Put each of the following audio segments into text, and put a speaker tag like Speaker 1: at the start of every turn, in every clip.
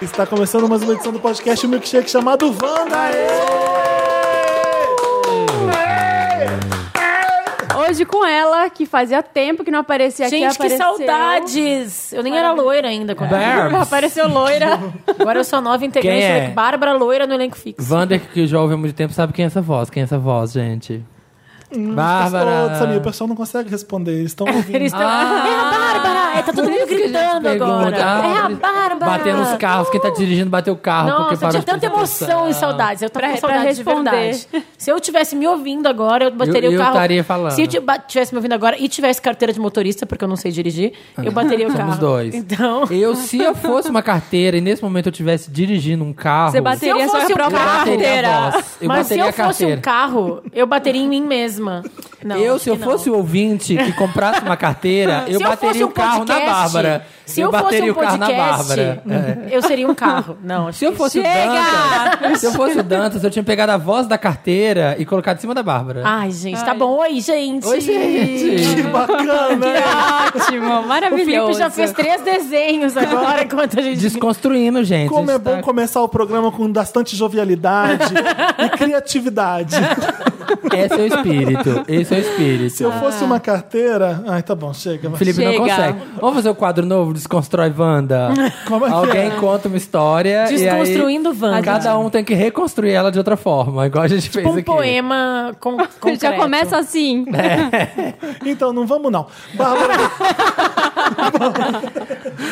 Speaker 1: Está começando mais uma edição do podcast Milkshake chamado Wanda.
Speaker 2: Hoje com ela, que fazia tempo que não aparecia
Speaker 3: Gente,
Speaker 2: aqui.
Speaker 3: que
Speaker 2: apareceu.
Speaker 3: saudades! Eu nem era loira ainda. Quando
Speaker 4: Barbs.
Speaker 3: Apareceu loira. Agora eu sou a nova integrante.
Speaker 4: É. Quem é?
Speaker 3: da Bárbara loira no elenco fixo.
Speaker 4: Wander, que já ouve há muito tempo, sabe quem é essa voz. Quem é essa voz, gente? Hum, Bárbara.
Speaker 1: Ô, Samir, o pessoal não consegue responder, eles estão ouvindo.
Speaker 3: Eles tão... É a Bárbara! É, tá todo mundo
Speaker 4: Por isso Hum, que a gente
Speaker 3: gritando
Speaker 4: pergunta.
Speaker 3: agora.
Speaker 4: Ah,
Speaker 3: é a
Speaker 4: eles
Speaker 3: Bárbara! Uh.
Speaker 4: Batendo os carros, quem tá dirigindo bateu o carro. porque
Speaker 3: Nossa, eu
Speaker 4: parou
Speaker 3: tinha
Speaker 4: de prestar
Speaker 3: tanta emoção e
Speaker 4: atenção.
Speaker 3: saudades. Eu tava
Speaker 2: Pra-
Speaker 3: com saudades de
Speaker 2: pra responder.
Speaker 3: verdade. Se eu tivesse me ouvindo agora, eu bateria
Speaker 4: Eu-
Speaker 3: o
Speaker 4: eu
Speaker 3: carro.
Speaker 4: estaria falando.
Speaker 3: Se eu ti- ba- tivesse me ouvindo agora e tivesse carteira de motorista, porque eu não sei dirigir, eu bateria o
Speaker 4: Ah, Somos
Speaker 3: carro.
Speaker 4: dois.
Speaker 3: Então...
Speaker 4: Eu, se eu fosse uma carteira e nesse momento eu estivesse dirigindo um carro.
Speaker 2: Você
Speaker 3: Se eu
Speaker 2: bateria sua
Speaker 3: fosse um
Speaker 2: própria
Speaker 3: carro-
Speaker 2: carteira.
Speaker 4: Eu bateria a voz. Eu
Speaker 3: Mas se
Speaker 4: bateria
Speaker 3: eu
Speaker 4: a carteira.
Speaker 3: fosse um carro, eu bateria em mim mesma. Não,
Speaker 4: eu, se eu
Speaker 3: não.
Speaker 4: fosse o ouvinte que comprasse uma carteira, eu
Speaker 3: Se
Speaker 4: bateria
Speaker 3: fosse um
Speaker 4: o carro
Speaker 3: podcast,
Speaker 4: na Bárbara.
Speaker 3: Se
Speaker 4: eu,
Speaker 3: eu,
Speaker 4: bateria
Speaker 3: fosse um
Speaker 4: o carro na
Speaker 3: podcast,
Speaker 4: Bárbara. É.
Speaker 3: eu seria um carro. Não, acho
Speaker 4: Se eu
Speaker 3: que- é
Speaker 4: fosse um o Dantas, se eu fosse o Dantas, eu tinha pegado a voz da carteira e colocado em cima da Bárbara.
Speaker 3: Ai, gente, tá bom. Oi, gente.
Speaker 4: Oi, gente.
Speaker 1: Que bacana! né?
Speaker 2: Ótimo,
Speaker 3: O
Speaker 2: maravilhoso.
Speaker 3: Felipe já fez três desenhos agora enquanto a gente.
Speaker 4: Desconstruindo, gente.
Speaker 1: Como é
Speaker 4: Está-
Speaker 1: bom começar o programa com bastante jovialidade e criatividade.
Speaker 4: Esse é o espírito. Esse é o espírito.
Speaker 1: Se eu fosse uma carteira. Ai, tá bom, chega. mas-
Speaker 4: Felipe não
Speaker 2: Chega.
Speaker 4: consegue. Vamos fazer o quadro novo, Desconstrói Wanda.
Speaker 1: Como é que
Speaker 4: Alguém conta uma história. e aí
Speaker 3: Desconstruindo Wanda.
Speaker 4: Cada um tem que reconstruir ela de outra forma, igual a gente fez
Speaker 3: um
Speaker 4: aqui.
Speaker 3: poema com, concreto.
Speaker 2: Já começa assim.
Speaker 1: É, Então, não vamos, não. Bárbara, Você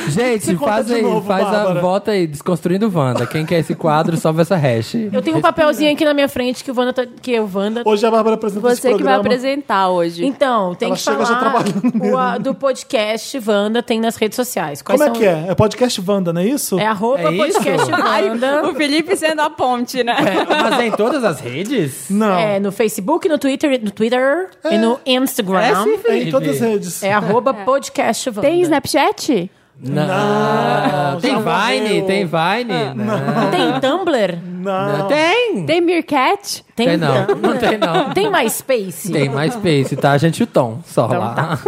Speaker 4: Gente,
Speaker 1: conta
Speaker 4: faz
Speaker 1: de
Speaker 4: aí,
Speaker 1: novo,
Speaker 4: faz
Speaker 1: Bárbara.
Speaker 4: a volta aí, Desconstruindo Wanda. Quem quer esse quadro, salva essa hash.
Speaker 3: Eu tenho um papelzinho aqui na minha frente que o Wanda. Tá, que o Wanda
Speaker 1: hoje a Bárbara apresenta esse
Speaker 2: Você que vai
Speaker 1: programa.
Speaker 2: apresentar hoje.
Speaker 3: Então, tem
Speaker 1: Ela
Speaker 3: que
Speaker 1: chega já
Speaker 3: falar
Speaker 1: trabalhando
Speaker 3: o, a- do podcast Wanda, tem nas redes sociais. Quais
Speaker 1: Como é
Speaker 3: são-
Speaker 1: que é? É podcast Wanda, não é isso?
Speaker 3: É arroba
Speaker 4: É isso?
Speaker 3: podcast Wanda.
Speaker 2: Então, O Felipe sendo a ponte, né?
Speaker 4: Mas é em todas as redes?
Speaker 1: Não.
Speaker 3: É,
Speaker 1: É,
Speaker 3: no Facebook, no Twitter, no Twitter e no Instagram.
Speaker 4: É, sim, né? Felipe.
Speaker 1: em todas as redes.
Speaker 3: É arroba podcast Wanda.
Speaker 2: Tem Snapchat?
Speaker 4: Não.
Speaker 1: Não,
Speaker 4: Tem
Speaker 1: já
Speaker 4: Vine,
Speaker 1: morreu. Ah.
Speaker 4: tem Vine. Não.
Speaker 3: Tem Tumblr?
Speaker 1: Não.
Speaker 4: Tem.
Speaker 2: Tem Meerkat?
Speaker 4: Tem não,
Speaker 3: Tumblr?
Speaker 4: não tem não.
Speaker 3: um Tem um Então MySpace?
Speaker 4: Tem mais Space, tá? A gente o tom, só lá.
Speaker 3: tá.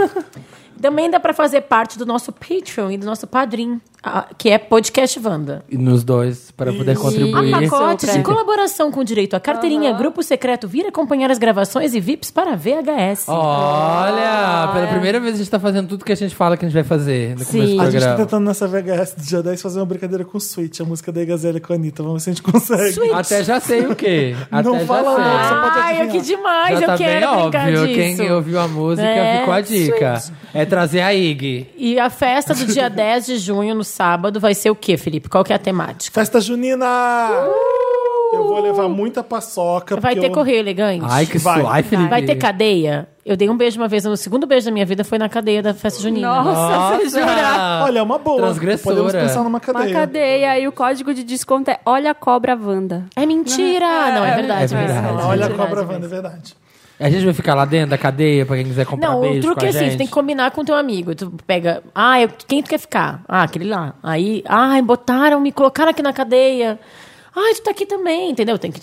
Speaker 3: Também dá pra fazer parte do nosso Patreon e do nosso Padrim, ah, que é Podcast Wanda.
Speaker 4: E Nos dois, para poder
Speaker 1: Isso.
Speaker 4: contribuir.
Speaker 2: Ah, pacote.
Speaker 3: Pacotes de
Speaker 2: Super.
Speaker 3: colaboração com direito à carteirinha, grupo secreto, vir acompanhar as gravações e VIPs para VHS.
Speaker 4: Olha, pela primeira vez a gente tá fazendo tudo que a gente fala que a gente vai fazer no começo
Speaker 3: É. Sim.
Speaker 4: do
Speaker 1: A gente tá
Speaker 4: programa.
Speaker 1: tentando nessa VHS do dia 10 fazer uma brincadeira com Switch, a música da Igazela com a Anitta. Vamos ver se a gente consegue.
Speaker 3: Switch.
Speaker 4: Até já sei o quê. Até
Speaker 1: Não
Speaker 4: já
Speaker 1: fala
Speaker 4: sei.
Speaker 1: nada, só pode
Speaker 3: Ai,
Speaker 1: adivinhar.
Speaker 3: que demais!
Speaker 4: já
Speaker 3: Ah, eu
Speaker 4: tá bem
Speaker 3: quero brincar
Speaker 4: óbvio.
Speaker 3: disso.
Speaker 4: Quem ouviu a música
Speaker 3: É,
Speaker 4: ficou a dica. É trazer a Ig.
Speaker 3: E a festa do dia 10 de junho, no sábado, vai ser o quê, Felipe? Qual que é a temática?
Speaker 1: Festa junina! Eu vou levar muita paçoca.
Speaker 3: Uh! Vai
Speaker 1: porque
Speaker 3: ter
Speaker 1: eu...
Speaker 3: correio elegante? Tá.
Speaker 4: Ai, que
Speaker 1: Vai.
Speaker 4: suai, Felipe.
Speaker 3: Vai ter cadeia? Eu dei um beijo uma vez, no segundo beijo da minha vida foi na cadeia da festa junina.
Speaker 2: Nossa, você jura?
Speaker 4: Nossa.
Speaker 1: Olha, é uma boa.
Speaker 4: Transgressora. é.
Speaker 1: Podemos pensar numa
Speaker 2: Uma
Speaker 1: cadeia.
Speaker 2: cadeia e o código de desconto é Olha a Cobra Wanda.
Speaker 3: É mentira! Não, é verdade.
Speaker 4: É verdade.
Speaker 3: mesmo.
Speaker 1: Olha a
Speaker 3: É
Speaker 1: cobra
Speaker 3: verdade
Speaker 1: Wanda, é verdade.
Speaker 4: A gente vai ficar lá dentro da cadeia pra quem quiser comprar
Speaker 3: Não, o
Speaker 4: beijo
Speaker 3: truque
Speaker 4: com
Speaker 3: é
Speaker 4: a
Speaker 3: assim,
Speaker 4: gente.
Speaker 3: você tem que combinar com o teu amigo. Tu pega, ah, eu- quem tu quer ficar? Ah, aquele lá. Aí, ai, botaram, me colocaram aqui na cadeia. Ai, tu tá aqui também, entendeu? Tem que
Speaker 1: Tá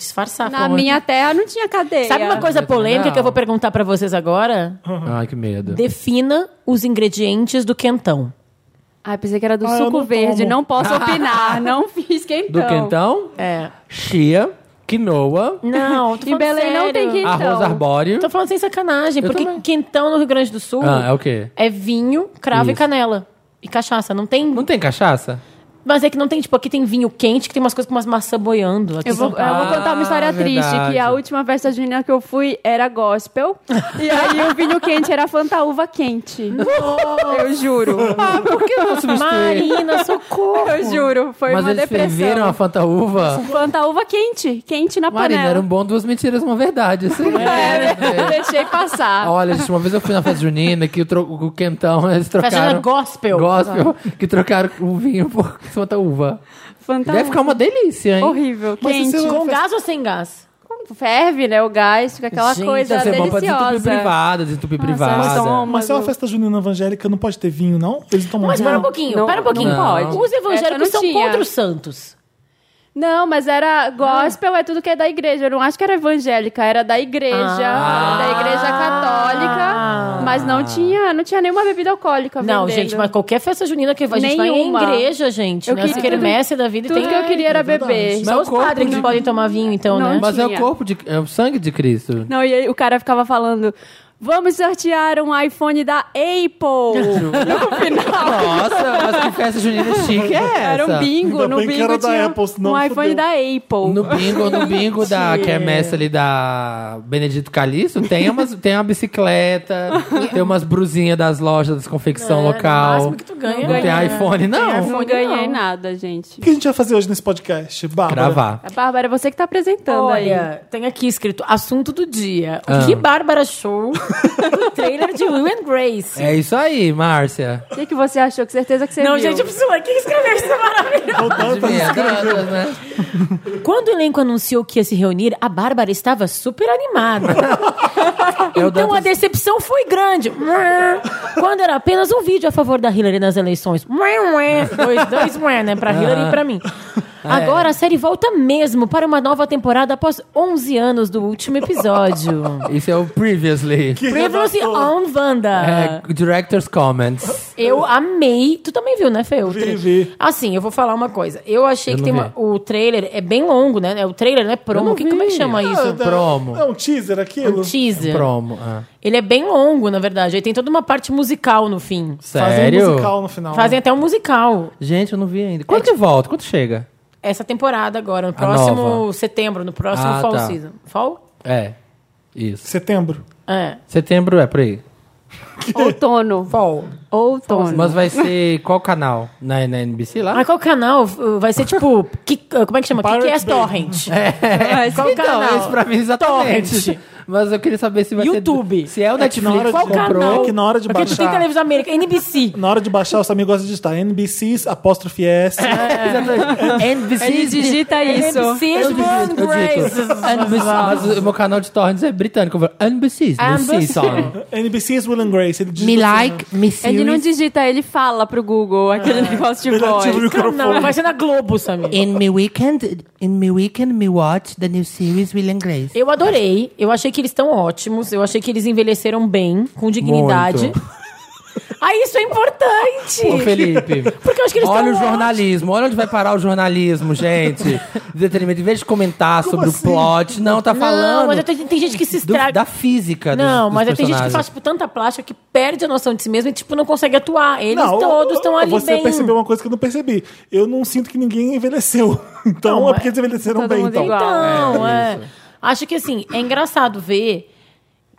Speaker 2: Na
Speaker 3: disfarçar. pelo amor de
Speaker 2: minha terra não tinha cadeia.
Speaker 3: Sabe uma coisa
Speaker 4: Eu também
Speaker 3: polêmica
Speaker 4: não.
Speaker 3: que eu vou perguntar pra vocês agora?
Speaker 4: Ai, que medo.
Speaker 3: Defina os ingredientes do quentão.
Speaker 2: Ai, pensei que era do
Speaker 1: Ah, eu
Speaker 2: suco
Speaker 1: não
Speaker 2: verde.
Speaker 1: tomo.
Speaker 2: Não posso opinar. Não fiz quentão.
Speaker 4: Do quentão,
Speaker 3: É.
Speaker 4: chia, quinoa,
Speaker 3: Não, tô
Speaker 2: Em
Speaker 3: falando
Speaker 2: Belém
Speaker 3: sério.
Speaker 2: não tem quentão.
Speaker 4: arroz arbóreo.
Speaker 3: Tô falando sem sacanagem, porque
Speaker 4: também.
Speaker 3: quentão no Rio Grande do Sul
Speaker 4: Ah, é o quê?
Speaker 3: é vinho, cravo e
Speaker 4: Isso.
Speaker 3: canela. E cachaça, não tem.
Speaker 4: Não tem cachaça?
Speaker 3: Mas é que não tem, tipo, aqui tem vinho quente, que tem umas coisas com umas maçã boiando. Aqui
Speaker 2: Eu vou,
Speaker 3: são-
Speaker 2: eu vou contar uma história
Speaker 4: Ah,
Speaker 2: triste,
Speaker 4: verdade.
Speaker 2: que a última festa junina que eu fui era gospel, e aí o vinho quente era Fanta Uva Quente. Eu juro.
Speaker 4: Ah, por que não substituir?
Speaker 3: Marina, socorro!
Speaker 2: Eu juro. Foi
Speaker 4: Mas
Speaker 2: uma
Speaker 4: eles ferveram
Speaker 2: depressão.
Speaker 4: a fantaúva.
Speaker 2: Fanta Uva Quente. Quente na
Speaker 4: Marina,
Speaker 2: panela.
Speaker 4: era um bom duas mentiras, uma verdade. Isso aí.
Speaker 2: É, deixei passar.
Speaker 4: Olha, gente, uma vez eu fui na festa junina que o, tro... o quentão, eles
Speaker 3: Fazendo
Speaker 4: trocaram...
Speaker 3: gospel.
Speaker 4: Gospel, que trocaram o vinho por fantaúva.
Speaker 2: Fanta
Speaker 4: Deve ficar uma delícia, hein?
Speaker 2: Então, horrível. Quente.
Speaker 1: isso-
Speaker 3: Com gás ou sem gás?
Speaker 2: Ferve, né? O gás, fica aquela
Speaker 4: Gente,
Speaker 2: coisa
Speaker 4: deve ser bom pra desentupir
Speaker 2: deliciosa.
Speaker 4: privada, desentupir privada.
Speaker 2: soma.
Speaker 1: Mas se é uma festa junina evangélica, não pode ter vinho, não? Eles não tomam
Speaker 3: Mas
Speaker 1: vinho?
Speaker 3: para um pouquinho,
Speaker 2: Não,
Speaker 3: para um pouquinho.
Speaker 4: não pode.
Speaker 3: Os
Speaker 2: Essa eu
Speaker 3: evangélicos
Speaker 2: não
Speaker 3: são
Speaker 2: tinha.
Speaker 3: contra os santos.
Speaker 2: Não, mas era gospel, é tudo que é da igreja. Eu não acho que era evangélica, era da igreja,
Speaker 3: Ah.
Speaker 2: da igreja católica. mas não tinha, não tinha nenhuma bebida alcoólica
Speaker 3: Não,
Speaker 2: Tá vendendo.
Speaker 3: gente, mas qualquer festa junina que vai, a gente
Speaker 2: Nenhuma.
Speaker 3: vai em igreja, gente.
Speaker 2: Eu
Speaker 3: Eu né?
Speaker 2: queria-
Speaker 3: quermesse da vida e
Speaker 2: Tudo
Speaker 3: tem...
Speaker 2: que eu queria era
Speaker 1: é verdade.
Speaker 2: beber.
Speaker 3: Mas é os
Speaker 4: Mas o corpo
Speaker 3: padres que
Speaker 4: de-
Speaker 3: podem tomar vinho, então,
Speaker 2: Não,
Speaker 3: né?
Speaker 4: Mas é o
Speaker 2: tinha.
Speaker 4: corpo de... É o sangue de Cristo.
Speaker 2: Não, e aí o cara ficava falando: vamos sortear um iPhone da Apple.
Speaker 4: Nossa, mas que festa junina chique é essa?
Speaker 2: Era um bingo,
Speaker 1: Ainda
Speaker 2: no
Speaker 1: bem que
Speaker 2: bingo
Speaker 1: era da
Speaker 2: tinha
Speaker 1: Apple, senão
Speaker 2: um iPhone
Speaker 1: fudeu.
Speaker 2: da Apple.
Speaker 4: No bingo, no bingo da quermesse ali da Benedito Calixto, tem, umas, tem uma bicicleta, tem umas brusinhas das lojas, das confecção
Speaker 3: É,
Speaker 4: local.
Speaker 3: No máximo que tu ganha.
Speaker 4: Não tem
Speaker 3: né?
Speaker 4: iPhone, não.
Speaker 2: Não
Speaker 3: iPhone.
Speaker 2: ganhei
Speaker 3: não.
Speaker 2: nada, gente.
Speaker 1: O que a gente vai fazer hoje nesse podcast? Bárbara.
Speaker 4: Gravar.
Speaker 2: A Bárbara, é você que tá apresentando aí.
Speaker 3: Olha, tem aqui escrito assunto do dia. O
Speaker 4: Ah.
Speaker 3: que Bárbara achou do trailer de Will and Grace?
Speaker 4: É isso aí, Márcia.
Speaker 2: O que, que você achou? Com certeza que você
Speaker 3: Não,
Speaker 2: viu.
Speaker 3: gente, eu preciso aqui escrever isso é maravilhoso.
Speaker 1: Então, tá, tá
Speaker 4: Adivinha,
Speaker 1: escrevendo.
Speaker 4: todas, né?
Speaker 3: Quando o elenco anunciou que ia se reunir, a Bárbara estava super animada.
Speaker 4: né? Eu
Speaker 3: então
Speaker 4: danço-
Speaker 3: a decepção foi grande. Quando era apenas um vídeo a favor da Hillary nas eleições. Dois, dois, né? Pra Hillary e pra mim. Agora a série volta mesmo para uma nova temporada após 11 anos do último episódio.
Speaker 4: Isso é o Previously.
Speaker 1: Que
Speaker 3: Previously
Speaker 1: redator.
Speaker 3: on assim, Wanda.
Speaker 4: É, director's Comments.
Speaker 3: Eu amei. Tu também viu, né, Fê? O
Speaker 1: Vi,
Speaker 3: tra-
Speaker 1: vi.
Speaker 3: Assim, eu vou falar uma coisa. Eu achei
Speaker 4: Eu
Speaker 3: que
Speaker 4: não
Speaker 3: tem
Speaker 4: vi.
Speaker 3: uma- o trailer é bem longo, né? É O trailer, né? Promo.
Speaker 4: não
Speaker 3: Que, como é que
Speaker 4: vi.
Speaker 3: chama
Speaker 1: Ah,
Speaker 3: isso?
Speaker 1: tá.
Speaker 4: promo.
Speaker 1: É um teaser aquilo?
Speaker 3: Teaser.
Speaker 4: Promo. ah.
Speaker 3: Ele é bem longo, na verdade. Aí tem toda uma parte musical no fim.
Speaker 1: Fazem
Speaker 4: Sério?
Speaker 1: musical no final. né?
Speaker 3: Fazem até um musical.
Speaker 4: Gente, eu não vi ainda. Quanto volta? Quanto chega?
Speaker 3: Essa temporada agora, no próximo
Speaker 4: nova.
Speaker 3: setembro, no próximo
Speaker 4: Ah,
Speaker 3: fall
Speaker 4: tá.
Speaker 3: season. Fall?
Speaker 4: É. Isso.
Speaker 1: Setembro.
Speaker 3: É.
Speaker 4: Setembro é por aí.
Speaker 2: Outono.
Speaker 3: Fall.
Speaker 2: Outono.
Speaker 4: Mas vai ser qual canal? Na, na NBC lá?
Speaker 3: Ah, qual canal? Uh, Vai ser tipo. que- uh, como é que chama? Que que é
Speaker 1: Pirate Bay.
Speaker 3: Torrent?
Speaker 4: É,
Speaker 3: qual
Speaker 4: então,
Speaker 3: canal?
Speaker 4: esse pra mim exatamente. Mas eu queria saber se vai
Speaker 3: YouTube.
Speaker 4: ser... Se é o Netflix
Speaker 1: hora
Speaker 4: que
Speaker 1: de-
Speaker 3: Qual
Speaker 4: comprou...
Speaker 3: canal?
Speaker 1: é que na hora de
Speaker 3: Porque tu tem
Speaker 1: baixar-
Speaker 3: televisão americana, NBC.
Speaker 1: Na hora de baixar, o Samir gosta de digitar NBC, apóstrofe S.
Speaker 3: É.
Speaker 4: Exatamente.
Speaker 2: É.
Speaker 4: NBC...
Speaker 2: Ele digita isso.
Speaker 3: NBC
Speaker 4: Eu digito,
Speaker 3: One
Speaker 4: eu digito. NBC, mas o meu canal de torrents é britânico. Eu falo, NBC, NBC,
Speaker 3: NBC.
Speaker 4: song.
Speaker 1: NBC is Will and Grace. Ele digita
Speaker 4: Me
Speaker 1: assim,
Speaker 4: like,
Speaker 3: É um
Speaker 4: me
Speaker 2: Ele não
Speaker 4: series,
Speaker 2: digita, ele fala pro Google aquele negócio de
Speaker 1: Ele ativa o
Speaker 2: voz.
Speaker 1: microfone.
Speaker 3: Não, vai ser na Globo, Samir.
Speaker 5: In my weekend, in my weekend, me watch the new series Will and Grace.
Speaker 3: Eu adorei. Eu achei que eles estão ótimos. Eu achei que eles envelheceram bem, com dignidade.
Speaker 4: Muito.
Speaker 3: Ah, isso é importante!
Speaker 4: Ô, Felipe.
Speaker 3: Porque eu acho que eles
Speaker 4: Olha o
Speaker 3: tão lá.
Speaker 4: jornalismo, olha onde vai parar o jornalismo, gente. Entretenimento, em vez de comentar sobre
Speaker 1: assim?
Speaker 4: o plot, não, tá
Speaker 3: Não,
Speaker 4: falando
Speaker 3: mas tem, tem gente que se
Speaker 4: do-
Speaker 3: estraga.
Speaker 4: da física dos-
Speaker 3: Não,
Speaker 4: dos
Speaker 3: mas tem gente que
Speaker 4: personagens.
Speaker 3: faz tipo, tanta plástica que perde a noção de si mesmo e tipo, não consegue atuar. Eles
Speaker 1: Não,
Speaker 3: todos estão ali
Speaker 1: Você
Speaker 3: bem.
Speaker 1: percebeu uma coisa que eu não percebi. Eu não sinto que ninguém envelheceu. Então
Speaker 3: Não,
Speaker 1: é porque eles envelheceram
Speaker 2: todo
Speaker 1: bem.
Speaker 2: mundo
Speaker 1: Então.
Speaker 2: igual.
Speaker 3: Então,
Speaker 4: É,
Speaker 3: é. Acho que assim, é engraçado ver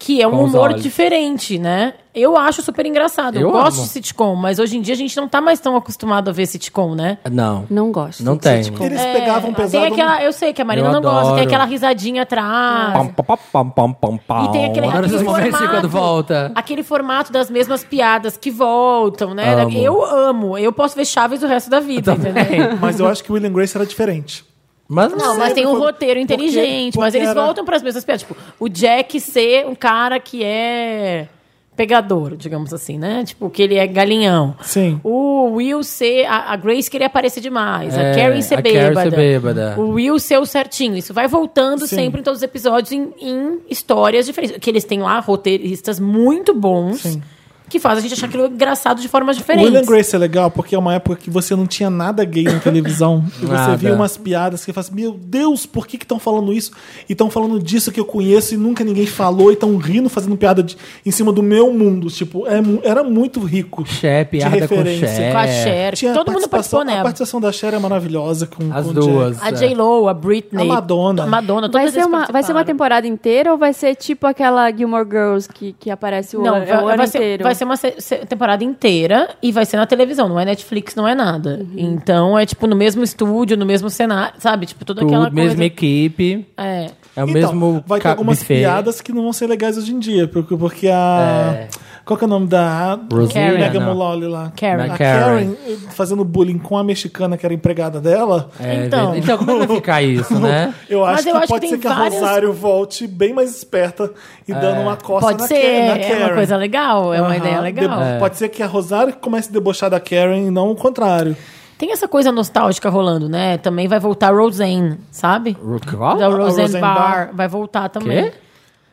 Speaker 3: que é um
Speaker 4: Com os
Speaker 3: humor
Speaker 4: olhos.
Speaker 3: diferente, né? Eu acho super engraçado. Eu,
Speaker 4: Eu
Speaker 3: gosto
Speaker 4: amo.
Speaker 3: de sitcom, mas hoje em dia a gente não tá mais tão acostumado a ver sitcom, né?
Speaker 4: Não,
Speaker 2: Não gosto.
Speaker 4: não
Speaker 2: de
Speaker 4: tem.
Speaker 2: sitcom.
Speaker 1: Eles pegavam pesado.
Speaker 3: É, Tem
Speaker 1: no-
Speaker 3: aquela, eu sei que a Marina
Speaker 4: Eu
Speaker 3: não gosta, tem
Speaker 4: adoro.
Speaker 3: aquela risadinha atrás.
Speaker 4: Pam, pam, pam, pam, pam, pam.
Speaker 3: E tem aquele,
Speaker 4: Adoro
Speaker 3: aquele
Speaker 4: esses momentos
Speaker 3: formato,
Speaker 4: quando volta.
Speaker 3: aquele formato das mesmas piadas que voltam, né?
Speaker 4: Amo.
Speaker 3: Eu amo. Eu posso ver Chaves o resto da vida, entendeu?
Speaker 1: Mas eu acho que o Will and Grace era diferente.
Speaker 4: Mas
Speaker 3: Não, mas tem um roteiro inteligente, mas
Speaker 1: porque
Speaker 3: eles
Speaker 1: era-
Speaker 3: voltam para as mesmas piadas. Tipo, o Jack ser um cara que é pegador, digamos assim, né? Tipo, que ele é galinhão.
Speaker 1: Sim.
Speaker 3: O Will ser. A, a Grace querer aparecer demais. a
Speaker 4: É,
Speaker 3: Carrie ser
Speaker 4: a Carrie ser
Speaker 3: bêbada.
Speaker 4: bêbada.
Speaker 3: O Will ser o certinho. Isso vai voltando
Speaker 1: Sim.
Speaker 3: sempre em todos os episódios em, em histórias diferentes. Que eles têm lá roteiristas muito bons
Speaker 1: Sim.
Speaker 3: que faz a gente achar aquilo engraçado de formas
Speaker 1: O Will and
Speaker 3: diferentes.
Speaker 1: Grace é legal porque é uma época que você não tinha nada gay na televisão. e você
Speaker 4: Nada.
Speaker 1: via umas piadas que faz assim, meu Deus, por que estão falando isso? E estão falando disso que eu conheço e nunca ninguém falou. E estão rindo, fazendo piada de- em cima do meu mundo. Tipo, é mu- era muito rico.
Speaker 4: Shep,
Speaker 1: de
Speaker 4: Arda com
Speaker 1: referência.
Speaker 4: Shep.
Speaker 3: Com a Cher.
Speaker 1: É. Tinha
Speaker 3: Todo
Speaker 1: participação-
Speaker 3: mundo participou, né?
Speaker 1: A participação da Cher é maravilhosa com
Speaker 4: As
Speaker 1: com o
Speaker 4: duas.
Speaker 1: Jack.
Speaker 3: A J-Lo, a Britney.
Speaker 1: A Madonna.
Speaker 3: A Madonna, todas
Speaker 2: Vai ser,
Speaker 3: eles
Speaker 2: uma, vai ser uma
Speaker 3: participaram.
Speaker 2: temporada inteira ou vai ser tipo aquela Gilmore Girls que, que aparece o
Speaker 3: Não,
Speaker 2: ano, é
Speaker 3: vai,
Speaker 2: o ano
Speaker 3: vai ser,
Speaker 2: inteiro?
Speaker 3: vai ser uma se- se- temporada inteira e vai ser na televisão, não é Netflix, não é nada.
Speaker 2: Uhum.
Speaker 3: Então é tipo no mesmo estúdio, no mesmo cenário, sabe? Tipo, toda
Speaker 4: Tudo,
Speaker 3: aquela
Speaker 4: mesma
Speaker 3: coisa.
Speaker 4: equipe.
Speaker 3: É.
Speaker 4: É o
Speaker 1: Então,
Speaker 4: mesmo
Speaker 1: vai ter
Speaker 4: ca-
Speaker 1: algumas
Speaker 4: buffet.
Speaker 1: piadas que não vão ser legais hoje em dia, porque, porque a...
Speaker 4: É.
Speaker 1: Qual que é o nome da...
Speaker 4: Rosalina.
Speaker 1: Megan Mullally lá.
Speaker 3: Karen.
Speaker 1: A Karen eh, fazendo bullying com a mexicana que era empregada dela.
Speaker 4: É, então.
Speaker 3: Então.
Speaker 4: então, como é que vai ficar isso, né?
Speaker 1: Eu
Speaker 3: Mas
Speaker 1: acho
Speaker 3: eu
Speaker 1: que
Speaker 3: acho que
Speaker 1: pode
Speaker 3: tem
Speaker 1: ser que a
Speaker 3: várias-
Speaker 1: Rosário volte bem mais esperta e
Speaker 4: É.
Speaker 1: dando uma costa
Speaker 3: Pode
Speaker 1: na,
Speaker 3: ser,
Speaker 1: Karen, na
Speaker 3: é
Speaker 1: Karen.
Speaker 3: uma coisa legal, é uma
Speaker 1: Aham.
Speaker 3: ideia legal.
Speaker 1: De- Pode ser que a Rosário comece a debochar da Karen e não o contrário.
Speaker 2: É.
Speaker 3: Tem essa coisa nostálgica rolando, né? Também vai voltar Roseanne, sabe?
Speaker 4: Ro- qual?
Speaker 3: Da Roseanne,
Speaker 1: Roseanne
Speaker 3: Barr.
Speaker 1: Barr.
Speaker 3: Vai voltar também.
Speaker 4: Quê?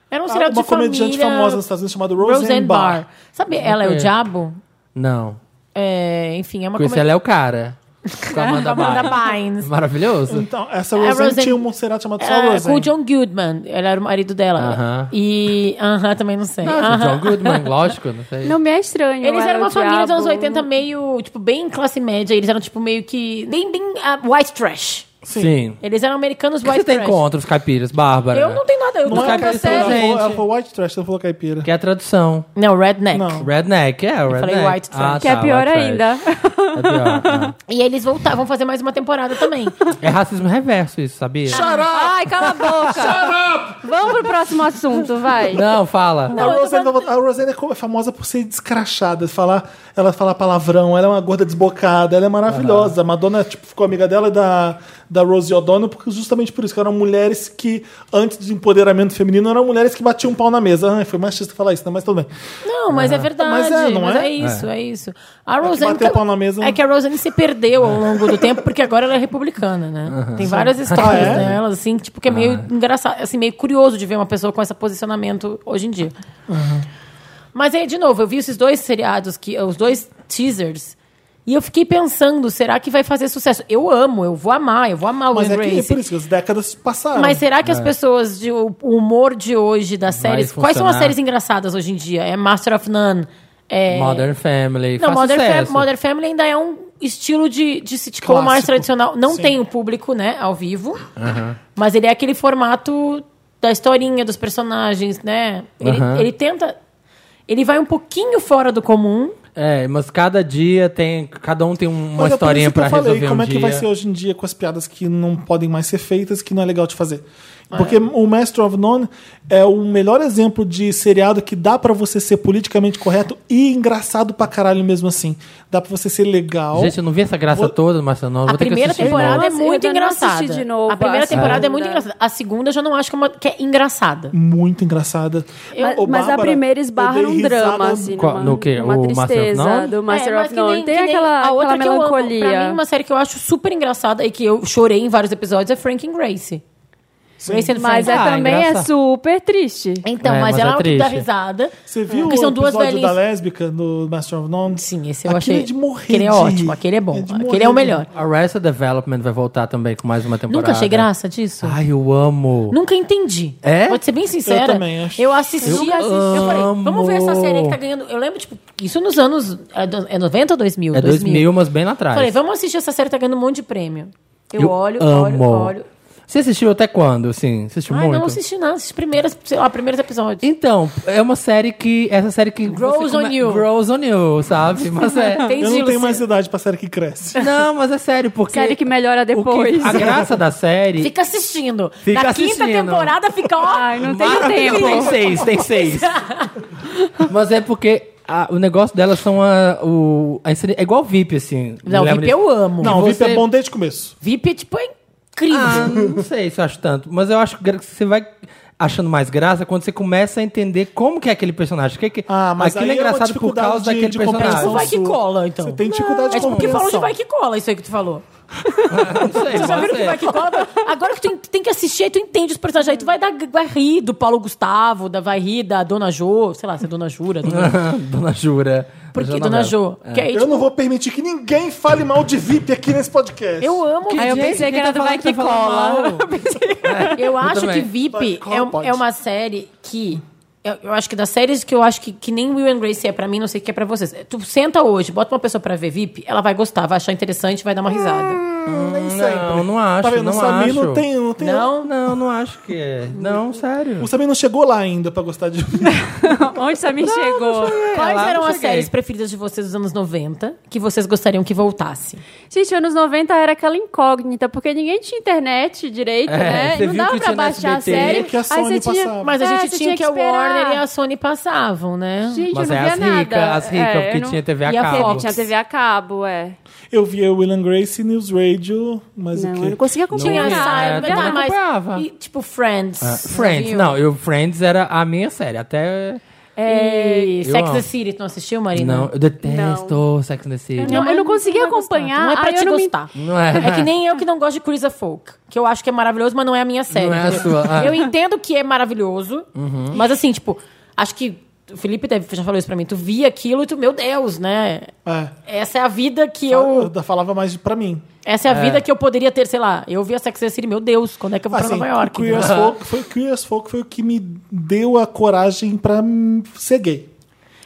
Speaker 3: Era um seriado
Speaker 1: uma
Speaker 3: de
Speaker 1: comediante
Speaker 3: família,
Speaker 1: famosa nos Estados Unidos chamada Roseanne,
Speaker 3: Roseanne
Speaker 1: Barr.
Speaker 3: Barr. Sabe, ela é o
Speaker 4: Ok.
Speaker 3: diabo?
Speaker 4: Não.
Speaker 3: É, enfim, é uma
Speaker 4: Conheci ela é o cara. Com a Amanda
Speaker 3: Amanda
Speaker 4: Bynes.
Speaker 3: Bynes.
Speaker 4: Maravilhoso.
Speaker 1: Então, essa Roseanne,
Speaker 3: É, Roseanne-
Speaker 1: tinha um seriado chamado só
Speaker 3: Era com o
Speaker 1: Roseanne.
Speaker 3: John Goodman, ele era o marido dela.
Speaker 4: Aham.
Speaker 3: E. Aham, também não sei.
Speaker 4: Não,
Speaker 3: Aham.
Speaker 4: Ah, John Goodman, lógico, não sei.
Speaker 2: Não me é estranho.
Speaker 3: Eles
Speaker 2: era
Speaker 3: eram uma
Speaker 2: o
Speaker 3: família dos
Speaker 2: diabo.
Speaker 3: anos 80 meio, tipo, bem classe média. Eles eram, tipo, meio que. Nem, nem ah, white trash.
Speaker 4: Sim.
Speaker 3: Eles eram americanos
Speaker 4: O que
Speaker 3: white
Speaker 4: você tem
Speaker 3: trash.
Speaker 4: contra os caipiras, Bárbara?
Speaker 3: Eu não tenho nada, eu
Speaker 4: Não
Speaker 3: tô
Speaker 4: é
Speaker 3: falando
Speaker 4: caipira,
Speaker 1: Ela
Speaker 3: sério.
Speaker 4: gente.
Speaker 1: falou- Ela falou white trash, ela falou caipira.
Speaker 4: Que é a tradução.
Speaker 3: Não, redneck.
Speaker 1: Não.
Speaker 4: Redneck, é, o redneck.
Speaker 3: falei white trash.
Speaker 2: Que é pior
Speaker 4: white trash.
Speaker 2: ainda.
Speaker 4: É pior. ah.
Speaker 3: E eles voltavam a fazer mais uma temporada também.
Speaker 4: É racismo reverso isso, sabia?
Speaker 2: Ai, cala a boca. Vamos pro próximo assunto, vai.
Speaker 4: Não, fala.
Speaker 1: a, Roseanne, a Roseanne é co- é famosa por ser descrachada, falar, ela fala palavrão, ela é uma gorda desbocada, ela é maravilhosa. A Madonna tipo, ficou amiga dela e da, da Rosie O'Donnell porque, justamente por isso, que eram mulheres que, antes do empoderamento feminino, eram mulheres que batiam um pau na mesa. Ai, foi machista falar isso, né? mas tudo bem.
Speaker 3: Não, mas é verdade.
Speaker 1: Mas é, não
Speaker 3: mas
Speaker 1: é?
Speaker 3: isso, é, isso. A Roseanne.
Speaker 1: bateu o pau na mesa. né?
Speaker 3: é que a Roseanne se perdeu ao longo do tempo, porque agora ela é republicana, né? Tem várias histórias
Speaker 1: Ah, é? Ah.
Speaker 3: dela, assim, que, tipo, que é meio engraçado, assim, meio curioso de ver uma pessoa com esse posicionamento hoje em dia. Mas aí, de novo, eu vi esses dois seriados, que, os dois teasers. E eu fiquei pensando, será que vai fazer sucesso? Eu amo, eu vou amar, eu vou amar o
Speaker 1: Mas é,
Speaker 3: Will
Speaker 1: que, é
Speaker 3: Grace.
Speaker 1: por isso que as décadas passaram.
Speaker 3: Mas será que as pessoas, de, o o humor de hoje das
Speaker 4: é. Vai
Speaker 3: séries. Quais são as
Speaker 4: funcionar?
Speaker 3: séries engraçadas hoje em dia? É Master of None? É...
Speaker 4: Modern Family.
Speaker 3: Não,
Speaker 4: faz
Speaker 3: Modern, Fam-
Speaker 4: sucesso.
Speaker 3: Modern Family ainda é um estilo de, de sitcom
Speaker 1: Clássico.
Speaker 3: mais tradicional. Não
Speaker 1: Sim.
Speaker 3: tem o público, né, ao vivo. Mas ele é aquele formato da historinha, dos personagens, né? Ele,
Speaker 4: Aham.
Speaker 3: ele tenta. Ele vai um pouquinho fora do comum.
Speaker 4: É, mas cada dia tem. Cada um tem uma
Speaker 1: Mas é por
Speaker 4: historinha
Speaker 1: isso que
Speaker 4: pra
Speaker 1: eu falei,
Speaker 4: resolver
Speaker 1: Como
Speaker 4: um
Speaker 1: é que
Speaker 4: dia.
Speaker 1: vai ser hoje em dia com as piadas que não podem mais ser feitas, que não é legal de fazer? Porque o Master of None é o melhor exemplo de seriado que dá pra você ser politicamente correto e engraçado pra caralho mesmo assim. Dá pra você ser legal.
Speaker 4: Gente, eu não vi essa graça
Speaker 1: Vou-
Speaker 4: toda, Marcelo. Não,
Speaker 3: A
Speaker 4: vou ter que
Speaker 3: primeira
Speaker 4: assistir de
Speaker 3: temporada
Speaker 4: novo.
Speaker 3: é
Speaker 2: Nossa, eu
Speaker 3: muito
Speaker 2: ainda não assisti
Speaker 3: engraçada.
Speaker 2: de novo
Speaker 3: a primeira
Speaker 2: a
Speaker 3: temporada é
Speaker 2: segunda.
Speaker 3: muito engraçada. A segunda eu já não acho que é, uma- que é engraçada.
Speaker 1: Muito engraçada.
Speaker 2: Mas,
Speaker 1: Ô,
Speaker 2: mas a
Speaker 1: Bárbara,
Speaker 2: primeira
Speaker 1: eu
Speaker 2: esbarra
Speaker 1: dei
Speaker 2: num
Speaker 1: risada
Speaker 2: drama, assim,
Speaker 4: Qual-
Speaker 2: numa,
Speaker 4: no quê?
Speaker 2: numa
Speaker 4: O Master of
Speaker 2: tristeza
Speaker 4: None?
Speaker 2: do Master
Speaker 3: É, mas
Speaker 2: of
Speaker 3: que
Speaker 2: None.
Speaker 3: nem-
Speaker 2: Tem
Speaker 3: que nem
Speaker 2: aquela,
Speaker 3: a outra
Speaker 2: aquela
Speaker 3: que eu amo.
Speaker 2: melancolia.
Speaker 3: Pra mim, uma série que eu acho super engraçada e que eu chorei em vários episódios é Frank and Grace. Grace and
Speaker 2: Mas
Speaker 3: Frank.
Speaker 2: é,
Speaker 4: Ah,
Speaker 2: também é
Speaker 4: engraçado.
Speaker 2: super triste.
Speaker 3: Então,
Speaker 4: É,
Speaker 3: mas,
Speaker 4: mas
Speaker 3: ela
Speaker 4: é
Speaker 3: é uma que dá
Speaker 4: triste.
Speaker 3: risada.
Speaker 1: Você viu
Speaker 3: Porque
Speaker 1: o
Speaker 3: são duas
Speaker 1: episódio
Speaker 3: velhinhas.
Speaker 1: da lésbica no Master of None?
Speaker 3: Sim, esse eu
Speaker 1: Aquele
Speaker 3: achei.
Speaker 1: é de morrer
Speaker 3: aquele é
Speaker 1: de
Speaker 3: ótimo,
Speaker 1: rir.
Speaker 3: aquele é bom.
Speaker 1: É de
Speaker 3: aquele é o
Speaker 1: morrer de
Speaker 3: melhor.
Speaker 4: Arrested Development vai voltar também com mais uma temporada.
Speaker 3: Nunca achei graça disso.
Speaker 4: Ai, eu amo.
Speaker 3: Nunca entendi.
Speaker 4: Ah, É?
Speaker 3: Pode ser bem sincera.
Speaker 1: Eu também acho.
Speaker 3: Eu assisti,
Speaker 4: Eu
Speaker 3: eu, assisti, eu falei, vamos ver essa
Speaker 4: amo.
Speaker 3: série que tá ganhando. Eu lembro, tipo, isso nos anos. É do- é 90 ou 2000?
Speaker 4: É 2000, mas bem lá atrás.
Speaker 3: Falei, vamos assistir essa série, tá ganhando um monte de prêmio. Eu, olho, olho,
Speaker 4: amo.
Speaker 3: olho.
Speaker 4: Você assistiu até quando, assim? Você assistiu
Speaker 3: Ai,
Speaker 4: muito?
Speaker 3: não assisti nada, assisti primeiras, sei lá, primeiros episódios.
Speaker 4: Então, é uma série que... Essa série que...
Speaker 3: Grows
Speaker 4: você
Speaker 3: on you.
Speaker 4: Grows on you, sabe? Mas é...
Speaker 3: Entendi,
Speaker 1: Então, Eu não tenho
Speaker 3: Luciano.
Speaker 1: mais idade pra série que cresce.
Speaker 4: Não, mas é sério, porque...
Speaker 2: Série que melhora
Speaker 4: o que-
Speaker 2: depois.
Speaker 4: a graça da série...
Speaker 3: Fica assistindo.
Speaker 4: Fica
Speaker 3: Na quinta
Speaker 4: assistindo.
Speaker 3: temporada fica, ó.
Speaker 2: Ai, não tem
Speaker 4: Maravilha, Tem
Speaker 2: tempo.
Speaker 4: seis, tem seis. Mas é porque a- o negócio delas são a, o, a inseri- É igual VIP, assim.
Speaker 3: Não,
Speaker 4: Lembra
Speaker 2: é
Speaker 3: VIP
Speaker 4: disso?
Speaker 3: eu amo.
Speaker 1: Não, o VIP
Speaker 4: você-
Speaker 1: é bom desde o começo.
Speaker 3: VIP é, tipo, é incrível.
Speaker 4: Ah, não sei se eu acho tanto. Mas eu acho gra- que você vai achando mais graça quando você começa a entender como que é aquele personagem. Que, que,
Speaker 1: Ah, mas
Speaker 4: aquilo
Speaker 1: aí
Speaker 4: é
Speaker 1: é uma
Speaker 4: engraçado por
Speaker 1: dificuldade
Speaker 4: causa
Speaker 1: de-
Speaker 4: daquele
Speaker 1: de
Speaker 4: personagem.
Speaker 1: compreensão.
Speaker 3: Ou vai que
Speaker 1: sua.
Speaker 3: cola, então.
Speaker 1: Você tem
Speaker 2: Ah,
Speaker 1: dificuldade
Speaker 3: é
Speaker 1: de
Speaker 3: tipo porque falou de
Speaker 1: compreensão.
Speaker 3: vai que cola, isso aí que tu falou.
Speaker 4: Não sei,
Speaker 3: Vocês já viram
Speaker 4: pode
Speaker 3: que
Speaker 4: ser.
Speaker 3: vai que cola? Agora que tu en- tem que assistir, aí tu entende os personagens. Aí tu vai, dar, vai rir do Paulo Gustavo, da, vai rir da Dona Jo, sei lá, se é Dona Jura. Dona...
Speaker 4: Dona Jura.
Speaker 3: Por que
Speaker 4: Jura
Speaker 3: Dona
Speaker 4: Novela.
Speaker 3: Jo? Porque aí,
Speaker 1: Eu
Speaker 3: tipo,
Speaker 1: não vou permitir que ninguém fale mal de VIP aqui nesse podcast.
Speaker 3: eu amo
Speaker 2: Aí eu
Speaker 4: Gente,
Speaker 2: pensei que
Speaker 4: quem
Speaker 2: era
Speaker 4: tá
Speaker 2: do Vai
Speaker 4: falando tá
Speaker 2: Que
Speaker 4: falando
Speaker 2: Cola.
Speaker 4: mal?
Speaker 3: Eu acho
Speaker 4: também.
Speaker 3: que VIP
Speaker 1: Pode,
Speaker 3: é, um-
Speaker 1: pode.
Speaker 3: é uma série que. Eu, eu acho que das séries que eu acho que, que nem Will and Grace é pra mim, não sei o que é pra vocês. Tu senta hoje, bota uma pessoa pra ver VIP, ela vai gostar, vai achar interessante, vai dar uma risada.
Speaker 1: Hum, nem
Speaker 4: Não, não acho,
Speaker 1: Tá vendo?
Speaker 4: não
Speaker 1: o Samir
Speaker 4: acho.
Speaker 1: não tem, não tem.
Speaker 4: Não, não, não acho que é. Não, sério.
Speaker 1: O Samir não chegou lá ainda pra gostar de.
Speaker 2: Onde Samir chegou?
Speaker 4: lá
Speaker 3: Quais
Speaker 4: eu
Speaker 3: eram
Speaker 4: não
Speaker 3: as
Speaker 4: cheguei. Ah,
Speaker 3: séries preferidas de vocês dos anos 90 que vocês gostariam que voltasse?
Speaker 2: Gente, anos 90 era aquela incógnita, porque ninguém tinha internet direito,
Speaker 4: É,
Speaker 2: né?
Speaker 4: você
Speaker 2: Não
Speaker 4: viu
Speaker 2: dava
Speaker 4: que
Speaker 2: pra
Speaker 4: tinha na
Speaker 2: baixar a
Speaker 4: SBT,
Speaker 2: série.
Speaker 1: que a Sony
Speaker 2: aí você tinha,
Speaker 1: passava.
Speaker 3: Mas a
Speaker 2: é,
Speaker 3: gente
Speaker 2: você
Speaker 3: tinha que a
Speaker 2: esperar.
Speaker 3: Warner e a Sony passavam, né?
Speaker 2: Gente,
Speaker 4: Mas
Speaker 2: eu
Speaker 4: é
Speaker 2: não
Speaker 4: as
Speaker 2: via
Speaker 4: ricas,
Speaker 2: nada.
Speaker 4: as ricas,
Speaker 2: É, eu
Speaker 4: porque
Speaker 2: não-
Speaker 4: tinha TV a
Speaker 3: E a
Speaker 4: cabo.
Speaker 3: Fox.
Speaker 2: Tinha TV a cabo, é.
Speaker 1: Eu via Will and Grace, News Radio, mas
Speaker 2: Não,
Speaker 1: o
Speaker 2: eu não
Speaker 1: quê?
Speaker 2: conseguia
Speaker 3: Tinha
Speaker 2: acompanhar.
Speaker 4: Não, é,
Speaker 3: a
Speaker 4: também
Speaker 3: Simon, mas.
Speaker 4: acompanhava.
Speaker 3: E, tipo, Friends.
Speaker 4: Ah, Friends,
Speaker 3: viu?
Speaker 4: não, eu, Friends era a minha série, até
Speaker 3: É, e
Speaker 4: Eu
Speaker 3: Sex and
Speaker 4: amo.
Speaker 3: the City, tu não assistiu, Marina?
Speaker 4: Não, eu detesto Sex and the City.
Speaker 2: né? Não, eu não consegui
Speaker 3: vai gostar.
Speaker 2: acompanhar,
Speaker 3: Não é pra
Speaker 2: aí
Speaker 3: te
Speaker 2: eu não me-
Speaker 3: gostar.
Speaker 4: Não é.
Speaker 3: É que nem eu que não gosto de Carissa Folk, que eu acho que é maravilhoso, mas não é a minha série.
Speaker 4: Não é a
Speaker 3: entendeu?
Speaker 4: sua, ah. Uhum.
Speaker 3: Eu entendo que é maravilhoso, mas assim, tipo, acho que o Felipe deve, já falou isso pra mim. Tu via aquilo e tu, meu Deus, né?
Speaker 1: É.
Speaker 3: Essa é a vida que eu.
Speaker 1: Eu... falava mais pra mim.
Speaker 3: Essa é a vida que eu poderia ter, sei lá. Eu via Sex and the City, meu Deus, quando é que eu vou pra
Speaker 1: Assim,
Speaker 3: Nova York? então.
Speaker 1: Queer as Folk foi, Queer as Folk foi o que me deu a coragem pra hum, ser gay.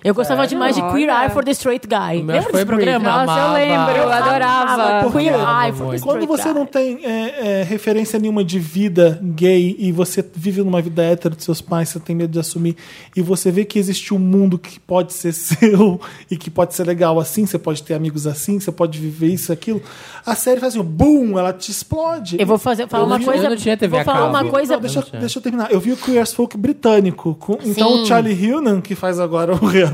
Speaker 3: Eu gostava demais de Queer
Speaker 2: Olha.
Speaker 3: Eye for the Straight Guy.
Speaker 4: É. Meu
Speaker 3: Lembra desse
Speaker 4: favorito.
Speaker 3: programa?
Speaker 4: Amava.
Speaker 2: Nossa, eu lembro, eu adorava.
Speaker 3: Amava. Queer
Speaker 1: Porque
Speaker 3: Eye for the
Speaker 1: Quando
Speaker 3: Straight
Speaker 1: você
Speaker 3: Guy.
Speaker 1: não tem é, é, referência nenhuma de vida gay e você vive numa vida hétero de seus pais, você tem medo de assumir, e você vê que existe um mundo que pode ser seu e que pode ser legal assim, você pode ter amigos assim, você pode viver isso, aquilo, a série faz assim, boom, ela te explode.
Speaker 3: Eu vou fazer, falar
Speaker 4: Eu não
Speaker 3: uma
Speaker 4: tinha-
Speaker 3: coisa.
Speaker 4: eu não tinha TV
Speaker 3: vou
Speaker 4: a
Speaker 3: falar
Speaker 4: cabo.
Speaker 3: uma
Speaker 4: Não, é.
Speaker 3: coisa.
Speaker 1: Não, é, deixa,
Speaker 4: Não,
Speaker 1: eu, deixa eu terminar. Eu vi o Queer as Folk britânico. com- então o Charlie Hunnam, que faz agora o Reatu,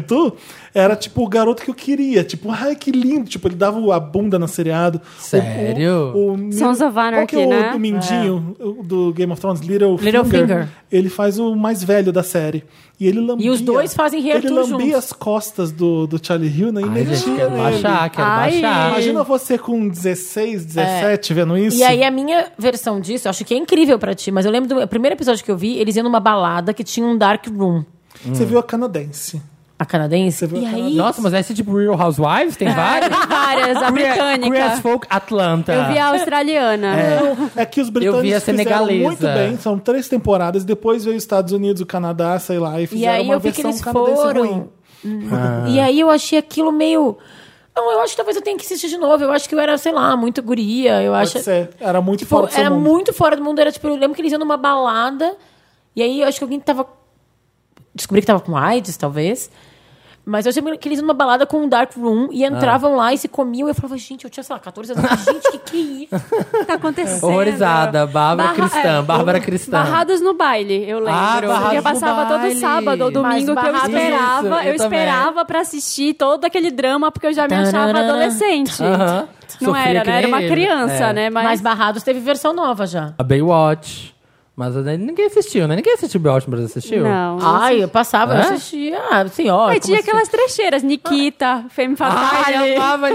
Speaker 1: era tipo o garoto que eu queria. Tipo, ai que lindo. Tipo, ele dava a bunda no seriado. O-
Speaker 4: Sério?
Speaker 1: O, o,
Speaker 2: Sons of
Speaker 1: qual que é
Speaker 2: Anarchy,
Speaker 1: o,
Speaker 2: né?
Speaker 1: do Mindinho, o do Game of Thrones, Little,
Speaker 3: É. Little
Speaker 1: Finger,
Speaker 3: Finger.
Speaker 1: Ele faz o mais velho da série. E ele lambia.
Speaker 3: os dois fazem Reatu
Speaker 1: Ele lambia
Speaker 3: juntos.
Speaker 1: as costas do, do Charlie Hunnam e
Speaker 4: Ai, gente,
Speaker 1: metia
Speaker 4: quero
Speaker 1: nele.
Speaker 4: baixar, quero
Speaker 2: Ai.
Speaker 4: baixar.
Speaker 1: Imagina você com 16, 17 vendo isso.
Speaker 3: É. E aí, a minha versão disso, eu acho que é incrível pra ti, mas eu lembro do o primeiro episódio que eu vi, eles iam numa balada que tinha um dark room,
Speaker 1: Você viu a canadense.
Speaker 3: a canadense.
Speaker 1: viu
Speaker 3: E
Speaker 1: a
Speaker 3: aí,
Speaker 4: Nossa, mas essa é tipo Real Housewives? Tem várias?
Speaker 2: Várias, a
Speaker 4: Queer- Queer as
Speaker 2: britânica.
Speaker 4: Folk Atlanta.
Speaker 2: Eu vi a australiana.
Speaker 1: É que os britânicos
Speaker 4: Eu vi a
Speaker 1: fizeram
Speaker 4: senegalesa.
Speaker 1: muito bem, são três temporadas, depois veio os Estados Unidos, o Canadá, sei lá, e
Speaker 3: e
Speaker 1: fizeram
Speaker 3: aí
Speaker 1: uma
Speaker 3: eu vi que
Speaker 1: versão
Speaker 3: eles
Speaker 1: canadense
Speaker 3: foram.
Speaker 1: ruim. Ah.
Speaker 3: E aí eu achei aquilo meio. Não, eu acho que talvez eu tenha que assistir de novo. Eu acho que eu era, sei lá, muito guria. Eu
Speaker 1: Pode
Speaker 3: acho.
Speaker 1: ser. Era muito
Speaker 3: Tipo,
Speaker 1: fora do seu
Speaker 3: era
Speaker 1: mundo.
Speaker 3: muito fora do mundo. Era tipo, eu lembro que eles iam numa balada. E aí eu acho que alguém tava. Descobri que tava com AIDS, talvez. Mas eu lembro que eles iam numa balada com um dark room
Speaker 1: Ah.
Speaker 3: e entravam lá e se comiam. E eu falava, gente, eu tinha, sei lá, 14 anos. Eu falei, Gente, que que é isso?
Speaker 2: Tá acontecendo.
Speaker 4: Horrorizada. Bárbara
Speaker 2: Barra-
Speaker 4: Cristã.
Speaker 2: é,
Speaker 4: Bárbara Cristã.
Speaker 2: Barrados no baile, eu lembro.
Speaker 4: Ah, Barrados
Speaker 2: Porque
Speaker 4: no
Speaker 2: passava todo
Speaker 4: Baile.
Speaker 2: sábado ou
Speaker 3: Mas
Speaker 2: domingo que eu
Speaker 3: Barrados-
Speaker 2: esperava.
Speaker 4: Isso, eu
Speaker 2: eu
Speaker 4: também.
Speaker 2: esperava pra assistir todo aquele drama, porque eu já me achava
Speaker 3: Tararara.
Speaker 2: adolescente.
Speaker 4: Aham.
Speaker 2: Não
Speaker 4: Sofria
Speaker 2: era,
Speaker 4: que
Speaker 2: né? Era
Speaker 4: nem
Speaker 2: uma
Speaker 4: ele.
Speaker 2: criança,
Speaker 4: É.
Speaker 2: né? Mas,
Speaker 3: Mas Barrados teve versão nova já.
Speaker 4: A Baywatch. Mas né, ninguém assistiu, né? Ninguém assistiu Baywatch no Brasil, assistiu?
Speaker 2: não.
Speaker 3: Ai, eu passava, eu
Speaker 4: É?
Speaker 3: assistia. Ah, sim, ó.
Speaker 2: Aí
Speaker 3: como
Speaker 2: tinha
Speaker 3: assim?
Speaker 2: aquelas trecheiras, Nikita, Femme
Speaker 4: Ai,
Speaker 2: Fatale.
Speaker 4: eu amava a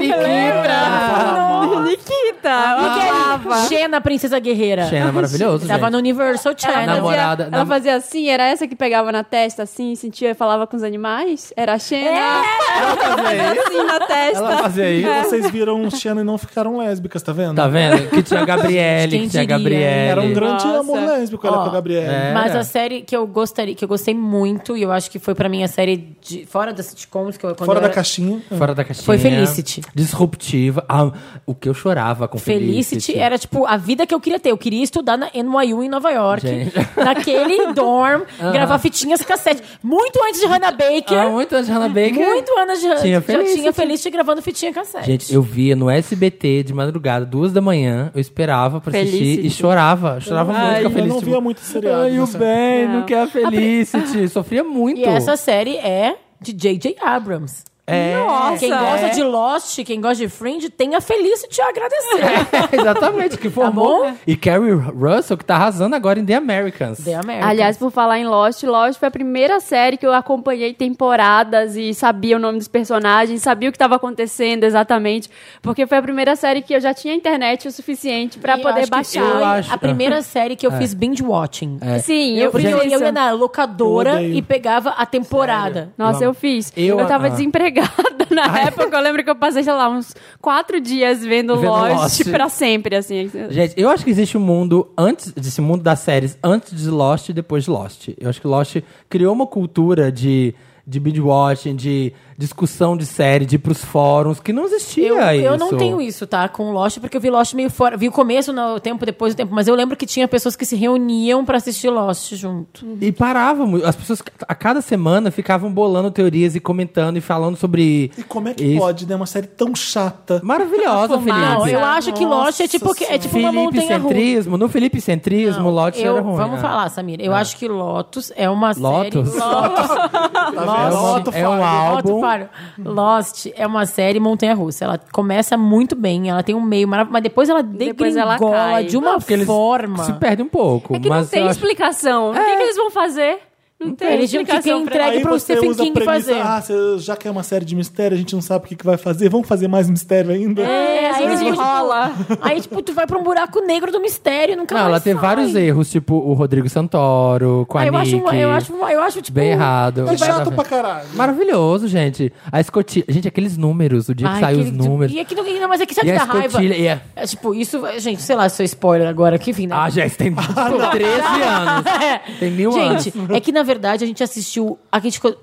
Speaker 4: Nikita.
Speaker 2: Nikita, eu
Speaker 3: Porque
Speaker 2: amava.
Speaker 3: era é Xena, Princesa Guerreira.
Speaker 1: é
Speaker 4: Xena, maravilhoso,
Speaker 3: Tava
Speaker 4: gente.
Speaker 3: no Universal Channel.
Speaker 2: Ela fazia,
Speaker 4: namorada-
Speaker 2: ela
Speaker 4: nam-
Speaker 2: fazia assim, era essa que pegava na testa, assim, sentia e falava com os animais? Era a Xena?
Speaker 4: Ela fazia isso?
Speaker 2: Assim, na testa.
Speaker 4: Ela fazia isso?
Speaker 2: É.
Speaker 1: Vocês viram Xena e não ficaram lésbicas, tá vendo?
Speaker 4: Tá vendo? Que tinha a Gabriele,
Speaker 3: Quem
Speaker 4: que tinha a
Speaker 3: diria?
Speaker 4: Gabriele.
Speaker 1: Era um grande
Speaker 2: Nossa.
Speaker 1: amor lésbico ela
Speaker 3: Ó,
Speaker 1: com a Gabriela.
Speaker 4: é.
Speaker 3: Mas
Speaker 4: Era.
Speaker 3: a série que eu gostaria, que eu gostei muito, e eu acho que foi pra mim a série de, fora das sitcoms que eu quando
Speaker 1: Fora
Speaker 3: eu
Speaker 1: da
Speaker 3: era-
Speaker 1: caixinha.
Speaker 4: Fora da caixinha.
Speaker 3: Foi Felicity.
Speaker 4: Disruptiva. Ah, o que eu chorava com Felicity.
Speaker 3: Felicity era tipo a vida que eu queria ter. Eu queria estudar na NYU em Nova York,
Speaker 4: Gente.
Speaker 3: naquele dorm, gravar fitinhas cassete. Muito antes de Hannah Baker.
Speaker 4: Ah, muito antes de Hannah Baker.
Speaker 3: Muito antes de
Speaker 4: Tinha
Speaker 3: já tinha
Speaker 4: Felicity.
Speaker 3: Felicity gravando fitinha cassete.
Speaker 4: Gente, eu via no SBT de madrugada, duas da manhã, eu esperava pra assistir
Speaker 2: Felicity.
Speaker 4: e chorava. Chorava muito com a
Speaker 1: Ah, eu
Speaker 4: Felicity.
Speaker 1: não via muito seriado.
Speaker 4: Ai, o
Speaker 1: nessa-
Speaker 4: bem, não
Speaker 2: Não.
Speaker 4: quer a Felicity. Sofria muito.
Speaker 3: E essa série é de J.J. Abrams.
Speaker 4: É,
Speaker 2: Nossa.
Speaker 3: Quem gosta
Speaker 4: É.
Speaker 3: de Lost, quem gosta de Fringe, tem a Felicity a agradecer.
Speaker 4: É. exatamente, que formou.
Speaker 3: Tá bom?
Speaker 4: e Carrie Russell, que tá arrasando agora em The Americans.
Speaker 3: The Americans.
Speaker 2: Aliás, por falar em Lost, Lost foi a primeira série que eu acompanhei temporadas e sabia o nome dos personagens, sabia o que estava acontecendo exatamente, porque foi a primeira série que eu já tinha internet o suficiente pra
Speaker 3: Eu
Speaker 2: poder
Speaker 3: acho que
Speaker 2: baixar.
Speaker 3: foi
Speaker 4: Eu acho- É.
Speaker 3: a primeira série que eu fiz binge watching.
Speaker 2: Sim, eu,
Speaker 3: Eu, porque
Speaker 2: fiz
Speaker 3: eu,
Speaker 2: isso.
Speaker 3: eu ia na
Speaker 1: Eu
Speaker 3: locadora
Speaker 1: odeio.
Speaker 3: e pegava a temporada.
Speaker 2: Nossa, eu fiz.
Speaker 4: Eu-
Speaker 2: Eu, tava
Speaker 4: ah.
Speaker 2: desempregada na época. Eu lembro que eu passei, sei lá, uns quatro dias vendo,
Speaker 4: Vendo
Speaker 2: Lost,
Speaker 4: Lost.
Speaker 2: pra sempre, assim.
Speaker 4: Gente, eu acho que existe um mundo antes desse mundo das séries, antes de Lost e depois de Lost. Eu acho que Lost criou uma cultura de de binge watching, de discussão de série, de ir pros fóruns que não existia
Speaker 3: Eu,
Speaker 4: isso.
Speaker 3: eu não tenho isso, tá? Com Lost, porque eu vi Lost meio fora. Vi o começo, no tempo, depois do tempo. Mas eu lembro que tinha pessoas que se reuniam pra assistir Lost junto.
Speaker 4: E parava muito. As pessoas a cada semana ficavam bolando teorias e comentando e falando sobre
Speaker 1: E como é que
Speaker 4: isso.
Speaker 1: pode, né? Uma série tão chata.
Speaker 4: Maravilhosa, Felipe.
Speaker 3: Não, eu acho que Lost é tipo,
Speaker 1: Nossa
Speaker 3: é tipo uma
Speaker 4: Felipe
Speaker 3: montanha russa.
Speaker 4: centrismo, no Felipe centrismo, Lost
Speaker 3: Eu-
Speaker 4: era ruim.
Speaker 3: vamos
Speaker 4: né?
Speaker 3: falar, Samira. Eu acho que Lotus é uma
Speaker 4: Lotus?
Speaker 3: série. Lotus.
Speaker 1: Tá vendo?
Speaker 4: Lost
Speaker 1: Loto
Speaker 4: é um
Speaker 1: Fire.
Speaker 4: álbum.
Speaker 3: Lotus, claro. Lost é uma série montanha-russa. Ela começa muito bem, ela tem um meio maravilhoso, mas depois ela
Speaker 2: Depois
Speaker 3: degringola
Speaker 2: ela cai.
Speaker 3: de uma
Speaker 4: Porque eles
Speaker 3: forma.
Speaker 4: se perdem um pouco.
Speaker 2: É que
Speaker 4: mas
Speaker 2: não tem
Speaker 4: eu acho-
Speaker 2: É. explicação. O que, que eles vão fazer? Não tem
Speaker 3: Eles tinham que
Speaker 2: explicação pra
Speaker 3: entregue
Speaker 1: Aí
Speaker 3: pro
Speaker 1: você
Speaker 3: Stephen
Speaker 1: usa a
Speaker 3: King
Speaker 1: premissa,
Speaker 3: fazer.
Speaker 1: ah, cê- já que é uma série de mistério, a gente não sabe o que, que vai fazer, vamos fazer mais mistério ainda?
Speaker 3: É, aí
Speaker 2: eles
Speaker 3: eles tipo,
Speaker 2: enrola.
Speaker 3: Aí, tipo, tu vai pra um buraco negro do mistério, nunca
Speaker 4: Não,
Speaker 3: mais
Speaker 4: ela tem
Speaker 3: sai.
Speaker 4: vários erros, tipo o Rodrigo Santoro, com a
Speaker 3: Ah, eu, acho,
Speaker 4: Nick.
Speaker 3: eu, acho, eu acho, tipo...
Speaker 4: Bem errado.
Speaker 1: É chato pra caralho.
Speaker 4: Maravilhoso, gente. A escotilha. Gente, aqueles números, o dia que
Speaker 3: Ai,
Speaker 4: saiu os
Speaker 3: que-
Speaker 4: números.
Speaker 3: E aqui, não- não, mas é aqui sabe
Speaker 4: E é tipo, a
Speaker 3: da raiva?
Speaker 4: escotilha. E a...
Speaker 3: É, tipo, isso... Gente, sei lá, se é spoiler agora aqui, enfim. né? É.
Speaker 4: Ah, já tem tipo, 13 anos. Tem mil anos.
Speaker 3: Gente, é que na verdade a gente assistiu. A gente ficou,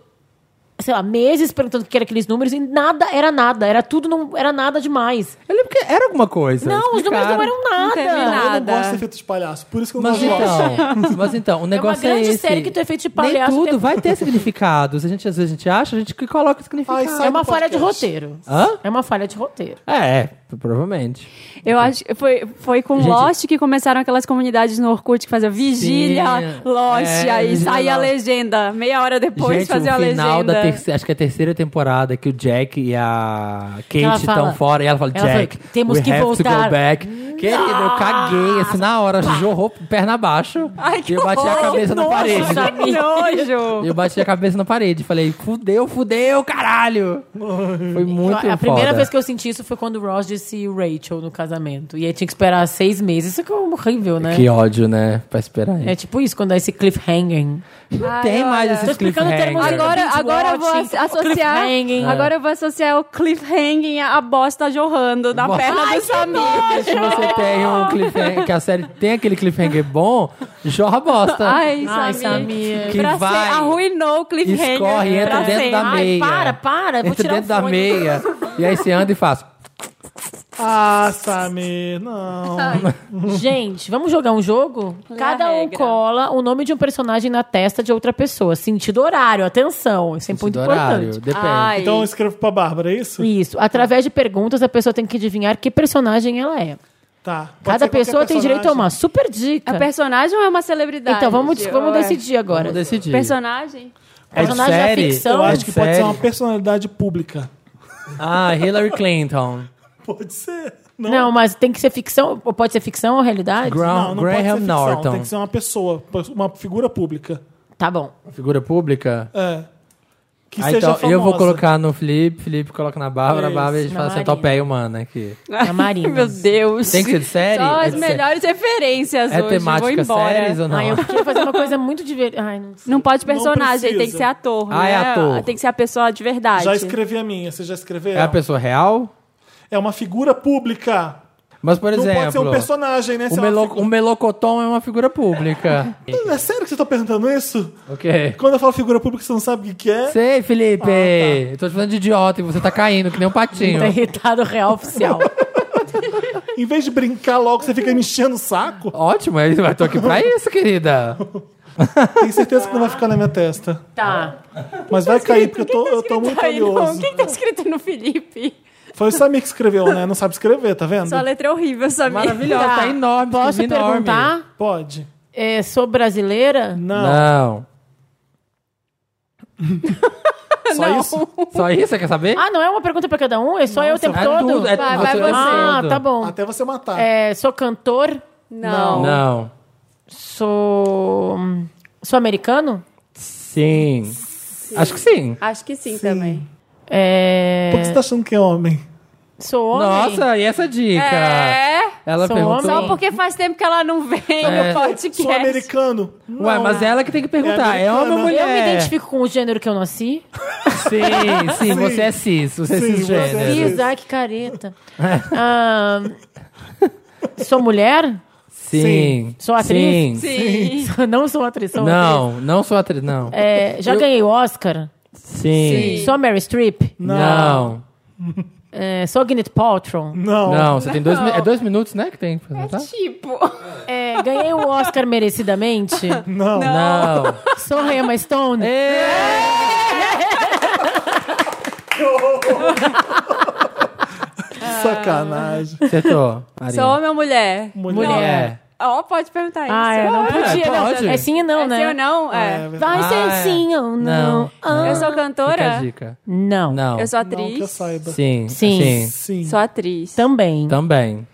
Speaker 3: sei lá, meses perguntando o que eram aqueles números e nada era nada. Era tudo, não era nada demais.
Speaker 4: Eu lembro que era alguma coisa.
Speaker 3: não, os números não
Speaker 4: explicaram.
Speaker 3: eram
Speaker 2: Não
Speaker 3: nada.
Speaker 2: teve
Speaker 1: Eu não
Speaker 2: nada.
Speaker 1: gosto de efeito de palhaço, por isso que eu não
Speaker 4: Mas
Speaker 1: gosto.
Speaker 4: então, mas então, o negócio é,
Speaker 3: grande
Speaker 4: esse.
Speaker 3: série que tu é feito de palhaço,
Speaker 4: Nem tudo
Speaker 3: tem-
Speaker 4: vai ter significados. A gente às vezes a gente acha, a gente que coloca o significado.
Speaker 1: Ai, sai
Speaker 3: É uma
Speaker 1: do
Speaker 3: falha de
Speaker 1: um podcast.
Speaker 3: roteiro.
Speaker 4: Hã?
Speaker 3: É uma falha de roteiro.
Speaker 4: É, é, provavelmente.
Speaker 2: Eu acho que foi, foi com
Speaker 4: Gente-
Speaker 2: Lost que começaram aquelas comunidades no Orkut que faziam vigília,
Speaker 4: Sim,
Speaker 2: Lost,
Speaker 4: é,
Speaker 2: aí
Speaker 4: vigília
Speaker 2: saía a
Speaker 4: Lost.
Speaker 2: legenda. Meia hora depois
Speaker 4: gente,
Speaker 2: fazia
Speaker 4: o
Speaker 2: a
Speaker 4: final
Speaker 2: legenda.
Speaker 4: da terceira, acho que é a terceira temporada que o Jack e a
Speaker 3: Ela
Speaker 4: Kate
Speaker 3: fala-
Speaker 4: estão fora e ela fala,
Speaker 3: ela fala,
Speaker 4: Jack,
Speaker 3: "Temos
Speaker 4: we
Speaker 3: que
Speaker 4: have to
Speaker 3: voltar."
Speaker 4: go back. Querido, eu caguei, assim, na hora, jorrou perna abaixo
Speaker 2: Ai, que
Speaker 4: e eu bati a
Speaker 2: horror,
Speaker 4: cabeça na
Speaker 3: nojo,
Speaker 4: parede.
Speaker 3: sabe?
Speaker 2: Que nojo!
Speaker 4: Eu bati a cabeça na parede, falei, fudeu, fudeu, caralho! Foi muito
Speaker 3: É a primeira
Speaker 4: foda.
Speaker 3: vez que eu senti isso foi quando o Ross disse Rachel no casamento. E aí tinha que esperar seis meses. Isso que é horrível, né?
Speaker 4: Que ódio, né? Pra esperar aí.
Speaker 3: É tipo isso, quando é esse cliffhanger.
Speaker 2: Ai,
Speaker 4: Tem mais
Speaker 2: olha.
Speaker 4: esses
Speaker 3: Tô explicando o termo
Speaker 4: cliffhangers.
Speaker 3: agora.
Speaker 2: Agora,
Speaker 3: Binge
Speaker 2: agora eu vou
Speaker 3: watching,
Speaker 2: as- associar.
Speaker 3: cliffhanging.
Speaker 2: Agora eu vou associar o cliffhanging à bosta jorrando na
Speaker 4: Bosta.
Speaker 2: perna dos amigos.
Speaker 4: Se você tem um cliffhanger, que a série tem aquele cliffhanger bom, jorra bosta.
Speaker 2: Ai,
Speaker 3: Ai,
Speaker 2: Samir.
Speaker 3: Samir.
Speaker 4: Que
Speaker 2: Pra ser-
Speaker 4: vai,
Speaker 2: arruinou o cliffhanger.
Speaker 4: escorre, entra
Speaker 2: pra
Speaker 4: dentro
Speaker 2: sempre.
Speaker 4: da
Speaker 3: Ai,
Speaker 4: meia.
Speaker 3: para, para, eu vou
Speaker 4: Entra
Speaker 3: tirar o
Speaker 4: dentro da
Speaker 3: fone.
Speaker 4: meia. E aí você anda e faz.
Speaker 1: Ah, Samir, não.
Speaker 3: Gente, vamos jogar um jogo? Cada um
Speaker 2: regra.
Speaker 3: cola o nome de um personagem na testa de outra pessoa. Sentido horário, atenção. Isso é muito
Speaker 4: Sentido horário,
Speaker 3: importante.
Speaker 4: depende.
Speaker 2: Ai.
Speaker 1: Então eu escrevo pra Bárbara, é isso?
Speaker 3: Isso. Através de perguntas, a pessoa tem que adivinhar que personagem ela é.
Speaker 1: Tá. Pode
Speaker 3: Cada
Speaker 1: ser qualquer
Speaker 3: pessoa tem direito a uma
Speaker 1: personagem.
Speaker 3: super dica.
Speaker 2: é personagem ou é uma celebridade?
Speaker 3: Então, vamos, vamos
Speaker 2: Ou é
Speaker 3: decidir agora.
Speaker 4: Vamos decidir.
Speaker 2: Personagem?
Speaker 4: É de
Speaker 3: Personagem da
Speaker 4: série?
Speaker 3: ficção.
Speaker 1: Eu
Speaker 3: É
Speaker 1: acho que pode ser
Speaker 4: série?
Speaker 1: uma personalidade pública.
Speaker 4: Ah, Hillary Clinton.
Speaker 1: Pode ser. Não,
Speaker 3: Não. mas tem que ser ficção. ou Pode ser ficção ou realidade?
Speaker 4: Gra-
Speaker 1: não, não pode ser
Speaker 4: Graham
Speaker 1: ficção,
Speaker 4: Norton.
Speaker 1: Tem que ser uma pessoa, uma figura pública.
Speaker 3: Tá bom.
Speaker 4: Figura pública?
Speaker 1: É. Que
Speaker 4: Ah,
Speaker 1: seja
Speaker 4: então
Speaker 1: famosa.
Speaker 4: eu vou colocar no Felipe, Felipe coloca na Bárbara,
Speaker 1: Isso,
Speaker 4: Bárbara e a gente
Speaker 3: na
Speaker 4: fala assim,
Speaker 3: Marina.
Speaker 4: topeia humana aqui.
Speaker 3: A Marina.
Speaker 2: Meu Deus.
Speaker 4: Tem que ser de série?
Speaker 2: Só
Speaker 4: É
Speaker 2: as
Speaker 4: de série.
Speaker 2: melhores referências
Speaker 4: É
Speaker 2: hoje. Vou
Speaker 4: temática
Speaker 2: embora.
Speaker 4: séries ou não?
Speaker 3: Ah, eu queria fazer uma coisa muito divertida. Ai, não sei.
Speaker 2: Não pode personagem,
Speaker 1: precisa.
Speaker 2: tem que ser ator.
Speaker 4: Ah, é
Speaker 2: né?
Speaker 4: ator.
Speaker 2: Tem que ser a pessoa de verdade.
Speaker 1: Já escrevi a minha, você já escreveu?
Speaker 4: É a pessoa real?
Speaker 1: É uma figura pública.
Speaker 4: Mas, por
Speaker 1: não
Speaker 4: exemplo,
Speaker 1: pode ser um personagem, né?
Speaker 4: o
Speaker 1: Você é uma
Speaker 4: melo-
Speaker 1: figu-
Speaker 4: o melocotom é uma figura pública.
Speaker 1: É sério que você tá perguntando isso?
Speaker 4: ok.
Speaker 1: Quando eu falo figura pública, você não sabe o que que é?
Speaker 4: Sei, Felipe.
Speaker 1: Ah,
Speaker 4: Eu
Speaker 1: tá.
Speaker 4: tô te falando de idiota e você tá caindo, que nem um patinho.
Speaker 3: Tá irritado real oficial.
Speaker 1: Em vez de brincar logo, você fica me enchendo o saco.
Speaker 4: Ótimo, eu tô aqui pra isso, querida.
Speaker 1: Tenho certeza que não vai ficar na minha testa.
Speaker 3: tá.
Speaker 1: Mas vai cair, porque eu tô, eu tô
Speaker 2: tá Escrito
Speaker 1: muito
Speaker 2: aí, não. O
Speaker 1: oleoso.
Speaker 2: que que tá escrito no Felipe?
Speaker 1: Foi o Samir que escreveu, né? Não sabe escrever, tá vendo?
Speaker 2: Sua letra é horrível, Samir.
Speaker 4: Maravilhosa, tá, enorme,
Speaker 3: Posso
Speaker 4: escrevi enorme.
Speaker 3: perguntar?
Speaker 1: Pode.
Speaker 3: É, sou brasileira?
Speaker 1: Não.
Speaker 4: Não.
Speaker 1: Só isso?
Speaker 4: Só isso, você quer saber?
Speaker 3: Ah, não é uma pergunta pra cada um? É só eu o tempo
Speaker 4: é
Speaker 3: todo?
Speaker 4: tudo, é
Speaker 2: Vai,
Speaker 4: tudo,
Speaker 2: vai
Speaker 4: é
Speaker 3: Ah,
Speaker 4: tudo.
Speaker 3: tá bom.
Speaker 1: Até você matar.
Speaker 3: É, sou cantor?
Speaker 2: Não.
Speaker 4: Não.
Speaker 3: Sou. Sou americano?
Speaker 4: Sim. Acho que sim.
Speaker 3: Tá
Speaker 2: Acho que sim, também.
Speaker 3: É,
Speaker 1: Por que você tá achando que é homem?
Speaker 3: Sou homem?
Speaker 4: Nossa, e essa dica?
Speaker 2: É.
Speaker 4: Ela
Speaker 3: Sou
Speaker 4: perguntou.
Speaker 3: homem?
Speaker 2: Só porque faz tempo que ela não vem
Speaker 4: É.
Speaker 2: no podcast.
Speaker 1: Sou americano?
Speaker 4: Ué, mas ela que tem que perguntar. É,
Speaker 1: É
Speaker 4: homem ou
Speaker 1: americana.
Speaker 4: mulher?
Speaker 3: Eu me identifico com o gênero que eu nasci.
Speaker 4: Sim, sim, você é cis. Você é
Speaker 1: Sim,
Speaker 4: cisgênero.
Speaker 1: você é cis.
Speaker 3: Isaac Careta. Ah, sou mulher?
Speaker 4: Sim.
Speaker 3: Sou atriz?
Speaker 4: Sim.
Speaker 2: Sim.
Speaker 3: Não sou atriz, sou atriz.
Speaker 4: Não, não sou atriz, não.
Speaker 3: É, já
Speaker 4: Eu-
Speaker 3: ganhei o Oscar?
Speaker 4: Sim.
Speaker 2: Sim.
Speaker 3: Sou a Mary Streep?
Speaker 4: Não.
Speaker 3: É, sou a Gwyneth Paltrow?
Speaker 1: Não.
Speaker 4: Não, você tem dois, mi- é dois minutos, né? Que tem que apresentar?
Speaker 2: Tipo.
Speaker 3: É, ganhei o Oscar merecidamente?
Speaker 1: Não.
Speaker 4: Não.
Speaker 3: Sou a Emma Stone?
Speaker 4: É.
Speaker 1: Sacanagem.
Speaker 4: Acertou. Marina.
Speaker 2: Sou homem ou mulher?
Speaker 1: Mulher.
Speaker 4: Mulher.
Speaker 2: Ó, pode perguntar isso.
Speaker 3: Ah, é, não
Speaker 4: Ah,
Speaker 3: podia, não.
Speaker 4: pode?
Speaker 3: É sim e não,
Speaker 2: É sim
Speaker 3: né?
Speaker 2: ou não? É.
Speaker 1: É,
Speaker 3: Vai ser
Speaker 4: Ah, é.
Speaker 3: sim ou não? Ah.
Speaker 2: Eu sou
Speaker 4: Fica a
Speaker 2: cantora?
Speaker 4: dica.
Speaker 3: Não.
Speaker 4: Não.
Speaker 2: Eu sou
Speaker 1: não que eu
Speaker 2: atriz?
Speaker 1: saiba.
Speaker 4: Sim.
Speaker 3: Sim.
Speaker 4: Sim.
Speaker 1: Sim.
Speaker 2: Sou atriz.
Speaker 3: Também.
Speaker 4: Também.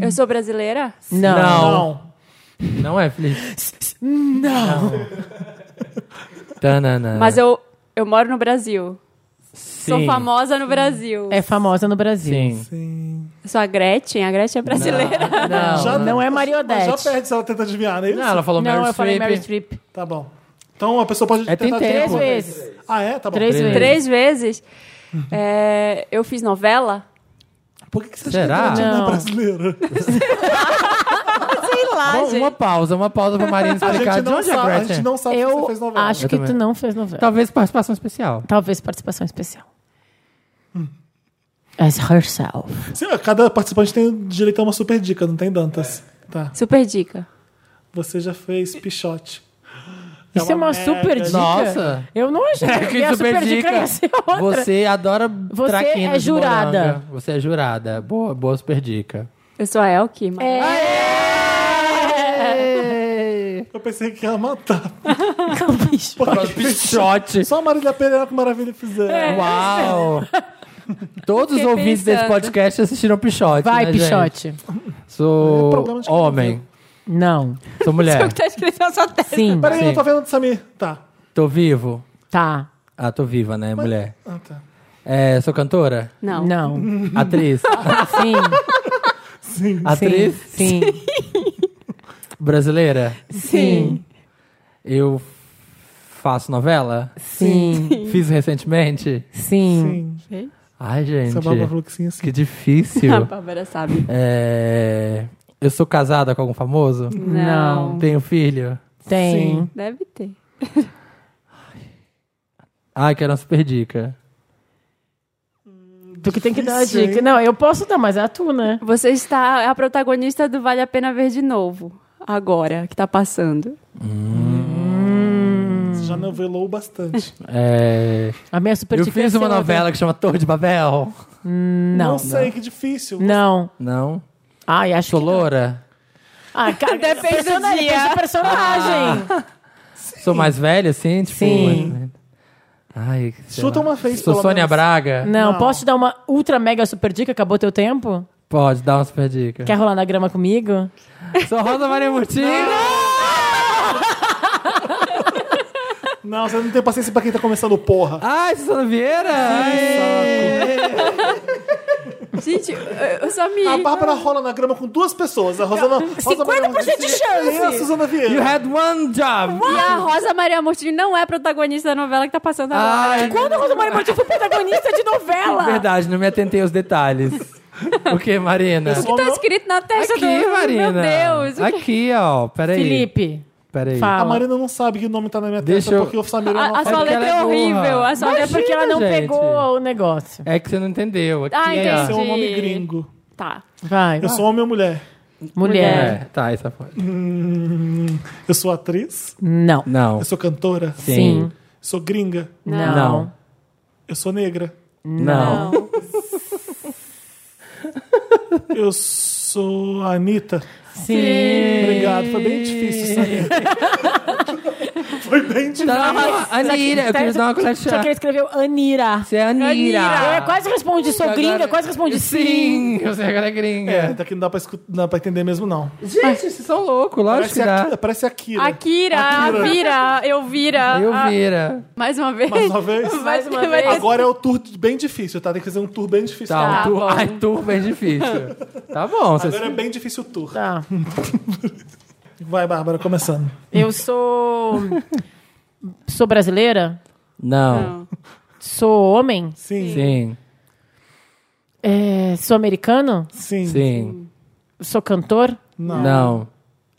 Speaker 2: Eu sou brasileira?
Speaker 3: Não.
Speaker 4: Não.
Speaker 1: Não.
Speaker 4: Não é, Felipe?
Speaker 3: Não.
Speaker 4: Tanana.
Speaker 2: Mas eu, eu moro no Brasil. Sou
Speaker 4: Sim,
Speaker 2: famosa no Brasil.
Speaker 3: É famosa no Brasil.
Speaker 4: Sim.
Speaker 1: Sim.
Speaker 2: Sou a Gretchen, a Gretchen é brasileira.
Speaker 3: Não,
Speaker 1: Já-
Speaker 3: não é Mariodete.
Speaker 1: Mas já perde se ela tenta adivinhar, não é isso?
Speaker 4: Não, ela falou
Speaker 3: não,
Speaker 4: Meryl
Speaker 3: eu falei Mary
Speaker 4: Streep.
Speaker 3: Streep.
Speaker 1: Tá bom. Então a pessoa pode
Speaker 4: É, tem
Speaker 1: tentar
Speaker 4: tempo.
Speaker 3: Três
Speaker 1: adivinhar.
Speaker 3: vezes.
Speaker 1: Ah, é? Tá bom.
Speaker 3: Três vezes.
Speaker 2: Três vezes. É, eu fiz novela.
Speaker 1: Por que, que você
Speaker 4: Será?
Speaker 1: acha que ela é
Speaker 3: Não.
Speaker 1: brasileira?
Speaker 2: Sei lá,
Speaker 4: Bom, uma pausa, uma pausa pra Marina
Speaker 1: A
Speaker 4: explicar
Speaker 1: gente,
Speaker 4: de
Speaker 1: não
Speaker 4: onde é
Speaker 1: sabe, a
Speaker 4: Gretchen.
Speaker 1: gente não sabe se você
Speaker 3: Eu
Speaker 1: fez novela.
Speaker 3: acho
Speaker 4: Eu
Speaker 3: que
Speaker 4: também. Tá.
Speaker 3: tu não fez novela.
Speaker 4: Talvez participação especial.
Speaker 3: Talvez participação especial. As herself.
Speaker 1: Sim, cada participante tem direito a uma super dica, não tem Dantas.
Speaker 3: É.
Speaker 1: Tá.
Speaker 2: Super dica.
Speaker 1: Você já fez pichote.
Speaker 3: Isso é uma
Speaker 4: né?
Speaker 3: super dica.
Speaker 4: Nossa.
Speaker 3: Eu não achei
Speaker 4: É, que
Speaker 3: que a
Speaker 4: super
Speaker 3: super dica ia
Speaker 4: dica.
Speaker 3: ser outra.
Speaker 4: Você adora
Speaker 3: Você
Speaker 4: traquinas
Speaker 3: é
Speaker 4: de
Speaker 3: jurada.
Speaker 4: moranga. Você é jurada. Boa, boa super dica.
Speaker 2: Eu sou a Elke, mas...
Speaker 3: É.
Speaker 4: Ah,
Speaker 1: Eu pensei que ia matar.
Speaker 3: Bicho.
Speaker 4: Pichote.
Speaker 1: Só a Marília Pereira com Maravilha fizeram.
Speaker 3: É.
Speaker 4: Uau. Todos os
Speaker 2: Fiquei
Speaker 4: ouvintes desse
Speaker 2: pensando.
Speaker 4: podcast assistiram Pichote.
Speaker 3: Vai,
Speaker 4: né, gente?
Speaker 3: Pichote.
Speaker 1: É
Speaker 4: Sou
Speaker 1: problema de quem não
Speaker 4: homem.
Speaker 3: Não.
Speaker 4: Sou mulher.
Speaker 2: Tá escrito na sua testa.
Speaker 3: Sim.
Speaker 1: Peraí, eu
Speaker 4: Sim.
Speaker 1: tô vendo do Samir. Tá.
Speaker 4: Tô vivo.
Speaker 3: Tá.
Speaker 4: Ah, tô viva, né, mulher?
Speaker 1: Ah, tá.
Speaker 4: É, sou cantora?
Speaker 2: Não.
Speaker 3: Não.
Speaker 4: Atriz?
Speaker 3: Sim.
Speaker 4: Atriz
Speaker 3: Sim.
Speaker 4: brasileira?
Speaker 3: Sim.
Speaker 4: Eu faço novela?
Speaker 3: Sim.
Speaker 4: Fiz recentemente?
Speaker 3: Sim.
Speaker 1: Sim.
Speaker 4: Ai, gente.
Speaker 1: Essa Bárbara falou que sim, assim.
Speaker 4: Que difícil.
Speaker 2: A Bárbara sabe.
Speaker 4: É, Eu sou casada com algum famoso?
Speaker 2: Não.
Speaker 4: Tenho filho?
Speaker 3: Tem.
Speaker 2: Deve ter.
Speaker 4: Ai, quero uma super dica.
Speaker 3: Tu que tem que dar a
Speaker 1: Difícil,
Speaker 3: dica.
Speaker 1: hein?
Speaker 3: Não, eu posso dar, mas é tu, né?
Speaker 2: Você está a protagonista do Vale a Pena Ver de Novo. Agora, que tá passando.
Speaker 1: Você já novelou bastante.
Speaker 4: É,
Speaker 3: A minha super
Speaker 4: Eu
Speaker 3: dica é
Speaker 4: fiz
Speaker 3: ser
Speaker 4: uma
Speaker 3: outra.
Speaker 4: novela que chama Torre de Babel.
Speaker 1: Não,
Speaker 3: Não.
Speaker 1: sei, que difícil.
Speaker 3: Não.
Speaker 4: Não?
Speaker 3: Ai, acho
Speaker 4: Sou
Speaker 3: que não.
Speaker 4: loura?
Speaker 3: Ah, cara,
Speaker 2: Depende do
Speaker 3: personagem,
Speaker 2: dia.
Speaker 3: depende do personagem.
Speaker 4: Sou mais velha, assim? Tipo,
Speaker 3: Sim.
Speaker 4: mais- Ai, sei
Speaker 1: Chuta
Speaker 4: lá.
Speaker 1: uma vez,
Speaker 4: Sou
Speaker 1: pelo
Speaker 4: Sônia
Speaker 1: menos.
Speaker 4: Braga?
Speaker 3: Não,
Speaker 1: Não.
Speaker 3: posso te dar uma ultra mega super dica? Acabou teu tempo?
Speaker 4: Pode, dá uma super dica.
Speaker 3: Quer rolar na grama comigo?
Speaker 4: Sou Rosa Maria Murtinho?
Speaker 1: Não, você não tem paciência pra quem tá começando porra.
Speaker 4: Ai, Susana Vieira? Ai.
Speaker 2: Gente, eu só me...
Speaker 4: Tá
Speaker 1: A Bárbara rola na grama com duas pessoas. A Rosana.
Speaker 3: 50% de chance.
Speaker 1: E a Suzana
Speaker 4: You
Speaker 1: Vieira.
Speaker 4: had one job!
Speaker 2: E a Rosa Maria Murtinho não é a protagonista da novela que tá passando agora.
Speaker 4: Ai,
Speaker 3: Quando o Rosemary Martins foi protagonista de novela?
Speaker 4: verdade, não me atentei aos detalhes. o que, Marina?
Speaker 1: Isso
Speaker 2: Tá escrito na testa
Speaker 4: Aqui,
Speaker 2: do...
Speaker 4: Marina.
Speaker 2: Meu Deus.
Speaker 4: Aqui, ó. Peraí.
Speaker 3: Felipe,
Speaker 4: Peraí.
Speaker 3: fala.
Speaker 1: A Marina não sabe que o nome tá na minha
Speaker 4: Deixa
Speaker 1: testa
Speaker 4: eu-
Speaker 1: porque o Samir não
Speaker 2: A, a
Speaker 1: fala.
Speaker 2: sua
Speaker 4: porque
Speaker 2: letra
Speaker 4: ela é
Speaker 2: é horrível.
Speaker 4: burra.
Speaker 2: A sua
Speaker 3: É
Speaker 2: letra é
Speaker 3: porque ela não
Speaker 4: gente.
Speaker 3: pegou o negócio.
Speaker 4: É que você não entendeu. Aqui,
Speaker 2: Ah,
Speaker 4: é,
Speaker 1: Esse é
Speaker 4: ó.
Speaker 2: entendi.
Speaker 1: um nome gringo.
Speaker 2: Tá.
Speaker 3: Vai,
Speaker 1: Eu sou homem ou mulher?
Speaker 3: mulher.
Speaker 4: É, tá, essa foi.
Speaker 1: Hum, eu sou atriz?
Speaker 3: Não.
Speaker 4: Não.
Speaker 1: Eu sou cantora?
Speaker 4: Sim.
Speaker 1: Eu sou gringa?
Speaker 4: Não.
Speaker 3: Não.
Speaker 1: Eu sou negra?
Speaker 4: Não.
Speaker 1: Eu sou a Anitta?
Speaker 3: Sim.
Speaker 1: Obrigado, foi bem difícil sair. foi bem difícil.
Speaker 4: Tá, Anira, eu queria dar uma colher de
Speaker 3: tipo, Só
Speaker 4: chá.
Speaker 3: que ele escreveu Anira.
Speaker 4: Você é Anira.
Speaker 3: Eu quase respondi, sou
Speaker 4: Agora-
Speaker 3: gringa, quase respondi sim.
Speaker 4: Sim, você agora é gringa.
Speaker 1: É, daqui não dá pra, escu- não dá pra entender mesmo, não.
Speaker 4: Gente, vocês são loucos, lógico
Speaker 1: Parece
Speaker 4: que dá.
Speaker 1: Akira, parece né? Akira.
Speaker 2: Akira,
Speaker 1: Akira.
Speaker 2: Vira, eu vira.
Speaker 4: Eu
Speaker 2: Ah,
Speaker 4: vira.
Speaker 2: mais uma vez.
Speaker 1: Mais uma vez.
Speaker 2: Vai ter-
Speaker 3: uma
Speaker 2: vai ter-
Speaker 3: vez.
Speaker 1: Agora é o tour bem difícil, tá? Tem que fazer um tour bem difícil.
Speaker 4: Tá, um
Speaker 2: Tá
Speaker 4: tour,
Speaker 2: bom.
Speaker 4: ai, tour bem difícil. tá bom, vocês...
Speaker 1: Agora é bem difícil o tour.
Speaker 3: Tá.
Speaker 1: Vai, Bárbara, começando.
Speaker 3: Eu sou. sou brasileira?
Speaker 4: Não.
Speaker 2: Não.
Speaker 3: Sou homem?
Speaker 1: Sim, sim,
Speaker 4: Sim,
Speaker 3: É, sou americano?
Speaker 1: sim.
Speaker 4: sim.
Speaker 3: Sou cantor?
Speaker 1: Não.
Speaker 4: Não.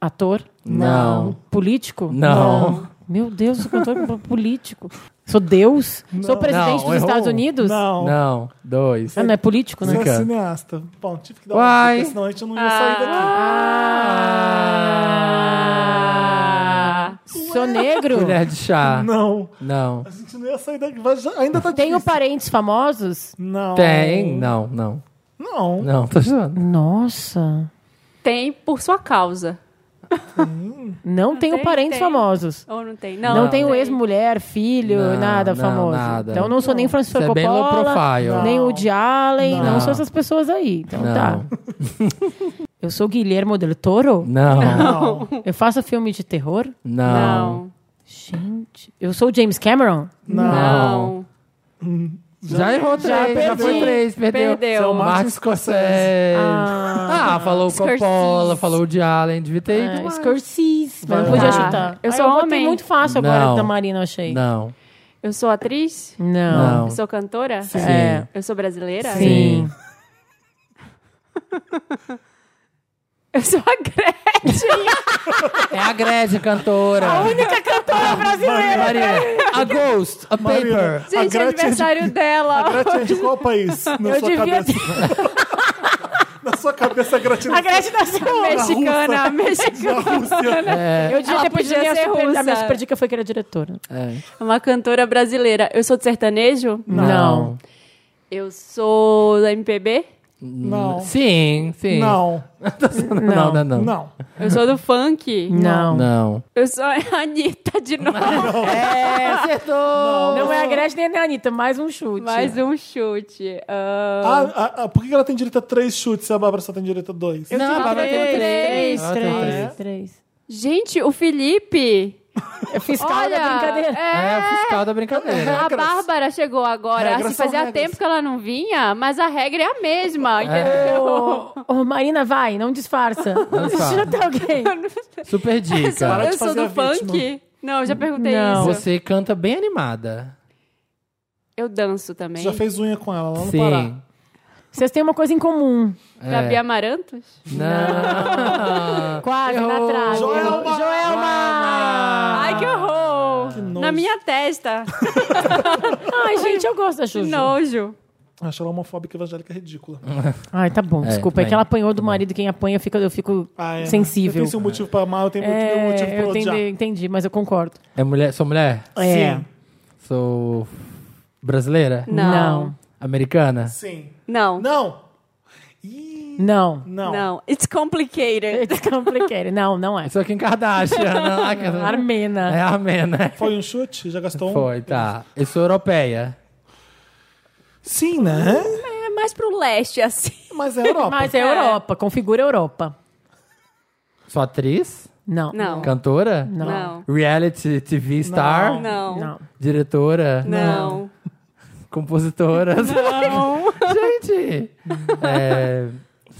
Speaker 3: Ator?
Speaker 4: Não.
Speaker 3: Político?
Speaker 4: Não.
Speaker 3: Meu Deus, sou cantor político. Sou Deus? Sou presidente
Speaker 4: Não,
Speaker 3: dos
Speaker 4: errou.
Speaker 3: Estados Unidos?
Speaker 1: Não.
Speaker 4: Não. Dois.
Speaker 3: Ah, não é político, né?
Speaker 1: Você é
Speaker 4: Nunca.
Speaker 1: cineasta. Bom, tive que dar
Speaker 4: Uai.
Speaker 1: uma dica, senão a gente não ia sair daqui.
Speaker 3: Ah, sou negro?
Speaker 4: Colher de chá.
Speaker 1: Não.
Speaker 4: Não.
Speaker 1: A gente É não ia sair daqui. Vai, já- ainda tá
Speaker 2: um
Speaker 3: Tenho
Speaker 1: difícil.
Speaker 3: parentes famosos?
Speaker 1: Não.
Speaker 4: Tem? Não, não.
Speaker 1: Não.
Speaker 4: Não, tô zoando.
Speaker 3: Nossa.
Speaker 2: Tem por sua causa.
Speaker 3: Não, tenho
Speaker 2: tem, tem.
Speaker 3: parentes famosos.
Speaker 2: Ou não tem?
Speaker 3: Não,
Speaker 2: Não,
Speaker 3: tenho
Speaker 2: tem.
Speaker 3: ex-mulher, filho,
Speaker 4: Não,
Speaker 3: nada
Speaker 4: não,
Speaker 3: famoso.
Speaker 4: nada.
Speaker 3: Então não sou nem Francisco
Speaker 4: Você é
Speaker 3: Coppola,
Speaker 4: bem low profile.
Speaker 3: nem Woody Allen, não.
Speaker 4: Não.
Speaker 3: sou essas pessoas aí. Então
Speaker 4: Não.
Speaker 3: tá. Eu sou Guilhermo del Toro?
Speaker 4: Tá. Não.
Speaker 1: Não.
Speaker 3: Eu faço filme de terror?
Speaker 4: Não.
Speaker 2: Não.
Speaker 3: Gente, eu sou o James Cameron?
Speaker 2: Não.
Speaker 4: Já errou três, já,
Speaker 3: perdi.
Speaker 4: foi três, perdeu.
Speaker 2: Perdeu. São
Speaker 1: Martin
Speaker 4: Martin Scorsese. Ah, falou o
Speaker 2: Scorsese.
Speaker 4: Coppola, falou o de Allen, devia ter ido
Speaker 3: Ah,
Speaker 4: mais.
Speaker 3: Scorsese. Mas
Speaker 4: Vai
Speaker 3: não podia
Speaker 4: lá.
Speaker 3: chutar.
Speaker 2: Eu
Speaker 3: Ai,
Speaker 2: sou
Speaker 3: botei
Speaker 2: homem.
Speaker 3: muito fácil agora
Speaker 4: Não.
Speaker 3: da Marina, eu achei.
Speaker 4: Não.
Speaker 2: Eu sou atriz?
Speaker 3: Não.
Speaker 4: Não.
Speaker 2: Eu sou cantora?
Speaker 3: É.
Speaker 2: Eu sou brasileira?
Speaker 3: Sim.
Speaker 2: Eu sou a Gretchen.
Speaker 4: É a Gretchen, cantora. A única cantora brasileira. A Ghost, a
Speaker 1: Marina,
Speaker 4: Paper.
Speaker 1: a
Speaker 2: Gente, é
Speaker 1: Gretchen, é de,
Speaker 2: aniversário dela.
Speaker 1: a Gretchen é de qual país? Na
Speaker 3: Eu
Speaker 1: sua
Speaker 3: devia
Speaker 1: cabeça. Na sua cabeça, a Gretchen
Speaker 3: A Gretchen da Silva.
Speaker 2: Mexicana, mexicana.
Speaker 1: Rússia.
Speaker 2: É.
Speaker 3: Eu devia
Speaker 2: Ela
Speaker 3: ter pedido
Speaker 2: podia
Speaker 3: a minha
Speaker 2: ser
Speaker 3: super,
Speaker 2: russa.
Speaker 3: a minha super dica foi que era diretora.
Speaker 4: É.
Speaker 2: Uma cantora brasileira. Eu sou de sertanejo?
Speaker 3: Não.
Speaker 2: Eu sou da MPB?
Speaker 1: Não.
Speaker 4: Sim, sim.
Speaker 1: Não.
Speaker 4: não, não. Não.
Speaker 1: Não.
Speaker 2: Eu sou do funk?
Speaker 3: Não. Não,
Speaker 4: Não.
Speaker 2: Eu sou a Anitta de novo.
Speaker 4: É, acertou.
Speaker 3: é a Gretchen nem a Anitta, mais um chute.
Speaker 2: Mais um chute.
Speaker 1: Ah,
Speaker 2: Ah,
Speaker 1: ah, ah, por que ela tem direito a três chutes e a Bárbara só tem direito a dois?
Speaker 4: não, a Bárbara
Speaker 2: três.
Speaker 4: tem
Speaker 3: Três,
Speaker 4: Ah,
Speaker 3: três,
Speaker 4: três.
Speaker 3: três.
Speaker 2: Gente, o Felipe.
Speaker 3: Eu fiz cara
Speaker 2: Olha,
Speaker 3: da brincadeira.
Speaker 4: É
Speaker 2: é,
Speaker 4: o fiscal da brincadeira.
Speaker 2: a Bárbara chegou agora.
Speaker 1: Regras
Speaker 2: assim,
Speaker 1: são
Speaker 2: fazia
Speaker 1: regras.
Speaker 2: tempo que ela não vinha, mas a regra é a mesma, entendeu?
Speaker 3: Ô, ô, Marina, vai, não disfarça. Não
Speaker 4: disfarça.
Speaker 3: Chuta alguém.
Speaker 4: Super
Speaker 2: Eu sou,
Speaker 4: dica.
Speaker 1: de
Speaker 2: eu sou
Speaker 1: fazer a
Speaker 2: do funk.
Speaker 1: vítima.
Speaker 2: Não, já perguntei
Speaker 3: Não.
Speaker 2: isso.
Speaker 4: Você canta bem animada.
Speaker 2: Eu danço também.
Speaker 1: Já fez unha com ela lá no Pará.
Speaker 4: Sim.
Speaker 3: Vocês têm uma coisa em comum.
Speaker 4: É.
Speaker 2: Gabi Amarantos?
Speaker 4: Não.
Speaker 3: Quase, na
Speaker 4: Errou.
Speaker 3: trave.
Speaker 1: Joelma! Ah.
Speaker 3: Joelma!
Speaker 2: Ai, que horror! Na
Speaker 1: nojo.
Speaker 2: minha testa.
Speaker 3: Ai, gente, eu gosto da
Speaker 2: Que
Speaker 3: Juju.
Speaker 2: nojo.
Speaker 1: Acho ela homofóbica evangélica ridícula.
Speaker 3: Ai, tá bom,
Speaker 4: É,
Speaker 3: desculpa. É,
Speaker 4: bem,
Speaker 3: que ela apanhou do marido, quem apanha, eu fico, eu fico
Speaker 1: Ah, é.
Speaker 3: sensível.
Speaker 1: Eu tenho um motivo pra amar, eu tenho um motivo
Speaker 3: É,
Speaker 1: pra
Speaker 3: eu
Speaker 1: odiar.
Speaker 3: entendi, entendi, mas eu concordo.
Speaker 4: É mulher? Sou mulher?
Speaker 3: É.
Speaker 4: Sou brasileira?
Speaker 2: Não.
Speaker 4: Americana?
Speaker 1: Sim.
Speaker 2: Não. Não.
Speaker 1: Não. Ih,
Speaker 3: Não.
Speaker 1: não.
Speaker 2: It's complicated.
Speaker 3: It's complicated. Não, não é.
Speaker 4: Isso aqui em Kardashian. não, aqui- É
Speaker 3: Armena.
Speaker 4: armena.
Speaker 1: Foi um chute? Já gastou um?
Speaker 4: Foi, tá. Eu sou europeia.
Speaker 1: Sim, né?
Speaker 2: É mais pro leste, assim.
Speaker 1: Mas é a Europa.
Speaker 3: Mas é Europa, configura Europa.
Speaker 4: Sou atriz?
Speaker 3: Não.
Speaker 2: Não.
Speaker 4: Cantora?
Speaker 2: Não.
Speaker 4: Reality TV star?
Speaker 2: Não.
Speaker 3: Não.
Speaker 4: Diretora?
Speaker 2: Não.
Speaker 4: Compositora?
Speaker 2: Não.
Speaker 4: Gente! É,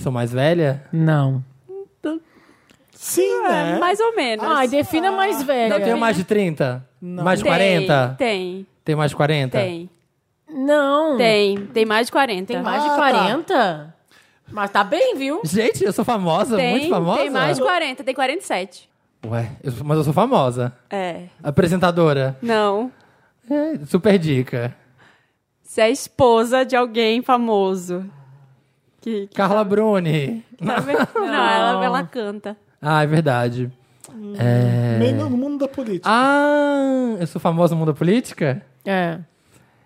Speaker 4: sou mais velha?
Speaker 3: Não.
Speaker 1: Sim,
Speaker 3: é.
Speaker 1: né?
Speaker 2: É Mais ou menos.
Speaker 3: Ai, defina mais velha.
Speaker 4: Eu tenho mais de 30? Mais de
Speaker 2: Tem,
Speaker 4: 40? Tem.
Speaker 2: Tem,
Speaker 4: mais de
Speaker 1: Tá.
Speaker 4: 40?
Speaker 2: tem.
Speaker 3: Não.
Speaker 2: Tem. Tem mais de 40.
Speaker 3: Tem mais
Speaker 1: Ah,
Speaker 3: de
Speaker 1: tá.
Speaker 3: 40? Mas tá bem, viu?
Speaker 4: Gente, eu sou famosa?
Speaker 2: Tem,
Speaker 4: muito famosa?
Speaker 2: tem mais de 40. Tem 47.
Speaker 4: Ué, eu- mas eu sou famosa.
Speaker 2: É.
Speaker 4: Apresentadora?
Speaker 2: Não.
Speaker 4: É, super dica.
Speaker 2: Você é esposa de alguém famoso. Que, que
Speaker 4: Carla Bruni.
Speaker 2: tá vendo? Não, ela, ela canta.
Speaker 4: Ah, é verdade. É...
Speaker 1: Meio no mundo da política.
Speaker 4: Ah, eu sou famosa no mundo da política?
Speaker 3: É.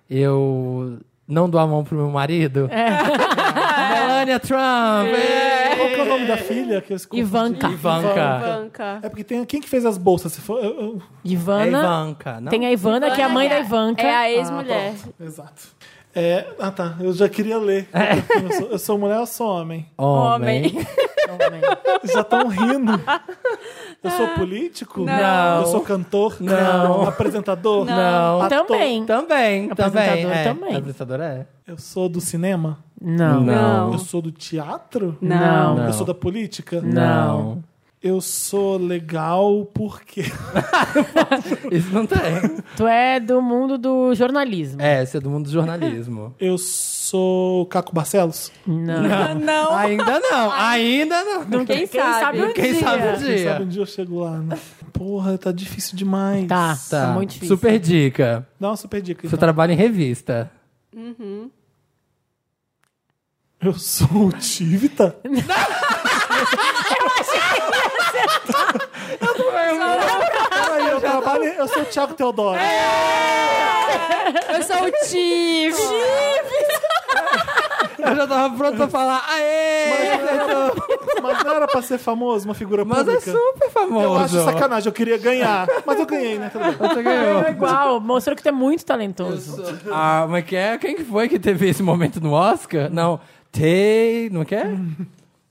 Speaker 4: Eu não dou a mão pro meu marido? Melania Trump! é.
Speaker 1: Qual que é o nome da filha? Que eu escuto?
Speaker 3: Ivanka.
Speaker 4: Ivanka.
Speaker 2: Banca.
Speaker 1: É porque tem... Quem que fez as bolsas? Se for... eu- eu-
Speaker 4: É
Speaker 3: Ivana.
Speaker 4: Ivanka, não?
Speaker 3: Tem a Ivana, que é a mãe da Ivanka.
Speaker 2: É a ex-mulher.
Speaker 1: Exato. É, ah, tá. Eu já queria ler.
Speaker 4: É.
Speaker 1: Eu, sou, eu sou mulher ou sou homem?
Speaker 4: Homem.
Speaker 2: Homem.
Speaker 1: Já estão rindo. Eu sou político?
Speaker 4: Não.
Speaker 1: Eu sou cantor?
Speaker 4: Não.
Speaker 1: Apresentador?
Speaker 4: Não.
Speaker 1: Ator?
Speaker 3: Também.
Speaker 4: Também, também.
Speaker 3: Apresentadora
Speaker 4: É.
Speaker 3: também.
Speaker 4: Apresentadora é?
Speaker 1: Eu sou do cinema?
Speaker 3: Não.
Speaker 2: Não.
Speaker 1: Eu sou do teatro?
Speaker 2: Não.
Speaker 4: Não.
Speaker 1: Eu sou da política?
Speaker 4: Não.
Speaker 1: Eu sou legal porque.
Speaker 4: Isso não tem.
Speaker 3: Tu é do mundo do jornalismo.
Speaker 4: É, você é do mundo do jornalismo.
Speaker 1: Eu sou Caco Barcelos?
Speaker 3: Não.
Speaker 2: Não.
Speaker 4: Ainda não, ainda não.
Speaker 2: Quem, sabe?
Speaker 3: sabe um
Speaker 4: Quem
Speaker 3: dia.
Speaker 4: sabe um
Speaker 1: Quem sabe um
Speaker 4: dia.
Speaker 1: dia eu chego lá, né? Porra, tá difícil demais.
Speaker 3: Tá, tá,
Speaker 4: Tá.
Speaker 3: muito difícil.
Speaker 4: Super dica.
Speaker 1: Dá uma super dica.
Speaker 4: Você tá-
Speaker 1: então.
Speaker 4: trabalha em revista.
Speaker 1: Eu sou o Tivita? Peraí, eu trabalho. Eu sou o Thiago Teodoro.
Speaker 4: É.
Speaker 2: Eu sou o Tive.
Speaker 4: Eu já tava pronto pra falar, aê!
Speaker 1: Mas não era pra ser famoso, uma figura
Speaker 4: Mas é
Speaker 1: pública.
Speaker 4: super famoso.
Speaker 1: Eu acho sacanagem, eu queria ganhar. Mas eu ganhei, né? Tudo bem.
Speaker 4: Você ganhou.
Speaker 3: É igual, mostrou que tu é muito talentoso.
Speaker 4: Ah, mas que é? Quem que foi que teve esse momento no Oscar? é Não, Tay, não quer?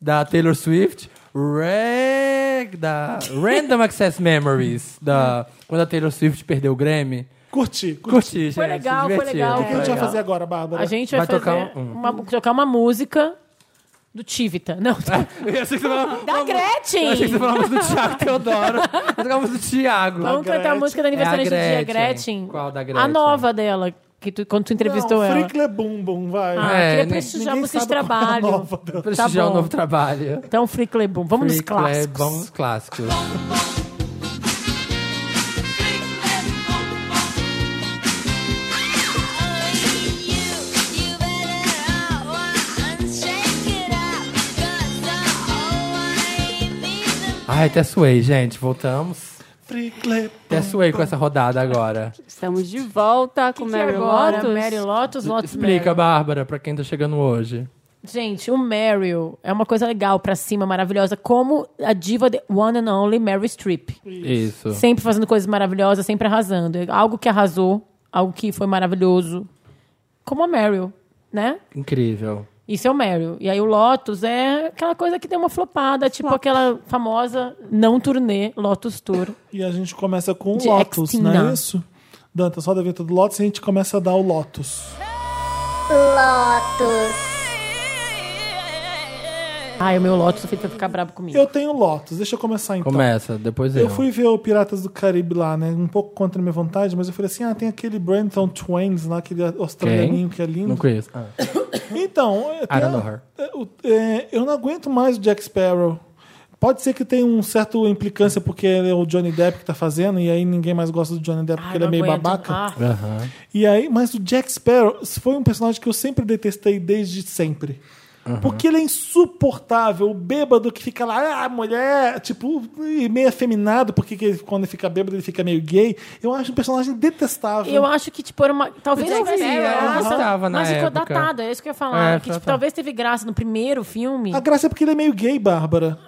Speaker 4: Da Taylor Swift. Ray. Soundtrack da Random Access Memories, da, quando a Taylor Swift perdeu o Grammy.
Speaker 1: Curti, curti.
Speaker 4: Curti, gente.
Speaker 3: Foi legal, foi
Speaker 4: divertido.
Speaker 3: legal.
Speaker 1: O que a gente vai fazer agora, Bárbara?
Speaker 3: A gente vai,
Speaker 4: Vai
Speaker 3: fazer
Speaker 4: tocar um-
Speaker 3: uma, tocar uma música do Tivita. Não, tá. da
Speaker 4: Eu achei que você falava... Eu achei que você
Speaker 3: Gretchen!
Speaker 4: falava do Thiago Teodoro. Mas tocava do Thiago.
Speaker 3: Vamos cantar a música do aniversariante do dia,
Speaker 4: É Gretchen.
Speaker 3: Gretchen.
Speaker 4: Qual da
Speaker 3: A
Speaker 4: Gretchen?
Speaker 3: nova dela, que tu, quando tu entrevistou
Speaker 1: Não,
Speaker 3: ela.
Speaker 1: Frickler Boom Boom, vai.
Speaker 3: Ah,
Speaker 4: É,
Speaker 3: queria
Speaker 4: nem-
Speaker 3: prestigiar
Speaker 1: Ninguém
Speaker 3: vocês de
Speaker 1: sabe qual é a
Speaker 3: trabalho. Tá
Speaker 1: nova dela.
Speaker 4: Prestigiar
Speaker 3: bom.
Speaker 4: o novo trabalho.
Speaker 3: Então, Free Clebum. Vamos nos
Speaker 4: Free
Speaker 3: clássicos.
Speaker 4: Club, Vamos nos clássicos. Ai, até suei, gente. Voltamos.
Speaker 1: Frickler.
Speaker 4: Até suei com essa rodada agora.
Speaker 2: Estamos de volta com
Speaker 3: Que
Speaker 2: Mary
Speaker 3: agora,
Speaker 2: Lotus.
Speaker 3: Mary Lotus, Lotus
Speaker 4: Explica,
Speaker 3: Mary.
Speaker 4: Bárbara, pra quem tá chegando hoje.
Speaker 3: Gente, o Meryl é uma coisa legal pra cima, maravilhosa. Como a diva de One and Only Mary Streep.
Speaker 4: Isso.
Speaker 3: Sempre fazendo coisas maravilhosas, sempre arrasando. É Algo que arrasou, algo que foi maravilhoso. Como a Meryl, né?
Speaker 4: Incrível.
Speaker 3: Isso é o Meryl. E aí o Lotus é aquela coisa que deu uma flopada, tipo aquela famosa não turnê, Lotus Tour.
Speaker 1: E a gente começa com o
Speaker 3: De
Speaker 1: Lotus,
Speaker 3: Extina.
Speaker 1: não é isso? Danta, só da vinheta do Lotus e a gente começa a dar o Lotus.
Speaker 3: Ai, o meu Lotus, o Felipe vai ficar brabo comigo.
Speaker 1: Eu tenho Lotus, deixa eu começar então.
Speaker 4: Começa, depois eu.
Speaker 1: Eu fui ver o Piratas do Caribe lá, né? Um pouco contra a minha vontade, mas eu falei assim: ah, tem aquele Brandon Twains lá, aquele australianinho que é lindo.
Speaker 4: Não conheço. Ah.
Speaker 1: Então, é, tem
Speaker 4: I don't
Speaker 1: a-
Speaker 4: know her.
Speaker 1: é, o- é, eu não aguento mais o Jack Sparrow. Pode ser que tenha um certo implicância porque é o Johnny Depp que tá fazendo e aí ninguém mais gosta do Johnny Depp
Speaker 3: Ai,
Speaker 1: porque ele é
Speaker 3: não
Speaker 1: meio
Speaker 3: aguento.
Speaker 1: babaca.
Speaker 3: Ah,
Speaker 4: Aham.
Speaker 1: E aí, mas o Jack Sparrow foi um personagem que eu sempre detestei desde sempre. Porque ele é insuportável, o bêbado que fica lá, ah, mulher, tipo, e meio afeminado, porque que ele- quando ele fica bêbado ele fica meio gay. Eu acho um personagem detestável.
Speaker 3: Eu acho que, tipo, era uma. Talvez
Speaker 4: Eu
Speaker 3: tivesse
Speaker 4: via, é eu
Speaker 3: graça,
Speaker 4: gostava na
Speaker 3: mas ficou
Speaker 4: época.
Speaker 3: datado, é isso que eu ia falar.
Speaker 4: É,
Speaker 3: que,
Speaker 4: foi-
Speaker 3: tipo,
Speaker 4: foi.
Speaker 3: talvez teve graça no primeiro filme.
Speaker 1: A graça é porque ele é meio gay, Bárbara.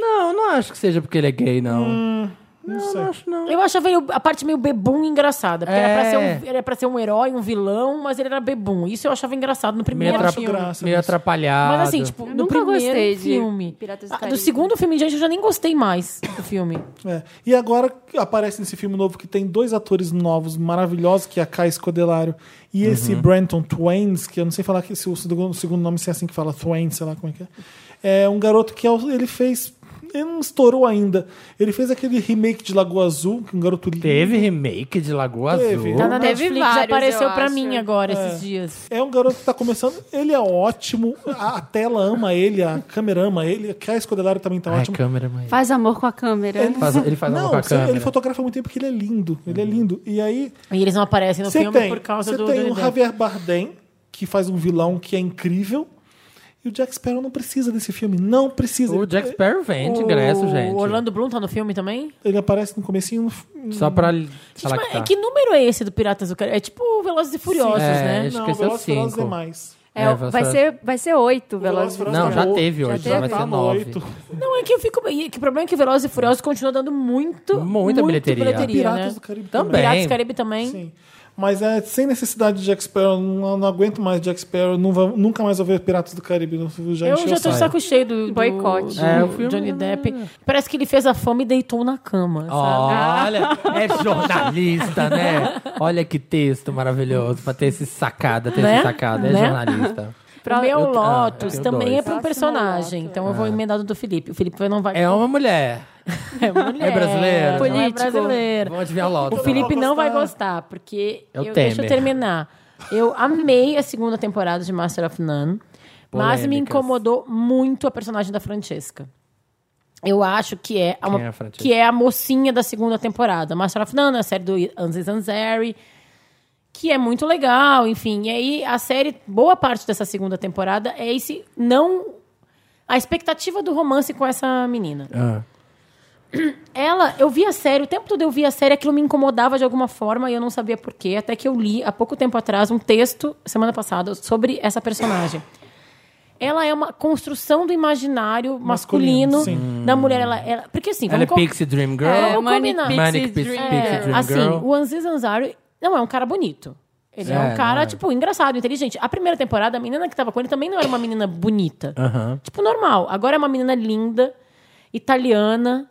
Speaker 4: Não, não acho que seja porque ele é gay, não.
Speaker 1: não, sei.
Speaker 4: acho não.
Speaker 3: Eu achava ele- a parte meio bebum engraçada. Porque era, pra
Speaker 4: É.
Speaker 3: ser um, era pra ser um herói, um vilão, mas ele era bebum. Isso eu achava engraçado no
Speaker 4: Meio,
Speaker 3: primeiro
Speaker 1: acho
Speaker 4: atrap...
Speaker 3: filme.
Speaker 1: graça. nisso.
Speaker 4: Meio atrapalhado.
Speaker 3: Mas assim, tipo,
Speaker 2: Eu
Speaker 3: no
Speaker 2: nunca
Speaker 3: primeiro
Speaker 2: gostei de
Speaker 3: filme.
Speaker 2: Piratas do
Speaker 3: Ah, do
Speaker 2: Caribe. Tá
Speaker 3: segundo filme em diante, eu já nem gostei mais do filme.
Speaker 1: É. E agora aparece nesse filme novo que tem dois atores novos maravilhosos, que é a Kai Scodelario e
Speaker 4: Uhum.
Speaker 1: esse Brenton Twains, que eu não sei falar que se o segundo, o segundo nome se é assim que fala, Twain, sei lá como é que é. É um garoto que é o- ele fez. Ele não estourou ainda. Ele fez aquele remake de Lagoa Azul, que é um garoto lindo.
Speaker 4: Teve remake de Lagoa
Speaker 1: Teve.
Speaker 4: Azul.
Speaker 3: Tá na
Speaker 2: Teve
Speaker 3: Netflix,
Speaker 2: vários,
Speaker 3: apareceu
Speaker 2: eu
Speaker 3: pra
Speaker 2: acho.
Speaker 3: mim agora esses dias.
Speaker 1: É um garoto que tá começando. Ele é ótimo. A, a tela ama ele, a câmera ama ele. A Kai Scodelario também tá
Speaker 4: Ai,
Speaker 1: ótima.
Speaker 4: câmera, mãe.
Speaker 2: Faz amor com a câmera.
Speaker 4: Faz- ele faz
Speaker 1: não,
Speaker 4: uma com a
Speaker 1: você-
Speaker 4: câmera. Uhum.
Speaker 1: ele fotografa muito tempo porque ele é lindo. Ele é lindo. E aí,
Speaker 3: E eles não aparecem no
Speaker 1: Você
Speaker 3: filme
Speaker 1: tem,
Speaker 3: por causa
Speaker 1: você
Speaker 3: do.
Speaker 1: tem
Speaker 3: do
Speaker 1: o Javier Bardem, que faz um vilão que é incrível. E o Jack Sparrow não precisa desse filme. Não precisa.
Speaker 4: O
Speaker 1: Ele- é,
Speaker 4: Jack Sparrow vende ingresso, gente.
Speaker 3: O Orlando Bloom tá no filme também?
Speaker 1: Ele aparece no comecinho. no-
Speaker 4: Só pra
Speaker 3: Gente,
Speaker 4: falar
Speaker 3: mas
Speaker 4: que tá.
Speaker 3: que número é esse do Piratas do Caribe? É tipo Velozes e Furiosos,
Speaker 4: É,
Speaker 3: né?
Speaker 4: acho-
Speaker 1: Não,
Speaker 4: Esqueceu
Speaker 1: Velozes e Furiosos
Speaker 4: cinco.
Speaker 1: demais.
Speaker 2: É,
Speaker 4: É,
Speaker 2: vai,
Speaker 4: você-
Speaker 2: ser, vai ser oito,
Speaker 1: Velozes e
Speaker 2: Velozes.
Speaker 1: Furiosos
Speaker 4: Não, já
Speaker 1: acabou.
Speaker 4: teve hoje, já, vai
Speaker 1: teve.
Speaker 4: ser
Speaker 1: Tá no
Speaker 4: nove.
Speaker 1: é oito.
Speaker 3: Não, é que eu fico... e Que o problema é que Velozes e Furiosos continua dando muito...
Speaker 4: Muita
Speaker 3: muito
Speaker 4: bilheteria.
Speaker 1: Piratas
Speaker 3: né?
Speaker 1: do Caribe
Speaker 4: Também.
Speaker 3: Piratas do Caribe também.
Speaker 1: Sim. Mas é sem necessidade de Jack Sparrow. Não, não aguento mais Jack Sparrow. Não vou- nunca mais vou ver Piratas do Caribe. não- Já
Speaker 3: Eu
Speaker 1: encheu
Speaker 3: já
Speaker 1: o
Speaker 3: tô
Speaker 1: saco.
Speaker 3: de saco cheio do, do
Speaker 2: Boicote.
Speaker 3: do
Speaker 4: É, o filme-
Speaker 3: Johnny Depp. Parece que ele fez a fama e deitou na cama, sabe?
Speaker 4: Olha, é jornalista, né? Olha que texto maravilhoso pra ter esse sacada, ter
Speaker 3: Né?
Speaker 4: esse sacada. É
Speaker 3: Né?
Speaker 4: jornalista.
Speaker 3: O meu
Speaker 4: Eu- ah,
Speaker 3: Lotus
Speaker 4: eu tenho
Speaker 3: também
Speaker 4: dois.
Speaker 3: é pra um personagem. Então eu vou emendar do do Felipe. O Felipe não vai...
Speaker 4: É uma mulher.
Speaker 3: É mulher.
Speaker 4: É brasileira?
Speaker 3: não é
Speaker 2: Político.
Speaker 3: brasileira.
Speaker 4: Vamos adivinhar
Speaker 3: O
Speaker 4: logo.
Speaker 3: Felipe não vai
Speaker 1: gostar.
Speaker 3: gostar, porque
Speaker 4: É o
Speaker 3: eu, deixa eu
Speaker 4: Temer.
Speaker 3: terminar. Eu amei a segunda temporada de Master of None, mas me
Speaker 4: Polêmicas.
Speaker 3: incomodou muito a personagem da Francesca. Eu acho que é a,
Speaker 4: Quem é a Francesca?
Speaker 3: que é a mocinha da segunda temporada. Master of None, a série do Anzi Zanzeri, que é muito legal, enfim. E aí a série, boa parte dessa segunda temporada é esse não a expectativa do romance com essa menina.
Speaker 4: Ah.
Speaker 3: Ela, eu via a série, o tempo todo eu via a série, aquilo me incomodava de alguma forma e eu não sabia porquê. Até que eu li há pouco tempo atrás um texto, semana passada, sobre essa personagem. Ela é uma construção do imaginário masculino,
Speaker 1: Masculino, sim.
Speaker 3: da mulher. Ela, ela- porque assim,
Speaker 4: Ela é
Speaker 3: vamos co-
Speaker 4: Pixie Dream Girl.
Speaker 2: É,
Speaker 3: Vamos
Speaker 2: Manic
Speaker 3: combinar.
Speaker 2: Pixie
Speaker 4: Manic Pixie
Speaker 2: Dream.
Speaker 4: Pixie
Speaker 3: é,
Speaker 4: Dream
Speaker 3: assim,
Speaker 4: Girl.
Speaker 3: o Anzi Zanzaro não é um cara bonito. Ele é,
Speaker 4: É,
Speaker 3: um
Speaker 4: não
Speaker 3: cara,
Speaker 4: é.
Speaker 3: tipo, engraçado, inteligente. A primeira temporada, a menina que tava com ele também não era uma menina bonita.
Speaker 4: Aham.
Speaker 3: é Tipo, normal. Agora é uma menina linda, italiana,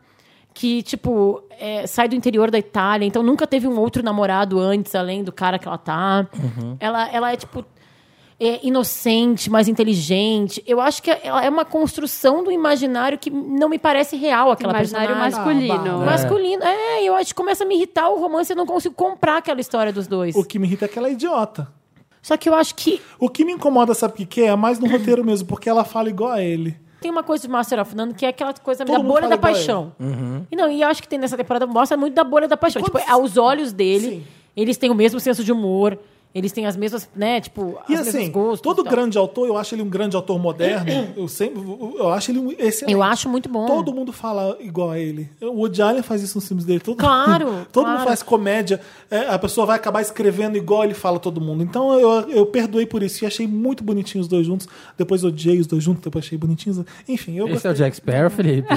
Speaker 3: que, tipo, é, sai do interior da Itália, então nunca teve um outro namorado antes, além do cara que ela tá.
Speaker 1: Uhum.
Speaker 3: Ela, ela é, tipo, é, inocente, mais inteligente. Eu acho que ela é uma construção do imaginário que não me parece real aquela
Speaker 2: Imaginário
Speaker 3: personagem.
Speaker 2: masculino.
Speaker 3: Masculino. É, eu acho que começa a me irritar o romance, eu não consigo comprar aquela história dos dois.
Speaker 1: O que me irrita é que ela é idiota.
Speaker 3: Só que eu acho que
Speaker 1: O que me incomoda, sabe o que que é? É mais no roteiro mesmo, porque ela fala igual a ele.
Speaker 3: tem uma coisa de Master of None que é aquela coisa
Speaker 1: Todo
Speaker 3: da
Speaker 1: mundo
Speaker 3: bolha
Speaker 1: fala Uhum.
Speaker 3: da
Speaker 1: igual
Speaker 3: paixão. E não, e eu acho que tem nessa temporada mostra muito da bolha da paixão. Tipo, aos olhos dele,
Speaker 1: Sim.
Speaker 3: eles têm o mesmo senso de humor, eles têm as mesmas, né, tipo,
Speaker 1: E
Speaker 3: os
Speaker 1: assim,
Speaker 3: mesmos gostos.
Speaker 1: todo
Speaker 3: e tal.
Speaker 1: grande autor, eu acho ele um grande autor moderno. eu sempre. Eu acho ele um excelente.
Speaker 3: Eu acho muito bom.
Speaker 1: Todo mundo fala igual a ele. O Woody Allen faz isso nos filmes dele. Todo,
Speaker 3: Claro,
Speaker 1: todo
Speaker 3: claro.
Speaker 1: mundo faz comédia. É, a pessoa vai acabar escrevendo igual ele fala todo mundo. Então eu, eu perdoei por isso. E achei muito bonitinho os dois juntos. Depois odiei os dois juntos. Depois achei bonitinhos. Enfim, eu
Speaker 4: Esse é
Speaker 1: gostei.
Speaker 4: o Jack Sparrow, Felipe.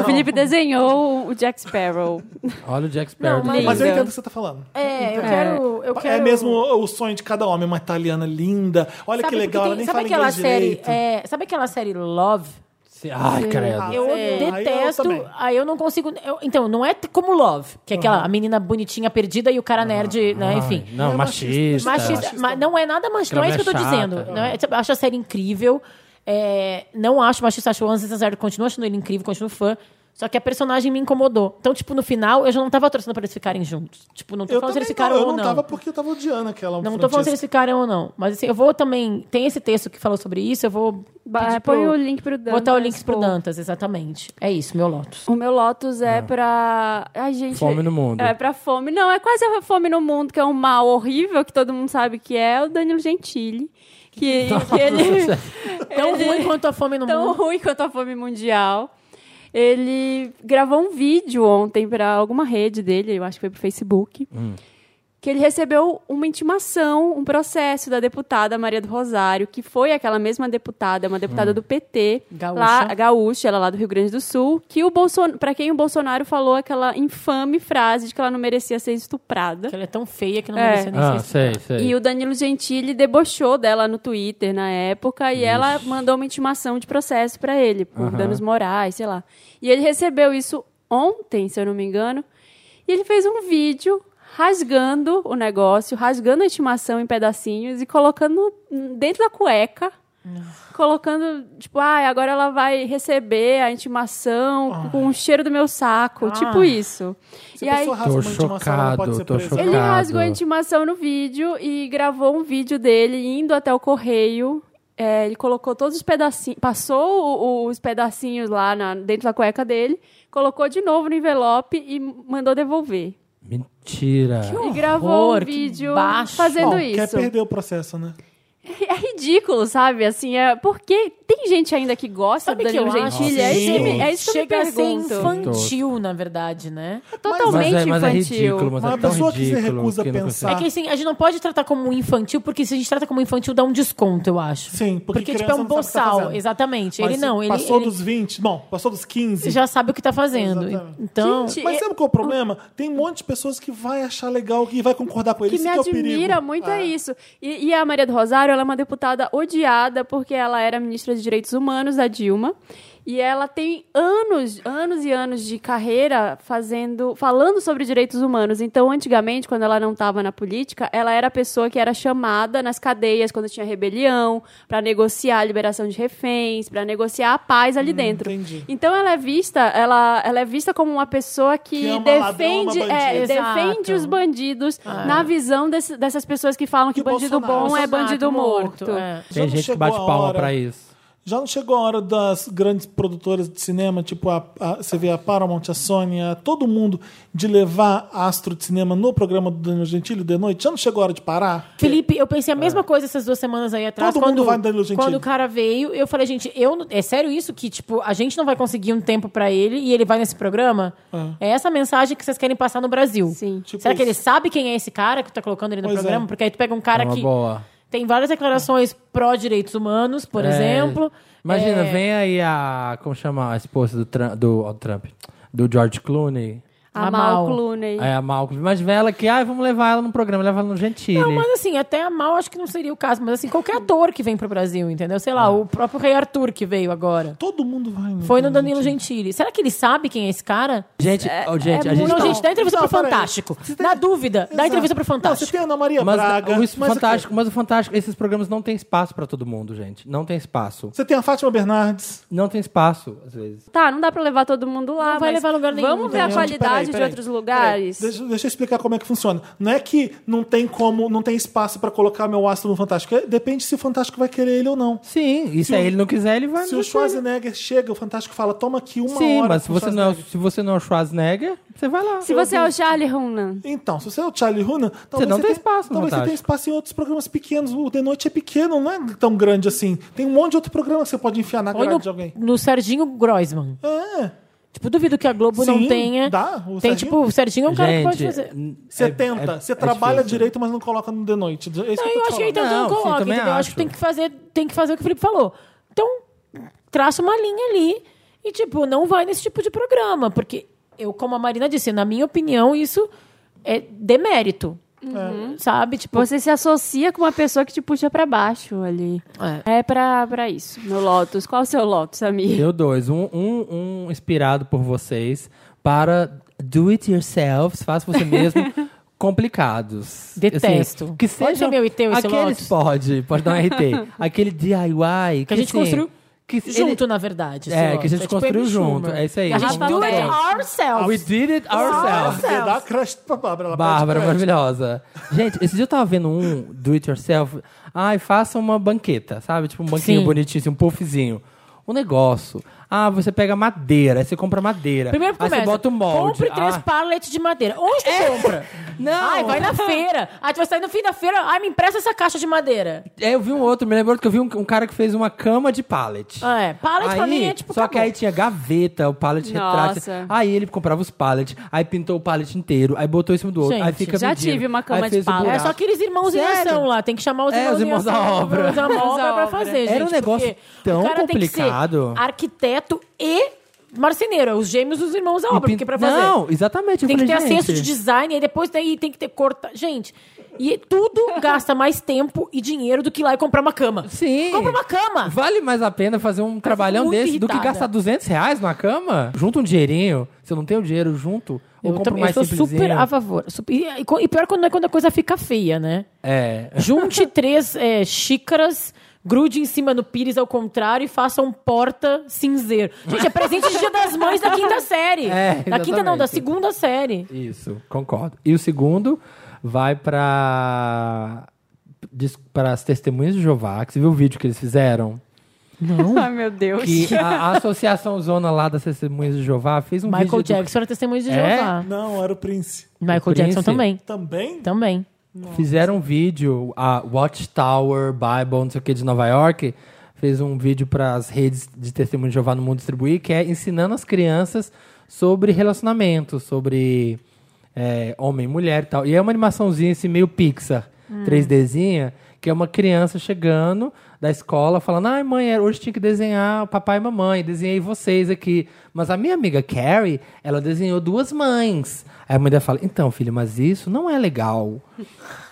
Speaker 2: O Felipe desenhou o Jack Sparrow.
Speaker 4: Olha o Jack Sparrow.
Speaker 3: Não,
Speaker 4: do
Speaker 1: Mas eu
Speaker 2: Lindo.
Speaker 1: entendo o que você tá falando.
Speaker 3: É, eu quero, eu quero
Speaker 1: É mesmo o sonho de cada homem. Uma italiana linda. Olha
Speaker 3: Sabe
Speaker 1: que
Speaker 3: porque
Speaker 1: legal.
Speaker 3: tem-
Speaker 1: ela nem
Speaker 3: sabe
Speaker 1: fala
Speaker 3: aquela
Speaker 1: inglês
Speaker 3: série,
Speaker 1: direito.
Speaker 3: é, sabe aquela série Love?
Speaker 4: Felipe. Ai, credo.
Speaker 3: Eu
Speaker 1: Sei.
Speaker 3: detesto.
Speaker 1: Aí
Speaker 3: Aí
Speaker 1: eu
Speaker 3: eu,
Speaker 1: também.
Speaker 3: não consigo. eu- então, não é t- como Love, que é aquela a menina bonitinha perdida e o cara nerd, né?
Speaker 4: Ai,
Speaker 3: Enfim.
Speaker 4: Não,
Speaker 1: É
Speaker 4: machista.
Speaker 1: machista.
Speaker 3: Machista, mas não é nada machista, não é
Speaker 4: Aquela
Speaker 3: isso que eu tô
Speaker 4: mulher
Speaker 3: dizendo.
Speaker 4: chata.
Speaker 3: Não é- eu acho a série incrível. é, não acho machista, acho o Anson Cesaro, continuo achando ele incrível, continuo fã. Só que a personagem me incomodou. Então, tipo, no final, eu já não tava torcendo pra eles ficarem juntos. Tipo, não tô
Speaker 1: Eu
Speaker 3: falando se
Speaker 1: também
Speaker 3: eles ficaram
Speaker 1: não, eu
Speaker 3: ou
Speaker 1: não tava porque eu tava odiando aquela
Speaker 3: Não tô falando se
Speaker 1: Francesca.
Speaker 3: eles ficaram ou não. Mas assim, eu vou também. Tem esse texto que falou sobre isso, eu vou.
Speaker 2: Ba-
Speaker 3: pedir
Speaker 2: põe Tipo, o link pro Dantas,
Speaker 3: Botar o link pro
Speaker 2: pô.
Speaker 3: Dantas, exatamente. É isso, meu Lotus.
Speaker 2: O meu Lotus é pra. Ai, gente.
Speaker 4: Fome no mundo.
Speaker 2: É pra fome. Não, é quase a fome no mundo, que é um mal horrível que todo mundo sabe que é o Danilo Gentili. Que, que ele.
Speaker 3: Tão ruim quanto a fome no
Speaker 2: É. tão
Speaker 3: mundo.
Speaker 2: ruim quanto a fome mundial. Ele gravou um vídeo ontem para alguma rede dele, eu acho que foi pro Facebook, que ele recebeu uma intimação, um processo da deputada Maria do Rosário, que foi aquela mesma deputada, uma deputada do PT,
Speaker 3: Gaúcha.
Speaker 2: lá, gaúcha, ela é lá do Rio Grande do Sul, que o Bolson, para quem o Bolsonaro falou aquela infame frase de que ela não merecia ser estuprada.
Speaker 3: Que ela é tão feia que não
Speaker 2: É.
Speaker 3: merecia nem
Speaker 4: Ah,
Speaker 3: ser.
Speaker 4: sei, sei.
Speaker 2: E o Danilo Gentili debochou dela no Twitter na época e ela mandou uma intimação de processo pra ele por
Speaker 4: Aham.
Speaker 2: danos morais, sei lá. E ele recebeu isso ontem, se eu não me engano, e ele fez um vídeo rasgando o negócio, rasgando a intimação em pedacinhos e colocando dentro da cueca. Colocando, tipo, ah, agora ela vai receber a intimação com o cheiro do meu saco.
Speaker 4: Ah.
Speaker 2: Tipo isso.
Speaker 1: Se
Speaker 2: e
Speaker 1: a
Speaker 2: aí,
Speaker 1: pessoa rasga
Speaker 4: Tô
Speaker 1: uma intimação, ela pode
Speaker 4: chocado,
Speaker 1: ser
Speaker 4: tô
Speaker 1: presa.
Speaker 4: chocado.
Speaker 3: É
Speaker 2: ele
Speaker 4: Chocado.
Speaker 2: rasgou a intimação no vídeo e gravou um vídeo dele indo até o correio. É, ele colocou todos os pedacinhos, passou o- o- os pedacinhos lá na- dentro da cueca dele, colocou de novo no envelope e mandou devolver.
Speaker 4: Mentira. é,
Speaker 2: e gravou um
Speaker 3: horror, que
Speaker 2: vídeo
Speaker 3: baixo.
Speaker 2: fazendo
Speaker 1: Bom, Quer
Speaker 2: isso.
Speaker 1: perder o processo, né?
Speaker 2: É ridículo, sabe? Assim, é porque tem gente ainda que gosta
Speaker 3: Sabe
Speaker 2: do
Speaker 3: que eu
Speaker 2: Danilo
Speaker 3: acho?
Speaker 2: Gentili. É isso, que me- é isso que eu me
Speaker 3: Chega a ser
Speaker 2: pergunto.
Speaker 3: infantil, na verdade, né?
Speaker 2: Totalmente
Speaker 4: mas é, mas é
Speaker 2: infantil.
Speaker 4: ridículo, mas
Speaker 1: Uma
Speaker 4: é tão
Speaker 1: pessoa que se
Speaker 4: ridículo
Speaker 1: recusa
Speaker 4: que não
Speaker 1: a
Speaker 4: consegue-
Speaker 1: Tá.
Speaker 3: É que assim, a gente não pode tratar como infantil, porque se a gente trata como infantil, dá um desconto, eu acho.
Speaker 1: Sim, porque
Speaker 3: porque tipo,
Speaker 1: criança
Speaker 3: é um
Speaker 1: não sabe o que tá
Speaker 3: boçal.
Speaker 1: fazendo.
Speaker 3: exatamente.
Speaker 1: Mas
Speaker 3: ele não, ele,
Speaker 1: Passou
Speaker 3: ele
Speaker 1: dos 20, bom, passou dos 15.
Speaker 3: já sabe o que tá fazendo.
Speaker 1: Exatamente.
Speaker 3: Então,
Speaker 2: Gente,
Speaker 1: Mas sabe qual é o problema?
Speaker 3: Hum.
Speaker 1: Tem um monte de pessoas que vai achar legal, que vai concordar com ele.
Speaker 2: que
Speaker 1: Esse
Speaker 2: me
Speaker 1: é o perigo.
Speaker 2: admira muito é isso. E, e a Maria do Rosário, ela é uma deputada odiada porque ela era ministra de Direitos Humanos da Dilma. E ela tem anos, anos e anos de carreira fazendo, falando sobre direitos humanos. Então, antigamente, quando ela não estava na política, ela era a pessoa que era chamada nas cadeias quando tinha rebelião, para negociar a liberação de reféns, para negociar a paz ali dentro.
Speaker 1: Hum, entendi.
Speaker 2: Então, ela é vista, ela, ela é vista como uma pessoa que,
Speaker 1: Que ama
Speaker 2: defende,
Speaker 1: ladrão, ama
Speaker 2: é,
Speaker 3: bandido.
Speaker 2: defende
Speaker 3: Exato.
Speaker 2: os bandidos na visão desse- dessas pessoas que falam que
Speaker 1: E
Speaker 2: bandido
Speaker 1: Bolsonaro?
Speaker 2: bom é bandido morto.
Speaker 3: é.
Speaker 1: Já
Speaker 4: Tem
Speaker 1: não
Speaker 4: gente que
Speaker 1: chegou
Speaker 4: bate
Speaker 1: a
Speaker 4: palma
Speaker 1: hora-
Speaker 4: pra isso.
Speaker 1: Já não chegou a hora das grandes produtoras de cinema, tipo a, a- você vê a Paramount, a Sony, a todo mundo, de levar astro de cinema no programa do Danilo Gentili de noite? Já não chegou a hora de parar?
Speaker 3: Felipe, eu pensei a mesma coisa essas duas semanas aí atrás.
Speaker 1: É. Todo
Speaker 3: quando,
Speaker 1: mundo vai no Danilo Gentili.
Speaker 3: quando o cara veio, eu falei, gente, eu, não- é sério isso? Que, tipo, a gente não vai conseguir um tempo pra ele e ele vai nesse programa? É essa mensagem que vocês querem passar no Brasil.
Speaker 2: Sim.
Speaker 1: Tipo
Speaker 3: Será que
Speaker 1: isso.
Speaker 3: ele sabe quem é esse cara que tu tá colocando ele no
Speaker 1: Pois é.
Speaker 3: programa? Porque aí tu pega um cara
Speaker 4: É uma
Speaker 3: que
Speaker 4: boa. É.
Speaker 3: tem várias declarações pró-direitos humanos, por exemplo.
Speaker 4: Imagina,
Speaker 3: É,
Speaker 4: vem aí a. Como chama a esposa do Trump. Do, ó, do Trump. Do George Clooney.
Speaker 2: A,
Speaker 3: A
Speaker 2: Mal
Speaker 3: Tá Mal.
Speaker 2: Clooney.
Speaker 4: É, a Malcolm. Mas vê ela aqui, ah, vamos levar ela no programa, levar ela no Gentile.
Speaker 3: Não, mas assim, até a mal acho que não seria o caso, mas assim, qualquer ator que vem pro Brasil, entendeu? Sei lá,
Speaker 4: É.
Speaker 3: o próprio Rei Arthur que veio agora.
Speaker 1: Todo mundo vai. né?
Speaker 4: Uhum,
Speaker 3: Foi no Danilo Gentili. Será que ele sabe quem é esse cara?
Speaker 4: Gente, oh, gente,
Speaker 2: é
Speaker 4: a gente
Speaker 2: muito-
Speaker 3: Não,
Speaker 4: tá-
Speaker 3: gente, dá entrevista
Speaker 1: Não,
Speaker 3: pro
Speaker 1: peraí.
Speaker 3: Fantástico.
Speaker 1: Você tem-
Speaker 3: Na dúvida, dá
Speaker 1: Exato.
Speaker 3: entrevista pro
Speaker 1: Não, você
Speaker 3: Fantástico.
Speaker 1: tem a Ana Maria
Speaker 4: Mas
Speaker 1: É Braga.
Speaker 4: o
Speaker 1: mas
Speaker 4: Fantástico, mas o Fantástico, esses programas não tem espaço pra todo mundo, gente. Não tem espaço.
Speaker 1: Você tem a Fátima Bernardes.
Speaker 4: Não tem espaço, às vezes.
Speaker 2: Tá, não dá pra levar todo mundo lá.
Speaker 3: Não vai
Speaker 2: mas
Speaker 3: levar lugar nenhum,
Speaker 2: Vamos ver a
Speaker 3: entendeu?
Speaker 1: Gente, peraí,
Speaker 2: qualidade de
Speaker 1: peraí,
Speaker 2: outros
Speaker 1: peraí.
Speaker 3: É
Speaker 2: lugares.
Speaker 1: Deixa, deixa eu explicar como é que funciona. Não é que não tem como, não tem espaço pra colocar meu astro no Fantástico. É- Depende se o Fantástico vai querer ele ou não.
Speaker 4: Sim, e se ele não quiser, ele vai
Speaker 1: Se
Speaker 4: no
Speaker 1: o
Speaker 4: Gentili.
Speaker 1: Schwarzenegger chega, o Fantástico fala, toma aqui uma
Speaker 4: Sim,
Speaker 1: hora.
Speaker 4: mas se
Speaker 1: pro
Speaker 4: você, não é, o-
Speaker 1: Schwarzenegger.
Speaker 4: se você não é o Schwarzenegger, você vai lá.
Speaker 2: Se você é o Charlie Hunnam.
Speaker 1: Então, se você é o Charlie Hunnam, talvez
Speaker 4: não tem
Speaker 1: tenha-
Speaker 4: espaço no
Speaker 1: Talvez você tenha
Speaker 4: Fantástico.
Speaker 1: espaço em outros programas pequenos. O The Noite é pequeno, não é tão grande assim. Tem um monte de outro programa que você pode enfiar na
Speaker 3: Põe
Speaker 1: grade
Speaker 3: no,
Speaker 1: de alguém.
Speaker 3: no Serginho Groisman.
Speaker 1: É.
Speaker 3: Tipo, duvido que a Globo
Speaker 1: Sim,
Speaker 3: não tenha.
Speaker 1: dá, o
Speaker 3: tem,
Speaker 1: Serginho-
Speaker 3: tipo, o Serginho é um cara que pode
Speaker 4: Gente,
Speaker 3: fazer.
Speaker 4: n-
Speaker 1: Você
Speaker 4: é-
Speaker 1: tenta,
Speaker 4: é-
Speaker 1: você
Speaker 4: é
Speaker 1: trabalha
Speaker 4: difícil.
Speaker 1: direito, mas não coloca no The Noite. É isso
Speaker 3: Não,
Speaker 1: que eu
Speaker 3: eu
Speaker 1: tô
Speaker 3: acho que
Speaker 1: falando.
Speaker 3: então
Speaker 4: Não,
Speaker 3: não,
Speaker 4: sim,
Speaker 3: coloca,
Speaker 4: também
Speaker 3: entendeu? Eu acho
Speaker 4: acho.
Speaker 3: que tem que fazer, tem que fazer o que o Felipe falou. Então, traça uma linha ali e, tipo, não vai nesse tipo de programa. Porque eu, como a Marina disse, na minha opinião, isso é demérito.
Speaker 1: Uhum.
Speaker 3: Sabe? Tipo,
Speaker 2: Você se associa com uma pessoa que te puxa pra baixo ali. É, pra, pra isso. No Lotus. Qual o seu Lotus, amigo?
Speaker 4: Eu dois. Um, um, um inspirado por vocês para do it yourselves, faça você mesmo. Complicados.
Speaker 3: Detesto.
Speaker 4: Assim, que
Speaker 3: Pode ser
Speaker 4: sejam-
Speaker 3: meu e teu, esse
Speaker 4: Aqueles
Speaker 3: Lotus?
Speaker 4: pode, pode dar um RT. Aquele DIY. Que,
Speaker 3: a gente
Speaker 4: assim,
Speaker 3: construiu
Speaker 4: que se-
Speaker 3: junto,
Speaker 4: ele-
Speaker 3: na verdade.
Speaker 4: É,
Speaker 3: assim,
Speaker 4: que a gente
Speaker 3: ó.
Speaker 4: construiu
Speaker 3: Amy
Speaker 4: junto,
Speaker 3: Schumer.
Speaker 4: é isso aí.
Speaker 3: A gente
Speaker 2: Rafa
Speaker 3: do it
Speaker 2: Monteiro.
Speaker 3: ourselves.
Speaker 4: We did it ourselves.
Speaker 1: Você dá crush pra Bárbara. ela
Speaker 4: Bárbara,
Speaker 1: pede crush.
Speaker 4: maravilhosa. Gente, esse dia eu tava vendo um do it yourself. Ai, faça uma banqueta, sabe? Tipo um banquinho
Speaker 3: Sim.
Speaker 4: bonitinho, assim, um puffzinho. Um negócio. Ah, você pega madeira, aí você compra madeira.
Speaker 3: Primeiro
Speaker 4: aí
Speaker 3: começa.
Speaker 4: você bota o molde.
Speaker 3: Compre três
Speaker 4: ah, É.
Speaker 3: paletes de madeira. Onde tu compra?
Speaker 4: Não.
Speaker 3: Ai, vai na feira. Ai, tu vai sair no fim da feira. Ai, me empresta essa caixa de madeira.
Speaker 4: É, eu vi um outro, me lembro outro que eu vi um, um cara que fez uma cama de pallet.
Speaker 3: Ah, é. Pallet pra mim é tipo
Speaker 4: Só que
Speaker 3: acabou.
Speaker 4: aí tinha gaveta, o pallet
Speaker 2: Nossa.
Speaker 4: retrato. Aí ele comprava os pallets, aí pintou o pallet inteiro, aí botou em cima do outro.
Speaker 3: Gente,
Speaker 4: aí fica
Speaker 2: já
Speaker 4: medindo,
Speaker 2: tive uma
Speaker 4: aí
Speaker 2: cama de
Speaker 4: fez o
Speaker 2: pallet.
Speaker 3: É
Speaker 4: buraco.
Speaker 3: só aqueles irmãos em
Speaker 4: Sério?
Speaker 3: ação lá. Tem que chamar os
Speaker 4: É,
Speaker 3: irmãos,
Speaker 4: os
Speaker 3: em
Speaker 4: irmãos
Speaker 3: ação,
Speaker 4: à obra.
Speaker 3: Os irmãos à obra pra fazer, gente.
Speaker 4: Era um negócio
Speaker 3: porque
Speaker 4: tão
Speaker 3: o cara Tem
Speaker 4: complicado.
Speaker 3: que ser arquiteto e marceneiro. é Os gêmeos dos irmãos à
Speaker 4: E
Speaker 3: obra.
Speaker 4: pin-
Speaker 3: Porque pra fazer...
Speaker 4: Não, exatamente. eu
Speaker 3: Tem que ter
Speaker 4: falei, gente,
Speaker 3: acesso de design, aí depois tem, tem que ter corta. Gente, e tudo gasta mais tempo e dinheiro do que ir lá e comprar uma cama.
Speaker 4: Sim.
Speaker 3: Compra uma cama!
Speaker 4: Vale mais a pena fazer um trabalhão
Speaker 3: muito
Speaker 4: desse do que
Speaker 3: irritada.
Speaker 4: gastar 200 reais numa cama? Junta um dinheirinho. Se eu não tenho dinheiro, junto. Ou
Speaker 3: Eu,
Speaker 4: compro
Speaker 3: também, eu
Speaker 4: mais
Speaker 3: sou
Speaker 4: simplesinho.
Speaker 3: super a favor. Super- e, e co- e pior quando é quando a coisa fica feia, né?
Speaker 4: É.
Speaker 3: Junte três é, xícaras, grude em cima no pires ao contrário e faça um porta cinzeiro. Gente, é presente de Dia das Mães da quinta série.
Speaker 4: É,
Speaker 3: da quinta não, da
Speaker 4: exatamente.
Speaker 3: segunda série.
Speaker 4: Isso, concordo. E o segundo vai pra... dis- Para as testemunhas de Jeová, que você viu o vídeo que eles fizeram?
Speaker 2: Ai, meu Deus.
Speaker 4: Que a, a associação zona lá das testemunhas de Jeová fez um
Speaker 3: é. Michael
Speaker 4: vídeo.
Speaker 3: Jackson era testemunho de
Speaker 4: É?
Speaker 3: Jeová.
Speaker 1: Não, era o Prince.
Speaker 3: Michael Jackson
Speaker 4: Prince.
Speaker 3: também.
Speaker 1: Também?
Speaker 4: Então,
Speaker 3: Também.
Speaker 4: Fizeram um vídeo, a Watchtower Bible, não sei o que, de Nova York, fez um vídeo para as redes de testemunho de Jeová no mundo distribuir, que é ensinando as crianças sobre relacionamento, sobre é, homem e mulher e tal. E é uma animaçãozinha, assim, meio Pixar, 3Dzinha, que é uma criança chegando da escola falando: ai, mãe, é- hoje tinha que desenhar o papai e mamãe, desenhei vocês aqui. Mas a minha amiga Carrie, ela desenhou duas mães. Aí a mãe dela fala: então, filha, mas isso não é legal.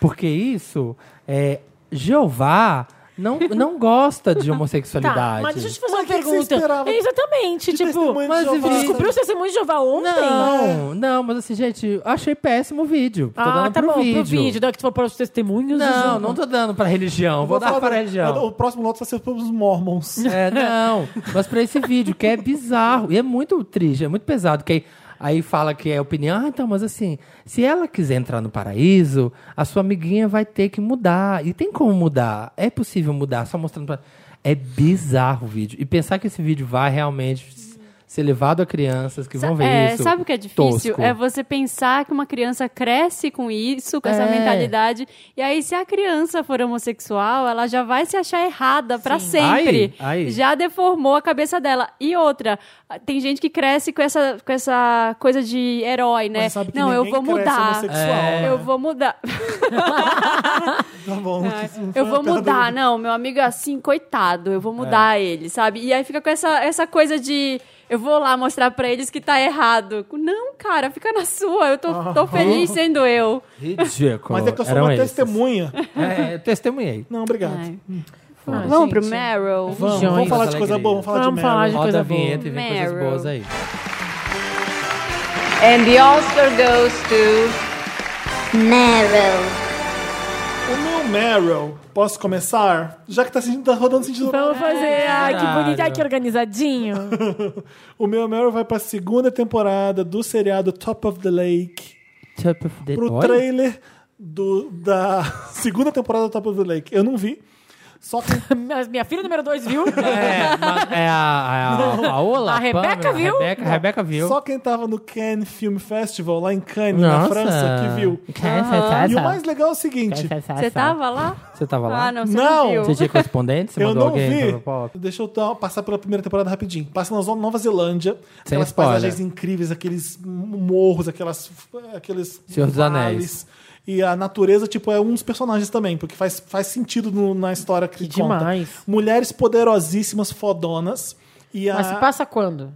Speaker 4: Porque isso é. Jeová não, não gosta de homossexualidade.
Speaker 3: Tá, mas deixa eu te fazer
Speaker 1: Mas
Speaker 3: uma
Speaker 1: o que que você esperava
Speaker 3: pergunta. É, exatamente,
Speaker 1: De
Speaker 3: tipo,
Speaker 1: testemunha de
Speaker 4: mas
Speaker 1: Jeová.
Speaker 4: ele
Speaker 3: descobriu o testemunho de Jeová ontem.
Speaker 4: Não, não, mas assim, gente, achei péssimo o vídeo. Tô
Speaker 3: Ah,
Speaker 4: dando
Speaker 3: tá
Speaker 4: pro
Speaker 3: bom,
Speaker 4: vídeo.
Speaker 3: pro vídeo, dá que tu for para os testemunhos.
Speaker 4: Não,
Speaker 3: Jeová.
Speaker 4: não tô dando pra religião. Vou, dar
Speaker 1: falar
Speaker 4: pra
Speaker 1: do-
Speaker 4: religião.
Speaker 1: O próximo lote vai ser pros Mormons.
Speaker 4: É, não, mas pra esse vídeo, que é bizarro. E é muito triste, é muito pesado. Que aí, aí fala que é opinião. Ah, então, mas assim, se ela quiser entrar no paraíso, a sua amiguinha vai ter que mudar. E tem como mudar. É possível mudar, só mostrando pra... É bizarro o vídeo. E pensar que esse vídeo vai realmente s- ser levado a crianças que vão ver
Speaker 2: é,
Speaker 4: isso.
Speaker 2: Sabe o que é difícil?
Speaker 4: tosco.
Speaker 2: É você pensar que uma criança cresce com isso, com essa
Speaker 4: É.
Speaker 2: mentalidade. E aí, se a criança for homossexual, ela já vai se achar errada pra sempre.
Speaker 4: Aí, aí.
Speaker 2: Já deformou a cabeça dela. E outra, tem gente que cresce com essa, com essa coisa de herói, né?
Speaker 1: Mas sabe que
Speaker 2: Não, eu
Speaker 1: ninguém
Speaker 2: vou
Speaker 1: cresce
Speaker 2: mudar.
Speaker 1: homossexual,
Speaker 4: É.
Speaker 1: né?
Speaker 2: Eu vou mudar.
Speaker 1: Tá bom. isso não foi
Speaker 2: Eu
Speaker 1: uma
Speaker 2: vou
Speaker 1: piada
Speaker 2: mudar, assim, não, meu amigo é assim, coitado, eu vou mudar ele, sabe? E aí fica com essa, essa coisa de eu vou lá mostrar pra eles que tá errado. Não, cara, fica na sua. Eu tô, tô feliz sendo eu.
Speaker 4: Ridículo.
Speaker 1: Mas é que eu sou
Speaker 4: Eram
Speaker 1: uma
Speaker 4: esses.
Speaker 1: testemunha.
Speaker 4: É, eu testemunhei.
Speaker 1: Não, obrigado.
Speaker 2: Ai.
Speaker 3: Ah,
Speaker 2: Vamos
Speaker 3: gente.
Speaker 2: pro Meryl?
Speaker 1: Vamos,
Speaker 3: Joias,
Speaker 1: vamos falar de
Speaker 4: alegria.
Speaker 1: coisa boa, vamos falar
Speaker 3: Vamos
Speaker 1: de
Speaker 3: falar
Speaker 1: Meryl.
Speaker 3: de
Speaker 4: Roda
Speaker 3: coisa
Speaker 4: a vinheta e vem coisas
Speaker 2: Meryl.
Speaker 4: boas aí.
Speaker 6: And the Oscar goes to
Speaker 7: Meryl.
Speaker 1: O meu Meryl, posso começar? Já que tá, sentindo, tá rodando sentido.
Speaker 3: Vamos fazer. Ah, que
Speaker 4: É, Caralho.
Speaker 3: bonito. Ai, que organizadinho.
Speaker 1: O meu Meryl vai pra segunda temporada do seriado Top of the Lake.
Speaker 4: Top of the
Speaker 1: Pro
Speaker 4: Olha,
Speaker 1: trailer do, da segunda temporada do Top of the Lake. Eu não vi. Só que
Speaker 3: Mas Minha filha número 2 viu?
Speaker 4: É, mas- é a, a, a Paola.
Speaker 3: A Rebeca
Speaker 4: Pamela,
Speaker 3: viu?
Speaker 4: A Rebeca, a Rebeca viu.
Speaker 1: Só quem tava no Cannes Film Festival, lá em Cannes, na
Speaker 4: Nossa. Ah, tá.
Speaker 1: França, que viu.
Speaker 4: Aham.
Speaker 1: E o mais legal é o seguinte:
Speaker 2: Você tava lá?
Speaker 4: Você tava Ah, tá. lá?
Speaker 2: Ah, não, você
Speaker 1: Não.
Speaker 2: não, viu.
Speaker 4: Você tinha correspondente? Você
Speaker 1: eu
Speaker 4: mandou
Speaker 1: não
Speaker 4: alguém?
Speaker 1: vi.
Speaker 4: pra- pra- pra-
Speaker 1: Deixa eu dar- passar pela primeira temporada rapidinho. Passa na zona Nova Zelândia,
Speaker 4: Sem
Speaker 1: aquelas
Speaker 4: spoiler.
Speaker 1: paisagens incríveis, aqueles morros, aquelas, aqueles
Speaker 4: Senhor dos
Speaker 1: vales. E a natureza, tipo, é um dos personagens também, porque faz, faz sentido no- na história que,
Speaker 3: Que
Speaker 1: conta.
Speaker 3: demais.
Speaker 1: Mulheres poderosíssimas, fodonas. E a,
Speaker 3: Mas se passa quando?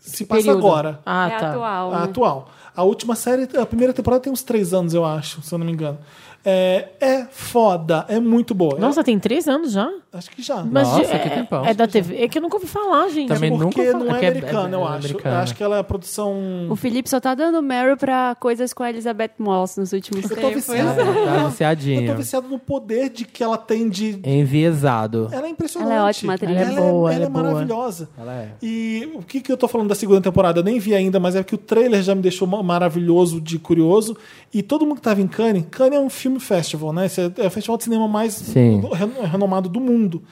Speaker 1: se passa
Speaker 3: Período.
Speaker 1: agora.
Speaker 3: Ah,
Speaker 2: é
Speaker 3: tá.
Speaker 2: atual.
Speaker 1: A
Speaker 2: né?
Speaker 1: atual. A última série, a primeira temporada tem uns três anos, eu acho, se eu não me engano. É, é foda, é muito boa.
Speaker 3: Nossa, tem três anos já?
Speaker 1: Eu acho que já.
Speaker 3: Mas
Speaker 4: Nossa,
Speaker 3: de-
Speaker 4: que
Speaker 3: é,
Speaker 4: tempão.
Speaker 3: é da TV. É que eu nunca ouvi falar, gente.
Speaker 1: É
Speaker 4: Também nunca
Speaker 1: porque
Speaker 4: fala-
Speaker 1: não
Speaker 4: é
Speaker 1: é
Speaker 4: que é-
Speaker 1: americana,
Speaker 4: é-
Speaker 1: eu
Speaker 4: é
Speaker 1: acho.
Speaker 4: americana.
Speaker 1: Eu acho que ela é produção.
Speaker 2: O Felipe só tá dando Meryl pra coisas com a Elizabeth Moss nos últimos
Speaker 1: Eu tô
Speaker 2: tempos.
Speaker 1: viciado.
Speaker 4: Tá
Speaker 1: Eu tô
Speaker 4: viciadinho. É.
Speaker 1: viciado no poder de que ela tem de.
Speaker 4: Enviesado.
Speaker 1: Ela é impressionante.
Speaker 2: Ela é ótima atriz.
Speaker 3: Ela é
Speaker 1: ela
Speaker 3: boa,
Speaker 1: é,
Speaker 3: ela é boa.
Speaker 1: maravilhosa.
Speaker 4: Ela é.
Speaker 1: E o que, que eu tô falando da segunda temporada? Eu nem vi ainda, mas é que o trailer já me deixou ma- maravilhoso, de curioso. E todo mundo que tava em Cannes, Cannes é um filme festival, né? Esse é é o festival de cinema mais
Speaker 4: Sim.
Speaker 1: do- reno- renomado do mundo.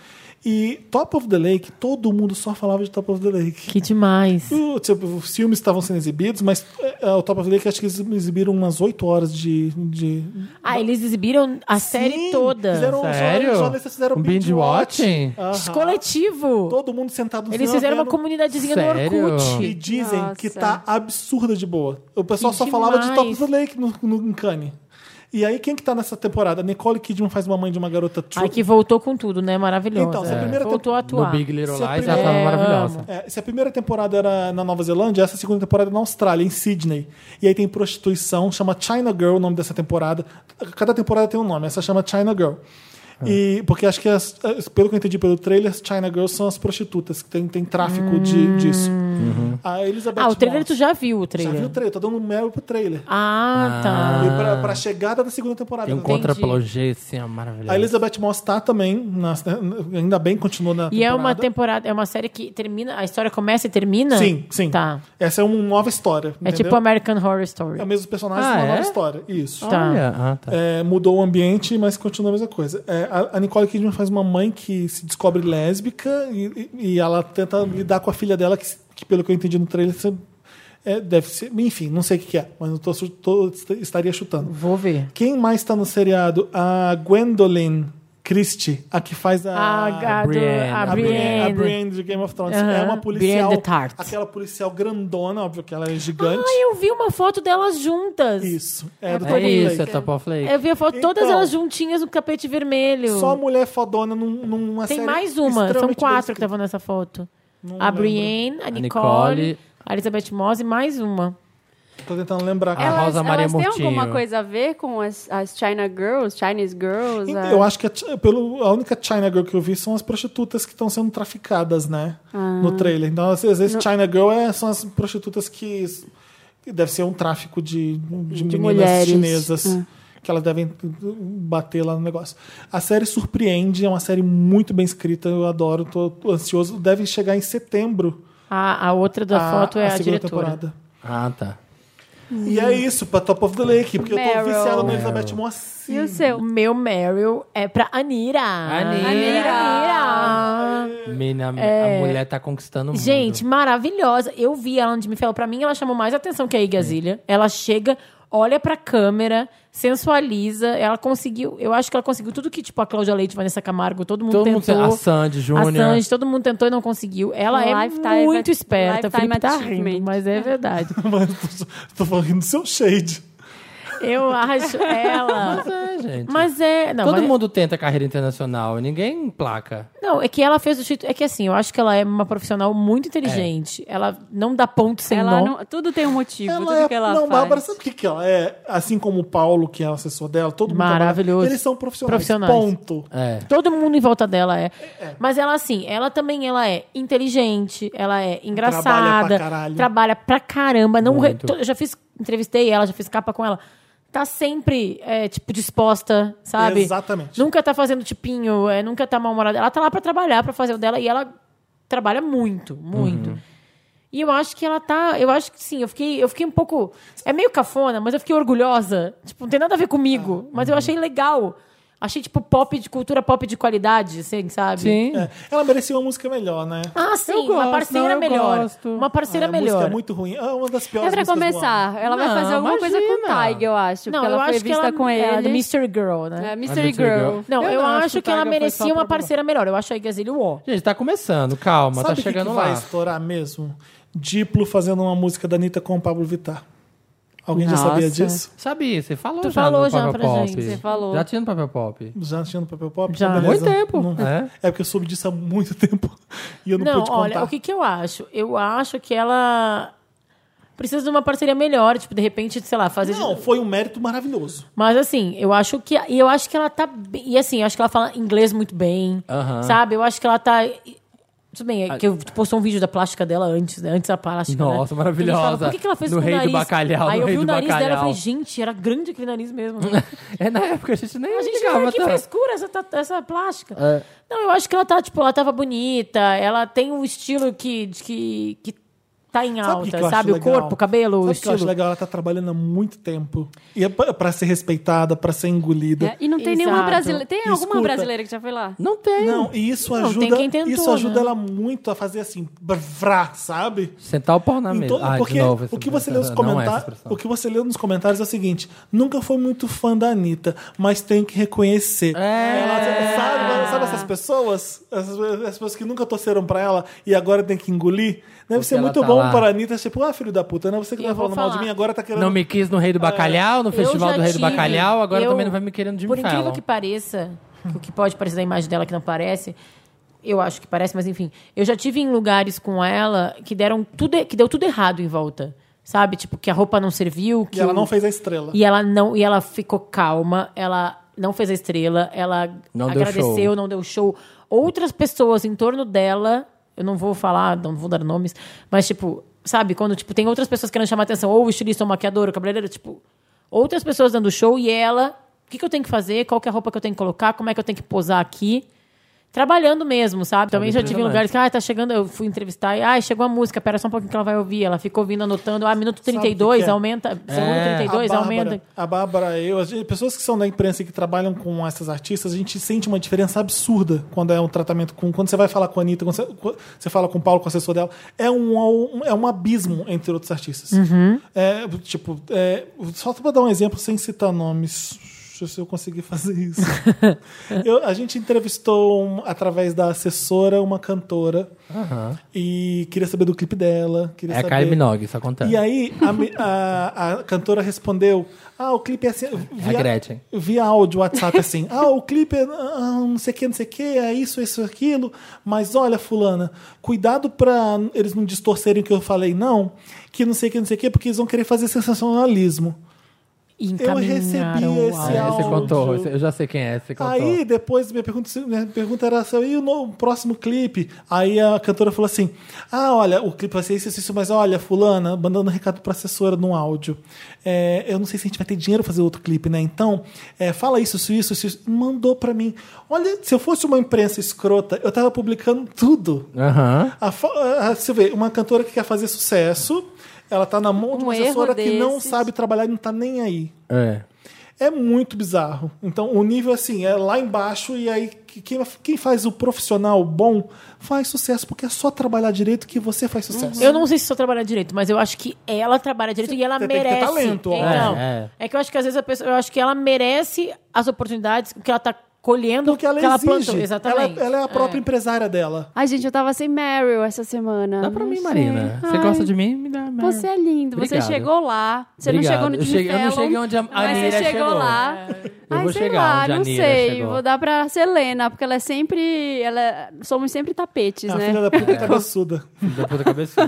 Speaker 1: E Top of the Lake, todo mundo só falava de Top of the Lake.
Speaker 3: Que demais.
Speaker 1: O- tipo, os filmes estavam sendo exibidos, mas é, é, o Top of the Lake acho que eles exibiram umas 8 horas de. de...
Speaker 3: Ah, eles exibiram a série
Speaker 1: Sim,
Speaker 3: toda.
Speaker 1: Fizeram,
Speaker 4: Sério?
Speaker 1: Só, só nesse fizeram
Speaker 4: Um binge watching?
Speaker 1: Aham.
Speaker 3: Coletivo.
Speaker 1: Todo mundo sentado no
Speaker 3: Eles
Speaker 1: cinema
Speaker 3: fizeram uma
Speaker 1: vendo.
Speaker 3: comunidadezinha
Speaker 4: Sério?
Speaker 3: no
Speaker 1: E
Speaker 3: Orkut.
Speaker 1: dizem
Speaker 2: Nossa.
Speaker 1: que tá absurda de boa. O pessoal
Speaker 3: Que
Speaker 1: só falava de Top
Speaker 3: demais.
Speaker 1: of the Lake no, no em Cannes. E aí, quem que tá nessa temporada? Nicole Kidman faz uma mãe de uma garota true.
Speaker 3: Aí que voltou com tudo, né? Maravilhosa.
Speaker 1: Então, se a
Speaker 3: É.
Speaker 1: primeira
Speaker 3: voltou a
Speaker 4: No
Speaker 3: atuar.
Speaker 4: Big Little
Speaker 1: Se a
Speaker 4: Lies ela tava
Speaker 3: primeira-
Speaker 4: maravilhosa.
Speaker 1: É, se a primeira temporada era na Nova Zelândia, essa segunda temporada é na Austrália, em Sydney. E aí tem prostituição, chama China Girl o nome dessa temporada. Cada temporada tem um nome, essa chama China Girl. E, porque acho que, as- as- pelo que eu entendi pelo trailer, as China Girls são as prostitutas, que tem, tem tráfico de, disso. A Elizabeth
Speaker 3: Ah, o trailer
Speaker 1: Moss.
Speaker 3: tu já viu o
Speaker 1: Já
Speaker 3: trailer.
Speaker 1: viu o trailer? Tô dando mel pro trailer.
Speaker 3: Ah, tá.
Speaker 1: E pra, pra chegada da segunda temporada.
Speaker 4: Tem um
Speaker 1: Tá
Speaker 4: contra-apologia, assim, ó,
Speaker 1: A
Speaker 4: maravilhoso.
Speaker 1: Elizabeth Moss tá também, nas- ainda bem, continua
Speaker 4: Ah,
Speaker 1: na
Speaker 3: E é uma temporada, é uma série que termina, a história começa e termina?
Speaker 1: Sim, sim.
Speaker 3: Tá.
Speaker 1: Essa é uma nova história.
Speaker 3: É tipo American Horror Story.
Speaker 1: É o mesmo personagem,
Speaker 4: Ah,
Speaker 1: uma
Speaker 4: é?
Speaker 1: nova história. Isso.
Speaker 3: Tá.
Speaker 4: Olha, ah, tá.
Speaker 1: É, mudou o ambiente, mas continua a mesma coisa. É, a, a Nicole Kidman faz uma mãe que se descobre lésbica e, e- e ela tenta lidar com a filha dela, que, se- que pelo que eu entendi no trailer, se- é, deve ser. Enfim, não sei o que, que é, mas eu tô su- tô- estaria chutando.
Speaker 3: Vou ver.
Speaker 1: Quem mais tá no seriado? A Gwendolyn Christie, a que faz a.
Speaker 3: A, a, do-
Speaker 4: Brienne.
Speaker 3: Ah, a
Speaker 1: a Brienne. Ah, a
Speaker 3: Brienne.
Speaker 1: Brienne de Game of Thrones.
Speaker 3: Aham.
Speaker 1: É uma policial.
Speaker 3: Brienne de Tarth.
Speaker 1: Aquela policial grandona, óbvio que ela é gigante.
Speaker 3: Ah, eu vi uma foto delas juntas.
Speaker 1: Isso. É, do
Speaker 4: É
Speaker 1: Top
Speaker 4: isso,
Speaker 1: Lake.
Speaker 4: é Top of Lake.
Speaker 3: Eu vi a foto todas
Speaker 1: Então.
Speaker 3: elas juntinhas no capete vermelho.
Speaker 1: Só mulher fodona num, numa
Speaker 3: Tem
Speaker 1: série
Speaker 3: mais uma, são
Speaker 1: extremamente
Speaker 3: quatro que
Speaker 1: bem escrita.
Speaker 3: estavam nessa foto.
Speaker 1: Não
Speaker 3: a
Speaker 1: lembro.
Speaker 3: Brienne, a
Speaker 4: Nicole.
Speaker 3: Nicole, a Elizabeth Moss e mais uma.
Speaker 1: Tô tentando lembrar.
Speaker 4: A Ela- Rosa Maria
Speaker 2: elas têm
Speaker 4: Murtinho.
Speaker 2: alguma coisa a ver com as, as China Girls, Chinese Girls?
Speaker 1: Ent-
Speaker 2: a-
Speaker 1: Então, Eu acho que a, Chi- pelo, a única China Girl que eu vi são as prostitutas que estão sendo traficadas, né? No trailer. Então, às vezes, China Girl é, são as prostitutas que, que deve ser um tráfico de, de, meninas
Speaker 2: mulheres.
Speaker 1: chinesas. Que elas devem bater lá no negócio. A série surpreende, é uma série muito bem escrita, eu adoro, tô tô ansioso. Deve chegar em setembro
Speaker 3: A, a outra da
Speaker 1: a-
Speaker 3: foto é a,
Speaker 1: segunda
Speaker 3: diretora.
Speaker 1: temporada.
Speaker 4: Ah, tá.
Speaker 1: E é isso, pra Top of the Lake, porque eu tô
Speaker 2: Meryl.
Speaker 1: viciado na Elizabeth Moss. sim.
Speaker 2: E o seu?
Speaker 3: O meu Meryl é pra Anira.
Speaker 4: Anira.
Speaker 1: Ah.
Speaker 3: Anira.
Speaker 4: Menina, a mulher tá conquistando o mundo.
Speaker 3: É. Gente, maravilhosa. Eu vi ela no Jimmy Fallon. Pra mim, ela chamou mais atenção que a Igazilha.
Speaker 4: É.
Speaker 3: Ela chega, olha pra câmera, sensualiza. Ela conseguiu... Eu acho que ela conseguiu tudo que, tipo, a Cláudia Leite, Vanessa Camargo, todo mundo
Speaker 4: todo mundo
Speaker 3: tentou.
Speaker 4: tem. A Sandy
Speaker 3: A
Speaker 4: Júnior.
Speaker 3: Sanji, todo mundo tentou e não conseguiu. Ela é
Speaker 2: Lifetime-
Speaker 3: muito esperta. O
Speaker 2: lifetime
Speaker 3: Felipe tá
Speaker 2: achievement.
Speaker 3: rindo, mas é verdade.
Speaker 1: Mas tô, tô falando do seu shade.
Speaker 3: Eu acho ela
Speaker 4: né, gente?
Speaker 3: Mas é. Não,
Speaker 4: Todo
Speaker 3: mas-
Speaker 4: mundo tenta carreira internacional e ninguém placa.
Speaker 3: Não, é que ela fez o título. É que assim, eu acho que ela é uma profissional muito inteligente. Ela não dá ponto sem
Speaker 2: Ela
Speaker 3: nó.
Speaker 2: não- tudo tem um motivo, tudo
Speaker 1: Ela é,
Speaker 2: que ela
Speaker 1: não,
Speaker 2: faz.
Speaker 1: Bárbara, sabe o que, que ela é? Assim como o Paulo, que é o assessor dela, todo mundo trabalha-
Speaker 3: Maravilhoso.
Speaker 1: Eles são profissionais.
Speaker 3: Profissionais.
Speaker 1: Ponto.
Speaker 4: É.
Speaker 3: Todo mundo em volta dela é. Mas ela, assim, ela também ela é inteligente, ela é engraçada.
Speaker 1: pra caralho.
Speaker 3: trabalha pra caramba. Não re-
Speaker 4: Muito.
Speaker 3: to- Eu já fiz, entrevistei ela, já fiz capa com ela. Tá sempre, é, tipo, disposta, sabe?
Speaker 1: Exatamente.
Speaker 3: Nunca tá fazendo tipinho, é, nunca tá mal-humorada. Ela tá lá pra trabalhar, pra fazer o dela, e ela trabalha muito, muito. E eu acho que ela tá. Eu acho que sim, eu fiquei, eu fiquei um pouco. É meio cafona, mas eu fiquei orgulhosa. Tipo, não tem nada a ver comigo.
Speaker 4: Ah,
Speaker 3: mas eu
Speaker 4: uhum.
Speaker 3: achei legal. Achei, tipo, pop de cultura pop de qualidade, assim, sabe?
Speaker 4: Sim.
Speaker 1: É, Ela merecia uma música melhor, né?
Speaker 3: Ah, sim,
Speaker 4: Eu
Speaker 3: uma
Speaker 4: gosto,
Speaker 3: parceira
Speaker 4: não, eu
Speaker 3: melhor.
Speaker 4: gosto.
Speaker 3: Uma parceira
Speaker 1: Ah, a
Speaker 3: melhor.
Speaker 1: música é muito ruim. Ah, uma das piores
Speaker 2: É pra
Speaker 1: músicas do ano.
Speaker 2: começar. Ela vai
Speaker 4: Não,
Speaker 2: fazer alguma coisa com o
Speaker 4: imagina.
Speaker 2: Tiger, eu acho.
Speaker 3: Não,
Speaker 2: porque
Speaker 3: eu
Speaker 2: ela foi
Speaker 3: acho que
Speaker 2: vista
Speaker 3: ela
Speaker 2: com
Speaker 3: é,
Speaker 2: ele.
Speaker 3: do Mystery Girl, né?
Speaker 2: É, Mystery
Speaker 4: A Mystery
Speaker 2: Girl.
Speaker 4: Girl.
Speaker 3: Não,
Speaker 4: Eu
Speaker 3: eu,
Speaker 4: não acho
Speaker 3: acho
Speaker 4: que o
Speaker 3: que ela
Speaker 4: Tiger foi
Speaker 3: merecia
Speaker 4: só
Speaker 3: uma
Speaker 4: pra-
Speaker 3: parceira melhor. Eu acho a Igazilho ó.
Speaker 4: Gente, tá começando, calma,
Speaker 1: Sabe
Speaker 4: tá chegando
Speaker 1: o que que,
Speaker 4: lá.
Speaker 1: vai estourar mesmo? Diplo fazendo uma música da Anitta com o Pablo Vittar. Alguém já sabia
Speaker 2: Nossa.
Speaker 1: disso?
Speaker 4: Sabia, você falou
Speaker 3: Tu
Speaker 4: já
Speaker 3: falou
Speaker 4: no
Speaker 3: já
Speaker 4: papel
Speaker 3: pra
Speaker 4: pop.
Speaker 3: gente, você
Speaker 2: falou.
Speaker 4: Já tinha no papel pop.
Speaker 1: Já tinha no papel pop?
Speaker 3: Já.
Speaker 1: Então,
Speaker 4: Muito
Speaker 1: beleza.
Speaker 4: tempo.
Speaker 1: Não-
Speaker 4: É.
Speaker 1: É porque eu soube disso há muito tempo e eu não,
Speaker 3: Não,
Speaker 1: pude contar.
Speaker 3: olha, o que, que eu acho? Eu acho que ela precisa de uma parceria melhor, tipo, de repente, sei lá, fazer.
Speaker 1: Não, foi um mérito maravilhoso.
Speaker 3: Mas assim, eu acho que. E eu acho que ela tá. bem- E assim, eu acho que ela fala inglês muito bem.
Speaker 4: Aham.
Speaker 3: Sabe? Eu acho que ela tá. Tudo bem, é que eu postou um vídeo da plástica dela antes, né? Antes da plástica. né?
Speaker 4: Nossa,
Speaker 3: E a gente
Speaker 4: maravilhosa.
Speaker 3: fala, Por que, que ela fez
Speaker 4: No
Speaker 3: com o
Speaker 4: Rei do
Speaker 3: nariz?
Speaker 4: Bacalhau,
Speaker 3: Aí
Speaker 4: no
Speaker 3: eu
Speaker 4: Rei
Speaker 3: vi o
Speaker 4: do
Speaker 3: nariz dela e
Speaker 4: Bacalhau.
Speaker 3: falei, gente, era grande aquele nariz mesmo.
Speaker 4: É, na época a gente nem
Speaker 3: A gente
Speaker 4: ligava
Speaker 3: olha que
Speaker 4: tanto.
Speaker 3: frescura essa, ta- essa plástica.
Speaker 4: É.
Speaker 3: Não, eu acho que ela tá, tipo, ela tava bonita, ela tem um estilo que, de que, que tá em
Speaker 1: Sabe o que
Speaker 3: alta,
Speaker 1: que eu acho
Speaker 3: sabe? O
Speaker 1: legal?
Speaker 3: corpo, o
Speaker 1: Sabe
Speaker 3: cabelo, o
Speaker 1: o que eu acho
Speaker 3: estilo.
Speaker 1: legal? Ela tá trabalhando há muito tempo. E é pra pra ser respeitada, pra ser engolida.
Speaker 2: É, e não tem nenhuma
Speaker 3: Exato.
Speaker 2: brasileira. Tem alguma
Speaker 1: Escuta.
Speaker 2: brasileira que já foi lá?
Speaker 4: Não tem.
Speaker 1: Não, e isso
Speaker 3: Não,
Speaker 1: ajuda,
Speaker 3: tem quem tentou,
Speaker 1: isso ajuda
Speaker 3: né?
Speaker 1: ela muito a fazer assim, brá, sabe?
Speaker 4: Sentar o pau na mesa.
Speaker 1: Então,
Speaker 4: ah, de
Speaker 1: porque
Speaker 4: novo, essa
Speaker 1: o que você leu nos
Speaker 4: expressão. Não é essa
Speaker 1: comentários,
Speaker 4: expressão.
Speaker 1: o que você leu nos comentários é o seguinte: nunca foi muito fã da Anitta, mas tem que reconhecer.
Speaker 4: É.
Speaker 1: Ela, sabe, sabe essas pessoas? Essas, essas pessoas que nunca torceram pra ela e agora tem que engolir? Deve ser
Speaker 4: ela
Speaker 1: muito
Speaker 4: tá
Speaker 1: bom
Speaker 4: lá.
Speaker 1: para a Anitta, tipo, ah, filho da puta, né? Você que
Speaker 3: Eu
Speaker 1: tá
Speaker 3: vou
Speaker 1: falando mal de
Speaker 3: falar.
Speaker 1: mim, agora tá querendo.
Speaker 4: Não me quis no Rei do Bacalhau, no
Speaker 3: É, Eu
Speaker 4: Festival
Speaker 3: já
Speaker 4: do Rei do
Speaker 3: tive.
Speaker 4: Bacalhau, agora
Speaker 3: Eu-
Speaker 4: também não vai me querendo É Jimmy
Speaker 3: Por incrível
Speaker 4: Fallon.
Speaker 3: que pareça, o que pode parecer da imagem dela que não parece, eu acho que parece, mas enfim. Eu já tive em lugares com ela que deram tudo, que deu tudo errado em volta. Sabe? Tipo, que a roupa não serviu, que
Speaker 1: E ela
Speaker 3: o-
Speaker 1: não fez a estrela.
Speaker 3: E ela não, e ela ficou calma, ela não fez a estrela, ela
Speaker 4: Não deu
Speaker 3: agradeceu,
Speaker 4: show.
Speaker 3: não deu show. Outras pessoas em torno dela, eu não vou falar, não vou dar nomes, mas tipo, sabe, quando tipo tem outras pessoas querendo chamar atenção, ou o estilista, ou o maquiador, ou o cabeleireiro, tipo, outras pessoas dando show e ela, o que, que eu tenho que fazer? Qual que é a roupa que eu tenho que colocar? Como é que eu tenho que posar aqui? Trabalhando mesmo, sabe? Também já tive em
Speaker 4: impressionante.
Speaker 3: lugares que, ah, tá chegando, eu fui entrevistar e, ah, chegou a música, pera só um pouquinho que ela vai ouvir. Ela ficou ouvindo, anotando, ah, minuto
Speaker 1: Sabe o que
Speaker 3: 32,
Speaker 1: que é?
Speaker 3: aumenta, segundo
Speaker 4: É.
Speaker 3: 32. Dois,
Speaker 1: a Bárbara,
Speaker 3: aumenta.
Speaker 1: A Bárbara, eu, a gente- pessoas que são da imprensa e que trabalham com essas artistas, a gente sente uma diferença absurda quando é um tratamento com. Quando você vai falar com a Anitta, quando você, quando você fala com o Paulo, com o assessor dela, é um, é um abismo entre outros artistas.
Speaker 3: Uhum.
Speaker 1: É, tipo, é, só pra dar um exemplo sem citar nomes. Se eu conseguir fazer isso. Eu- a gente entrevistou, um- através da assessora, uma cantora. E queria saber do clipe dela. Queria
Speaker 4: É a
Speaker 1: saber...
Speaker 4: Kylie Minogue, só contando.
Speaker 1: E aí a, me- a- a cantora respondeu: Ah, o clipe é assim. Via,
Speaker 4: Gretchen.
Speaker 1: via áudio WhatsApp assim. Ah, o clipe é ah, não sei o que, não sei o que, é isso, isso, aquilo. Mas olha, fulana, cuidado pra eles não distorcerem o que eu falei, não. Que não sei o que, não sei o que, porque eles vão querer fazer sensacionalismo.
Speaker 3: E
Speaker 1: Eu recebi
Speaker 3: encaminharam o
Speaker 1: esse
Speaker 4: É,
Speaker 3: áudio.
Speaker 1: áudio.
Speaker 4: você contou, você- eu já sei quem é, você contou.
Speaker 1: Aí depois minha pergunta, minha pergunta era assim, e o no- próximo clipe? Aí a cantora falou assim: Ah, olha, o clipe vai ser isso, isso, isso, mas olha, fulana, mandando um recado pra assessora no áudio. É, eu não sei se a gente vai ter dinheiro pra fazer outro clipe, né? Então, é, fala isso, isso, isso, isso. Mandou pra mim. Olha, se eu fosse uma imprensa escrota, eu tava publicando tudo.
Speaker 4: Aham.
Speaker 1: A fo- a- você vê, uma cantora que quer fazer sucesso, ela tá na mão de uma
Speaker 2: Um erro
Speaker 1: assessora que não
Speaker 2: desses.
Speaker 1: sabe trabalhar e não tá nem aí.
Speaker 4: É.
Speaker 1: É muito bizarro. Então, o nível, assim, é lá embaixo, e aí que- quem, quem faz o profissional bom faz sucesso, porque é só trabalhar direito que você faz sucesso.
Speaker 3: Uhum. Eu não sei se só trabalhar direito, mas eu acho que ela trabalha direito e ela
Speaker 1: você tem que ter
Speaker 3: merece.
Speaker 1: talento, ó.
Speaker 3: então,
Speaker 4: É,
Speaker 3: é, que eu acho que às vezes a pessoa, eu acho que ela merece as oportunidades que ela tá colhendo,
Speaker 1: Porque ela
Speaker 3: que ela
Speaker 1: exige.
Speaker 3: plantou, exatamente.
Speaker 1: Ela, ela é a própria empresária dela.
Speaker 2: Ai, gente, eu tava sem Meryl essa semana.
Speaker 4: Dá pra
Speaker 2: Não
Speaker 4: mim,
Speaker 2: sei.
Speaker 4: Marina. Você
Speaker 2: Ai.
Speaker 4: gosta de mim? Me dá
Speaker 3: Meryl.
Speaker 2: Você é lindo,
Speaker 4: Obrigado.
Speaker 2: você chegou lá. Você
Speaker 4: Obrigado.
Speaker 2: não chegou no
Speaker 4: Eu cheguei- eu não
Speaker 2: Disney
Speaker 4: cheguei onde a Anira
Speaker 2: Mas você chegou
Speaker 4: chegou.
Speaker 2: lá.
Speaker 4: Eu
Speaker 2: Ai,
Speaker 4: vou
Speaker 2: sei
Speaker 4: chegar
Speaker 2: lá,
Speaker 4: onde a
Speaker 2: não
Speaker 4: Anira
Speaker 2: sei.
Speaker 4: chegou.
Speaker 2: Vou dar pra Selena, porque ela é sempre. Ela, somos sempre tapetes,
Speaker 1: A
Speaker 2: né?
Speaker 1: filha da puta cabeçuda.
Speaker 4: Da puta cabeçuda.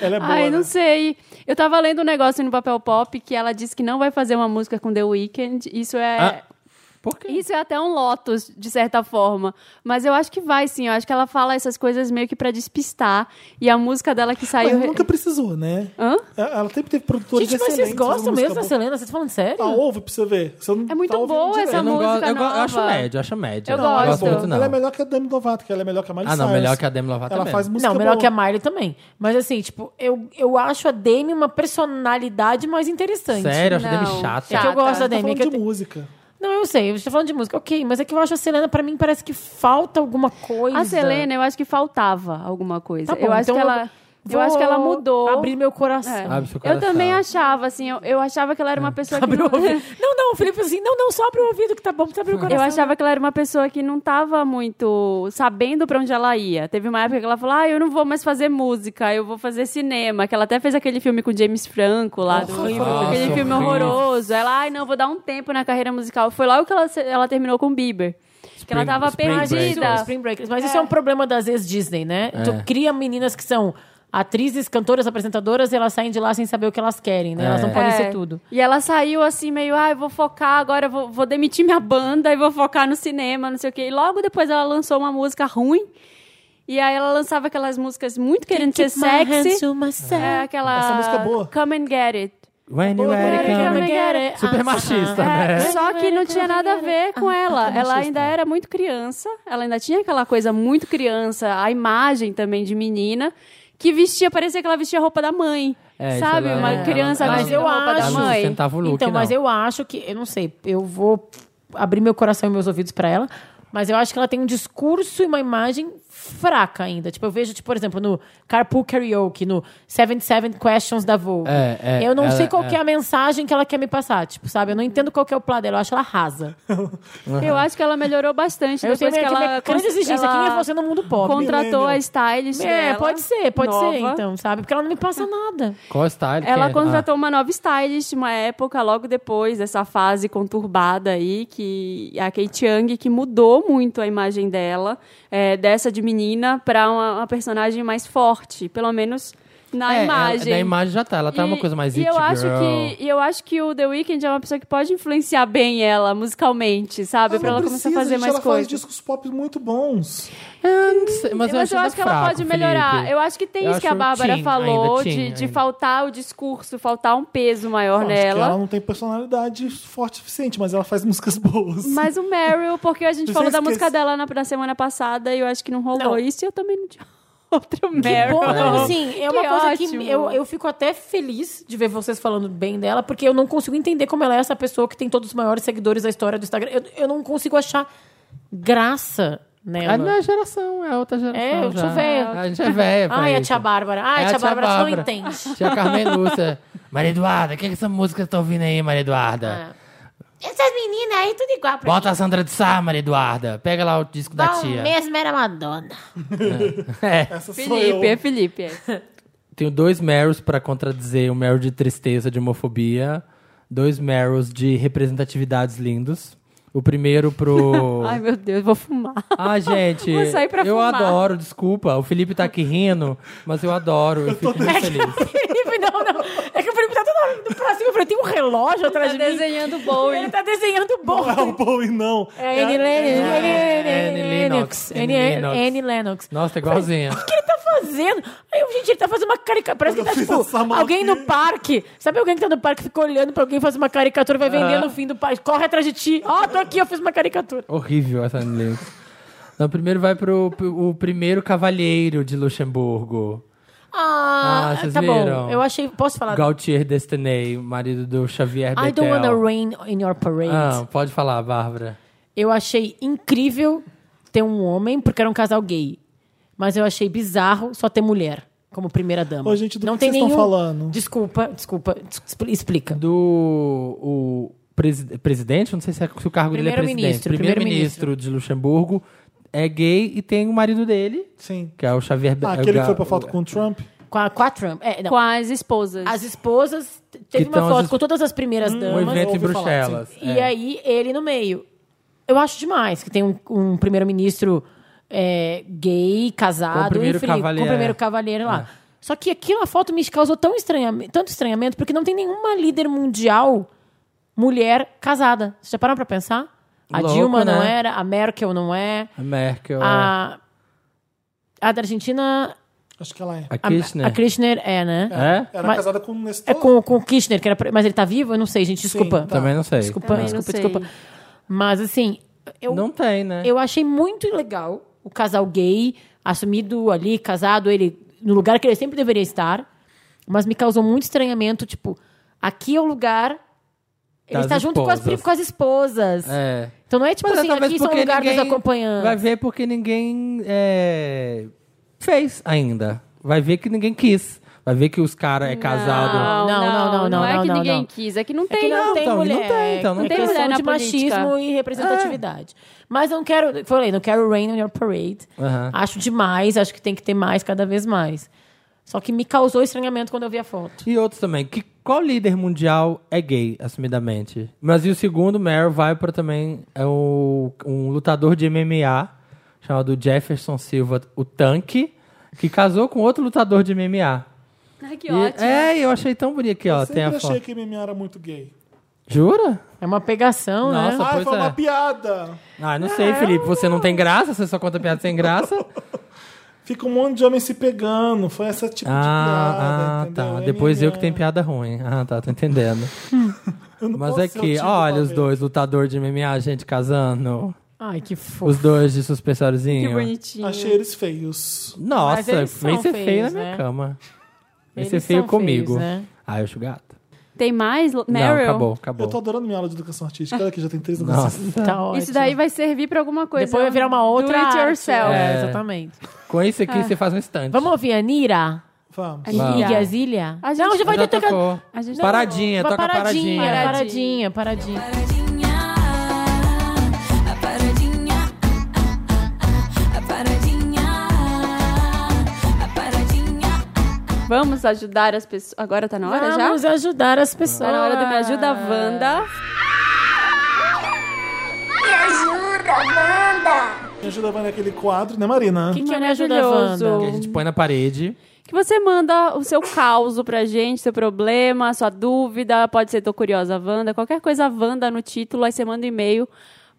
Speaker 1: Ela é boa.
Speaker 2: Ai,
Speaker 1: né?
Speaker 2: não sei. Eu tava lendo um negócio no papel pop que ela disse que não vai fazer uma música com The Weeknd. Isso é.
Speaker 4: Ah, Por quê?
Speaker 2: Isso é até um lotus, de certa forma. Mas eu acho que vai, sim. Eu acho que ela fala essas coisas meio que pra despistar. E a música dela que
Speaker 1: Mas
Speaker 2: saiu.
Speaker 1: nunca precisou, né?
Speaker 2: Hã?
Speaker 1: É, Ela sempre teve produtores
Speaker 3: Gente, mas vocês
Speaker 1: excelentes.
Speaker 3: gostam
Speaker 1: fazendo
Speaker 3: mesmo da
Speaker 1: música
Speaker 3: Selena? Vocês estão falando
Speaker 1: boa.
Speaker 3: sério?
Speaker 1: Tá, ouve pra você ver. Você não
Speaker 2: É muito
Speaker 1: tá ouvindo
Speaker 2: boa
Speaker 1: direito.
Speaker 2: essa
Speaker 4: Eu não
Speaker 2: música
Speaker 4: gosto, eu, go- eu
Speaker 2: nova.
Speaker 4: acho médio, eu acho médio.
Speaker 2: Eu
Speaker 4: não
Speaker 1: Ela é
Speaker 2: gosto.
Speaker 1: boa.
Speaker 4: muito, não.
Speaker 1: Ela é melhor que a Demi Lovato, que ela é melhor que a Miley
Speaker 4: Ah, não,
Speaker 1: Cyrus.
Speaker 4: melhor que a Demi Lovato
Speaker 1: Ela
Speaker 4: é
Speaker 1: faz
Speaker 4: mesmo.
Speaker 1: música
Speaker 3: Não, melhor
Speaker 1: boa.
Speaker 3: que a Miley também. Mas assim, tipo, eu, eu acho a Demi uma personalidade mais interessante.
Speaker 4: Sério, eu acho a Demi
Speaker 2: Não,
Speaker 4: chata.
Speaker 3: É que eu gosto da
Speaker 1: Tá
Speaker 3: Demi.
Speaker 1: falando
Speaker 3: que eu
Speaker 1: de
Speaker 3: te-
Speaker 1: música.
Speaker 3: Não, eu sei, eu estou falando de música. Ok, mas é que eu acho a Selena, pra mim, parece que falta alguma coisa.
Speaker 2: A Selena, eu acho que faltava alguma coisa.
Speaker 3: Tá bom,
Speaker 2: eu acho
Speaker 3: então
Speaker 2: que ela.
Speaker 3: vou
Speaker 2: Eu acho que ela mudou.
Speaker 3: Abrir meu
Speaker 2: É.
Speaker 3: coração.
Speaker 4: Abre seu
Speaker 2: Eu
Speaker 4: coração.
Speaker 2: também achava, assim, eu, eu achava que ela era uma pessoa que.
Speaker 3: Abre o
Speaker 2: Não,
Speaker 3: ouvido. Não, não, o Felipe falou assim: não, não, só abre o ouvido que tá bom, pra abrir o coração.
Speaker 2: eu achava que ela era uma pessoa que não tava muito sabendo pra onde ela ia. Teve uma época que ela falou: ah, eu não vou mais fazer música, eu vou fazer cinema. Que ela até fez aquele filme com James Franco lá. do-
Speaker 3: Horrível.
Speaker 2: aquele
Speaker 4: Nossa,
Speaker 2: filme
Speaker 4: horrível.
Speaker 2: horroroso. Ela, ai, não, vou dar um tempo na carreira musical. Foi logo que ela, se- ela terminou com o Bieber. que ela
Speaker 4: Spring-
Speaker 2: tava
Speaker 4: Spring Breakers.
Speaker 2: perdida.
Speaker 3: Spring Breakers. Mas isso é um problema das ex-Disney, né?
Speaker 4: É.
Speaker 3: Tu cria meninas que são atrizes, cantoras, apresentadoras, e elas saem de lá sem saber o que elas querem, né? Elas não
Speaker 4: É.
Speaker 3: podem
Speaker 2: É.
Speaker 3: ser tudo.
Speaker 2: E ela saiu assim, meio, ah, eu vou focar agora, eu vou, vou demitir minha banda e vou focar no cinema, não sei o quê. E logo depois ela lançou uma música ruim. E aí ela lançava aquelas músicas muito querendo ser sexy. É aquela.
Speaker 1: Essa música é boa.
Speaker 2: Come and get it.
Speaker 4: When you
Speaker 2: Come
Speaker 4: were
Speaker 2: and
Speaker 4: coming.
Speaker 2: É, get it.
Speaker 4: Super machista,
Speaker 2: É,
Speaker 4: né?
Speaker 2: só que não tinha nada a ver
Speaker 4: Ah,
Speaker 2: com ela.
Speaker 4: tá,
Speaker 2: Ela ainda era muito criança, ela ainda tinha aquela coisa muito criança, a imagem também de menina, que vestia, parecia que ela vestia a roupa da mãe.
Speaker 4: É, isso
Speaker 2: sabe?
Speaker 4: ela-
Speaker 2: Uma
Speaker 4: é,
Speaker 2: criança
Speaker 4: ela-
Speaker 3: mas
Speaker 2: vestindo
Speaker 3: eu
Speaker 2: a roupa da
Speaker 3: acho-
Speaker 2: mãe.
Speaker 4: Sustentava o look,
Speaker 3: então, mas
Speaker 4: não.
Speaker 3: eu acho que, eu não sei, eu vou abrir meu coração e meus ouvidos pra ela, mas eu acho que ela tem um discurso e uma imagem fraca ainda. Tipo, eu vejo, tipo, por exemplo, no Carpool Karaoke, no 77 Questions da Vogue.
Speaker 4: É, é,
Speaker 3: eu não
Speaker 4: ela-
Speaker 3: sei qual
Speaker 4: é.
Speaker 3: que é a mensagem que ela quer me passar, tipo, sabe? Eu não entendo qual que é o plano dela, eu acho ela rasa.
Speaker 2: Eu acho que ela melhorou bastante
Speaker 3: Eu tenho
Speaker 2: depois que
Speaker 3: minha,
Speaker 2: ela...
Speaker 3: minha grande
Speaker 2: cons-
Speaker 3: exigência,
Speaker 2: ela
Speaker 3: quem é você no mundo pobre?
Speaker 2: Contratou
Speaker 1: Millennial.
Speaker 2: a stylist
Speaker 3: É,
Speaker 2: dela,
Speaker 3: pode ser, pode ser,
Speaker 2: nova.
Speaker 3: então, sabe? Porque ela não me passa nada.
Speaker 4: Qual style?
Speaker 2: Ela
Speaker 4: que é?
Speaker 2: contratou uma nova stylist uma época, logo depois dessa fase conturbada aí, que a Kate Young, que mudou muito a imagem dela, é, dessa de menina, pra uma, uma personagem mais forte, pelo menos na
Speaker 4: Ah, é,
Speaker 2: imagem.
Speaker 4: Ela, da imagem já tá. Ela tá uma coisa mais
Speaker 2: e
Speaker 4: it
Speaker 2: eu acho
Speaker 4: girl.
Speaker 2: que E eu acho que o The Weeknd é uma pessoa que pode influenciar bem ela musicalmente, sabe?
Speaker 3: Ah,
Speaker 1: Ela
Speaker 2: Pra
Speaker 1: não
Speaker 2: ela
Speaker 1: precisa,
Speaker 2: começar a fazer
Speaker 1: gente,
Speaker 2: mais
Speaker 1: ela faz
Speaker 2: coisas.
Speaker 1: discos pop muito bons.
Speaker 4: Eu não sei, mas, eu
Speaker 2: Mas
Speaker 4: acho,
Speaker 2: eu acho que ela pode melhorar. Eu acho que tem
Speaker 4: Eu
Speaker 2: isso que a
Speaker 4: acho
Speaker 2: Bárbara
Speaker 4: teen
Speaker 2: falou,
Speaker 4: ainda, teen
Speaker 2: de, de
Speaker 4: ainda.
Speaker 2: faltar o discurso, faltar um peso
Speaker 1: Eu
Speaker 2: maior
Speaker 1: acho que é
Speaker 2: nela.
Speaker 1: ela não tem personalidade forte o suficiente, mas ela faz músicas boas.
Speaker 2: Mas o Meryl, porque a gente
Speaker 1: Você
Speaker 2: falou da
Speaker 1: esquece-
Speaker 2: música dela na, na semana passada e eu acho que não rolou
Speaker 3: Não.
Speaker 2: isso e eu também não tinha outro
Speaker 3: Que
Speaker 2: Meryl.
Speaker 3: bom,
Speaker 4: Né?
Speaker 3: não, assim, é uma
Speaker 2: Que
Speaker 3: coisa
Speaker 2: ótimo.
Speaker 3: que eu, eu fico até feliz de ver vocês falando bem dela, porque eu não consigo entender como ela é essa pessoa que tem todos os maiores seguidores da história do Instagram. Eu, eu não consigo achar graça nela.
Speaker 4: É A minha geração, Ah, é outra geração.
Speaker 3: É, eu
Speaker 4: já.
Speaker 3: sou velha.
Speaker 4: A gente é velha. pra
Speaker 3: Ai, a
Speaker 4: isso.
Speaker 3: tia Bárbara. Ai,
Speaker 4: É
Speaker 3: a tia Bárbara, você não entende.
Speaker 4: Tia Carmen Lúcia. Maria Eduarda, o que, que essa música tá ouvindo aí, Maria
Speaker 2: É,
Speaker 4: Eduarda?
Speaker 8: Essas meninas aí, tudo igual pra
Speaker 4: Bota a Sandra de Sá, Maria Eduarda. Pega lá o disco
Speaker 2: um
Speaker 4: da
Speaker 8: mim.
Speaker 4: tia.
Speaker 8: Mesmo era Madonna.
Speaker 4: É.
Speaker 1: Essa sou
Speaker 2: Felipe, é
Speaker 1: eu.
Speaker 2: Felipe. é.
Speaker 4: Tenho dois Meryls pra contradizer o Meryl de tristeza, de homofobia. Dois Meryls de representatividades lindos. O primeiro pro...
Speaker 2: Ai, meu Deus, vou fumar.
Speaker 4: Ah, gente,
Speaker 2: Vou sair pra
Speaker 4: eu
Speaker 2: fumar.
Speaker 4: adoro, desculpa. O Felipe tá aqui rindo, mas eu adoro, eu fico muito feliz.
Speaker 3: Felipe, não, não. É que o Felipe tá todo hora indo pra cima. Eu falei, tem um relógio atrás de mim.
Speaker 2: Tá desenhando
Speaker 3: Ele
Speaker 2: Bowie.
Speaker 3: tá desenhando
Speaker 1: Não é
Speaker 3: bom.
Speaker 1: o Bowie, não.
Speaker 3: É Annie Lennox.
Speaker 4: Lennox.
Speaker 3: Annie
Speaker 4: Annie
Speaker 3: Lennox.
Speaker 4: Lennox.
Speaker 3: Annie Lennox.
Speaker 4: Nossa, tá igualzinha.
Speaker 3: O que ele tá fazendo? Aí, eu, gente, ele tá fazendo uma caricatura. Parece que
Speaker 1: Eu
Speaker 3: tá,
Speaker 1: fiz
Speaker 3: tipo,
Speaker 1: essa mão
Speaker 3: alguém
Speaker 1: aqui.
Speaker 3: no parque. Sabe alguém que tá no parque, fica olhando pra alguém, faz uma caricatura, vai vender no fim do parque. Corre atrás de ti. Ó, tô aqui, eu fiz uma caricatura.
Speaker 4: Horrível essa Annie Lennox. Não, primeiro vai pro, pro- o primeiro cavalheiro de Luxemburgo.
Speaker 3: Ah,
Speaker 4: Ah, vocês
Speaker 3: tá
Speaker 4: viram?
Speaker 3: bom. Eu achei... Posso falar?
Speaker 4: Gautier Destiné, marido do Xavier Bettel.
Speaker 3: I don't wanna rain in your parade.
Speaker 4: Ah, pode falar, Bárbara.
Speaker 3: Eu achei incrível ter um homem, porque era um casal gay. Mas eu achei bizarro só ter mulher como primeira dama.
Speaker 1: Ô, gente, do
Speaker 3: não
Speaker 1: que
Speaker 3: tem
Speaker 1: vocês
Speaker 3: nenhum...
Speaker 1: estão falando?
Speaker 3: Desculpa, desculpa. des- expli- Explica.
Speaker 4: Do o presi- presidente, não sei se, é, se o cargo dele é presidente.
Speaker 3: Primeiro-ministro,
Speaker 4: Primeiro-ministro de Luxemburgo. É gay e tem o marido dele,
Speaker 1: Sim.
Speaker 4: que é o Xavier Be-
Speaker 1: Ah, aquele
Speaker 4: o
Speaker 1: que
Speaker 4: Ga- é.
Speaker 1: foi pra
Speaker 4: o-
Speaker 1: foto com o Trump?
Speaker 3: Com a, com a Trump. É, não.
Speaker 2: com as esposas.
Speaker 3: As esposas. t- Teve
Speaker 4: Que
Speaker 3: uma
Speaker 4: tão
Speaker 3: foto
Speaker 4: as- Um
Speaker 3: com todas as
Speaker 4: Hum.
Speaker 3: primeiras damas.
Speaker 4: evento em
Speaker 3: ouvi falar,
Speaker 4: Bruxelas,
Speaker 3: sim. E
Speaker 4: é.
Speaker 3: aí, ele no meio. Eu acho demais que tem um, um primeiro-ministro é, gay, casado,
Speaker 4: Com o primeiro
Speaker 3: enfim, com
Speaker 4: cavalheiro,
Speaker 3: o primeiro
Speaker 4: é.
Speaker 3: cavalheiro lá. Só que aquilo, a foto me causou tão estranhame- tanto estranhamento, porque não tem nenhuma líder mundial mulher casada. Vocês já pararam pra pensar? A
Speaker 4: Louco,
Speaker 3: Dilma não
Speaker 4: né?
Speaker 3: era, a Merkel não é,
Speaker 4: A Merkel, a,
Speaker 3: a, a da Argentina,
Speaker 1: Acho que ela é.
Speaker 4: a
Speaker 3: a,
Speaker 4: Kirchner.
Speaker 3: a Kirchner é, né?
Speaker 4: É?
Speaker 1: Era
Speaker 3: Mas-
Speaker 1: casada com o Nestor.
Speaker 3: É com, com o Kirchner, que era, pre- mas ele tá vivo? Eu não sei, gente, desculpa.
Speaker 1: tá.
Speaker 4: Também não sei.
Speaker 3: Desculpa,
Speaker 2: Também não
Speaker 3: desculpa,
Speaker 2: sei.
Speaker 3: desculpa. Mas assim, eu,
Speaker 4: Não tem, né?
Speaker 3: eu achei muito legal o casal gay, assumido ali, casado, ele no lugar que ele sempre deveria estar, mas me causou muito estranhamento, tipo, aqui é o lugar ele
Speaker 4: Das
Speaker 3: está junto com as, pri-
Speaker 4: esposas.
Speaker 3: com as esposas.
Speaker 4: É.
Speaker 3: Então não é tipo
Speaker 4: Mas é
Speaker 3: assim,
Speaker 4: talvez
Speaker 3: aqui são o
Speaker 4: porque
Speaker 3: lugar dos
Speaker 4: ninguém Vai
Speaker 3: acompanhantes.
Speaker 4: ver porque ninguém é, fez ainda. Vai ver que ninguém quis. Vai ver que os caras é casado.
Speaker 3: Não, não, não, não,
Speaker 2: é
Speaker 3: não,
Speaker 2: que
Speaker 3: não,
Speaker 2: ninguém
Speaker 3: não.
Speaker 2: quis, é que não
Speaker 3: É que
Speaker 2: tem.
Speaker 3: não,
Speaker 4: Não,
Speaker 3: tem
Speaker 4: então, não
Speaker 3: mulher.
Speaker 4: tem, então, não
Speaker 3: é
Speaker 2: tem
Speaker 3: questão
Speaker 2: mulher na
Speaker 3: de
Speaker 2: política.
Speaker 3: machismo e representatividade. Mas não quero, falei, não quero rain on your parade.
Speaker 4: Aham.
Speaker 3: Acho demais, acho que tem que ter mais cada vez mais. Só que me causou estranhamento quando eu vi a foto.
Speaker 4: E outros também. Que, qual líder mundial é gay, assumidamente? Mas e o segundo, Meryl, vai para também é o, um lutador de MMA chamado Jefferson Silva, o Tanque, que casou com outro lutador de MMA.
Speaker 2: Ai, que
Speaker 4: E-
Speaker 2: ótimo.
Speaker 4: é, eu achei tão bonito aqui, ó.
Speaker 1: Eu sempre
Speaker 4: Tem a
Speaker 1: achei
Speaker 4: foto.
Speaker 1: que MMA era muito gay.
Speaker 4: Jura?
Speaker 3: É uma pegação, né?
Speaker 4: Nossa.
Speaker 1: Ah,
Speaker 4: pois
Speaker 1: foi
Speaker 4: é.
Speaker 1: uma piada.
Speaker 4: Ah, não sei, Felipe. Você não tem graça, você só conta piada sem graça.
Speaker 1: Fica um monte de homem se pegando. Foi essa tipo de piada.
Speaker 4: Ah, ah
Speaker 1: entendeu? é
Speaker 4: tá. Depois eu que tenho
Speaker 1: MMA.
Speaker 4: piada ruim. Ah, tá, tô entendendo.
Speaker 1: Eu não
Speaker 4: Mas
Speaker 1: posso
Speaker 4: é
Speaker 1: ser
Speaker 4: que,
Speaker 1: o tipo
Speaker 4: olha
Speaker 1: pra
Speaker 4: os
Speaker 1: ver.
Speaker 4: dois, lutador de MMA, gente casando.
Speaker 3: Ai, que fofo.
Speaker 4: Os dois de
Speaker 2: Que
Speaker 4: suspensóriozinho.
Speaker 2: bonitinho.
Speaker 1: Achei eles feios.
Speaker 4: Tá
Speaker 3: Mas
Speaker 4: Nossa, vem
Speaker 3: eles são
Speaker 4: ser feio na
Speaker 3: feios,
Speaker 4: minha
Speaker 3: né?
Speaker 4: cama. Vem
Speaker 3: Eles
Speaker 4: ser feio
Speaker 3: são
Speaker 4: comigo.
Speaker 3: feios, né?
Speaker 4: Ah, eu acho gato.
Speaker 2: Tem mais? Lo-
Speaker 4: Não,
Speaker 2: Meryl?
Speaker 4: acabou,
Speaker 1: Eu tô
Speaker 4: acabou.
Speaker 1: adorando minha aula de educação artística. Olha que já tem três anos.
Speaker 4: Nossa.
Speaker 3: Tá ótimo.
Speaker 2: Isso daí vai servir pra alguma coisa.
Speaker 3: Depois vai virar uma outra.
Speaker 2: Do it
Speaker 3: arte.
Speaker 2: yourself.
Speaker 3: É,
Speaker 4: É.
Speaker 3: exatamente.
Speaker 4: Com isso aqui, você faz um instante.
Speaker 3: Ah. Vamos ouvir a Nira?
Speaker 1: Vamos.
Speaker 2: Nira.
Speaker 3: Nira Zilha?
Speaker 2: É. A gente-
Speaker 3: Não, já vai
Speaker 4: Já
Speaker 3: ter tocado.
Speaker 4: tocou.
Speaker 2: A gente-
Speaker 4: Paradinha,
Speaker 3: Vai
Speaker 4: toca paradinha.
Speaker 3: tá paradinha, paradinha.
Speaker 2: Vamos ajudar as pessoas. Agora tá na hora
Speaker 3: Vamos
Speaker 2: já?
Speaker 3: ajudar as pessoas.
Speaker 2: Tá na hora do Me Ajuda Wanda.
Speaker 7: Me ajuda, Wanda!
Speaker 1: Me ajuda vai naquele quadro, né, Marina?
Speaker 3: Que que é Me Ajuda,
Speaker 2: Maravilhoso.
Speaker 3: Wanda?
Speaker 4: Que a gente põe na parede.
Speaker 2: Que você manda o seu caos pra gente, seu problema, sua dúvida, pode ser Tô Curiosa Wanda, qualquer coisa Wanda no título, aí você manda um e-mail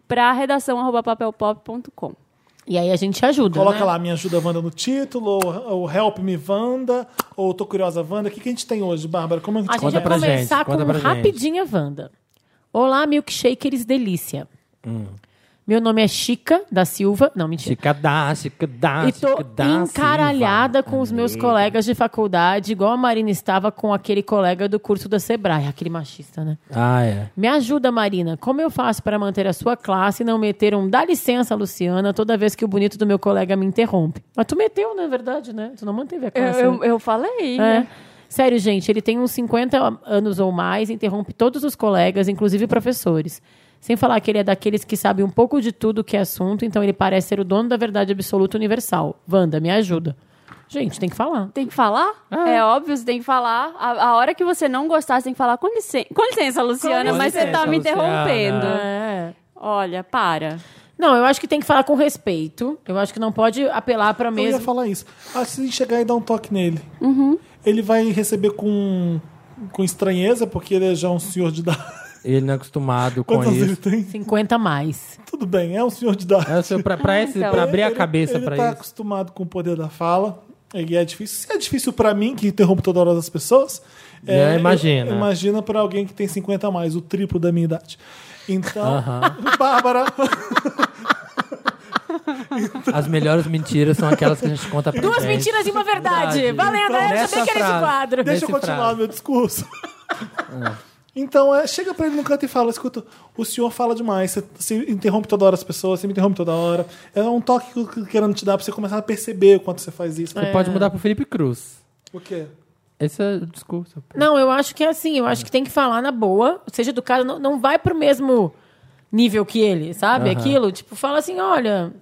Speaker 2: pra redação arroba papelpop.com.
Speaker 3: E aí a gente ajuda.
Speaker 1: Coloca
Speaker 3: né?
Speaker 1: lá Me Ajuda Wanda no título, ou, ou Help Me Wanda, ou Tô Curiosa Wanda. O que, que a gente tem hoje, Bárbara? Como é a gente
Speaker 3: A gente é
Speaker 4: Conta pra
Speaker 3: vai
Speaker 4: gente,
Speaker 3: começar
Speaker 4: conta
Speaker 3: com
Speaker 4: pra gente.
Speaker 3: rapidinha, Wanda. Olá, milkshakers delícia.
Speaker 4: Hum.
Speaker 3: Meu nome é Chica da Silva. Não, mentira.
Speaker 4: Chicadá, chicadá,
Speaker 3: E tô
Speaker 4: chicadá,
Speaker 3: encaralhada
Speaker 4: Silva.
Speaker 3: com os meus colegas de faculdade, igual a Marina estava com aquele colega do curso da Sebrae, aquele machista, né?
Speaker 4: Ah, é.
Speaker 3: Me ajuda, Marina. Como eu faço para manter a sua classe e não meter um dá licença, Luciana, toda vez que o bonito do meu colega me interrompe? Mas tu meteu, na verdade, né? Tu não manteve a
Speaker 2: Eu,
Speaker 3: classe. né?
Speaker 2: eu, eu falei,
Speaker 3: É.
Speaker 2: né?
Speaker 3: Sério, gente, ele tem uns 50 anos ou mais, interrompe todos os colegas, inclusive professores. Sem falar que ele é daqueles que sabe um pouco de tudo que é assunto, então ele parece ser o dono da verdade absoluta universal. Wanda, me ajuda. Gente, tem que falar.
Speaker 2: Tem que falar? É óbvio, você tem que falar. A, a hora que você não gostar, você tem que falar com licença, com licença Luciana,
Speaker 4: Com
Speaker 2: mas você
Speaker 4: licença,
Speaker 2: tá me
Speaker 4: Luciana.
Speaker 2: interrompendo.
Speaker 3: É.
Speaker 2: Olha, para.
Speaker 3: Não, eu acho que tem que falar com respeito. Eu acho que não pode apelar para
Speaker 1: Eu ia
Speaker 3: mesmo. Uhum.
Speaker 1: falar isso. Ah, se chegar e dar um toque nele, ele vai receber com, com estranheza, porque ele é já um senhor de idade.
Speaker 4: Ele não é acostumado com
Speaker 1: Quantos anos ele
Speaker 4: isso.
Speaker 1: tem?
Speaker 3: 50 a mais.
Speaker 1: Tudo bem, é um senhor de idade.
Speaker 4: É o seu, pra,
Speaker 3: Ah,
Speaker 4: pra esse,
Speaker 2: então.
Speaker 4: pra abrir a
Speaker 1: Ele-
Speaker 4: cabeça
Speaker 1: ele
Speaker 4: pra
Speaker 1: tá
Speaker 4: isso.
Speaker 1: acostumado com o poder da fala. E é difícil. Se é difícil pra mim, que interrompo toda hora as pessoas.
Speaker 4: Já imagina.
Speaker 1: eu- Imagina pra alguém que tem 50 a mais, o triplo da minha idade. Então, Bárbara,
Speaker 4: As melhores mentiras são aquelas que a gente conta pra
Speaker 3: Duas
Speaker 4: gente.
Speaker 3: mentiras e uma verdade. Valendo, eu
Speaker 4: é Então, Nessa
Speaker 3: sabia que era esse
Speaker 4: frase.
Speaker 3: quadro.
Speaker 1: deixa
Speaker 4: Nesse
Speaker 1: eu continuar
Speaker 4: frase. Ah.
Speaker 1: meu discurso. Então, é, chega pra ele no canto e fala: escuta, o senhor fala demais, você, você interrompe toda hora as pessoas, você me interrompe toda hora. É um toque que eu tô querendo te dar pra você começar a perceber o quanto você faz isso.
Speaker 4: Você
Speaker 3: É.
Speaker 4: pode mudar pro Felipe Cruz.
Speaker 1: O quê?
Speaker 4: Esse é o discurso.
Speaker 3: Não, eu acho que é assim, eu acho que tem que falar na boa, seja educado, não, não vai pro mesmo nível que ele, sabe? Aquilo, tipo, fala assim, olha,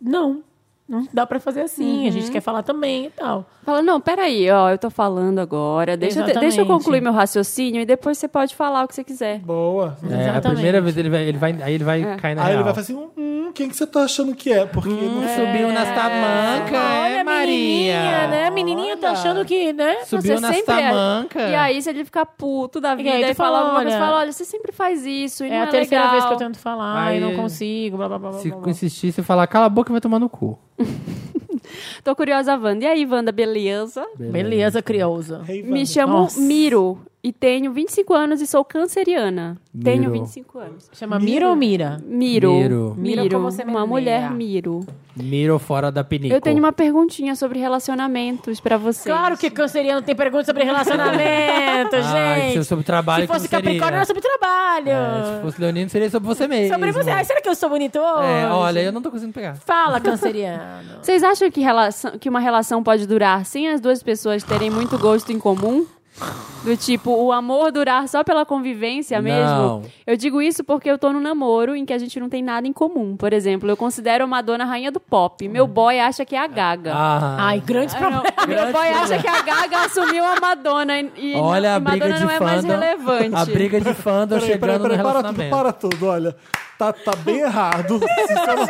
Speaker 3: não. Não dá pra fazer assim, a
Speaker 4: Uhum.
Speaker 3: gente quer falar também e tal.
Speaker 2: Fala, não, peraí, ó, eu tô falando agora, deixa, eu-
Speaker 3: Exatamente.
Speaker 2: deixa eu concluir meu raciocínio e depois você pode falar o que você quiser.
Speaker 1: Boa.
Speaker 4: É, a
Speaker 3: Exatamente.
Speaker 4: primeira vez ele vai, ele vai aí ele vai cair na
Speaker 1: Aí ele
Speaker 4: real.
Speaker 1: vai falar assim: hum, quem que você tá achando que é? Porque não sei.
Speaker 4: Subiu nas tamancas,
Speaker 3: "Ah, Olha,
Speaker 4: é
Speaker 3: a menininha,
Speaker 4: Maria.
Speaker 3: né? A menininha tá achando que, né?
Speaker 4: Subiu
Speaker 2: você
Speaker 4: nas
Speaker 2: sempre é-
Speaker 4: tamancas.
Speaker 2: E aí, se ele ficar puto da vida
Speaker 3: aí
Speaker 2: e,
Speaker 3: tu
Speaker 2: falar
Speaker 3: fala,
Speaker 2: alguma coisa,
Speaker 3: olha,
Speaker 2: fala, olha, você sempre faz isso e
Speaker 3: É
Speaker 2: não
Speaker 3: a
Speaker 2: é
Speaker 3: terceira
Speaker 2: legal.
Speaker 3: vez que eu tento falar
Speaker 4: Aí-
Speaker 3: e não consigo, blá, blá, blá, blá,
Speaker 4: Se
Speaker 3: blá. blá.
Speaker 4: insistir, você falar, cala a boca e vai tomar no cu.
Speaker 2: Tô curiosa, Wanda. E aí, Wanda, beleza?
Speaker 3: Beleza, criosa.
Speaker 1: Hey,
Speaker 2: Me
Speaker 1: Wanda.
Speaker 2: chamo
Speaker 3: Nossa.
Speaker 2: Miro e tenho 25 anos e sou canceriana. Tenho
Speaker 4: Miro.
Speaker 2: 25 anos.
Speaker 3: Chama Mira ou Mira?
Speaker 2: Miro.
Speaker 4: Miro.
Speaker 2: Miro,
Speaker 9: Miro como você
Speaker 2: uma
Speaker 9: maneira.
Speaker 2: mulher Miro.
Speaker 4: Miro fora da pinico.
Speaker 2: Eu tenho uma perguntinha sobre relacionamentos pra você.
Speaker 3: Claro que canceriano tem perguntas sobre relacionamento,
Speaker 4: Ah,
Speaker 3: gente.
Speaker 4: isso é sobre trabalho
Speaker 3: Se fosse
Speaker 4: que não seria.
Speaker 3: Capricórnio, era sobre trabalho.
Speaker 4: É, se fosse Leonino, seria sobre você mesmo.
Speaker 3: sobre você. Ai, será que eu sou bonito hoje?
Speaker 4: É, olha, eu não tô conseguindo pegar.
Speaker 3: Fala, canceriano.
Speaker 2: Vocês acham que, relação- que uma relação pode durar sem as duas pessoas terem muito gosto em comum? Do tipo, o amor durar só pela convivência
Speaker 4: Não.
Speaker 2: mesmo? Eu digo isso porque eu tô num namoro em que a gente não tem nada em comum. Por exemplo, eu considero Madonna a rainha do pop. Meu boy acha que é a Gaga.
Speaker 4: Ah,
Speaker 3: Ai, grandes
Speaker 2: Não,
Speaker 3: problemas.
Speaker 2: meu boy acha que é a Gaga assumiu a Madonna e- e,
Speaker 4: olha
Speaker 2: não,
Speaker 4: a
Speaker 2: e Madonna
Speaker 4: briga de
Speaker 2: não é mais
Speaker 4: fandom.
Speaker 2: relevante.
Speaker 4: A briga de
Speaker 2: tá
Speaker 4: fandom
Speaker 1: Peraí, peraí,
Speaker 4: chegando
Speaker 1: peraí,
Speaker 4: no
Speaker 1: para tudo,
Speaker 4: relacionamento.
Speaker 1: para tudo, olha. Tá, tá bem errado. Se, seu na-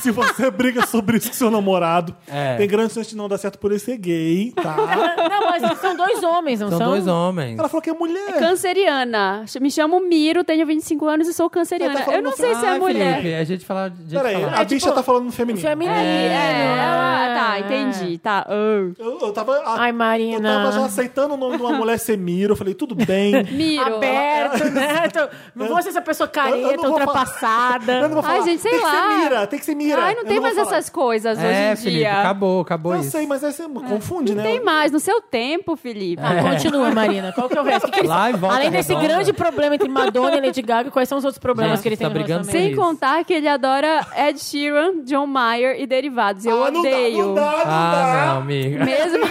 Speaker 1: se você briga sobre isso com seu namorado,
Speaker 4: É.
Speaker 1: tem grande chance de não dar certo por ele ser gay, tá?
Speaker 3: Não, mas são dois homens, não são?
Speaker 4: São dois homens.
Speaker 1: Ela falou que é mulher.
Speaker 2: Canceriana. Me chamo Miro, tenho 25 anos e sou
Speaker 1: Ela
Speaker 2: canceriana.
Speaker 1: tá falando
Speaker 2: eu não
Speaker 1: no
Speaker 2: sei se é
Speaker 4: Ai,
Speaker 2: mulher.
Speaker 4: Felipe, a gente fala... A gente
Speaker 1: Peraí,
Speaker 4: fala.
Speaker 1: a bicha
Speaker 2: tipo
Speaker 1: tá falando no feminino.
Speaker 3: Feminino.
Speaker 2: É, ah, tá, entendi. Tá. ah.
Speaker 1: Eu, eu tava. a-
Speaker 3: Ai, Marina.
Speaker 1: Eu tava já aceitando o nome de uma mulher ser Miro. Eu falei, tudo bem. é
Speaker 2: Miro.
Speaker 3: Aberto, né? Tô- Não vou ser essa pessoa
Speaker 1: Eu- eu
Speaker 3: careta,
Speaker 1: não vou
Speaker 3: ultrapassada.
Speaker 1: Eu não vou
Speaker 2: Ai,
Speaker 1: falar,
Speaker 2: gente, sei
Speaker 1: tem que
Speaker 2: lá.
Speaker 1: ser Mira, tem que ser Mira.
Speaker 2: Ai, não
Speaker 1: Eu
Speaker 2: tem
Speaker 1: vou
Speaker 2: mais
Speaker 1: falar.
Speaker 2: essas coisas
Speaker 4: É,
Speaker 2: hoje em
Speaker 4: Felipe,
Speaker 2: dia.
Speaker 4: acabou, acabou
Speaker 1: Eu
Speaker 4: isso.
Speaker 1: sei, mas aí você confunde, né?
Speaker 2: Não tem mais, no seu tempo, Felipe.
Speaker 1: É,
Speaker 3: Ah, Continua, Marina. Qual que é o resto? O que que eles-
Speaker 4: Lá e volta,
Speaker 3: Além desse
Speaker 4: revolta.
Speaker 3: grande problema entre Madonna e Lady Gaga, quais são os outros problemas
Speaker 4: Gente,
Speaker 3: que ele
Speaker 4: tá
Speaker 3: tem no
Speaker 4: brigando
Speaker 3: relacionamento?
Speaker 2: Sem
Speaker 4: isso.
Speaker 2: contar que ele adora Ed Sheeran, John Mayer e derivados. Eu
Speaker 1: Ah, não dá,
Speaker 2: odeio.
Speaker 1: não dá, não
Speaker 3: tá.
Speaker 4: Ah, não,
Speaker 1: dá.
Speaker 4: amiga.
Speaker 2: Mesmo.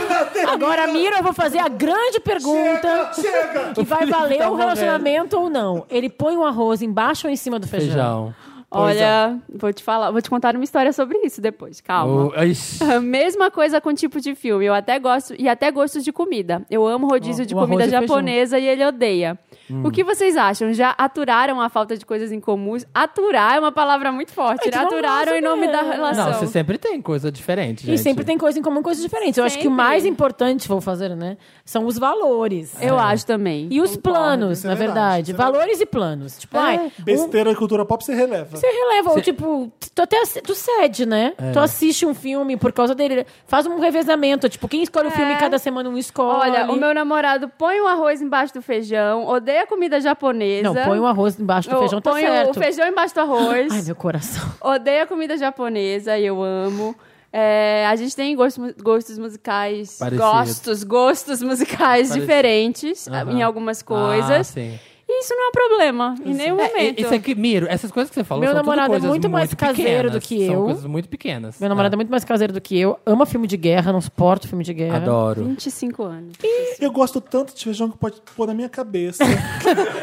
Speaker 3: Agora, Miro, eu vou fazer a grande pergunta
Speaker 1: Chega!
Speaker 3: que vai valer
Speaker 4: tá
Speaker 3: o relacionamento ou não. Ele põe o arroz embaixo ou em cima do feijão?
Speaker 4: Feijão.
Speaker 1: é.
Speaker 2: Olha, vou te falar, vou te contar uma história sobre isso depois, calma.
Speaker 4: O- Ixi.
Speaker 2: A Mesma coisa com tipo de filme. Eu até gosto e até gosto de comida. Eu amo rodízio
Speaker 4: Ó,
Speaker 2: de
Speaker 4: o arroz
Speaker 2: comida
Speaker 4: e feijão.
Speaker 2: japonesa e ele odeia. O que vocês acham? Já aturaram a falta de coisas em comuns? Aturar é uma palavra muito forte.
Speaker 3: Ai,
Speaker 2: né?
Speaker 3: tu não
Speaker 2: Aturaram
Speaker 3: gosta
Speaker 2: em nome da
Speaker 3: dela.
Speaker 2: relação.
Speaker 4: Não, você sempre tem coisa diferente,
Speaker 3: E
Speaker 4: gente.
Speaker 3: sempre tem coisa em comum, coisa diferente. Eu acho que o
Speaker 2: Sempre.
Speaker 3: mais importante, vou fazer, né? São os valores.
Speaker 2: Eu acho também.
Speaker 3: E os planos,
Speaker 1: isso é
Speaker 3: na
Speaker 1: verdade,
Speaker 3: verdade.
Speaker 1: isso é
Speaker 3: valores e planos. Tipo, ai, um-
Speaker 1: Besteira e cultura pop você releva.
Speaker 3: Você releva, ou tipo, tu até ass- tu cede, né? Tu assiste um filme por causa dele. Faz um revezamento. Tipo, quem escolhe o filme cada semana um escolhe.
Speaker 2: Olha, o meu namorado põe o arroz embaixo do feijão, odeia comida japonesa.
Speaker 3: Não, põe o arroz embaixo do
Speaker 2: Ou
Speaker 3: feijão, tá
Speaker 2: Oh, põe
Speaker 3: certo.
Speaker 2: o feijão embaixo do arroz.
Speaker 3: Ai, meu coração.
Speaker 2: Odeio a comida japonesa e eu amo. É, a gente tem gosto mu- gostos musicais.
Speaker 4: Parecido.
Speaker 2: Gostos, gostos musicais
Speaker 4: Parecido.
Speaker 2: diferentes
Speaker 4: Aham.
Speaker 2: em algumas
Speaker 4: Ah,
Speaker 2: coisas.
Speaker 4: sim.
Speaker 2: e isso não é um problema, em nenhum
Speaker 4: É,
Speaker 2: momento.
Speaker 4: isso aqui, Miro, essas coisas que você falou
Speaker 3: Meu
Speaker 4: são tudo
Speaker 3: namorado é
Speaker 4: coisas
Speaker 3: muito mais caseiro
Speaker 4: pequenas,
Speaker 3: do que
Speaker 4: São
Speaker 3: eu.
Speaker 4: coisas muito pequenas.
Speaker 3: Meu namorado é muito mais caseiro do que eu. Ama filme de guerra, não suporto filme de guerra.
Speaker 4: É. Adoro.
Speaker 2: 25 anos.
Speaker 1: Eu gosto tanto de feijão que pode pôr na minha cabeça.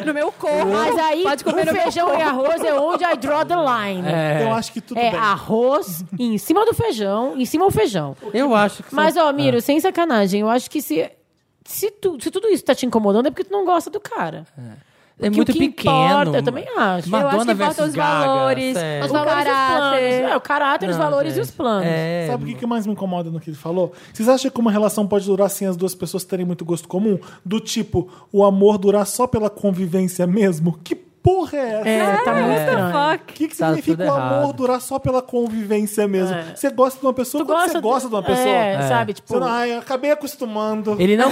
Speaker 2: No meu corpo.
Speaker 3: Mas aí,
Speaker 2: Pode comer
Speaker 3: o
Speaker 2: no meu
Speaker 3: feijão e arroz é onde I draw the line. É. ah,
Speaker 1: Eu acho que tudo bem.
Speaker 3: arroz em cima do feijão, em cima do feijão.
Speaker 4: Eu acho que.
Speaker 3: Então, tipo, Mas,
Speaker 4: são-
Speaker 3: ó,
Speaker 1: É.
Speaker 3: Miro, sem sacanagem, eu acho que se, se, tu- se tudo isso tá te incomodando é porque tu não gosta do cara.
Speaker 4: é
Speaker 3: que
Speaker 4: muito
Speaker 3: o que
Speaker 4: pequeno.
Speaker 3: importa, eu também acho.
Speaker 4: Madonna
Speaker 2: eu acho que
Speaker 4: versus
Speaker 2: faltam os
Speaker 4: Gaga,
Speaker 2: valores,
Speaker 4: sério.
Speaker 2: os
Speaker 3: O caráter.
Speaker 2: caráter.
Speaker 3: É, o caráter, os
Speaker 4: Não,
Speaker 3: valores e
Speaker 4: gente.
Speaker 3: os planos.
Speaker 4: É.
Speaker 1: Sabe o que, que mais me incomoda no que ele falou? Vocês acham que uma relação pode durar sem as duas pessoas terem muito gosto comum? Do tipo, o amor durar só pela convivência mesmo? Que porra é essa?
Speaker 3: tá muito estranho.
Speaker 1: O que, que
Speaker 4: Tá
Speaker 1: significa
Speaker 4: tudo
Speaker 1: o amor
Speaker 4: errado.
Speaker 1: durar só pela convivência mesmo?
Speaker 3: É.
Speaker 1: Você gosta de uma pessoa quando você gosta de uma pessoa.
Speaker 3: É, sabe? Tipo,
Speaker 1: Você não, ai, eu acabei acostumando.
Speaker 4: Ele não.
Speaker 3: é,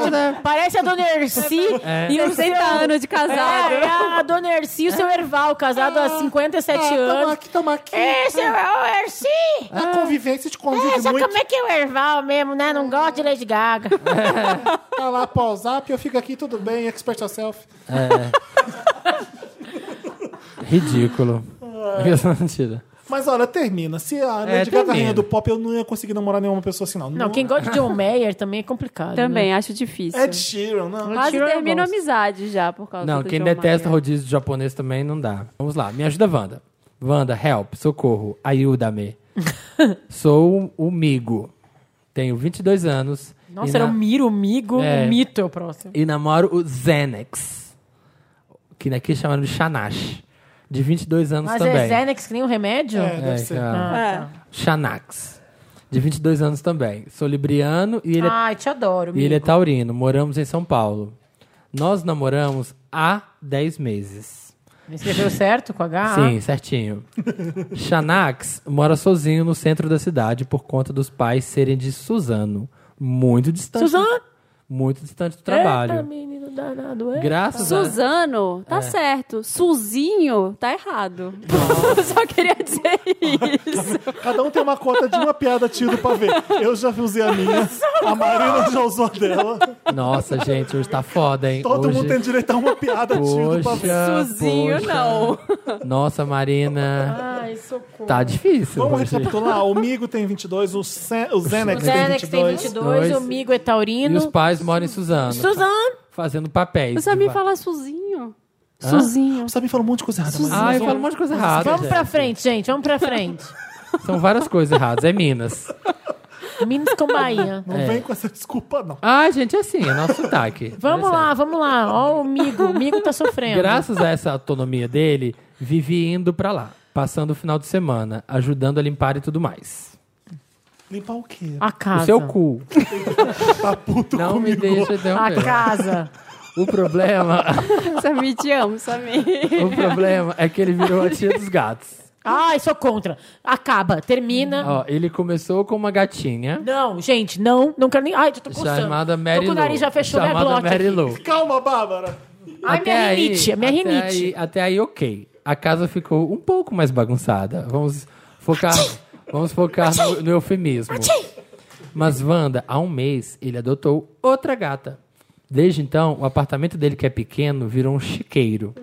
Speaker 3: tipo, parece a Dona Erci
Speaker 1: É.
Speaker 3: e o
Speaker 2: 60 anos de casado.
Speaker 3: É, a Dona Erci e o seu Erval, casado há 57
Speaker 1: ah, Tamo
Speaker 3: anos.
Speaker 1: aqui, tamo aqui.
Speaker 3: É, seu é o Erci!
Speaker 1: A convivência te convive
Speaker 3: É, só
Speaker 1: muito.
Speaker 3: como é que é o Erval mesmo, né? Não gosta de Lady Gaga.
Speaker 1: Tá lá, pau zap, eu fico aqui, tudo bem, expert yourself.
Speaker 4: Ridículo. Mentira.
Speaker 1: Mas olha, termina. Se a
Speaker 4: É,
Speaker 1: Lady Gaga é a rainha
Speaker 4: termina.
Speaker 1: do pop, eu não ia conseguir namorar nenhuma pessoa assim, não.
Speaker 3: Não, quem gosta de John Mayer também é complicado.
Speaker 2: Também,
Speaker 3: né?
Speaker 2: acho difícil.
Speaker 1: Ed Sheeran, né? não.
Speaker 2: Quase
Speaker 3: Sheeran eu
Speaker 2: termino a
Speaker 3: gosto.
Speaker 2: amizade já por causa
Speaker 4: Não,
Speaker 2: do
Speaker 4: quem
Speaker 2: John
Speaker 4: detesta
Speaker 2: Mayer.
Speaker 4: rodízio de japonês também não dá. Vamos lá, me ajuda, Wanda. Wanda, help, socorro, ajuda-me. Sou o Migo. Tenho 22 anos.
Speaker 3: Nossa,
Speaker 4: e
Speaker 3: era
Speaker 4: na-
Speaker 3: o Miro, o Migo,
Speaker 4: É.
Speaker 3: o Mito é o próximo.
Speaker 4: E namoro o Zenex. Que daqui chamaram de Xanax. De 22 anos
Speaker 3: Mas
Speaker 4: também.
Speaker 3: é Xanax que nem um remédio?
Speaker 1: É, deve
Speaker 4: É,
Speaker 1: ser.
Speaker 4: cara.
Speaker 3: Ah, tá.
Speaker 4: Xanax. De 22 anos também. Sou libriano e ele é
Speaker 3: Ai, te adoro,
Speaker 4: E ele é
Speaker 3: Migo.
Speaker 4: taurino, moramos em São Paulo. Nós namoramos há 10 meses.
Speaker 3: Escreveu certo com H? Ah,
Speaker 4: Sim, certinho. Xanax mora sozinho no centro da cidade por conta dos pais serem de Suzano. Muito distante.
Speaker 3: Suzano?
Speaker 4: Muito distante do
Speaker 3: Eita,
Speaker 4: trabalho.
Speaker 3: menino danado, é.
Speaker 4: Graças a
Speaker 2: Suzano,
Speaker 4: É.
Speaker 2: tá certo. Suzinho, tá errado. Eu Só queria dizer isso.
Speaker 1: Cada um tem uma cota de uma piada tiro pra ver. Eu já usei a minha, a Marina já usou a dela.
Speaker 4: Nossa, gente, hoje tá foda, hein?
Speaker 1: Todo
Speaker 4: hoje...
Speaker 1: mundo tem direito a uma piada tiro pra ver.
Speaker 4: Poxa,
Speaker 2: Suzinho,
Speaker 4: Ah, poxa.
Speaker 2: não.
Speaker 4: Nossa, Marina.
Speaker 3: Ai, socorro.
Speaker 4: Tá difícil.
Speaker 1: Vamos então.
Speaker 4: hoje.
Speaker 1: recapitular. O Migo tem 22, o, Sen, o Zenex,
Speaker 3: O Xanax
Speaker 1: tem
Speaker 3: tem
Speaker 1: 22.
Speaker 3: 22,
Speaker 4: Dois.
Speaker 3: o Migo é
Speaker 4: E os
Speaker 3: taurino.
Speaker 4: pais moram em Suzano.
Speaker 3: Suzano!
Speaker 4: Fazendo papéis.
Speaker 2: Eu sabia
Speaker 4: de-
Speaker 2: falar Suzinho. Suzinho.
Speaker 1: Você me falou um monte de coisa errada. mas
Speaker 4: Ah,
Speaker 1: nós
Speaker 4: eu falo um monte de coisa errada.
Speaker 3: Vamos
Speaker 4: gente.
Speaker 3: pra frente, gente, vamos pra frente.
Speaker 4: São várias coisas erradas. É Minas.
Speaker 3: Minas com Bahia.
Speaker 1: Não
Speaker 4: é.
Speaker 1: vem com essa desculpa, não.
Speaker 4: Ah, gente, é assim, é nosso sotaque.
Speaker 3: Vamos
Speaker 4: Olha
Speaker 3: lá, vamos lá. Ó o Migo, o Migo tá
Speaker 4: só.
Speaker 3: sofrendo.
Speaker 4: Graças a essa autonomia dele, vivi indo pra lá, passando o final de semana, ajudando a limpar e tudo mais.
Speaker 1: Limpar o quê?
Speaker 3: A casa.
Speaker 4: O seu cu.
Speaker 1: Tá puto
Speaker 4: Ah, Não me
Speaker 1: comigo.
Speaker 4: deixa
Speaker 3: A
Speaker 4: interromper.
Speaker 3: casa.
Speaker 4: O problema,
Speaker 2: Samir, te amo, Samir.
Speaker 4: o problema é que ele virou a tia dos gatos.
Speaker 3: Ai, sou contra. Acaba, termina.
Speaker 4: Ó, ele começou com uma gatinha
Speaker 3: Não, gente, não, não quero nem. Ai, já tô coçando.
Speaker 4: chamada Mary
Speaker 3: tô com o nariz,
Speaker 4: Lou.
Speaker 3: já fechou minha
Speaker 4: chamada
Speaker 3: glote.
Speaker 4: Mary
Speaker 3: aqui.
Speaker 4: Lou.
Speaker 1: Calma, Bárbara.
Speaker 3: Ai, minha rinite, minha
Speaker 4: até
Speaker 3: rinite.
Speaker 4: aí- até aí, ok. A casa ficou um pouco mais bagunçada. Vamos focar, vamos focar no, no eufemismo. Mas, Wanda, há um mês, ele adotou outra gata. Desde então, o apartamento dele, que é pequeno, virou um chiqueiro.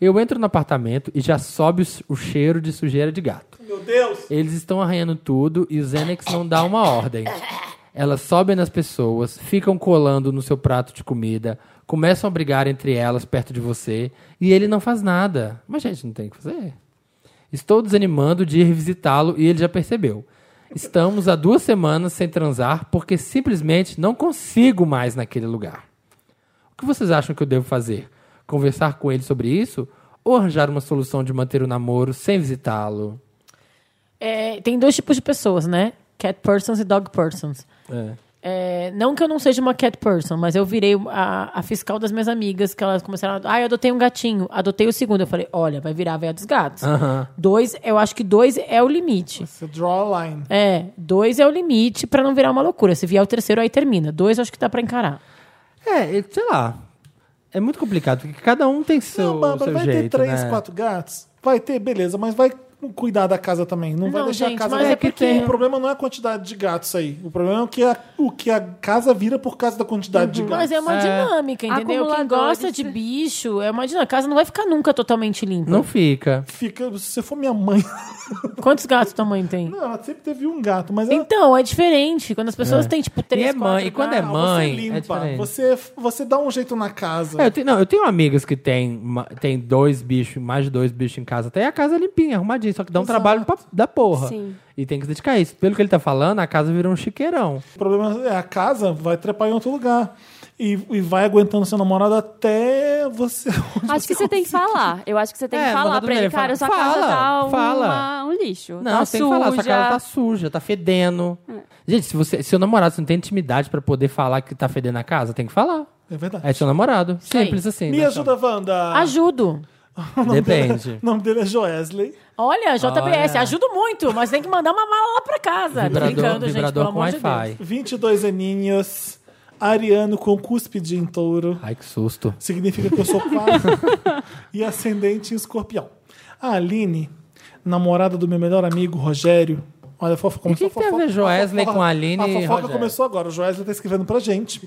Speaker 4: Eu entro no apartamento e já sobe o s- o cheiro de sujeira de gato.
Speaker 1: Meu Deus.
Speaker 4: Eles estão arranhando tudo e o Zenex não dá uma ordem. Elas sobem nas pessoas, ficam colando no seu prato de comida, começam a brigar entre elas perto de você e ele não faz nada. Mas, gente, não tem o que fazer. Estou desanimando de ir visitá-lo e ele já percebeu. Estamos há duas semanas sem transar porque simplesmente não consigo mais naquele lugar. O que vocês acham que eu devo fazer? Conversar com ele sobre isso? Ou arranjar uma solução de manter o namoro sem visitá-lo?
Speaker 3: É, tem dois tipos de pessoas, né? Cat persons e dog persons.
Speaker 4: É.
Speaker 3: É, não que eu não seja uma cat person, mas eu virei a, a fiscal das minhas amigas, que elas começaram a. Ah, eu adotei um gatinho, adotei o segundo. Eu falei, olha, vai virar a veia dos gatos.
Speaker 4: Aham.
Speaker 3: Dois, eu acho que dois é o limite.
Speaker 1: Você draw a line.
Speaker 3: É, dois é o limite pra não virar uma loucura. Se vier o terceiro, aí termina. Dois, eu acho que dá pra encarar.
Speaker 4: É, e- sei lá. É muito complicado, porque cada um tem seu,
Speaker 1: Não, Bárbara,
Speaker 4: seu
Speaker 1: vai
Speaker 4: jeito,
Speaker 1: ter três,
Speaker 4: né?
Speaker 1: quatro gatos? Vai ter, beleza, mas vai cuidar da casa também. Não, vai
Speaker 3: Não,
Speaker 1: deixar
Speaker 3: gente,
Speaker 1: a casa...
Speaker 3: mas é porque-
Speaker 1: O problema não é a quantidade de gatos aí. O problema é que a- o que a casa vira por causa da quantidade de gatos.
Speaker 3: Mas é uma dinâmica, entendeu? Quem
Speaker 2: Acumuladores.
Speaker 3: gosta de bicho é uma dinâmica. A casa não vai ficar nunca totalmente limpa.
Speaker 4: Não fica.
Speaker 3: é
Speaker 1: Fica, se você for minha mãe...
Speaker 3: Quantos gatos tua mãe tem?
Speaker 1: Não, ela sempre teve um gato, mas ela-
Speaker 3: Então, é diferente. Quando as pessoas têm, tipo, três,
Speaker 4: E é mãe,
Speaker 3: quatro
Speaker 4: e quando é
Speaker 3: gatos,
Speaker 1: Ah,
Speaker 4: mãe,
Speaker 1: você
Speaker 4: é
Speaker 1: limpa,
Speaker 4: diferente.
Speaker 1: você, você dá um jeito na casa.
Speaker 4: É, eu tenho, não, eu tenho amigas que tem, uma- tem dois bichos, mais de dois bichos em casa. Até a casa é limpinha, arrumadinha, só que dá um trabalho pra- da porra.
Speaker 2: Sim.
Speaker 4: E tem que se dedicar a isso. Pelo que ele tá falando, a casa virou um chiqueirão.
Speaker 1: O problema é a casa vai trepar em outro lugar. E, e vai aguentando seu namorado até você.
Speaker 2: Acho que você tem que falar. Eu acho que você tem
Speaker 4: É,
Speaker 2: que falar
Speaker 4: mandar tudo
Speaker 2: pra ele,
Speaker 4: bem,
Speaker 2: cara, sua
Speaker 4: fala,
Speaker 2: casa tá
Speaker 4: fala.
Speaker 2: uma- um lixo.
Speaker 4: Não,
Speaker 2: tá
Speaker 4: você tem
Speaker 2: suja.
Speaker 4: que falar, sua casa tá suja, tá fedendo.
Speaker 1: É.
Speaker 4: Gente, se você, seu namorado você não tem intimidade pra poder falar que tá fedendo a casa, tem que falar.
Speaker 1: É verdade.
Speaker 4: É seu namorado.
Speaker 3: aí.
Speaker 4: Simples assim.
Speaker 1: Me
Speaker 4: né?
Speaker 1: ajuda, Wanda.
Speaker 3: Ah. Ajudo.
Speaker 4: Depende.
Speaker 1: O nome dele é Joesley.
Speaker 3: Olha, JBS,
Speaker 4: Olha.
Speaker 3: ajudo muito, mas tem que mandar uma mala lá pra casa. Tô
Speaker 4: Vibrador,
Speaker 3: brincando, gente,
Speaker 4: vibrador
Speaker 3: pelo
Speaker 4: com
Speaker 3: amor de
Speaker 4: Wi-Fi.
Speaker 3: Deus.
Speaker 1: 22 aninhos. Ariano com cúspide em touro.
Speaker 4: Ai, que susto.
Speaker 1: Significa que eu sou quatro. e ascendente em escorpião. A Aline, namorada do meu melhor amigo, Rogério. Olha, fofa, começou
Speaker 4: E o que que tem a
Speaker 1: fofoca-
Speaker 4: ver Joesley
Speaker 1: fofoca-
Speaker 4: com a Aline
Speaker 1: A
Speaker 4: e
Speaker 1: fofoca
Speaker 4: Rogério? Uhum.
Speaker 1: começou agora. O Joesley tá escrevendo pra gente.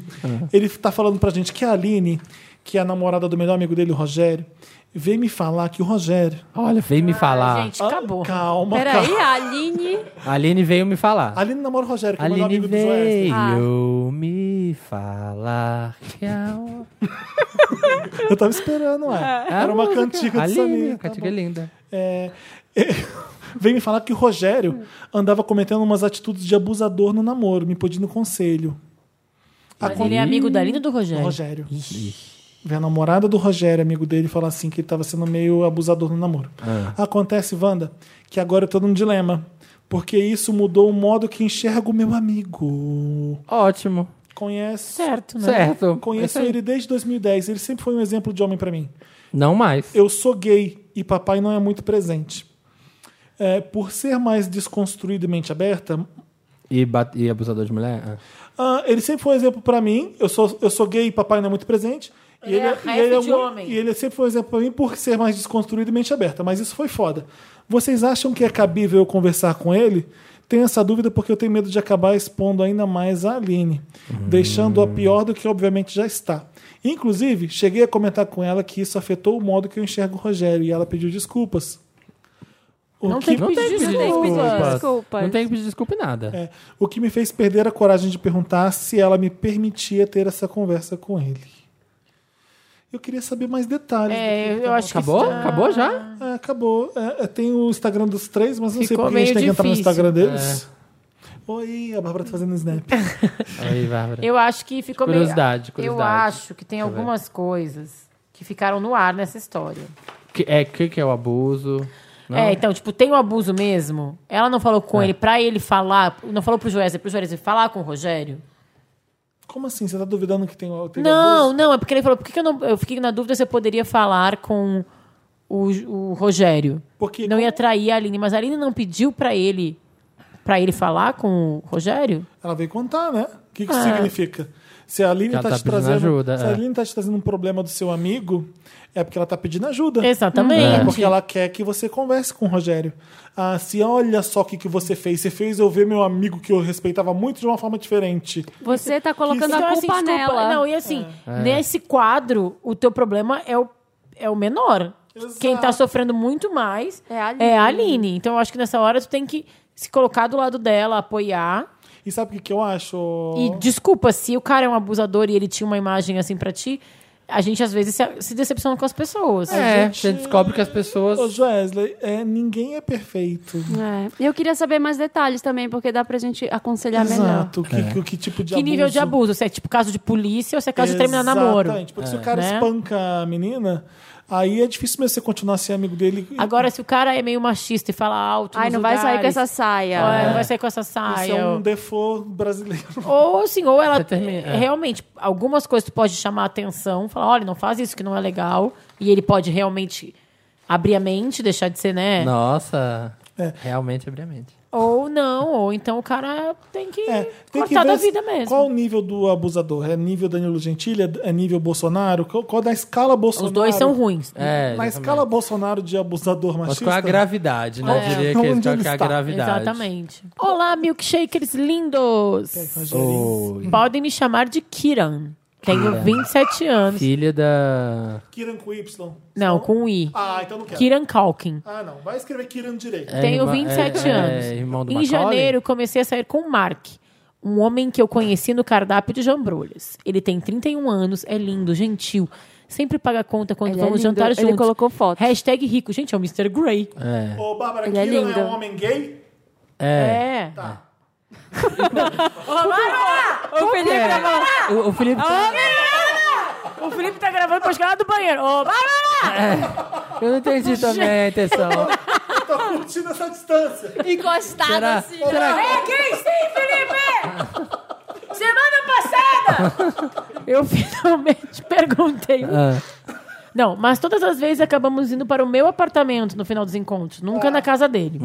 Speaker 1: Ele tá falando pra gente que a Aline, que é a namorada do melhor amigo dele, o Rogério, veio me falar que o Rogério...
Speaker 4: Olha, veio me falar.
Speaker 3: Gente, acabou.
Speaker 1: Ah, calma, calma.
Speaker 2: Peraí, a Aline.
Speaker 4: A Aline veio me falar.
Speaker 1: A Aline namora o Rogério, que é o melhor
Speaker 4: Aline
Speaker 1: amigo do Joesley.
Speaker 3: Ah.
Speaker 4: veio me falar que é um- a...
Speaker 1: Eu
Speaker 4: É.
Speaker 1: tava esperando, ué. Era uma cantiga tá de
Speaker 4: Aline,
Speaker 1: Samir.
Speaker 4: a cantiga é linda.
Speaker 1: É, veio me falar que o Rogério andava cometendo umas atitudes de abusador no namoro, me pedindo conselho. A
Speaker 3: Mas ele é amigo da Linda ou do
Speaker 1: do
Speaker 3: Rogério?
Speaker 1: Rogério. Vê a namorada do Rogério, amigo dele, falar assim que ele tava sendo meio abusador no namoro.
Speaker 3: É.
Speaker 1: Acontece, Wanda, que agora eu tô num dilema. Porque isso mudou o modo que enxergo o meu amigo.
Speaker 4: Ótimo.
Speaker 1: Conhece.
Speaker 3: Certo, né?
Speaker 4: Certo.
Speaker 1: Conheço
Speaker 4: É isso aí.
Speaker 1: ele desde 2010. Ele sempre foi um exemplo de homem pra mim.
Speaker 4: Não mais.
Speaker 1: Eu sou gay e papai não é muito presente. É, por ser mais desconstruído e mente aberta,
Speaker 4: E, bat- e abusador de mulher? Ah.
Speaker 1: ah, ele sempre foi um exemplo pra mim. Eu sou, eu sou gay e papai não é muito presente. E
Speaker 3: Ele é
Speaker 1: e
Speaker 3: resto
Speaker 1: é
Speaker 3: de
Speaker 1: um-
Speaker 3: homem.
Speaker 1: E ele sempre foi um exemplo pra mim por ser mais desconstruído e mente aberta. Mas isso foi foda. Vocês acham que é cabível eu conversar com ele? Tenho essa dúvida porque eu tenho medo de acabar expondo ainda mais a Aline, deixando-a pior do que obviamente já está. Inclusive, cheguei a comentar com ela que isso afetou o modo que eu enxergo o Rogério e ela pediu desculpas. O
Speaker 3: Não tem que pedir
Speaker 4: Não
Speaker 3: desculpa.
Speaker 2: desculpas.
Speaker 4: Não tem que pedir desculpa em nada.
Speaker 1: é, o que me fez perder a coragem de perguntar se ela me permitia ter essa conversa com ele. Eu queria saber mais detalhes.
Speaker 3: É,
Speaker 1: do que
Speaker 3: eu acho que
Speaker 4: Acabou?
Speaker 3: está-
Speaker 4: Acabou já?
Speaker 1: É, acabou. É, é, tem o Instagram dos três, mas não sei
Speaker 3: Ficou
Speaker 1: porque a gente
Speaker 3: meio
Speaker 1: tem que entrar no
Speaker 3: difícil.
Speaker 1: Instagram deles. Oi, a Bárbara tá fazendo snap.
Speaker 4: Aí, Bárbara.
Speaker 3: Eu acho que ficou meio-
Speaker 4: Curiosidade, curiosidade.
Speaker 3: Eu acho que tem
Speaker 4: eu ver.
Speaker 3: algumas coisas que ficaram no ar nessa história.
Speaker 4: Que, é, que que é o abuso? Não?
Speaker 3: É, então, tipo, tem o abuso mesmo? Ela não falou
Speaker 1: É.
Speaker 3: com ele pra ele falar, não falou pro Joézer, pro Joézer falar com o Rogério?
Speaker 1: Como assim? Você tá duvidando que tem o teve
Speaker 3: Não,
Speaker 1: abuso?
Speaker 3: não, é porque ele falou, por que que eu não. Eu fiquei na dúvida se eu poderia falar com o, o Rogério.
Speaker 1: Porque
Speaker 3: Não ia trair a Aline, mas a Aline não pediu pra ele para ele falar com o Rogério?
Speaker 1: ela veio contar, né? O que, que
Speaker 3: É.
Speaker 1: isso significa? Se a Aline
Speaker 4: Que ela
Speaker 1: tá,
Speaker 4: tá
Speaker 1: te
Speaker 4: pedindo
Speaker 1: trazendo.
Speaker 4: ajuda,
Speaker 1: se a
Speaker 4: é.
Speaker 1: Aline tá te trazendo um problema do seu amigo, é porque ela tá pedindo ajuda. É
Speaker 3: Exatamente.
Speaker 1: porque ela quer que você converse com o Rogério. Ah, se olha só o que, que você fez. Você fez eu ver meu amigo que eu respeitava muito de uma forma diferente.
Speaker 2: Você tá colocando
Speaker 3: Então,
Speaker 2: a
Speaker 3: assim,
Speaker 2: culpa
Speaker 3: desculpa,
Speaker 2: nela.
Speaker 3: Não, e assim, nesse quadro, o teu problema é o, é o menor.
Speaker 1: Exato.
Speaker 3: Quem tá sofrendo muito mais
Speaker 2: É a Aline.
Speaker 3: Aline. Então, eu acho que nessa hora tu tem que se colocar do lado dela, apoiar.
Speaker 1: E sabe o que, que eu acho?
Speaker 3: E desculpa, se o cara é um abusador e ele tinha uma imagem assim pra ti, a gente às vezes se, se decepciona com as pessoas.
Speaker 4: É, você descobre que as pessoas.
Speaker 1: Ô, Joesley, é, ninguém é perfeito.
Speaker 2: É. Eu queria saber mais detalhes também, porque dá pra gente aconselhar melhor.
Speaker 1: Exato. Que, que, que tipo de
Speaker 3: é Que
Speaker 1: abuso.
Speaker 3: nível de abuso? Se é tipo caso de polícia ou se é caso de terminar namoro?
Speaker 1: Exatamente. Porque se o cara
Speaker 3: Né?
Speaker 1: espanca a menina, aí é difícil mesmo você continuar sendo amigo dele.
Speaker 3: Agora, se o cara é meio machista e fala alto.
Speaker 2: Ai,
Speaker 3: nos
Speaker 2: não vai sair com
Speaker 3: lugares,
Speaker 2: essa saia.
Speaker 3: é, não vai sair com essa
Speaker 1: Isso
Speaker 3: saia.
Speaker 1: é
Speaker 3: ou-
Speaker 1: um default brasileiro.
Speaker 3: Ou assim, ou ela
Speaker 4: Você termina, é.
Speaker 3: realmente, algumas coisas tu pode chamar a atenção, falar, olha, não faz isso que não é legal. E ele pode realmente abrir a mente, deixar de ser, né?
Speaker 4: Nossa.
Speaker 1: É.
Speaker 4: Realmente abrir a mente.
Speaker 3: Ou não, ou então o cara tem que
Speaker 1: É, tem que
Speaker 3: cortar
Speaker 1: ver
Speaker 3: da
Speaker 1: se-
Speaker 3: vida mesmo.
Speaker 1: Qual o nível do abusador? É nível Danilo Gentili? É- É nível Bolsonaro? Qual, qual da escala Bolsonaro?
Speaker 3: Os dois são ruins.
Speaker 4: É,
Speaker 1: Na
Speaker 4: exatamente.
Speaker 1: escala Bolsonaro de abusador
Speaker 4: Mas
Speaker 1: machista.
Speaker 4: com a gravidade, né? Eu diria que
Speaker 1: Onde
Speaker 4: esse que é
Speaker 1: ele
Speaker 4: a
Speaker 1: está?
Speaker 4: gravidade.
Speaker 3: Exatamente. Olá, milkshakers lindos!
Speaker 4: Oh.
Speaker 1: Rogerinho.
Speaker 3: Podem me chamar de Kiran. Tenho 27 anos.
Speaker 4: Filha da.
Speaker 1: Kiran com Y.
Speaker 3: Não, com um I.
Speaker 1: Ah, então não quero.
Speaker 3: Kiran Kalkin.
Speaker 1: Ah, não. Vai escrever Kiran direito.
Speaker 4: É
Speaker 3: Tenho
Speaker 4: irmã-
Speaker 3: 27
Speaker 4: é-
Speaker 3: anos.
Speaker 4: É, irmão do
Speaker 3: em
Speaker 4: Macaulay?
Speaker 3: janeiro, comecei a sair com o Mark, um homem que eu conheci no cardápio de jambrolhas. Ele tem 31 anos, é lindo, gentil. Sempre paga conta quando
Speaker 2: Ele é
Speaker 3: vamos
Speaker 2: lindo,
Speaker 3: jantar
Speaker 2: ele
Speaker 3: juntos.
Speaker 2: colocou foto.
Speaker 3: Hashtag rico. Gente, é o Mr. Grey.
Speaker 4: É.
Speaker 1: Ô, Bárbara,
Speaker 2: Ele é
Speaker 1: Kiran
Speaker 2: lindo.
Speaker 1: é um homem gay?
Speaker 4: É.
Speaker 3: É.
Speaker 2: O Felipe tá falando,
Speaker 4: É. O, o Felipe. tá-
Speaker 3: O Felipe tá gravando pra chegar lá do banheiro. Ô, Bárbara!
Speaker 4: Eu não entendi também a intenção.
Speaker 1: Eu tô curtindo essa distância.
Speaker 2: encostado
Speaker 4: Será?
Speaker 2: É. assim.
Speaker 4: Será que.
Speaker 3: quem sim, Felipe! Semana passada! Eu finalmente perguntei o
Speaker 4: Ah,
Speaker 3: Não, mas todas as vezes acabamos indo para o meu apartamento no final dos encontros, nunca na casa dele.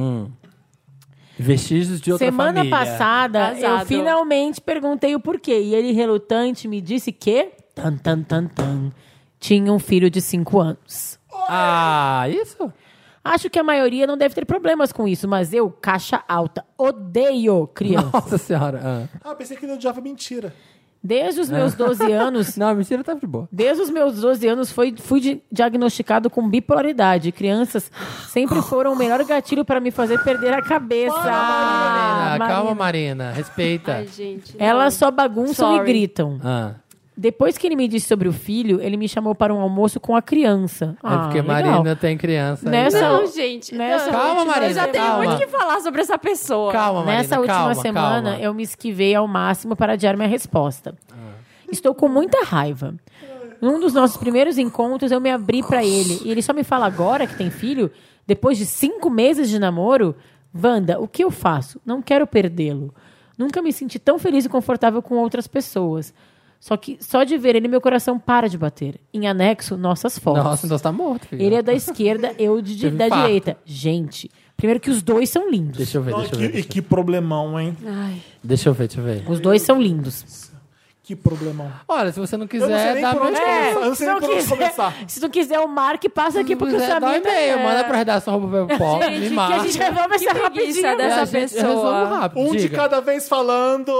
Speaker 4: vestígios de Ah. Hum. outra
Speaker 3: Semana
Speaker 4: família.
Speaker 3: passada, eu
Speaker 2: Casado.
Speaker 3: finalmente perguntei o porquê. E ele, relutante, me disse que. Tan, tan, tan, tan, tinha um filho de 5 anos.
Speaker 4: Ah, isso?
Speaker 3: Acho que a maioria não deve ter problemas com isso, mas eu, caixa alta, odeio criança.
Speaker 4: Nossa senhora. ah.
Speaker 1: Ah, pensei que ele odiava mentira.
Speaker 3: Desde os
Speaker 4: É.
Speaker 3: meus 12 anos,
Speaker 4: Não, a mentira tava de boa.
Speaker 3: Desde os meus 12 anos foi, fui di- diagnosticado com bipolaridade. Crianças sempre foram o melhor gatilho para me fazer perder a cabeça.
Speaker 4: Marina,
Speaker 3: Ah, Marina.
Speaker 4: Ah, calma, Marina. Respeita.
Speaker 2: Ai, gente. não.
Speaker 3: Elas só bagunçam
Speaker 2: Sorry.
Speaker 3: e gritam.
Speaker 4: Ah.
Speaker 3: Depois que ele me disse sobre o filho, ele me chamou para um almoço com a
Speaker 4: É
Speaker 3: criança. Ah,
Speaker 4: porque
Speaker 3: legal.
Speaker 4: Marina tem criança. aí.
Speaker 3: Nessa-
Speaker 2: Não, gente.
Speaker 3: Nessa-
Speaker 2: não,
Speaker 4: Calma,
Speaker 2: gente, Eu
Speaker 4: Marina,
Speaker 2: já tenho
Speaker 4: calma.
Speaker 2: muito o que falar sobre essa pessoa.
Speaker 4: Calma, Marina.
Speaker 3: Nessa última
Speaker 4: calma,
Speaker 3: semana,
Speaker 4: calma.
Speaker 3: eu me esquivei ao máximo para adiar minha resposta. Estou com muita raiva. Num dos nossos primeiros encontros, eu me abri para ele. E ele só me fala agora que tem filho, depois de cinco meses de namoro. Wanda, o que eu faço? Não quero perdê-lo. Nunca me senti tão feliz e confortável com outras pessoas. Só que só de ver ele, meu coração para de bater. Em anexo, nossas fotos.
Speaker 4: Nossa, então você tá morto, filho.
Speaker 3: ele é da esquerda, eu de-
Speaker 4: Teve
Speaker 3: da
Speaker 4: infarto.
Speaker 3: direita. Gente, primeiro que os dois são lindos.
Speaker 4: Deixa eu ver,
Speaker 1: Não,
Speaker 4: deixa eu
Speaker 1: que-
Speaker 4: ver.
Speaker 1: e que problemão, hein?
Speaker 2: Ai,
Speaker 4: Deixa eu ver, deixa eu ver.
Speaker 3: Os dois são lindos.
Speaker 1: Que problemão.
Speaker 4: Olha, se você não
Speaker 1: Eu não sei
Speaker 4: quiser,
Speaker 1: nem
Speaker 4: dá
Speaker 1: por
Speaker 4: meu
Speaker 1: onde
Speaker 3: É,
Speaker 1: começar. Eu não sei nem por onde começar.
Speaker 3: se tu quiser o Mark, passa aqui porque eu
Speaker 4: quiser,
Speaker 3: sabia.
Speaker 4: dá um e-mail,
Speaker 3: é.
Speaker 4: manda pra redação arroba pop,
Speaker 2: Gente,
Speaker 4: me
Speaker 2: que a
Speaker 3: Que a
Speaker 4: marca.
Speaker 3: gente resolve
Speaker 2: Que
Speaker 3: essa
Speaker 2: preguiça
Speaker 3: é rapidinho.
Speaker 2: dessa
Speaker 4: E a
Speaker 2: pessoa.
Speaker 4: gente resolve rápido,
Speaker 1: Um de
Speaker 4: diga.
Speaker 1: cada vez falando.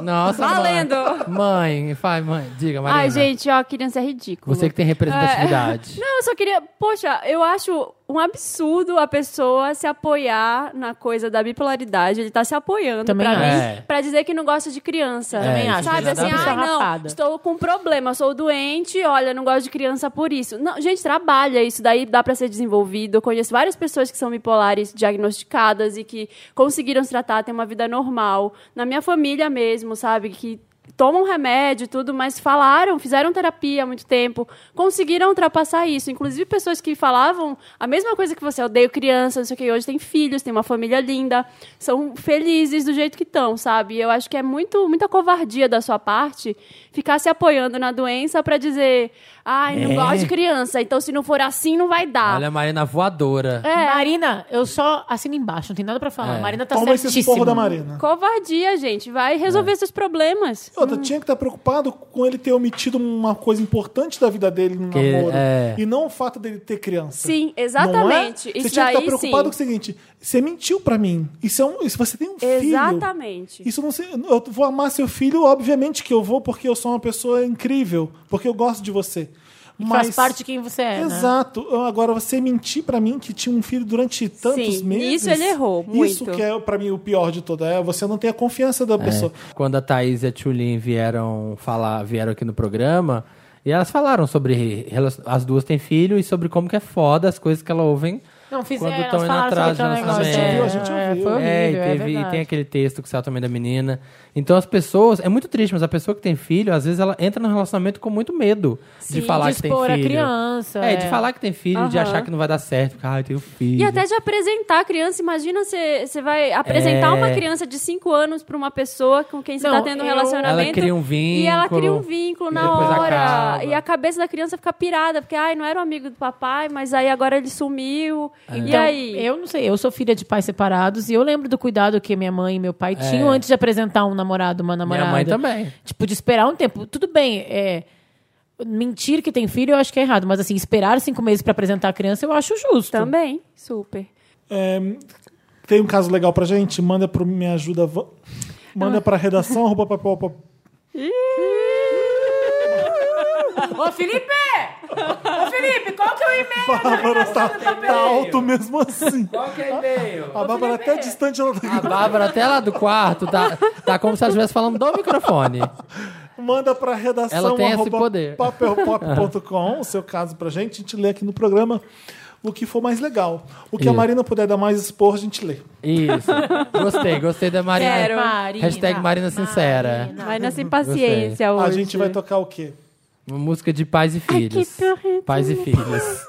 Speaker 4: Nossa, mãe.
Speaker 2: Valendo.
Speaker 4: Mãe, vai, mãe, diga, Marina.
Speaker 2: Ai, gente, é. ó, criança é ridícula.
Speaker 4: Você que tem representatividade.
Speaker 2: Não, eu só queria. Poxa, eu acho um absurdo a pessoa se apoiar na coisa da bipolaridade. Ele tá se apoiando
Speaker 3: Também
Speaker 2: pra
Speaker 3: acho. É,
Speaker 2: mim
Speaker 4: É.
Speaker 2: pra dizer que não gosta de criança.
Speaker 4: Também acho,
Speaker 2: Sabe
Speaker 4: exatamente.
Speaker 2: assim, ai, não,
Speaker 3: Rapada.
Speaker 2: estou com um problema, sou doente, olha, não gosto de criança por isso. Não, gente, trabalha isso, daí dá pra ser desenvolvido. Eu conheço várias pessoas que são bipolares diagnosticadas e que conseguiram se tratar, têm uma vida normal. Na minha família mesmo, sabe? Que tomam remédio e tudo, mas falaram, fizeram terapia há muito tempo, conseguiram ultrapassar isso. Inclusive, pessoas que falavam a mesma coisa que você, odeio criança, não sei o que, hoje tem filhos, tem uma família linda, são felizes do jeito que estão, sabe? Eu acho que é muito, muita covardia da sua parte ficar se apoiando na doença pra dizer, ai, não
Speaker 4: É.
Speaker 2: gosto de criança, então se não for assim, não vai dar.
Speaker 4: Olha a Marina voadora.
Speaker 2: É.
Speaker 3: Marina, eu só assino embaixo, não tem nada pra falar.
Speaker 4: É.
Speaker 3: Marina tá
Speaker 1: Toma esse
Speaker 3: certíssima.
Speaker 1: esporro da Marina.
Speaker 2: Covardia, gente, vai resolver
Speaker 1: É.
Speaker 2: seus problemas.
Speaker 4: Hum.
Speaker 1: Outra, tinha que estar preocupado com ele ter omitido uma coisa importante da vida dele no
Speaker 4: Que-
Speaker 1: namoro.
Speaker 4: é.
Speaker 1: E não o fato dele ter criança.
Speaker 2: Sim,
Speaker 1: Não é?
Speaker 2: exatamente.
Speaker 1: Você
Speaker 2: Isso
Speaker 1: tinha que
Speaker 2: daí,
Speaker 1: estar preocupado
Speaker 2: sim.
Speaker 1: com o seguinte: você mentiu pra mim. Isso é um, isso, você tem um filho.
Speaker 2: Exatamente.
Speaker 1: Isso não se- eu vou amar seu filho, obviamente que eu vou, porque eu sou uma pessoa incrível, porque eu gosto de você. Mas
Speaker 3: Faz parte de quem você é. né?
Speaker 1: Exato. Agora, você mentir pra mim que tinha um filho durante tantos
Speaker 2: Sim,
Speaker 1: meses.
Speaker 2: nisso ele errou,
Speaker 1: Isso
Speaker 2: muito.
Speaker 1: que é pra mim o pior de tudo. É você não tem a confiança
Speaker 4: É.
Speaker 1: da pessoa.
Speaker 4: Quando a Thaís e a Tulin vieram falar, vieram aqui no programa, e elas falaram sobre relac- as duas têm filho e sobre como que é foda as coisas que elas ouvem.
Speaker 3: Não fizeram,
Speaker 4: Quando tão
Speaker 3: elas
Speaker 4: indo
Speaker 3: falaram
Speaker 4: atrás
Speaker 3: sobre tal
Speaker 4: do lançamento.
Speaker 3: negócio. é,
Speaker 1: A gente ouviu, a gente
Speaker 3: é,
Speaker 1: ouviu.
Speaker 3: Foi horrível,
Speaker 4: é, e
Speaker 3: é
Speaker 4: teve- e
Speaker 3: verdade.
Speaker 4: tem aquele texto que saiu também da menina. Então as pessoas, é muito triste, mas a pessoa que tem filho, às vezes ela entra no relacionamento com muito medo de
Speaker 3: Sim,
Speaker 4: falar
Speaker 3: de
Speaker 4: que tem
Speaker 3: expor a
Speaker 4: filho.
Speaker 3: criança,
Speaker 4: É,
Speaker 3: é.
Speaker 4: de falar que tem filho, de
Speaker 2: Aham.
Speaker 4: achar que não vai dar certo, porque ah, eu tenho filho.
Speaker 2: E até de apresentar a criança, imagina você você vai apresentar
Speaker 4: É.
Speaker 2: uma criança de 5 anos pra uma pessoa com quem você
Speaker 3: Não,
Speaker 2: tá tendo um
Speaker 3: eu-
Speaker 2: relacionamento.
Speaker 4: Ela cria um vínculo.
Speaker 2: E ela cria um vínculo
Speaker 4: e
Speaker 2: na
Speaker 4: depois
Speaker 2: hora.
Speaker 4: acaba.
Speaker 2: E a cabeça da criança fica pirada, porque ai, não era um amigo do papai, mas aí agora ele sumiu. E
Speaker 4: É.
Speaker 3: Então,
Speaker 2: aí?
Speaker 3: Eu não sei, eu sou filha de pais separados e eu lembro do cuidado que minha mãe e meu pai tinham antes de apresentar um namorado, uma namorada.
Speaker 4: É. Minha mãe também.
Speaker 3: Tipo, de esperar um tempo. Tudo bem, é. Mentir que tem filho eu acho que é errado, mas assim, esperar cinco meses pra apresentar a criança eu acho justo.
Speaker 2: Também, super.
Speaker 1: É, tem um caso legal pra gente? Manda pro Me Ajuda. Va- Manda pra redação. arroba papel- papel-
Speaker 3: Ô, Felipe! Ô, Felipe, qual que é o e-mail?
Speaker 1: Bárbara tá, tá alto mesmo assim. A Bárbara até distante ela tá
Speaker 4: A Bárbara, até lá do quarto, tá, tá como se ela estivesse falando do microfone.
Speaker 1: Manda pra redação
Speaker 4: Ela tem esse
Speaker 1: arroba
Speaker 4: poder.
Speaker 1: papelpop.com, o seu caso pra gente, a gente lê aqui no programa o que for mais legal. O que a
Speaker 4: Isso.
Speaker 1: Marina puder dar mais expor, a gente lê.
Speaker 4: Isso. Gostei, gostei da Marina.
Speaker 2: Quero.
Speaker 3: Marina,
Speaker 4: Hashtag Marina Sincera.
Speaker 2: Mas não sem paciência
Speaker 1: A
Speaker 2: hoje.
Speaker 1: gente vai tocar o quê?
Speaker 4: Uma música de pais e filhos.
Speaker 2: que
Speaker 4: Pais e filhos.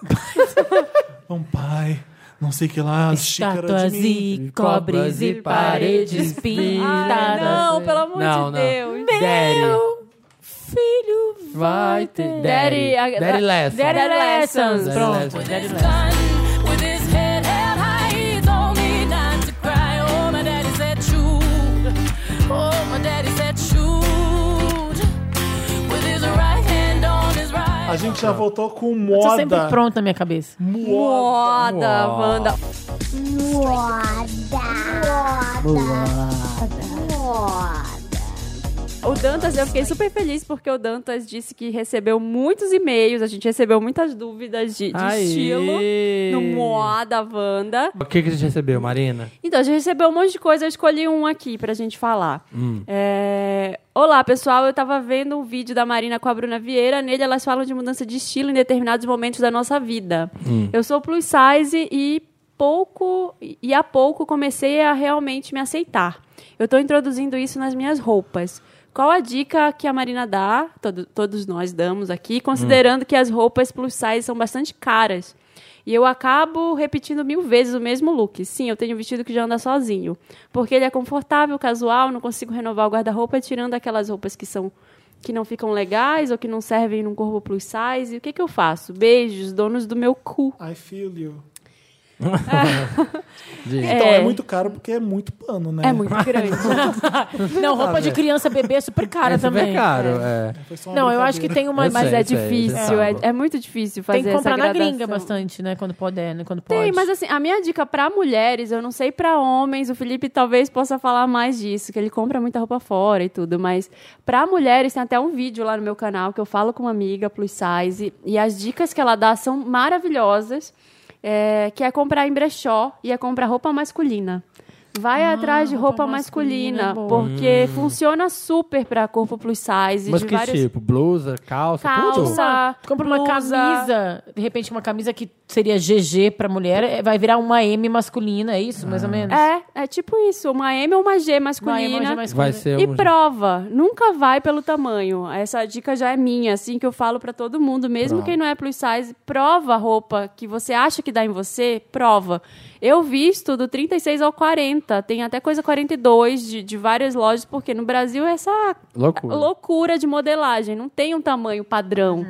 Speaker 1: Um pai, não sei que lá, xícara
Speaker 3: Estátuas
Speaker 1: de mim.
Speaker 3: e cobres e paredes
Speaker 2: Ai,
Speaker 3: pintadas.
Speaker 2: não, pelo amor
Speaker 4: Ah, Não,
Speaker 2: de
Speaker 4: não.
Speaker 2: Deus.
Speaker 4: Daddy.
Speaker 3: Filho,
Speaker 4: Vai ter. Daddy.
Speaker 2: Daddy, a-
Speaker 4: Daddy Lessons.
Speaker 2: Daddy Lessons.
Speaker 4: Daddy
Speaker 3: Pronto,
Speaker 4: Lessons.
Speaker 3: Daddy Lessons.
Speaker 9: With his head held high, he told me not to cry. Oh, my daddy said, shoot. Oh, my daddy said, shoot. With his right hand on his right.
Speaker 1: A gente já voltou com
Speaker 3: Eu tô sempre
Speaker 1: moda.
Speaker 3: pronto na minha cabeça.
Speaker 4: um
Speaker 2: Moda,
Speaker 4: Uau.
Speaker 2: Wanda.
Speaker 7: Moda. Moda. Moda.
Speaker 2: O Dantas, eu fiquei super feliz porque o Dantas disse que recebeu muitos e-mails, a gente recebeu muitas dúvidas de, de
Speaker 4: Aê!
Speaker 2: estilo no Moá da Wanda.
Speaker 4: O que, que a gente recebeu, Marina?
Speaker 2: Então, a gente recebeu um monte de coisa, eu escolhi um aqui pra gente falar. É, Olá, pessoal, eu tava vendo um vídeo da Marina com a Bruna Vieira, nele elas falam de mudança de estilo em determinados momentos da nossa vida. Eu sou plus size e pouco e há pouco comecei a realmente me aceitar. Eu tô introduzindo isso nas minhas roupas. Qual a dica que a Marina dá, todo- todos nós damos aqui, considerando que as roupas plus size são bastante caras? E eu acabo repetindo mil vezes o mesmo look. Sim, eu tenho um vestido que já anda sozinho. Porque ele é confortável, casual, não consigo renovar o guarda-roupa, tirando aquelas roupas que são que não ficam legais ou que não servem num corpo plus size. E o que, que eu faço? Beijos, donos do meu cu.
Speaker 1: I feel you.
Speaker 4: Diz.
Speaker 1: Então,
Speaker 2: É.
Speaker 1: é muito caro porque é muito pano, né?
Speaker 2: É muito grande.
Speaker 3: Não, roupa de criança bebê é super
Speaker 4: Ah,
Speaker 3: cara
Speaker 4: é super
Speaker 3: também.
Speaker 4: caro, é.
Speaker 1: Foi só uma
Speaker 3: Não, eu acho que
Speaker 1: brincadeira.
Speaker 3: tem uma.
Speaker 4: Eu
Speaker 2: Mas
Speaker 3: Mas
Speaker 4: sei,
Speaker 2: é
Speaker 4: sei,
Speaker 2: difícil, é,
Speaker 4: exato.
Speaker 2: é muito difícil fazer
Speaker 3: tem que
Speaker 2: essa
Speaker 3: comprar na gringa
Speaker 2: gradação.
Speaker 3: bastante, né? Quando puder, né? Quando pode.
Speaker 2: Tem, mas assim, a minha dica pra mulheres, eu não sei pra homens, o Felipe talvez possa falar mais disso, que ele compra muita roupa fora e tudo, mas pra mulheres tem até um vídeo lá no meu canal que eu falo com uma amiga plus size e as dicas que ela dá são maravilhosas, é, que é comprar em brechó e é comprar roupa masculina. Vai atrás de
Speaker 3: Ah, roupa
Speaker 2: roupa masculina,
Speaker 3: masculina, é boa.
Speaker 2: porque funciona super pra corpo plus size
Speaker 4: Hum. Mas
Speaker 2: de
Speaker 4: que
Speaker 2: vários
Speaker 4: tipo? Blusa, calça, tudo?
Speaker 2: Calça.
Speaker 3: Uma- tu compra uma
Speaker 2: blusa.
Speaker 3: camisa, de repente uma camisa que seria GG pra mulher, eh, vai virar uma M masculina, é isso,
Speaker 4: Ah.
Speaker 3: mais ou menos?
Speaker 2: É, é tipo isso, uma M ou uma G
Speaker 3: Uma
Speaker 2: masculina.
Speaker 3: M hoje é mais
Speaker 4: Vai
Speaker 3: comum.
Speaker 4: ser
Speaker 2: E
Speaker 4: um...
Speaker 2: prova, nunca vai pelo tamanho. Essa dica já é minha, assim, que eu falo pra todo mundo, mesmo
Speaker 4: Pronto.
Speaker 2: quem não é plus size, prova a roupa que você acha que dá em você, prova. Eu visto do 36 ao 40, tem até coisa 42 de, de várias lojas, porque no Brasil é essa
Speaker 4: Loucura.
Speaker 2: loucura de modelagem, não tem um tamanho padrão.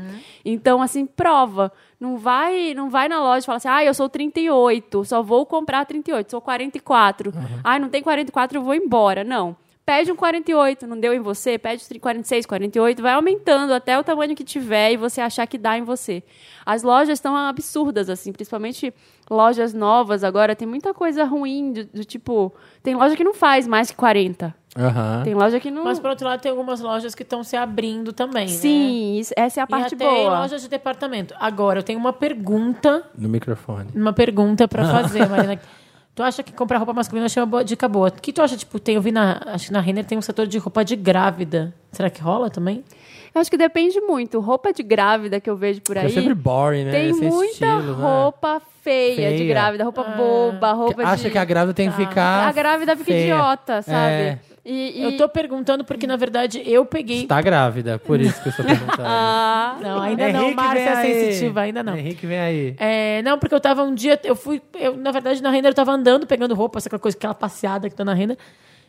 Speaker 2: Então, assim, prova. Não vai, não vai na loja e fala assim: "Ah, eu sou 38, só vou comprar 38, sou 44". "Ah, não tem 44, eu vou embora". Não. Pede um 48, não deu em você, pede tri- 46, 48, vai aumentando até o tamanho que tiver e você achar que dá em você. As lojas estão absurdas, assim, principalmente lojas novas agora, tem muita coisa ruim, do, do tipo, tem loja que não faz mais que 40.
Speaker 4: Aham.
Speaker 2: Tem loja que não.
Speaker 3: Mas por outro lado, tem algumas lojas que estão se abrindo também, né?
Speaker 2: Sim, isso- essa é a parte
Speaker 3: e até
Speaker 2: boa.
Speaker 3: lojas de departamento. Agora, eu tenho uma pergunta,
Speaker 4: No microfone.
Speaker 3: uma pergunta pra
Speaker 4: Ah.
Speaker 3: fazer, Marina. Tu acha que comprar roupa masculina é uma boa- dica boa? O que tu acha, tipo, tem, eu vi na, acho que na Renner tem um setor de roupa de grávida. Será que rola também?
Speaker 2: Eu acho que depende muito. Roupa de grávida que eu vejo por
Speaker 4: Porque
Speaker 2: aí.
Speaker 4: é sempre boring, né?
Speaker 2: Tem
Speaker 4: Sem
Speaker 2: muita
Speaker 4: estilo, né?
Speaker 2: roupa feia, de
Speaker 4: Feia. Ah.
Speaker 2: grávida, roupa boba, roupa de.
Speaker 4: Acha que a grávida tem que ficar.
Speaker 2: A grávida fica
Speaker 4: feia.
Speaker 2: idiota, sabe?
Speaker 4: É.
Speaker 2: E, e-
Speaker 3: Eu tô perguntando porque, na verdade, eu peguei...
Speaker 4: Está É. Tá grávida, por isso que eu estou perguntando.
Speaker 2: Ah,
Speaker 3: Não, ainda não,
Speaker 4: Henrique,
Speaker 3: Márcia
Speaker 4: vem
Speaker 3: é
Speaker 4: aí.
Speaker 3: sensitiva, ainda não.
Speaker 4: Henrique, vem aí.
Speaker 3: É, não, porque eu tava um dia, eu fui, eu, na verdade, na renda eu tava andando, pegando roupa, essa coisa, aquela passeada que tá na renda.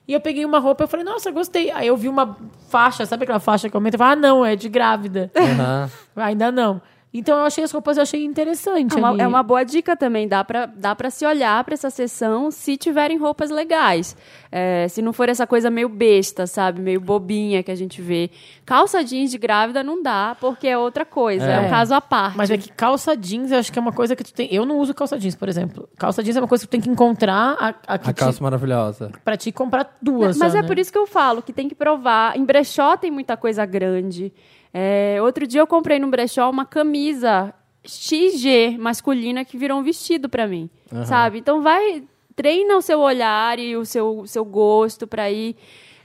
Speaker 3: E eu peguei uma roupa, eu falei, nossa, gostei. Aí eu vi uma faixa, sabe aquela faixa que aumenta? Eu falei, ah, não, é de grávida.
Speaker 4: Aham.
Speaker 3: Ainda não. Então eu achei as roupas, eu achei interessante.
Speaker 2: É uma,
Speaker 3: ali.
Speaker 2: é uma boa dica também, dá pra, dá pra se olhar pra essa sessão se tiverem roupas legais. É, se não for essa coisa meio besta, sabe? Meio bobinha que a gente vê. Calça jeans de grávida não dá, porque é outra coisa, é, um caso à parte.
Speaker 3: Mas é que calça jeans, eu acho que é uma coisa que tu tem. Eu não uso calça jeans, por exemplo. Calça jeans é uma coisa que tu tem que encontrar a, a que
Speaker 4: A
Speaker 3: te-
Speaker 4: calça maravilhosa.
Speaker 3: pra te comprar duas.
Speaker 2: Mas
Speaker 3: só,
Speaker 2: é
Speaker 3: né?
Speaker 2: por isso que eu falo que tem que provar. Em brechó tem muita coisa grande. É, outro dia eu comprei num brechó uma camisa XG masculina que virou um vestido pra mim, sabe? Então vai treina o seu olhar e o seu, seu gosto pra ir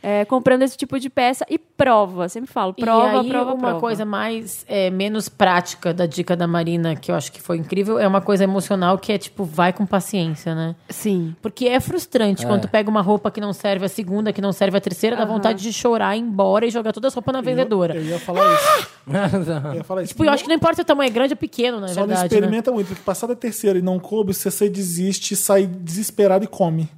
Speaker 2: é, comprando esse tipo de peça e prova. Sempre falo, prova,
Speaker 3: e aí,
Speaker 2: prova,
Speaker 3: uma
Speaker 2: prova.
Speaker 3: coisa mais é, menos prática da dica da Marina, que eu acho que foi incrível, é uma coisa emocional que é tipo, vai com paciência, né?
Speaker 2: sim.
Speaker 3: Porque é frustrante quando tu pega uma roupa que não serve a segunda, que não serve a terceira, dá vontade de chorar, ir embora e jogar todas as roupas na é vendedora.
Speaker 1: Eu ia falar isso. Eu ia falar isso.
Speaker 3: Tipo, eu acho que não importa se o tamanho é grande ou pequeno, na
Speaker 1: Só não
Speaker 3: verdade. Né?
Speaker 1: experimenta muito, porque passar da terceira e não coube, você sai desiste, sai desesperado e come.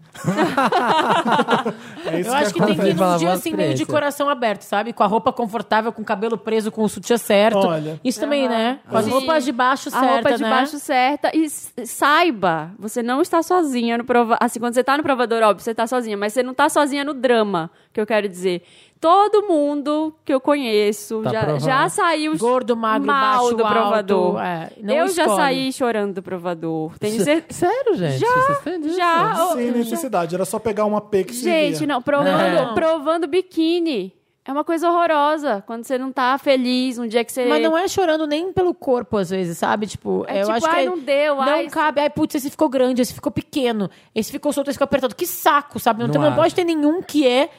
Speaker 1: é isso
Speaker 3: Eu acho que tem que ir num
Speaker 4: Fala,
Speaker 3: dia
Speaker 4: boa
Speaker 3: assim, meio de
Speaker 4: experiência.
Speaker 3: coração aberto, sabe? Com a roupa confortável, com o cabelo preso, com o sutiã certo.
Speaker 1: Olha.
Speaker 3: Isso também, né? Com as
Speaker 2: Sim.
Speaker 3: roupas de baixo
Speaker 2: A
Speaker 3: certa,
Speaker 2: roupa de
Speaker 3: né?
Speaker 2: baixo certa e s- saiba, você não está sozinha no provador. Assim, quando você tá no provador, óbvio, você tá sozinha, mas você não tá sozinha no drama, que eu quero dizer. Todo mundo que eu conheço
Speaker 4: Tá
Speaker 2: já,
Speaker 4: provando.
Speaker 2: já saiu
Speaker 3: Gordo, magro,
Speaker 2: mal
Speaker 3: baixo,
Speaker 2: do
Speaker 3: alto,
Speaker 2: provador.
Speaker 3: é, não
Speaker 2: eu já
Speaker 3: escolhe.
Speaker 2: saí chorando do provador. Tenho
Speaker 4: Sé-
Speaker 2: certeza.
Speaker 4: Sério, gente?
Speaker 2: Já,
Speaker 4: Vocês têm disso?
Speaker 2: já.
Speaker 1: Sem necessidade, era só pegar uma P que
Speaker 2: Gente,
Speaker 1: servia.
Speaker 3: É.
Speaker 2: não, provando,
Speaker 3: Não.
Speaker 2: provando biquíni. É uma coisa horrorosa quando você não tá feliz um dia que você.
Speaker 3: Mas não é chorando nem pelo corpo, às vezes, sabe? Tipo,
Speaker 2: É
Speaker 3: eu
Speaker 2: tipo,
Speaker 3: acho que.
Speaker 2: "Ai,
Speaker 3: é-
Speaker 2: não deu,
Speaker 3: Não
Speaker 2: ai, isso-
Speaker 3: cabe. Ai, putz, esse ficou grande, esse ficou pequeno, esse ficou solto, esse ficou apertado. Que saco, sabe? Não,
Speaker 4: Não
Speaker 3: tem- não
Speaker 4: acho.
Speaker 3: pode ter nenhum que é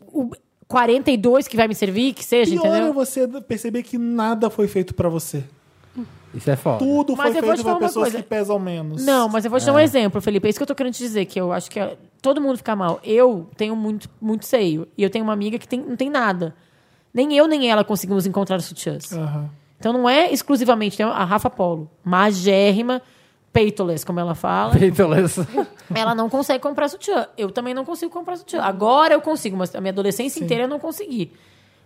Speaker 3: o 42 que vai me servir, que seja,
Speaker 1: Pior é
Speaker 3: entendeu?
Speaker 1: você perceber que nada foi feito pra você.
Speaker 4: Isso é foda.
Speaker 1: Tudo
Speaker 3: Mas
Speaker 1: foi
Speaker 3: eu vou
Speaker 1: feito
Speaker 3: te
Speaker 1: pra
Speaker 3: falar uma
Speaker 1: pessoas
Speaker 3: coisa.
Speaker 1: que pesam menos.
Speaker 3: Não, mas eu vou te dar um exemplo, Felipe. É isso que eu tô querendo te dizer, que eu acho que é- todo mundo fica mal. Eu tenho muito, muito seio. E eu tenho uma amiga que tem- não tem nada. Nem eu, nem ela conseguimos encontrar sutiãs.
Speaker 1: Aham.
Speaker 3: Então não é exclusivamente tem a Rafa Polo, magérrima, peitoless, como ela fala.
Speaker 4: Peitolas.
Speaker 3: Ela não consegue comprar sutiã. Eu também não consigo comprar sutiã. Agora eu consigo, mas a minha adolescência inteira eu não consegui.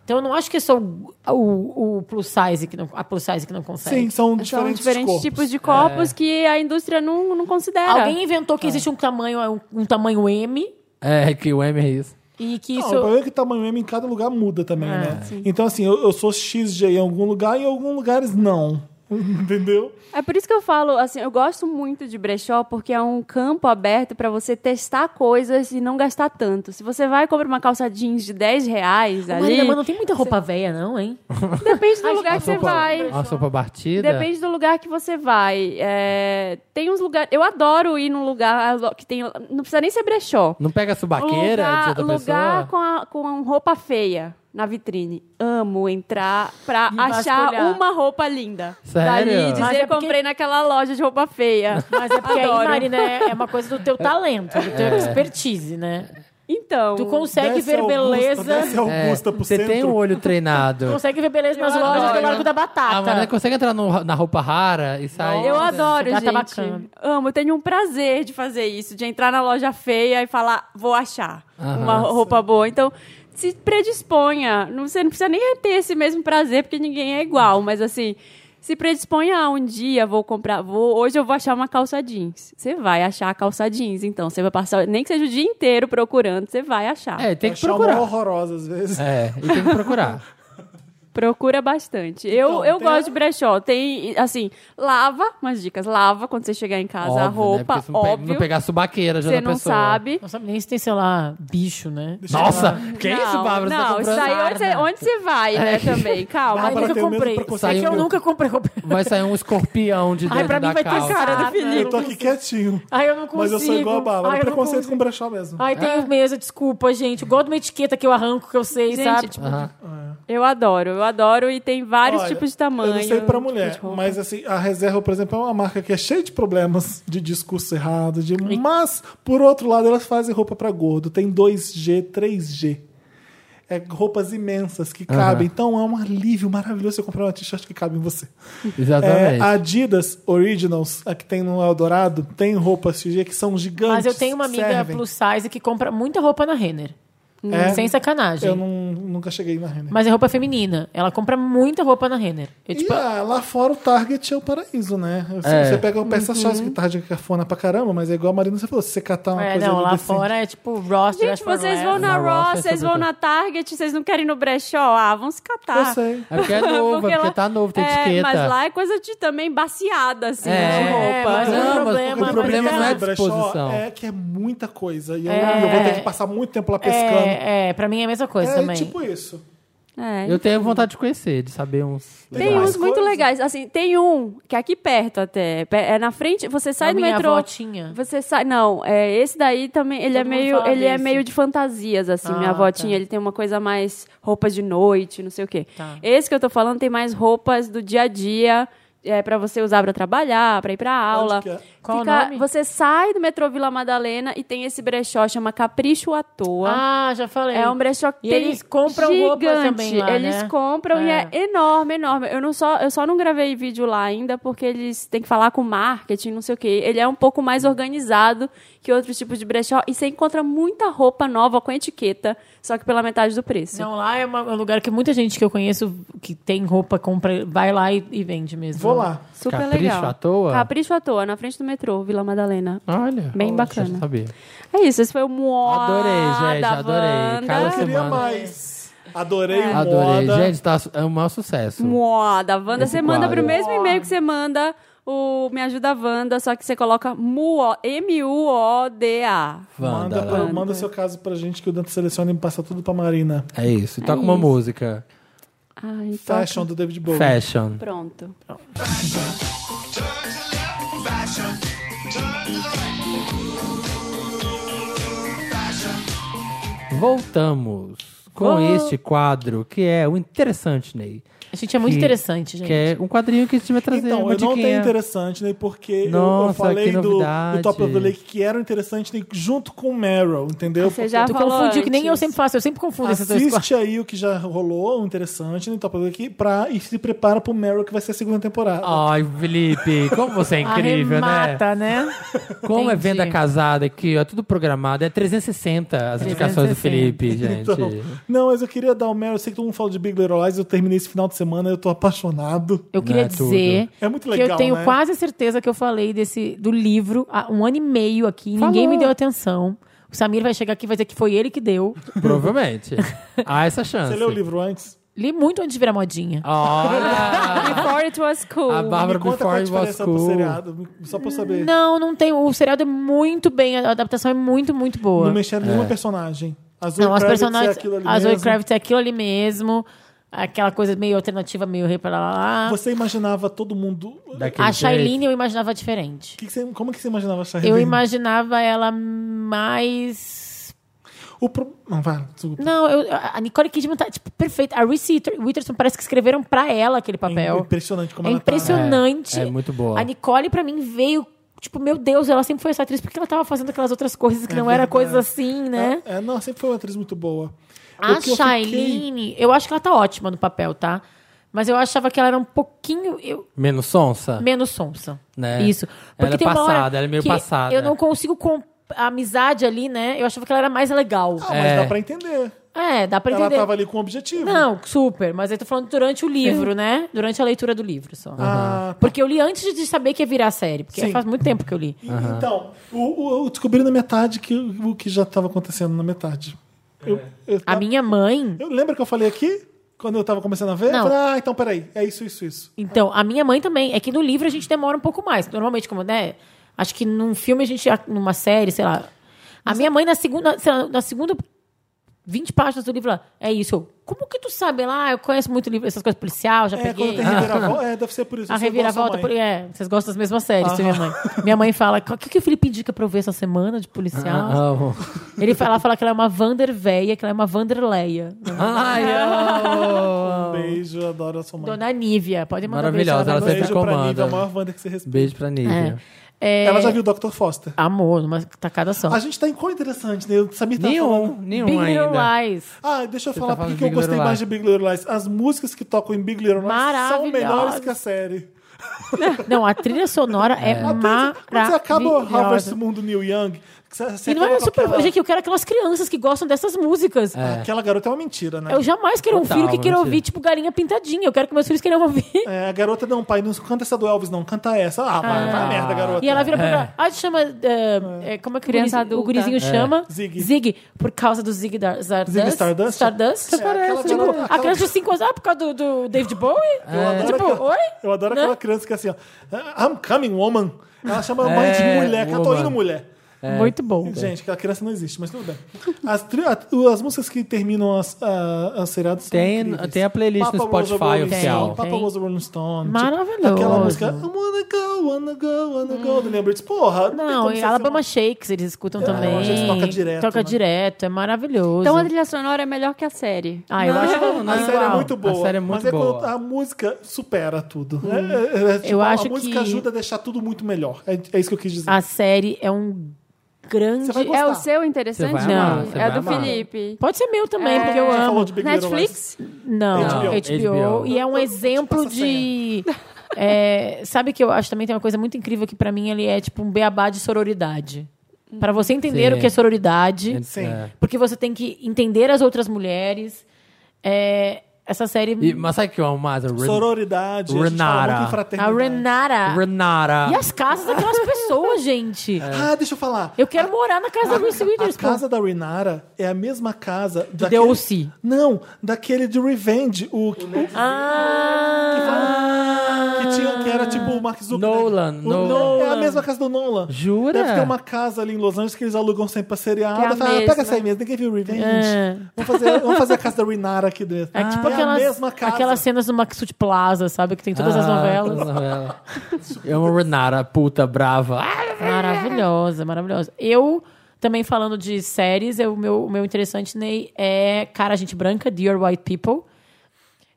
Speaker 3: Então eu não acho que é só o, o- o plus size que não, a plus size que não consegue.
Speaker 1: Sim, são
Speaker 2: São
Speaker 1: diferentes,
Speaker 2: diferentes
Speaker 1: corpos.
Speaker 2: tipos de corpos que a indústria não, não considera.
Speaker 3: Alguém inventou
Speaker 1: É.
Speaker 3: que existe um tamanho um, um tamanho M
Speaker 4: É, que o M é isso.
Speaker 3: e que
Speaker 1: Não,
Speaker 3: isso
Speaker 1: o problema é que o tamanho M em cada lugar muda também,
Speaker 3: É,
Speaker 1: né? Então, assim, eu, eu sou XG em algum lugar e em alguns lugares não. Entendeu?
Speaker 2: É por isso que eu falo, assim, eu gosto muito de brechó porque é um campo aberto pra você testar coisas e não gastar tanto. Se você vai e compra uma calça jeans de 10 reais ali,
Speaker 3: Marina, mas não tem muita roupa velha não, hein?
Speaker 2: depende do lugar é que você
Speaker 4: sopa,
Speaker 2: vai.
Speaker 4: Uma sopa batida.
Speaker 2: Depende do lugar que você vai. É, tem uns lugares. Eu adoro ir num lugar que tem. Não precisa nem ser brechó.
Speaker 4: Não pega a subaqueira de outra
Speaker 2: lugar
Speaker 4: pessoa.
Speaker 2: com, a- com roupa feia na vitrine. Amo entrar pra
Speaker 3: E
Speaker 2: achar
Speaker 3: vasculhar.
Speaker 2: uma roupa linda.
Speaker 4: Sério?
Speaker 2: Dali,
Speaker 4: Mas
Speaker 2: dizer,
Speaker 3: é
Speaker 2: eu
Speaker 3: porque-
Speaker 2: comprei naquela loja de roupa feia.
Speaker 3: Mas é porque aí,
Speaker 2: Adoro.
Speaker 3: Marina, é, é uma coisa do teu talento, do teu
Speaker 1: É.
Speaker 3: expertise, né?
Speaker 2: Então.
Speaker 3: Tu consegue
Speaker 1: Desce
Speaker 3: ver
Speaker 1: Augusta, Desce
Speaker 3: beleza,
Speaker 1: Augusta pro
Speaker 4: É, Você
Speaker 1: centro.
Speaker 4: tem um o olho treinado. Ah,
Speaker 3: consegue ver beleza nas
Speaker 2: Eu
Speaker 3: lojas do
Speaker 2: adoro.
Speaker 3: Largo da
Speaker 4: A Marina
Speaker 1: é
Speaker 3: Batata.
Speaker 4: é consegue entrar no- na roupa rara e sair.
Speaker 2: Eu adoro,
Speaker 3: gata
Speaker 2: gente.
Speaker 3: bacana.
Speaker 2: Amo, eu tenho um prazer de fazer isso, de entrar na loja feia e falar, vou achar
Speaker 4: Aham.
Speaker 2: uma roupa boa. Então, se predisponha. Não, você não precisa nem ter esse mesmo prazer, porque ninguém é igual, mas assim. Se predisponha a um dia, vou comprar, vou, hoje eu vou achar uma calça jeans. Você vai achar a calça jeans, então. Você vai passar, nem que seja o dia inteiro procurando, você vai achar.
Speaker 4: É, tem que
Speaker 1: Achar uma
Speaker 4: procurar.
Speaker 1: horrorosa às vezes.
Speaker 4: É, e tem que procurar.
Speaker 2: Procura bastante. Eu,
Speaker 1: Então,
Speaker 2: eu
Speaker 1: tem
Speaker 2: gosto
Speaker 1: a-
Speaker 2: de brechó. Tem, assim, lava, umas dicas, lava quando você chegar em casa a
Speaker 4: Óbvio, né?
Speaker 2: roupa,
Speaker 4: Porque se não pe-
Speaker 2: óbvio.
Speaker 4: Não pegar a subaqueira já
Speaker 2: Você
Speaker 4: é da
Speaker 2: não
Speaker 4: pessoa.
Speaker 2: sabe.
Speaker 3: Não sabe nem se tem, sei lá, bicho, né?
Speaker 4: Nossa, que
Speaker 1: é
Speaker 2: não,
Speaker 4: isso, Bárbara? Você tá
Speaker 2: Não,
Speaker 4: comprando-
Speaker 2: isso aí onde você, onde você vai,
Speaker 4: É.
Speaker 2: né, também. Calma.
Speaker 3: Ai,
Speaker 1: Bárbara
Speaker 3: nunca
Speaker 1: tem o mesmo
Speaker 3: comprei.
Speaker 1: preconceito
Speaker 3: É que eu
Speaker 4: que eu.
Speaker 3: nunca comprei roupa.
Speaker 4: Vai sair um escorpião de dentro
Speaker 3: Ai, pra mim
Speaker 4: da
Speaker 3: vai
Speaker 4: calça.
Speaker 3: ter cara do
Speaker 1: Eu tô
Speaker 3: Felipe.
Speaker 1: aqui quietinho.
Speaker 3: Ai, eu não consigo.
Speaker 1: Ah, Mas eu sou igual a Bárbara.
Speaker 3: Ai, Ah, eu não
Speaker 1: preconceito com É.
Speaker 3: consigo.
Speaker 1: brechó mesmo.
Speaker 3: Ai, tenho mesa, desculpa, gente. Eu gosto de uma etiqueta que eu arranco, que eu sei,
Speaker 2: Gente,
Speaker 3: sabe? Tipo,
Speaker 4: Aham.
Speaker 2: Eu adoro, eu adoro. E tem vários
Speaker 1: Olha,
Speaker 2: tipos de tamanho. Tipo,
Speaker 1: Eu não sei pra
Speaker 2: tipos de
Speaker 1: mulher,
Speaker 2: roupa.
Speaker 1: mas assim, a Reserva, por exemplo, é uma marca que é cheia de problemas, de discurso errado, de... mas, por outro lado, elas fazem roupa pra gordo. Tem 2G, 3G. É roupas imensas que cabem. Então é um alívio maravilhoso você comprar uma t-shirt que cabe em você. É,
Speaker 4: Exatamente.
Speaker 1: a Adidas Originals, a que tem no Eldorado, tem roupas XG que são gigantes.
Speaker 3: mas eu tenho uma amiga
Speaker 1: servem.
Speaker 3: plus size que compra muita roupa na Renner.
Speaker 1: É?
Speaker 3: Sem sacanagem.
Speaker 1: Eu não- nunca cheguei na Renner.
Speaker 3: Mas é roupa feminina. Ela compra muita roupa na Renner. Eu, tipo,
Speaker 1: e, ah, lá fora o Target é o paraíso, né? Você,
Speaker 4: É.
Speaker 1: você pega
Speaker 3: Uhum.
Speaker 1: peças chaves que o Target é cafona pra caramba, mas é igual a Marina, você falou, se você catar uma
Speaker 3: é,
Speaker 1: coisa
Speaker 3: não,
Speaker 1: ali
Speaker 3: lá
Speaker 1: decente-
Speaker 3: fora é tipo Ross, Dress
Speaker 2: Gente,
Speaker 3: for
Speaker 2: vocês
Speaker 3: Less.
Speaker 2: vão
Speaker 4: Na
Speaker 2: na
Speaker 4: Ross,
Speaker 2: Ross, vocês vão na Target, vocês não querem ir no brechó? Ah, vão se catar.
Speaker 1: Eu
Speaker 3: tá.
Speaker 1: sei.
Speaker 4: É porque é novo, é porque
Speaker 2: lá-
Speaker 4: tá novo, tem
Speaker 2: é,
Speaker 4: etiqueta.
Speaker 2: Mas lá é coisa de também baciada, assim,
Speaker 4: É,
Speaker 2: de roupa.
Speaker 3: mas
Speaker 4: não, mas
Speaker 3: o
Speaker 1: um
Speaker 3: problema,
Speaker 4: o problema
Speaker 3: mas
Speaker 4: não é a
Speaker 1: do brechó
Speaker 4: disposição.
Speaker 1: É que é muita coisa. E eu,
Speaker 3: É.
Speaker 1: eu vou ter que passar muito tempo lá pescando. É,
Speaker 3: É, é, pra mim é a mesma coisa também.
Speaker 1: tipo isso.
Speaker 2: É,
Speaker 4: Eu tenho vontade de conhecer, de saber uns.
Speaker 2: Tem
Speaker 1: Legais.
Speaker 2: uns muito
Speaker 1: Coisas.
Speaker 2: legais. Assim, tem um que é aqui perto até. Pe- É na frente, você sai
Speaker 3: a
Speaker 2: do
Speaker 3: minha
Speaker 2: metrô.
Speaker 3: avó tinha.
Speaker 2: Você sai. Não, é, esse daí também. Ele, é
Speaker 3: Todo mundo
Speaker 2: meio,
Speaker 3: fala
Speaker 2: ele é
Speaker 3: desse.
Speaker 2: meio de fantasias, assim.
Speaker 3: Ah,
Speaker 2: minha avó
Speaker 3: tá.
Speaker 2: tinha. Ele tem uma coisa mais roupas de noite, não sei o quê.
Speaker 3: Tá.
Speaker 2: Esse que eu tô falando tem mais roupas do dia a dia. É, para você usar pra trabalhar, pra ir pra aula.
Speaker 1: que é?
Speaker 3: Qual o
Speaker 2: Fica-
Speaker 3: nome?
Speaker 2: Você sai do metrô Vila Madalena e tem esse brechó, chama Capricho à Toa.
Speaker 3: Ah, já falei.
Speaker 2: É um brechó que
Speaker 3: E
Speaker 2: tem
Speaker 3: eles compram roupa
Speaker 2: gigante.
Speaker 3: também lá,
Speaker 2: Eles
Speaker 3: né?
Speaker 2: compram
Speaker 3: É.
Speaker 2: e é enorme, enorme. Eu, não só, eu só não gravei vídeo lá ainda porque eles têm que falar com marketing, não sei o quê. Ele é um pouco mais organizado que outros tipos de brechó e você encontra muita roupa nova com etiqueta, só que pela metade do preço.
Speaker 3: Não, lá é uma- é um lugar que muita gente que eu conheço que tem roupa, compra, vai lá e, e vende mesmo.
Speaker 1: Vou lá.
Speaker 2: Super
Speaker 4: Capricho
Speaker 2: legal.
Speaker 4: à toa?
Speaker 2: Capricho à toa, na frente do metrô, Vila Madalena.
Speaker 4: Olha.
Speaker 2: Bem
Speaker 4: Olha,
Speaker 2: bacana.
Speaker 4: deixa eu Saber.
Speaker 2: É isso, esse foi o Moá
Speaker 4: Adorei, gente,
Speaker 2: da
Speaker 4: adorei.
Speaker 1: Eu
Speaker 4: Cada
Speaker 2: Wanda.
Speaker 4: semana.
Speaker 1: queria mais. Adorei
Speaker 3: É.
Speaker 1: o
Speaker 4: Adorei.
Speaker 1: moda.
Speaker 4: Gente, tá, é um maior sucesso.
Speaker 2: Moá da Wanda.
Speaker 4: Esse
Speaker 2: Você manda
Speaker 4: quadro.
Speaker 2: pro mesmo e-mail que você manda o Me Ajuda Wanda, só que você coloca Muo- M-U-O-D-A.
Speaker 4: Wanda,
Speaker 1: Manda, pra-
Speaker 4: né?
Speaker 1: manda seu caso pra gente que o Dante seleciona e passa tudo pra Marina.
Speaker 4: É isso. E toca uma
Speaker 2: isso.
Speaker 4: música.
Speaker 2: Ai, então-
Speaker 1: Fashion do David Bowie.
Speaker 4: Fashion.
Speaker 2: Pronto.
Speaker 4: Voltamos com
Speaker 3: Vamos.
Speaker 4: este quadro que é o interessante, Ney.
Speaker 3: A gente é muito
Speaker 4: Que-
Speaker 3: interessante, gente.
Speaker 4: Que é um quadrinho que a gente vai trazer
Speaker 1: Então,
Speaker 4: uma
Speaker 1: eu não tenho
Speaker 4: diquinha.
Speaker 1: interessante, né? Porque eu- eu,
Speaker 4: Nossa,
Speaker 1: falei
Speaker 4: que
Speaker 1: do,
Speaker 4: novidade.
Speaker 1: do Top of the Lake que era o interessante né? junto com o Meryl, entendeu?
Speaker 2: Você já
Speaker 3: Tu
Speaker 2: falou
Speaker 3: confundiu que nem eu
Speaker 2: antes.
Speaker 3: sempre faço, eu sempre confundo essas duas coisas.
Speaker 1: Assiste aí o que já rolou, o interessante no Top of the Lake, pra, e se prepara pro Meryl que vai ser a segunda temporada.
Speaker 4: Ai, Felipe, como você é incrível, né?
Speaker 3: Arremata, né?
Speaker 4: Como é
Speaker 3: Entendi.
Speaker 4: venda casada aqui, ó, tudo programado. É 360 as indicações do
Speaker 3: 360.
Speaker 4: Felipe, gente.
Speaker 1: Então, não, mas eu queria dar o Meryl. Eu sei que todo mundo fala de Big Little Lies. Eu terminei esse final de semana. Eu tô apaixonado.
Speaker 3: Eu queria
Speaker 4: é tudo.
Speaker 3: dizer
Speaker 1: É muito
Speaker 3: que eu
Speaker 1: legal,
Speaker 3: tenho
Speaker 1: né?
Speaker 3: quase certeza que eu falei desse do livro há um ano e meio aqui. Ninguém me deu atenção. O Samir vai chegar aqui e vai dizer que foi ele que deu.
Speaker 4: Provavelmente. Há essa chance.
Speaker 1: Então. Você leu o livro antes?
Speaker 3: Li muito antes de virar modinha.
Speaker 1: Ah,
Speaker 4: Olha!
Speaker 2: Before it was cool.
Speaker 4: A Bárbara
Speaker 1: Me conta qual a
Speaker 4: Before It Was
Speaker 1: diferença pro
Speaker 4: Cool.
Speaker 1: seriado. Só pra eu saber.
Speaker 3: Não, não tem. O seriado é muito bem, a adaptação é muito, muito boa.
Speaker 1: Não mexeram em nenhuma personagem. A Zoe
Speaker 3: Não, as
Speaker 1: Kravitz
Speaker 3: personagens.
Speaker 1: é aquilo ali
Speaker 3: a Zoe
Speaker 1: mesmo.
Speaker 3: Kravitz é aquilo ali mesmo. Aquela coisa meio alternativa, meio rei pra lá. lá, lá.
Speaker 1: Você imaginava todo mundo...
Speaker 4: Daquele
Speaker 3: A
Speaker 4: jeito.
Speaker 3: Shailene eu imaginava diferente.
Speaker 1: Que que você- como é que você imaginava a Shailene?
Speaker 3: Eu imaginava ela mais.
Speaker 1: O pro- Não, vai, desculpa.
Speaker 3: Não, eu- a Nicole Kidman tá, tipo, perfeita. A Reese Wither- Witherspoon parece que escreveram pra ela aquele
Speaker 1: É
Speaker 3: papel.
Speaker 1: impressionante como
Speaker 3: É
Speaker 1: ela tá.
Speaker 3: impressionante.
Speaker 4: É, é muito boa.
Speaker 3: A Nicole, pra mim, veio... Tipo, meu Deus, ela sempre foi essa atriz. Porque ela tava fazendo aquelas outras coisas que
Speaker 1: É
Speaker 3: não era
Speaker 1: verdade.
Speaker 3: coisas assim, né?
Speaker 1: É, é, não, sempre foi uma atriz muito boa.
Speaker 3: A
Speaker 1: O que eu
Speaker 3: Shailene... Eu acho que ela tá ótima no papel, tá? Mas eu achava que ela era um pouquinho... eu-
Speaker 4: Menos sonsa?
Speaker 3: menos sonsa.
Speaker 4: Né?
Speaker 3: Isso.
Speaker 4: Ela é
Speaker 3: tem uma hora
Speaker 4: passada, ela é meio
Speaker 3: que
Speaker 4: passada.
Speaker 3: Eu não consigo... Com... A amizade ali, né? Eu achava que ela era mais legal.
Speaker 1: Ah, mas
Speaker 4: É.
Speaker 1: dá pra entender.
Speaker 3: É, dá pra
Speaker 1: Ela
Speaker 3: entender.
Speaker 1: tava ali com um objetivo.
Speaker 3: Não, super. Mas eu tô falando durante o livro, né? Durante a leitura do livro só.
Speaker 1: Ah,
Speaker 3: Porque eu li antes de saber que ia virar série. Porque
Speaker 1: Sim.
Speaker 3: faz muito tempo que eu li.
Speaker 1: e- Então, o- o- eu descobri na metade que, o que já estava acontecendo na metade. Eu, eu,
Speaker 3: A minha mãe.
Speaker 1: eu lembro que eu falei aqui, quando eu tava começando a ver?
Speaker 3: Não.
Speaker 1: Eu falei, ah, então peraí, é isso, isso, isso.
Speaker 3: Então, a minha mãe também. É que no livro a gente demora um pouco mais. Normalmente, como, né? Acho que num filme a gente. numa série, sei lá. A minha mãe, na segunda. sei lá, Na segunda. 20 páginas do livro lá. É isso. Eu, Como que tu sabe lá? Eu conheço muito livro, essas coisas policial, já
Speaker 1: É,
Speaker 3: peguei.
Speaker 1: quando tem reviravolta. É, deve ser por isso.
Speaker 3: A
Speaker 1: você gosta da
Speaker 3: reviravolta.
Speaker 1: mãe.
Speaker 3: por- É, vocês gostam das mesmas séries, tem minha mãe. Minha mãe fala: o que, que o Felipe indica pra eu ver essa semana de policial?
Speaker 4: Ah, Amo.
Speaker 3: Ele fala, ela fala que ela é uma Vanderveia, que ela é uma Vanderleia.
Speaker 4: Ai, amo.
Speaker 1: Um beijo, adoro a sua mãe.
Speaker 3: Dona Nívia, pode mandar
Speaker 4: Maravilhosa,
Speaker 3: um
Speaker 4: ela
Speaker 3: beijo.
Speaker 4: sempre
Speaker 1: beijo pra
Speaker 4: comanda.
Speaker 1: Nívia, a maior Wanda que você respeita.
Speaker 4: Beijo pra Nívia.
Speaker 3: É,
Speaker 1: Ela já viu o Dr. Foster.
Speaker 3: Amor, numa tacada só.
Speaker 1: A gente tá em qual interessante, né? Eu sabia que tava
Speaker 4: Nenhum,
Speaker 3: Tá
Speaker 1: falando.
Speaker 4: nenhum
Speaker 3: Big Little
Speaker 4: ainda.
Speaker 3: Lies.
Speaker 1: Ah, deixa eu
Speaker 4: Você
Speaker 1: falar
Speaker 4: tá falando
Speaker 1: porque eu
Speaker 4: Big
Speaker 1: gostei
Speaker 4: Little
Speaker 1: mais
Speaker 4: Lies.
Speaker 1: de Big Little Lies. As músicas que tocam em Big Little Lies são
Speaker 3: Maravilhosas.
Speaker 1: melhores que a série.
Speaker 3: Não, a trilha sonora é,
Speaker 1: Quando você acaba o Harvest
Speaker 3: maravilhosa.
Speaker 1: Mundo Neil Young, que você, você
Speaker 3: E não é
Speaker 1: acaba com
Speaker 3: super...
Speaker 1: aquela,
Speaker 3: Gente, eu quero aquelas crianças que gostam dessas músicas.
Speaker 1: aquela garota é uma mentira, né?
Speaker 3: Eu jamais quero um
Speaker 4: Total,
Speaker 3: filho que queira
Speaker 4: mentira.
Speaker 3: ouvir, tipo, Galinha Pintadinha. Eu quero que meus filhos queiram ouvir.
Speaker 1: É, a garota não, pai, não canta essa do Elvis, não, canta essa. Ah, vai, vai merda, garota.
Speaker 3: E ela vira pra ela. Ah, chama. eh, eh, como é que o
Speaker 2: Criança
Speaker 3: gurizinho- o
Speaker 2: adulta.
Speaker 3: gurizinho chama?
Speaker 1: Zig.
Speaker 3: Zig. Por causa do Zig Dar- Stardust.
Speaker 1: Zig Stardust?
Speaker 3: Stardust.
Speaker 1: É, aquela
Speaker 3: tipo,
Speaker 1: garota-
Speaker 3: a criança de 5 anos. Ah, por causa do, do David Bowie?
Speaker 1: Eu adoro
Speaker 3: Tipo,
Speaker 1: aquela-
Speaker 3: oi?
Speaker 1: Eu adoro
Speaker 3: Né?
Speaker 1: aquela criança que é assim, ó. I'm coming, woman. Ela chama a mãe de
Speaker 4: É,
Speaker 1: mulher, que eu tô
Speaker 4: woman.
Speaker 1: indo mulher.
Speaker 3: Muito bom.
Speaker 1: Gente, aquela criança não existe, mas tudo bem. As, tri- a- as músicas que terminam as, a- as seriadas são
Speaker 4: Tem-
Speaker 1: incríveis.
Speaker 4: tem a playlist no
Speaker 1: Was a
Speaker 4: Spotify
Speaker 1: Rolling
Speaker 4: oficial.
Speaker 1: Stone, Papa
Speaker 3: Tem.
Speaker 1: Was a Rolling Stone. tipo,
Speaker 3: Maravilhoso.
Speaker 1: aquela música I wanna go, wanna go, wanna go. Do Lembra disso? Porra.
Speaker 3: Não,
Speaker 1: tem como
Speaker 3: e
Speaker 1: você
Speaker 3: Alabama
Speaker 1: ser
Speaker 3: Shakes eles escutam também.
Speaker 1: Alabama Shakes toca direto,
Speaker 3: Toca
Speaker 1: né?
Speaker 3: direto, é maravilhoso.
Speaker 2: Então a trilha sonora é melhor que a série.
Speaker 3: ah, eu
Speaker 4: Não,
Speaker 3: acho
Speaker 4: não,
Speaker 1: uma- A série é
Speaker 3: igual.
Speaker 1: muito boa.
Speaker 4: né? A série é muito
Speaker 1: mas é quando
Speaker 4: boa.
Speaker 1: a música supera tudo. É, é, é, tipo,
Speaker 3: Eu acho
Speaker 1: a música
Speaker 3: que-
Speaker 1: ajuda a deixar tudo muito melhor. É, é isso que eu quis dizer.
Speaker 3: A série é um grande.
Speaker 1: Você vai gostar.
Speaker 2: É o seu interessante?
Speaker 4: Você vai
Speaker 3: amar,
Speaker 2: Não,
Speaker 4: você
Speaker 2: é
Speaker 4: vai
Speaker 2: do
Speaker 4: amar.
Speaker 2: Felipe.
Speaker 3: Pode ser meu também, porque eu
Speaker 1: É. Você
Speaker 3: amo.
Speaker 1: falou de Big Little Lies.
Speaker 2: Netflix?
Speaker 3: Não,
Speaker 1: Não,
Speaker 3: HBO.
Speaker 4: HBO.
Speaker 3: E é um
Speaker 1: Eu- eu- eu
Speaker 3: exemplo
Speaker 1: te passo a senha.
Speaker 3: de. é, sabe que eu acho também tem uma coisa muito incrível que pra mim ele é tipo um beabá de sororidade.
Speaker 1: Hum.
Speaker 3: Pra você entender
Speaker 4: Sim.
Speaker 3: o que é sororidade,
Speaker 1: Sim.
Speaker 4: É.
Speaker 3: porque você tem que entender as outras mulheres. é, essa série.
Speaker 4: E- mas sabe o que eu amo mais? A Ren-
Speaker 1: Sororidade. A gente fala
Speaker 4: Renata.
Speaker 1: muito em
Speaker 3: a
Speaker 1: fraternidade.
Speaker 3: Renata.
Speaker 4: Renata. É.
Speaker 3: E as casas daquelas pessoas, gente.
Speaker 1: Ah, deixa eu falar.
Speaker 3: Eu quero morar na casa da Reese
Speaker 1: A
Speaker 3: Witherspoon.
Speaker 1: casa da Renara é a mesma casa do
Speaker 3: O.C..
Speaker 1: Não, daquele de Revenge, o, o-
Speaker 3: Ah,
Speaker 1: que tinha que era tipo o Mark Zuckerberg.
Speaker 4: Nolan,
Speaker 1: O
Speaker 4: Nolan.
Speaker 1: É a mesma casa do Nolan.
Speaker 4: Jura?
Speaker 1: Deve ter uma casa ali em Los Angeles que eles alugam sempre pra serial.
Speaker 2: Que é a
Speaker 1: Ela fala, ah,
Speaker 2: mesma.
Speaker 1: pega essa aí mesmo, ninguém viu Revenge.
Speaker 3: É.
Speaker 1: Vamos, fazer, vamos fazer a casa da Renata aqui dentro.
Speaker 3: É
Speaker 1: é
Speaker 3: tipo aquelas,
Speaker 1: a mesma casa.
Speaker 3: aquelas cenas do Maxut Plaza, sabe? Que tem todas as
Speaker 4: Ah,
Speaker 3: novelas.
Speaker 4: todas as novelas. Eu amo Renata, puta, brava. Ah,
Speaker 3: Maravilhosa, maravilhosa. Eu, também falando de séries, eu- o meu, o meu interessante, Ney, é Cara Gente Branca, Dear White People.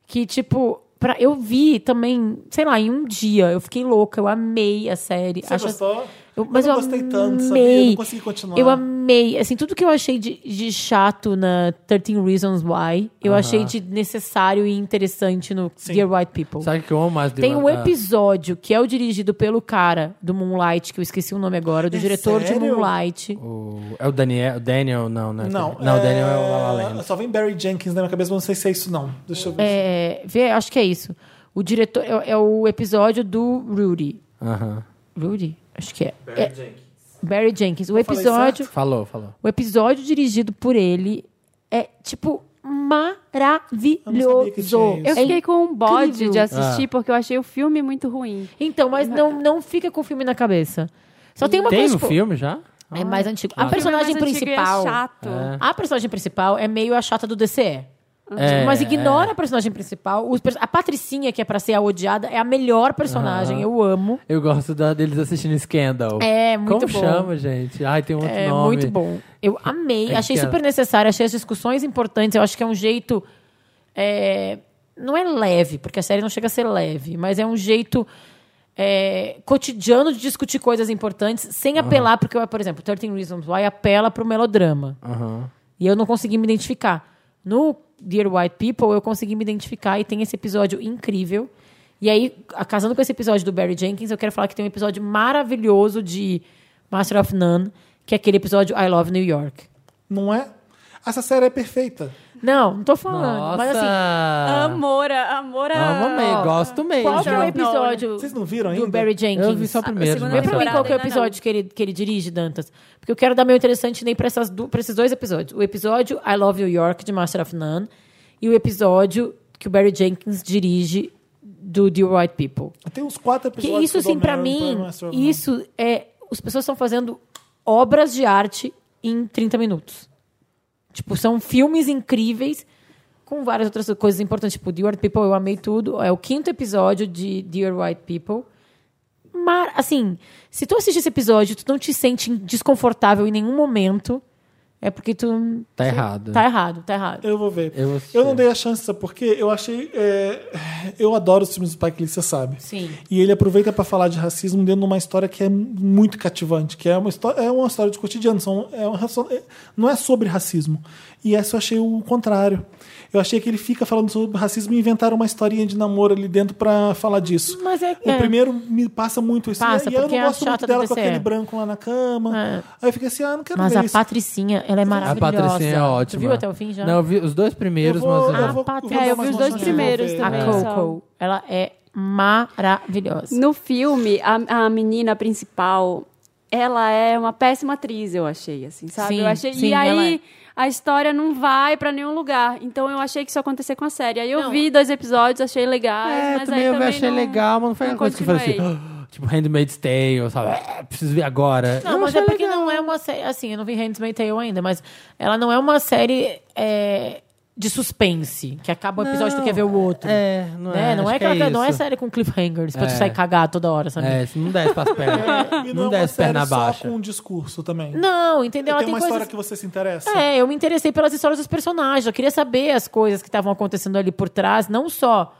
Speaker 3: Que, tipo, pra, eu vi também, sei lá, em um dia. Eu fiquei louca, eu amei a série.
Speaker 1: Você gostou?
Speaker 3: Eu, mas eu
Speaker 1: não gostei tanto, sabia?
Speaker 3: amei.
Speaker 1: Eu não consegui continuar.
Speaker 3: Eu amei. Assim, tudo que eu achei de, de chato na 13 Reasons Why, eu achei de necessário e interessante no Dear White People.
Speaker 4: Sabe o que eu amo mais Ah, de
Speaker 3: Tem um
Speaker 4: Renata?
Speaker 3: episódio que é o dirigido pelo cara do Moonlight, que eu esqueci o nome agora, do
Speaker 1: É
Speaker 3: diretor
Speaker 1: sério?
Speaker 3: de Moonlight.
Speaker 4: O- É o Daniel, o Daniel não, né?
Speaker 1: Não,
Speaker 4: o Daniel é o La La Land.
Speaker 1: Só vem Barry Jenkins na minha cabeça, mas não sei se é isso não. Deixa eu ver.
Speaker 3: É, vê, acho que é isso. O diretor é, é o episódio do Rudy.
Speaker 4: Aham.
Speaker 3: Rudy? Acho que é. Barry Jenkins. Barry Jenkins. O episódio,
Speaker 4: Falou, falou.
Speaker 3: o episódio dirigido por ele é tipo
Speaker 1: Eu não sabia que tinha isso.
Speaker 3: maravilhoso.
Speaker 2: Eu fiquei com um bode
Speaker 3: É incrível.
Speaker 2: de assistir
Speaker 4: Ah.
Speaker 2: porque eu achei o filme muito ruim.
Speaker 3: Então, mas não, não fica com o filme na cabeça. Só tem uma
Speaker 4: Tem
Speaker 3: coisa.
Speaker 4: no
Speaker 3: tipo,
Speaker 4: filme já?
Speaker 3: É mais antigo.
Speaker 4: Ah,
Speaker 3: A
Speaker 4: tá.
Speaker 3: personagem
Speaker 2: O filme mais antigo e
Speaker 3: principal.
Speaker 2: É chato.
Speaker 3: A personagem principal é meio a chata do DCE.
Speaker 4: É,
Speaker 3: Tipo, mas ignora
Speaker 4: é.
Speaker 3: a personagem principal. Os pers- a Patricinha, que é pra ser a odiada, é a melhor personagem.
Speaker 4: Aham.
Speaker 3: Eu amo.
Speaker 4: Eu gosto da- deles assistindo Scandal.
Speaker 3: É, muito
Speaker 4: Como
Speaker 3: bom.
Speaker 4: chama, gente? Ai, tem um outro
Speaker 3: É
Speaker 4: nome.
Speaker 3: muito bom. Eu amei.
Speaker 4: É
Speaker 3: achei
Speaker 4: que é-
Speaker 3: super necessário. Achei as discussões importantes. Eu acho que é um jeito... é, não é leve, porque a série não chega a ser leve. Mas é um jeito... é, cotidiano de discutir coisas importantes sem apelar, porque, por exemplo, 13 Reasons Why apela pro melodrama.
Speaker 4: Aham.
Speaker 3: E eu não consegui me identificar. No Dear White People, eu consegui me identificar e tem esse episódio incrível. E aí, a- casando com esse episódio do Barry Jenkins, eu quero falar que tem um episódio maravilhoso de Master of None, que é aquele episódio I Love New York.
Speaker 1: Não é? Essa série é perfeita.
Speaker 3: Não, não tô falando.
Speaker 4: Nossa!
Speaker 3: Mas assim,
Speaker 2: Amora, Amora.
Speaker 4: Ah. Amo mesmo, gosto mesmo.
Speaker 3: qual que é o
Speaker 2: não.
Speaker 3: episódio
Speaker 1: Vocês não viram
Speaker 3: do
Speaker 1: ainda?
Speaker 3: Barry Jenkins?
Speaker 4: Eu vi só o primeiro.
Speaker 2: segunda
Speaker 4: mas-
Speaker 3: Vê pra mim
Speaker 2: temporada
Speaker 3: qual que é o
Speaker 2: ainda não.
Speaker 3: episódio que ele, que ele dirige, Dantas. Porque eu quero dar meu interessante nem pra, essas du- pra esses dois episódios. O episódio I Love New York, de Master of None, e o episódio que o Barry Jenkins dirige do The White People.
Speaker 1: Tem uns quatro
Speaker 3: Que
Speaker 1: episódios.
Speaker 3: isso,
Speaker 1: que eu dou
Speaker 3: assim, pra
Speaker 1: Mary
Speaker 3: mim,
Speaker 1: Master of None.
Speaker 3: isso é... As pessoas estão fazendo obras de arte em 30 minutos. Tipo, são filmes incríveis com várias outras coisas importantes. Tipo, Dear White People, eu amei tudo. É o quinto episódio de Dear White People. Mas, assim, se tu assiste esse episódio e tu não te sente desconfortável em nenhum momento, é porque tu...
Speaker 4: Tá errado.
Speaker 3: Tá errado, tá errado.
Speaker 1: Eu vou ver.
Speaker 4: Eu vou
Speaker 1: Eu,
Speaker 4: assistir.
Speaker 1: não dei a chance, sabe por quê? Eu achei. é, Eu adoro os filmes do Spike Lee, você sabe.
Speaker 3: Sim.
Speaker 1: E ele aproveita pra falar de racismo dentro de uma história que é muito cativante, que é uma história, é uma história de cotidiano, são, é uma, relação- é- não é sobre racismo. E essa eu achei o contrário. Eu achei que ele fica falando sobre racismo e inventaram uma historinha de namoro ali dentro pra falar disso.
Speaker 3: Mas é-
Speaker 1: O
Speaker 3: é.
Speaker 1: primeiro me passa muito isso. né?
Speaker 3: Passa,
Speaker 1: e eu
Speaker 3: porque é
Speaker 1: não
Speaker 3: a
Speaker 1: gosto
Speaker 3: chata
Speaker 1: muito
Speaker 3: do
Speaker 1: dela com
Speaker 3: TCE.
Speaker 1: aquele branco lá na cama.
Speaker 3: É.
Speaker 1: Aí eu fiquei assim, ah, não quero
Speaker 3: Mas
Speaker 1: ver
Speaker 3: a
Speaker 1: isso.
Speaker 3: Patricinha, ela é
Speaker 4: A
Speaker 3: maravilhosa.
Speaker 4: Patricinha é
Speaker 3: Tu
Speaker 4: ótima.
Speaker 3: viu até o fim já? Ah,
Speaker 4: Não, eu vi os dois primeiros,
Speaker 1: Eu vou-
Speaker 4: mas... eu-
Speaker 1: eu vou-
Speaker 3: Patrícia.
Speaker 1: vou dar
Speaker 2: É, eu
Speaker 1: mais
Speaker 2: vi os
Speaker 1: uma
Speaker 2: dois
Speaker 1: chance,
Speaker 2: primeiros
Speaker 1: eu vou ver.
Speaker 3: A
Speaker 2: também. só.
Speaker 3: Coco, Né? ela é maravilhosa.
Speaker 2: No filme, a, a menina principal, ela é uma péssima atriz, eu achei, assim, sabe?
Speaker 3: Sim,
Speaker 2: eu achei,
Speaker 3: sim,
Speaker 2: e
Speaker 3: ela
Speaker 2: aí
Speaker 3: é.
Speaker 2: a história não vai pra nenhum lugar. Então eu achei que isso ia acontecer com a série. Aí eu vi dois episódios, achei legais,
Speaker 4: É,
Speaker 2: mas
Speaker 4: também
Speaker 2: aí
Speaker 4: eu
Speaker 2: também
Speaker 4: achei
Speaker 2: não-
Speaker 4: legal, mas não foi
Speaker 2: não
Speaker 4: uma coisa que eu falei
Speaker 2: continuei.
Speaker 4: assim... "Ah", Tipo, Handmaid's Tale, sabe? "Ah, preciso ver agora.
Speaker 3: Não,
Speaker 4: Eu
Speaker 3: mas é
Speaker 4: achei
Speaker 3: porque
Speaker 4: legal.
Speaker 3: não é uma série. Assim, eu não vi Handmaid's Tale ainda, mas ela não é uma série é, de suspense, que acaba o episódio e tu quer ver o outro.
Speaker 4: É, não é.
Speaker 3: Né? Não,
Speaker 4: acho
Speaker 3: é
Speaker 4: que
Speaker 3: aquela, não é
Speaker 4: isso.
Speaker 3: série com cliffhangers pra tu
Speaker 4: É.
Speaker 3: sair cagado toda hora, sabe?
Speaker 4: É, se não desce pras pernas.
Speaker 1: E
Speaker 4: não,
Speaker 1: não, é uma
Speaker 4: desce perna
Speaker 1: série só
Speaker 4: baixa.
Speaker 1: com um discurso também.
Speaker 3: Não, entendeu?
Speaker 4: É,
Speaker 3: Ela
Speaker 1: tem
Speaker 3: tem,
Speaker 1: uma
Speaker 3: coisas.
Speaker 1: história que você se interessa.
Speaker 3: assim. É, eu me interessei pelas histórias dos personagens. Eu queria saber as coisas que estavam acontecendo ali por trás, não só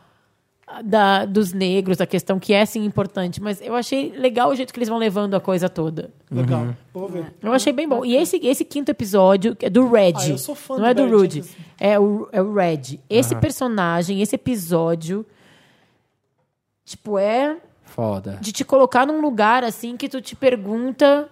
Speaker 3: ah, da, dos negros, a questão que é sim importante, mas eu achei legal o jeito que eles vão levando a coisa toda.
Speaker 1: Legal.
Speaker 4: Uhum.
Speaker 1: Vou ver.
Speaker 3: Eu achei bem bom. E esse, esse quinto episódio é do Red.
Speaker 1: Ah, eu sou fã
Speaker 3: Não
Speaker 1: do
Speaker 3: é do
Speaker 1: Barry
Speaker 3: Rudy.
Speaker 1: Jenkins.
Speaker 3: É o, é o Red. Esse personagem, esse episódio. Tipo, é
Speaker 4: Foda.
Speaker 3: de te colocar num lugar assim que tu te pergunta.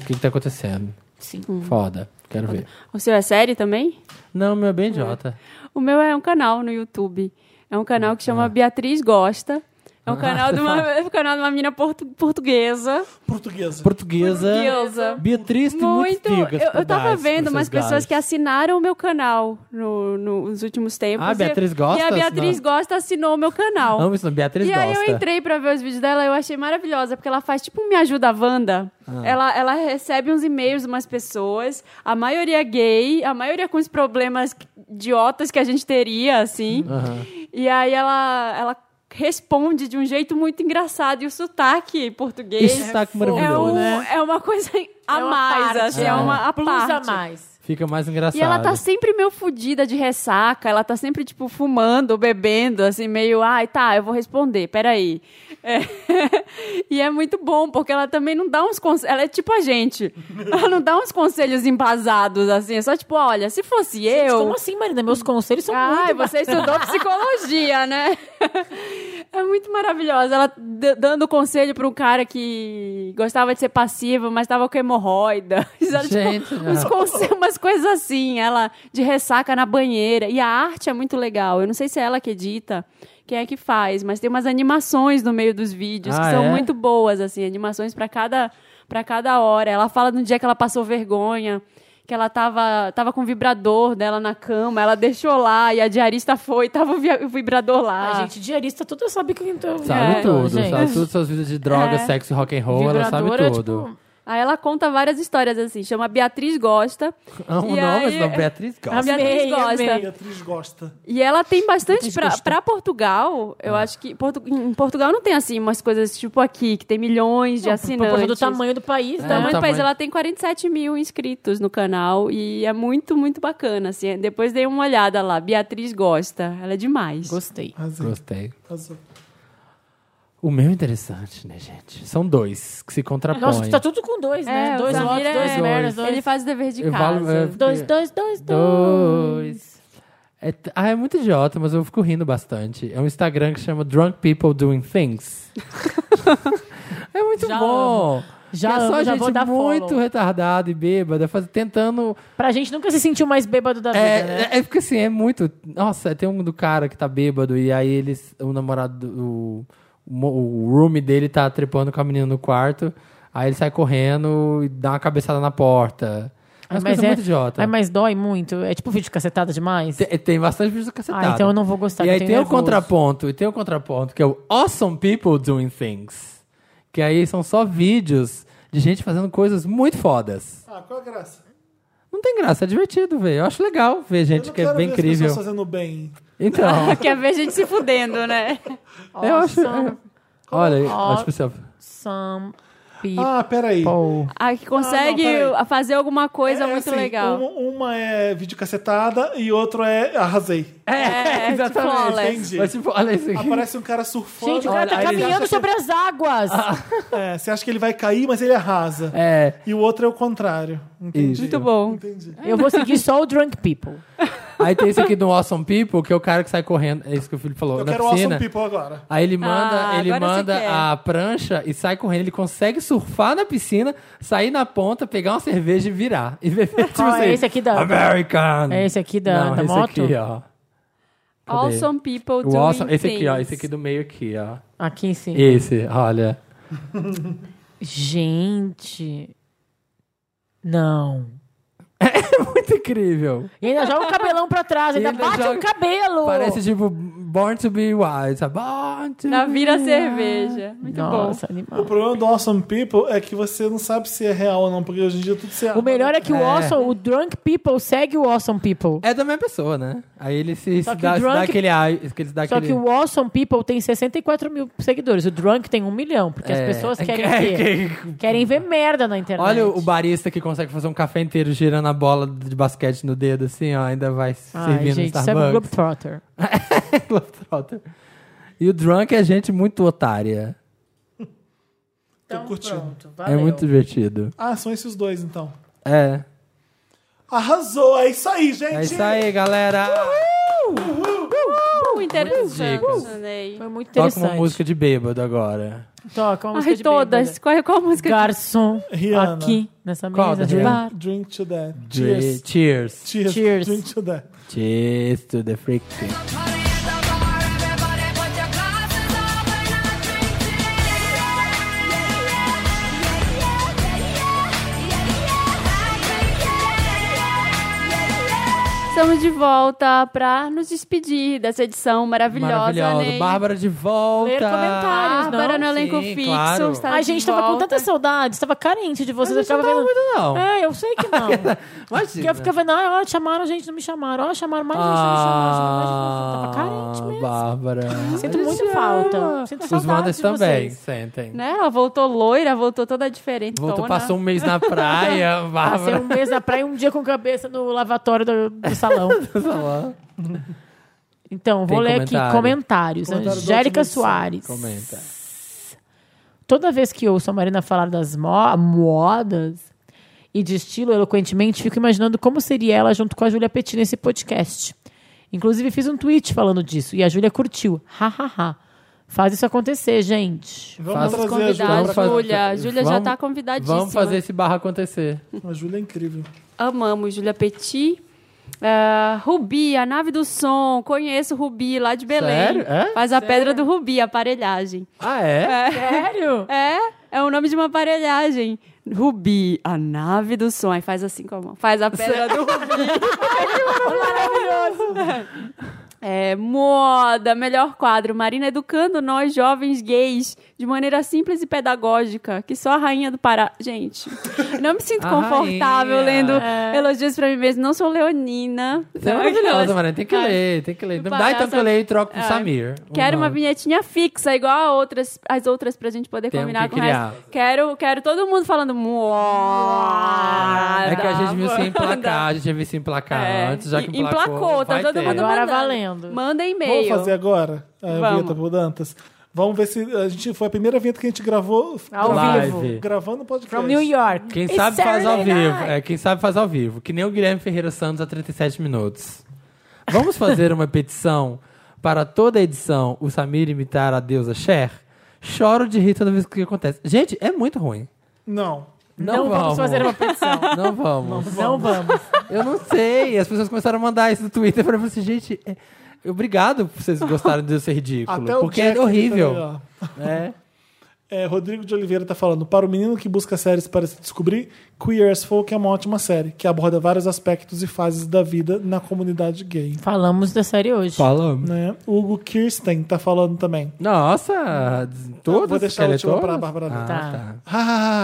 Speaker 4: O que, que tá acontecendo?
Speaker 3: Sim.
Speaker 4: Foda. Quero ver.
Speaker 2: O seu é série também?
Speaker 4: Não, meu é bem idiota. Ah.
Speaker 2: O meu é um canal no YouTube. É um canal que chama Beatriz Gosta. É o canal de uma, é o canal de uma menina portu- portuguesa.
Speaker 1: Portuguesa.
Speaker 4: Portuguesa.
Speaker 2: Portuguesa.
Speaker 4: Beatriz tem muitos
Speaker 2: Muito.
Speaker 4: gigas
Speaker 2: Eu,
Speaker 4: pra
Speaker 2: eu tava
Speaker 4: dar
Speaker 2: vendo
Speaker 4: pros
Speaker 2: umas
Speaker 4: seus
Speaker 2: pessoas
Speaker 4: galos.
Speaker 2: que assinaram o meu canal no- no- nos últimos tempos.
Speaker 4: Ah, a Beatriz
Speaker 2: e,
Speaker 4: Gosta
Speaker 2: E a Beatriz
Speaker 4: assinou?
Speaker 2: Gosta assinou o meu canal.
Speaker 4: Amo isso, Beatriz
Speaker 2: e
Speaker 4: gosta.
Speaker 2: aí eu entrei pra ver os vídeos dela eu achei maravilhosa, porque ela faz tipo um Me Ajuda Wanda.
Speaker 4: Ah.
Speaker 2: Ela, ela recebe uns e-mails de umas pessoas, a maioria gay, a maioria com os problemas idiotas que a gente teria, assim.
Speaker 4: Ah.
Speaker 2: E aí ela, ela responde de um jeito muito engraçado. E o sotaque português
Speaker 4: Esse sotaque
Speaker 2: é,
Speaker 4: maravilhoso.
Speaker 2: um-
Speaker 3: né?
Speaker 2: é uma coisa a
Speaker 3: uma
Speaker 2: mais,
Speaker 3: parte,
Speaker 2: assim, é, uma a
Speaker 3: Plus
Speaker 2: parte.
Speaker 3: a mais.
Speaker 4: Fica mais engraçado.
Speaker 2: E ela tá sempre meio fudida de ressaca, ela tá sempre, tipo, fumando, bebendo, assim, meio, ai, tá, eu vou responder, peraí. É. e é muito bom, porque ela também não dá uns conselhos, ela é tipo a gente, ela não dá uns conselhos embasados, assim, é só tipo, olha, se fosse
Speaker 3: Gente,
Speaker 2: eu...
Speaker 3: Como assim, Marina? Meus conselhos são
Speaker 2: Ai,
Speaker 3: muito...
Speaker 2: você estudou psicologia, né? É muito maravilhosa. Ela d- dando conselho pra um cara que gostava de ser passivo, mas tava com hemorroida. Sabe,
Speaker 4: Gente,
Speaker 2: tipo, uns conselhos, umas coisas assim. Ela de ressaca na banheira. E a arte é muito legal. Eu não sei se é ela que edita, quem é que faz, mas tem umas animações no meio dos vídeos
Speaker 4: Ah,
Speaker 2: que são
Speaker 4: é?
Speaker 2: muito boas, assim. Animações pra cada, pra cada hora. Ela fala no dia que ela passou vergonha. Que ela tava, tava com o vibrador dela na cama, ela deixou lá e a diarista foi e tava o vi- o vibrador lá.
Speaker 3: A gente, diarista, tudo sabe que... Então...
Speaker 4: Sabe
Speaker 2: É,
Speaker 4: tudo,
Speaker 3: gente.
Speaker 4: sabe tudo. Suas vidas de droga,
Speaker 2: É.
Speaker 4: sexo e rock and roll, ela sabe
Speaker 3: Vibradora,
Speaker 4: tudo.
Speaker 3: tipo,
Speaker 2: Aí ela conta várias histórias assim, chama Beatriz Gosta.
Speaker 4: Amo
Speaker 2: E
Speaker 4: não, mas
Speaker 2: aí-
Speaker 4: não, Beatriz gosta.
Speaker 2: A Beatriz
Speaker 3: Amei,
Speaker 2: Gosta.
Speaker 3: amei.
Speaker 1: Beatriz gosta.
Speaker 2: E ela tem bastante pra,
Speaker 4: Gosta.
Speaker 2: pra Portugal. Eu acho que Portu- em Portugal não tem assim umas coisas tipo aqui que tem milhões de
Speaker 3: Por
Speaker 2: assinantes.
Speaker 3: conta do tamanho do país,
Speaker 2: O
Speaker 3: né?
Speaker 2: tamanho do
Speaker 4: tamanho.
Speaker 2: país, ela tem 47 mil inscritos no canal e é muito, muito bacana. Assim. Depois dei uma olhada lá. Beatriz gosta. Ela é demais.
Speaker 3: Gostei.
Speaker 1: Arrasou,
Speaker 4: Gostei.
Speaker 1: arrasou.
Speaker 4: O meu é interessante, né, gente? São dois que se contrapõem.
Speaker 3: Nossa, tá tudo com dois, né?
Speaker 2: É, o
Speaker 3: dois
Speaker 2: Samir
Speaker 3: lotes,
Speaker 2: é-
Speaker 3: dois merdas, dois...
Speaker 2: Ele faz o dever de
Speaker 4: Eu
Speaker 2: casa.
Speaker 4: valo- é,
Speaker 3: Dois, dois, dois, dois.
Speaker 4: Dois. É, t- ah, é muito idiota, mas eu fico rindo bastante. É um Instagram que chama Drunk People Doing Things. é muito
Speaker 3: Já
Speaker 4: bom.
Speaker 3: Já
Speaker 4: Que é só
Speaker 3: amo, já
Speaker 4: gente
Speaker 3: vou dar
Speaker 4: muito
Speaker 3: follow.
Speaker 4: retardada e bêbada, faz, tentando.
Speaker 3: Pra gente nunca se sentiu mais bêbado da vida,
Speaker 4: É,
Speaker 3: né?
Speaker 4: é, é porque assim, é muito. Nossa, tem um do cara que tá bêbado e aí eles. O namorado. do- O, o mo- o roomie dele tá trepando com a menina no quarto. Aí ele sai correndo e dá uma cabeçada na porta.
Speaker 3: Ai,
Speaker 4: Mas, coisa
Speaker 3: é-
Speaker 4: muito idiota.
Speaker 3: ai, mas dói muito. É tipo vídeo cacetada demais.
Speaker 4: Tem, tem bastante vídeo cacetado.
Speaker 3: Ah, então eu não vou gostar,
Speaker 4: E
Speaker 3: que eu
Speaker 4: aí
Speaker 3: tenho
Speaker 4: tem o
Speaker 3: nervoso.
Speaker 4: contraponto, e tem o contraponto, que é o Awesome People Doing Things. Que aí são só vídeos de gente fazendo coisas muito fodas.
Speaker 1: Ah, qual a graça?
Speaker 4: Não tem graça, é divertido ver. Eu acho legal ver
Speaker 1: Eu
Speaker 4: gente
Speaker 1: não
Speaker 4: que é
Speaker 1: quero
Speaker 4: bem
Speaker 1: ver as
Speaker 4: incrível.
Speaker 1: pessoas fazendo bem.
Speaker 4: Então,
Speaker 2: Quer ver a gente se fudendo, né?
Speaker 4: eu acho... Olha, eu acho que você...
Speaker 3: Some people.
Speaker 1: Ah, peraí.
Speaker 2: A que consegue
Speaker 1: Ah, não, peraí.
Speaker 2: fazer alguma coisa
Speaker 1: É
Speaker 2: muito
Speaker 1: assim,
Speaker 2: legal.
Speaker 1: Uma, uma é vídeo cacetada e outra é arrasei.
Speaker 4: É,
Speaker 2: é, tipo flawless.
Speaker 1: Entendi.
Speaker 4: Mas tipo, olha isso aqui.
Speaker 1: Aparece um cara surfando.
Speaker 3: Gente, o cara tá
Speaker 4: Olha, aí ele
Speaker 3: caminhando
Speaker 1: acha
Speaker 3: sobre as águas.
Speaker 4: Ah.
Speaker 1: que- é, você acha que ele vai cair, mas ele arrasa.
Speaker 4: É,
Speaker 1: E o outro é o contrário. Entendi.
Speaker 4: isso.
Speaker 2: Muito bom.
Speaker 1: Entendi.
Speaker 3: Eu vou seguir só o Drunk People.
Speaker 4: Aí tem esse aqui do Awesome People, que é o cara que sai correndo. É isso que o filho falou.
Speaker 1: Eu
Speaker 4: na
Speaker 1: quero
Speaker 4: piscina.
Speaker 1: Awesome People agora.
Speaker 4: Aí ele manda,
Speaker 2: Ah,
Speaker 4: ele
Speaker 2: agora você
Speaker 3: é.
Speaker 2: quer.
Speaker 4: manda a prancha e sai correndo. Ele consegue surfar na piscina, sair na ponta, pegar uma cerveja e virar. E beber tipo
Speaker 3: Ó, é
Speaker 4: assim,
Speaker 3: esse aqui da-
Speaker 4: American.
Speaker 3: é esse aqui da-
Speaker 4: Não,
Speaker 3: da
Speaker 4: esse
Speaker 3: moto?
Speaker 4: Aqui, ó. Cadê?
Speaker 2: Awesome people
Speaker 4: O
Speaker 2: doing
Speaker 4: awesome, esse aqui, ó.
Speaker 2: things.
Speaker 4: Esse aqui do meio aqui, ó.
Speaker 3: Aqui em cima.
Speaker 4: Esse, olha.
Speaker 3: Gente. Não.
Speaker 4: É muito incrível.
Speaker 3: E ainda joga o cabelão pra trás, ainda,
Speaker 4: Ainda
Speaker 3: bate
Speaker 4: joga-
Speaker 3: o cabelo.
Speaker 4: Parece tipo Born to be Wild. sabe? Born to
Speaker 2: Na
Speaker 4: be
Speaker 2: vira
Speaker 4: wild.
Speaker 2: cerveja. Muito bom.
Speaker 3: Nossa,
Speaker 1: O
Speaker 3: animal.
Speaker 1: problema do Awesome People é que você não sabe se é real ou não, porque hoje em dia tudo se
Speaker 3: O melhor é que o
Speaker 4: É.
Speaker 3: awesome, o Drunk People segue o Awesome People.
Speaker 4: É da mesma pessoa, né? Aí ele se,
Speaker 3: Só
Speaker 4: se
Speaker 3: que
Speaker 4: dá,
Speaker 3: o
Speaker 4: se dá
Speaker 3: drunk-
Speaker 4: aquele... ai- que ele se dá
Speaker 3: Só
Speaker 4: aquele...
Speaker 3: que o Awesome People tem 64 mil seguidores. O Drunk tem um milhão, porque
Speaker 4: É.
Speaker 3: as pessoas querem ver. Querem ver merda na internet.
Speaker 4: Olha o barista que consegue fazer um café inteiro girando a bola de basquete no dedo, assim, ó, ainda vai
Speaker 3: Ai,
Speaker 4: servindo no
Speaker 3: gente, isso é um
Speaker 4: Starbucks.
Speaker 3: Globetrotter.
Speaker 4: Globetrotter. e o drunk é gente muito otária.
Speaker 1: Tô curtindo.
Speaker 4: É muito divertido.
Speaker 1: Ah, são esses dois então.
Speaker 4: É.
Speaker 1: Arrasou, é isso aí, gente.
Speaker 4: É isso aí, galera.
Speaker 2: Uh, interessante. né?
Speaker 4: dicas.
Speaker 2: Ney.
Speaker 3: Foi muito
Speaker 4: Toca uma
Speaker 3: interessante.
Speaker 4: música de bêbado agora.
Speaker 3: Toca uma música
Speaker 2: Ai,
Speaker 3: de
Speaker 2: todas.
Speaker 3: bêbada.
Speaker 2: Qual, é, qual música?
Speaker 3: Garçom,
Speaker 1: Rihanna.
Speaker 3: aqui, nessa
Speaker 4: Qual
Speaker 3: mesa
Speaker 4: da
Speaker 3: de
Speaker 4: Rihanna?
Speaker 3: bar.
Speaker 1: Drink to that.
Speaker 4: Dre-
Speaker 1: Cheers.
Speaker 4: Cheers.
Speaker 1: Cheers.
Speaker 3: Cheers.
Speaker 1: Drink to that.
Speaker 4: Cheers to the freak.
Speaker 9: Party at the bar, everybody put your glasses up and I
Speaker 2: Estamos de volta pra nos despedir dessa edição maravilhosa. né?
Speaker 4: Maravilhosa.
Speaker 2: Ney.
Speaker 4: Bárbara de volta.
Speaker 3: né? Ler comentários, não?
Speaker 2: Bárbara no elenco
Speaker 4: Sim,
Speaker 2: fixo.
Speaker 4: claro.
Speaker 2: está
Speaker 3: A
Speaker 2: de
Speaker 3: gente tava com
Speaker 2: volta.
Speaker 3: tanta saudade, tava carente de vocês.
Speaker 4: Tá Mas
Speaker 3: eu
Speaker 4: a gente não tava
Speaker 3: ficava vendo.
Speaker 4: muito, não.
Speaker 3: É, eu sei que não. Porque
Speaker 4: Imagina.
Speaker 3: eu ficava vendo, ah, ó, chamaram a gente, não me chamaram. Ó, chamaram mais gente, não me
Speaker 4: Ah,
Speaker 3: chamaram. Chamaram mais gente, não me chamaram. Tava carente mesmo.
Speaker 4: Bárbara.
Speaker 3: Sinto muito falta. Sinto
Speaker 4: Os
Speaker 3: saudade
Speaker 4: Wanders
Speaker 3: de
Speaker 4: também
Speaker 3: vocês.
Speaker 4: sentem.
Speaker 2: Né? Ela voltou loira, voltou toda diferente. né?
Speaker 4: Voltou, passou um mês na praia,
Speaker 3: Passei
Speaker 4: Bárbara.
Speaker 3: um mês na praia e um dia com a cabeça no lavatório do, do salão. Então, vou
Speaker 4: Tem
Speaker 3: ler aqui
Speaker 4: comentário.
Speaker 3: comentários.
Speaker 1: Comentário da
Speaker 3: Angélica
Speaker 1: última edição.
Speaker 3: Soares.
Speaker 4: Comenta.
Speaker 3: Toda vez que ouço a Marina falar das mo- modas e de estilo eloquentemente, fico imaginando como seria ela junto com a Júlia Petit nesse podcast. Inclusive, fiz um tweet falando disso e a Júlia curtiu. Ha, ha, ha. Faz isso acontecer, gente.
Speaker 1: Vamos
Speaker 4: Faça-
Speaker 1: trazer a Júlia.
Speaker 2: convidar
Speaker 1: pra
Speaker 2: a
Speaker 1: cá.
Speaker 4: fazer-
Speaker 2: Júlia. A Júlia já
Speaker 4: Vamos-
Speaker 2: tá convidadíssima.
Speaker 4: Vamos fazer esse barro acontecer.
Speaker 1: A Júlia é incrível.
Speaker 2: Amamos Júlia Petit. Ah, Rubi, a nave do som. Conheço Rubi lá de Belém.
Speaker 4: Sério? É?
Speaker 2: Faz a pedra do Rubi, a aparelhagem.
Speaker 4: Ah, é?
Speaker 3: Sério?
Speaker 2: É, é o nome de uma aparelhagem. Rubi, a nave do som. Aí faz assim com a mão. Faz a pedra do Rubi. Maravilhoso. É, moda, melhor quadro. Marina educando nós, jovens gays, de maneira simples e pedagógica, que só a rainha do Pará. Gente, não me sinto
Speaker 4: A
Speaker 2: confortável
Speaker 4: rainha. É.
Speaker 2: lendo elogios pra mim mesma. Não sou leonina.
Speaker 4: Você é maravilhosa, Mariana. Tem que
Speaker 2: Ai.
Speaker 4: ler, tem que ler. Não dá
Speaker 2: Palhaça-
Speaker 4: então que eu leio e troco pro
Speaker 2: É.
Speaker 4: Samir.
Speaker 2: Quero uma
Speaker 4: nome.
Speaker 2: vinhetinha fixa, igual a outras, as outras, pra gente poder
Speaker 4: Temos
Speaker 2: combinar
Speaker 4: que
Speaker 2: com o resto.
Speaker 4: criar.
Speaker 2: Quero, quero todo mundo falando. Moada,
Speaker 4: É que a gente viu sem
Speaker 2: moada.
Speaker 4: emplacar, a gente já viu sem emplacar
Speaker 2: É,
Speaker 4: antes, já que
Speaker 2: e-
Speaker 4: emplacou.
Speaker 2: emplacou, tá
Speaker 4: vai
Speaker 2: todo
Speaker 4: ter.
Speaker 2: mundo
Speaker 3: Agora
Speaker 2: mandando.
Speaker 3: valendo.
Speaker 2: Manda
Speaker 1: Vamos
Speaker 2: e-mail.
Speaker 1: fazer agora eh, a
Speaker 2: Vamos.
Speaker 1: vinheta pro Dantas? Vamos ver se a gente foi a primeira vinheta que a gente gravou
Speaker 3: Ao
Speaker 1: gravando-
Speaker 4: vivo.
Speaker 1: Gravando o podcast.
Speaker 3: From New York.
Speaker 4: Quem
Speaker 3: It's
Speaker 4: sabe faz ao
Speaker 3: Saturday
Speaker 4: vivo.
Speaker 3: night.
Speaker 4: É, quem sabe faz ao vivo. Que nem o Guilherme Ferreira Santos há 37 minutos. Vamos fazer uma petição para toda a edição o Samir imitar a deusa Cher? Choro de rir toda vez que acontece. Gente, é muito ruim.
Speaker 1: Não.
Speaker 4: Não,
Speaker 3: Não Então vamos fazer uma petição.
Speaker 4: Não vamos.
Speaker 3: Não vamos.
Speaker 4: Eu não sei. As pessoas começaram a mandar isso no Twitter para mim assim, gente. é- Obrigado por vocês gostarem de eu ser ridículo.
Speaker 1: Até o
Speaker 4: porque
Speaker 1: Jack
Speaker 4: é horrível.
Speaker 1: tá aí, ó.
Speaker 4: É.
Speaker 1: É, Rodrigo de Oliveira tá falando. Para o menino que busca séries para se descobrir, Queer as Folk é uma ótima série, que aborda vários aspectos e fases da vida na comunidade gay.
Speaker 3: Falamos da série hoje.
Speaker 4: Falamos.
Speaker 1: Né? O Hugo Kirsten tá falando também.
Speaker 4: Nossa, todas
Speaker 1: Vou deixar a última
Speaker 4: esqueletonas?
Speaker 1: pra Bárbara ler.
Speaker 4: Ah,
Speaker 3: Tá.
Speaker 4: tá.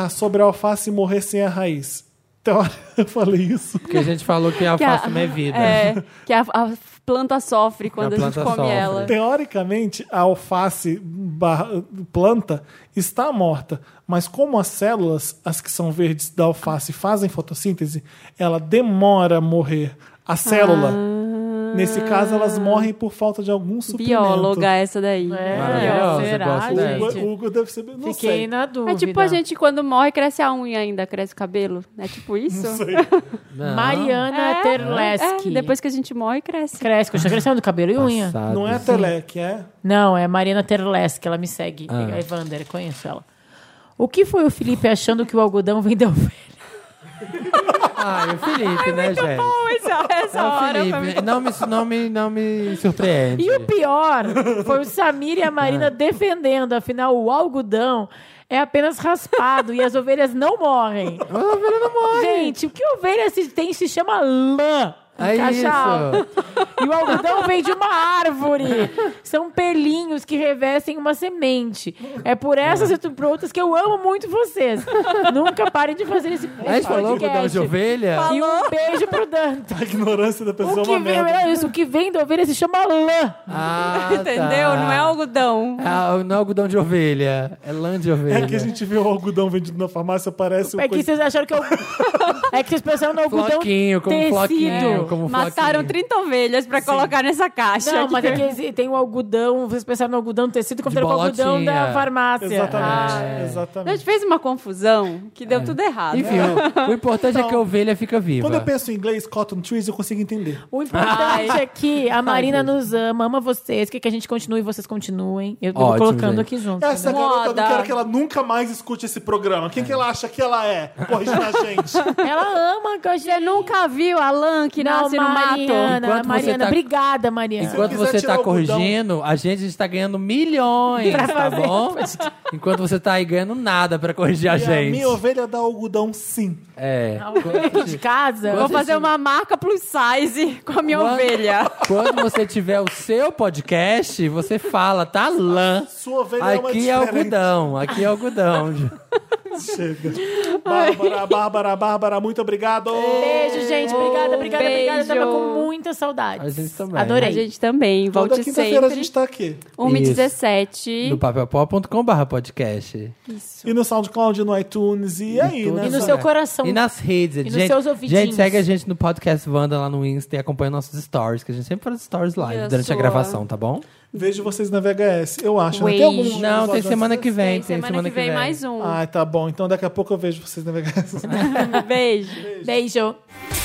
Speaker 1: Ah, sobre a alface morrer sem a raiz. Então, eu falei isso.
Speaker 4: Porque a gente falou que a
Speaker 2: Que a-
Speaker 4: alface não é vida.
Speaker 2: É, que a, a planta sofre quando a,
Speaker 4: A
Speaker 2: gente
Speaker 4: planta
Speaker 2: come
Speaker 4: sofre.
Speaker 2: ela.
Speaker 1: Teoricamente, a alface barra- planta está morta, mas como as células, as que são verdes da alface, fazem fotossíntese, ela demora a morrer. A célula,
Speaker 4: Ah,
Speaker 3: Ah.
Speaker 1: nesse caso, elas morrem por falta de algum suprimento.
Speaker 2: Bióloga essa
Speaker 3: É.
Speaker 2: daí. É.
Speaker 4: Maravilhosa,
Speaker 3: será,
Speaker 4: gosto dela.
Speaker 1: O
Speaker 3: gente?
Speaker 1: Hugo deve ser. Não
Speaker 3: Fiquei
Speaker 1: sei.
Speaker 3: na dúvida.
Speaker 2: É tipo a gente quando morre cresce a unha ainda, cresce o cabelo. É tipo isso?
Speaker 1: Não sei.
Speaker 4: Não.
Speaker 3: Mariana Terleski.
Speaker 2: É, depois que a gente morre cresce.
Speaker 3: Cresce, continua crescendo cabelo e unha.
Speaker 4: Passado.
Speaker 1: Não é Telec, é?
Speaker 3: Não, é Marina Terleski, ela me segue.
Speaker 4: Ah.
Speaker 3: É Evander, conheço ela. O que foi o Felipe achando que o algodão vem da ovelha?
Speaker 4: Ah, e o Felipe, né, gente?
Speaker 2: Essa,
Speaker 4: É
Speaker 2: essa
Speaker 4: o
Speaker 2: hora foi
Speaker 4: Felipe. Não me, não, me, não me surpreende.
Speaker 3: E o pior foi o Samir e a Marina
Speaker 4: É.
Speaker 3: defendendo, afinal, o algodão é apenas raspado e as ovelhas não morrem.
Speaker 4: Mas a ovelha não morre.
Speaker 3: Gente, o que ovelha se tem se chama lã.
Speaker 4: É
Speaker 3: Cachau.
Speaker 4: isso.
Speaker 3: E o algodão vem de uma árvore. São pelinhos que revestem uma semente. É por essas e tu- por outras que eu amo muito vocês. Nunca parem de fazer esse
Speaker 4: A gente
Speaker 3: esse
Speaker 4: falou que o Dão de ovelha.
Speaker 3: E um beijo pro Dante.
Speaker 1: A ignorância da pessoa
Speaker 3: O
Speaker 1: é
Speaker 3: que
Speaker 1: uma
Speaker 3: vem,
Speaker 1: merda.
Speaker 3: é isso, o que vem da ovelha se chama lã.
Speaker 4: Ah,
Speaker 2: Entendeu?
Speaker 4: tá.
Speaker 2: Não é algodão.
Speaker 4: Ah, não é algodão de ovelha. É lã de ovelha.
Speaker 1: É que a gente vê o algodão vendido na farmácia, parece um
Speaker 3: É que
Speaker 1: coisa-
Speaker 3: vocês acharam que eu... É que vocês pensaram no algodão
Speaker 4: Floquinho, como
Speaker 3: tecido.
Speaker 4: floquinho. Como
Speaker 2: Mataram
Speaker 4: floquinho.
Speaker 2: 30 ovelhas pra colocar nessa caixa.
Speaker 3: Não,
Speaker 2: Que
Speaker 3: mas é que
Speaker 2: per-
Speaker 3: exi- tem o algodão, vocês pensaram no algodão do tecido, confundiram com o algodão
Speaker 4: bolotinha.
Speaker 3: da farmácia.
Speaker 1: Exatamente.
Speaker 2: A
Speaker 1: Exatamente.
Speaker 2: gente fez uma confusão que deu tudo errado.
Speaker 4: Enfim, o, o importante é que a ovelha fica viva.
Speaker 1: Então, Quando eu penso em inglês, cotton trees, eu consigo entender.
Speaker 3: O importante é que a Marina nos ama, ama vocês, quer que a gente continue, vocês continuem. Eu tô
Speaker 4: Ótimo,
Speaker 3: colocando
Speaker 4: gente.
Speaker 3: aqui junto.
Speaker 1: Essa
Speaker 2: Moda.
Speaker 1: garota, eu não quero que ela nunca mais escute esse programa. é? Quem que ela acha que ela é? Corrigindo a gente.
Speaker 3: Ela ama que a
Speaker 2: Você
Speaker 3: gente...
Speaker 2: nunca viu a lã que nasce no mato.
Speaker 3: Mariana,
Speaker 4: Enquanto você
Speaker 3: Mariana,
Speaker 4: tá-
Speaker 3: obrigada, Mariana.
Speaker 4: Enquanto
Speaker 1: quiser
Speaker 4: você
Speaker 1: tirar
Speaker 4: está
Speaker 1: o algodão-
Speaker 4: corrigindo, a gente está ganhando milhões, tá bom? Enquanto você está aí ganhando nada para corrigir a
Speaker 1: E É a
Speaker 4: gente.
Speaker 1: minha ovelha dá algodão, sim.
Speaker 4: É.
Speaker 3: Tá De casa.
Speaker 2: Vou
Speaker 4: Quanto-
Speaker 2: fazer uma marca plus size com a minha
Speaker 4: Quando-
Speaker 2: ovelha.
Speaker 4: Quando você tiver o seu podcast, você fala, tá lã.
Speaker 1: Sua ovelha é uma
Speaker 4: Aqui é
Speaker 1: diferente.
Speaker 4: algodão, aqui é algodão.
Speaker 1: Chega. Bárbara, Bárbara, Bárbara, muito obrigado.
Speaker 3: Beijo, gente. Obrigada, obrigada, obrigada. Eu tava
Speaker 2: Beijo.
Speaker 3: com muita saudade.
Speaker 4: A gente também.
Speaker 3: Adorei.
Speaker 2: A gente também.
Speaker 1: Toda
Speaker 2: Volte
Speaker 1: quinta-feira
Speaker 2: sempre.
Speaker 1: a gente tá aqui.
Speaker 4: No
Speaker 2: 1h17.
Speaker 4: papelpop.com.br podcast.
Speaker 1: E no SoundCloud, no iTunes e, aí, né?
Speaker 3: E no seu coração.
Speaker 4: E nas redes.
Speaker 3: nos
Speaker 4: gente,
Speaker 3: seus ouvidinhos.
Speaker 4: Gente, segue a gente no podcast Wanda lá no Insta e acompanha nossos stories, que a gente sempre faz stories live
Speaker 2: E a
Speaker 4: durante
Speaker 2: sua?
Speaker 4: a gravação, tá bom?
Speaker 1: Vejo vocês na VHS, eu acho. né? Tem
Speaker 2: Wait.
Speaker 1: algum
Speaker 4: Não, tem
Speaker 1: episódio
Speaker 4: semana
Speaker 1: antes?
Speaker 4: que vem. Tem
Speaker 2: semana, que vem mais um.
Speaker 1: Ah. Ai, tá bom. Então daqui a pouco eu vejo vocês na VHS.
Speaker 2: Beijo.
Speaker 3: Beijo.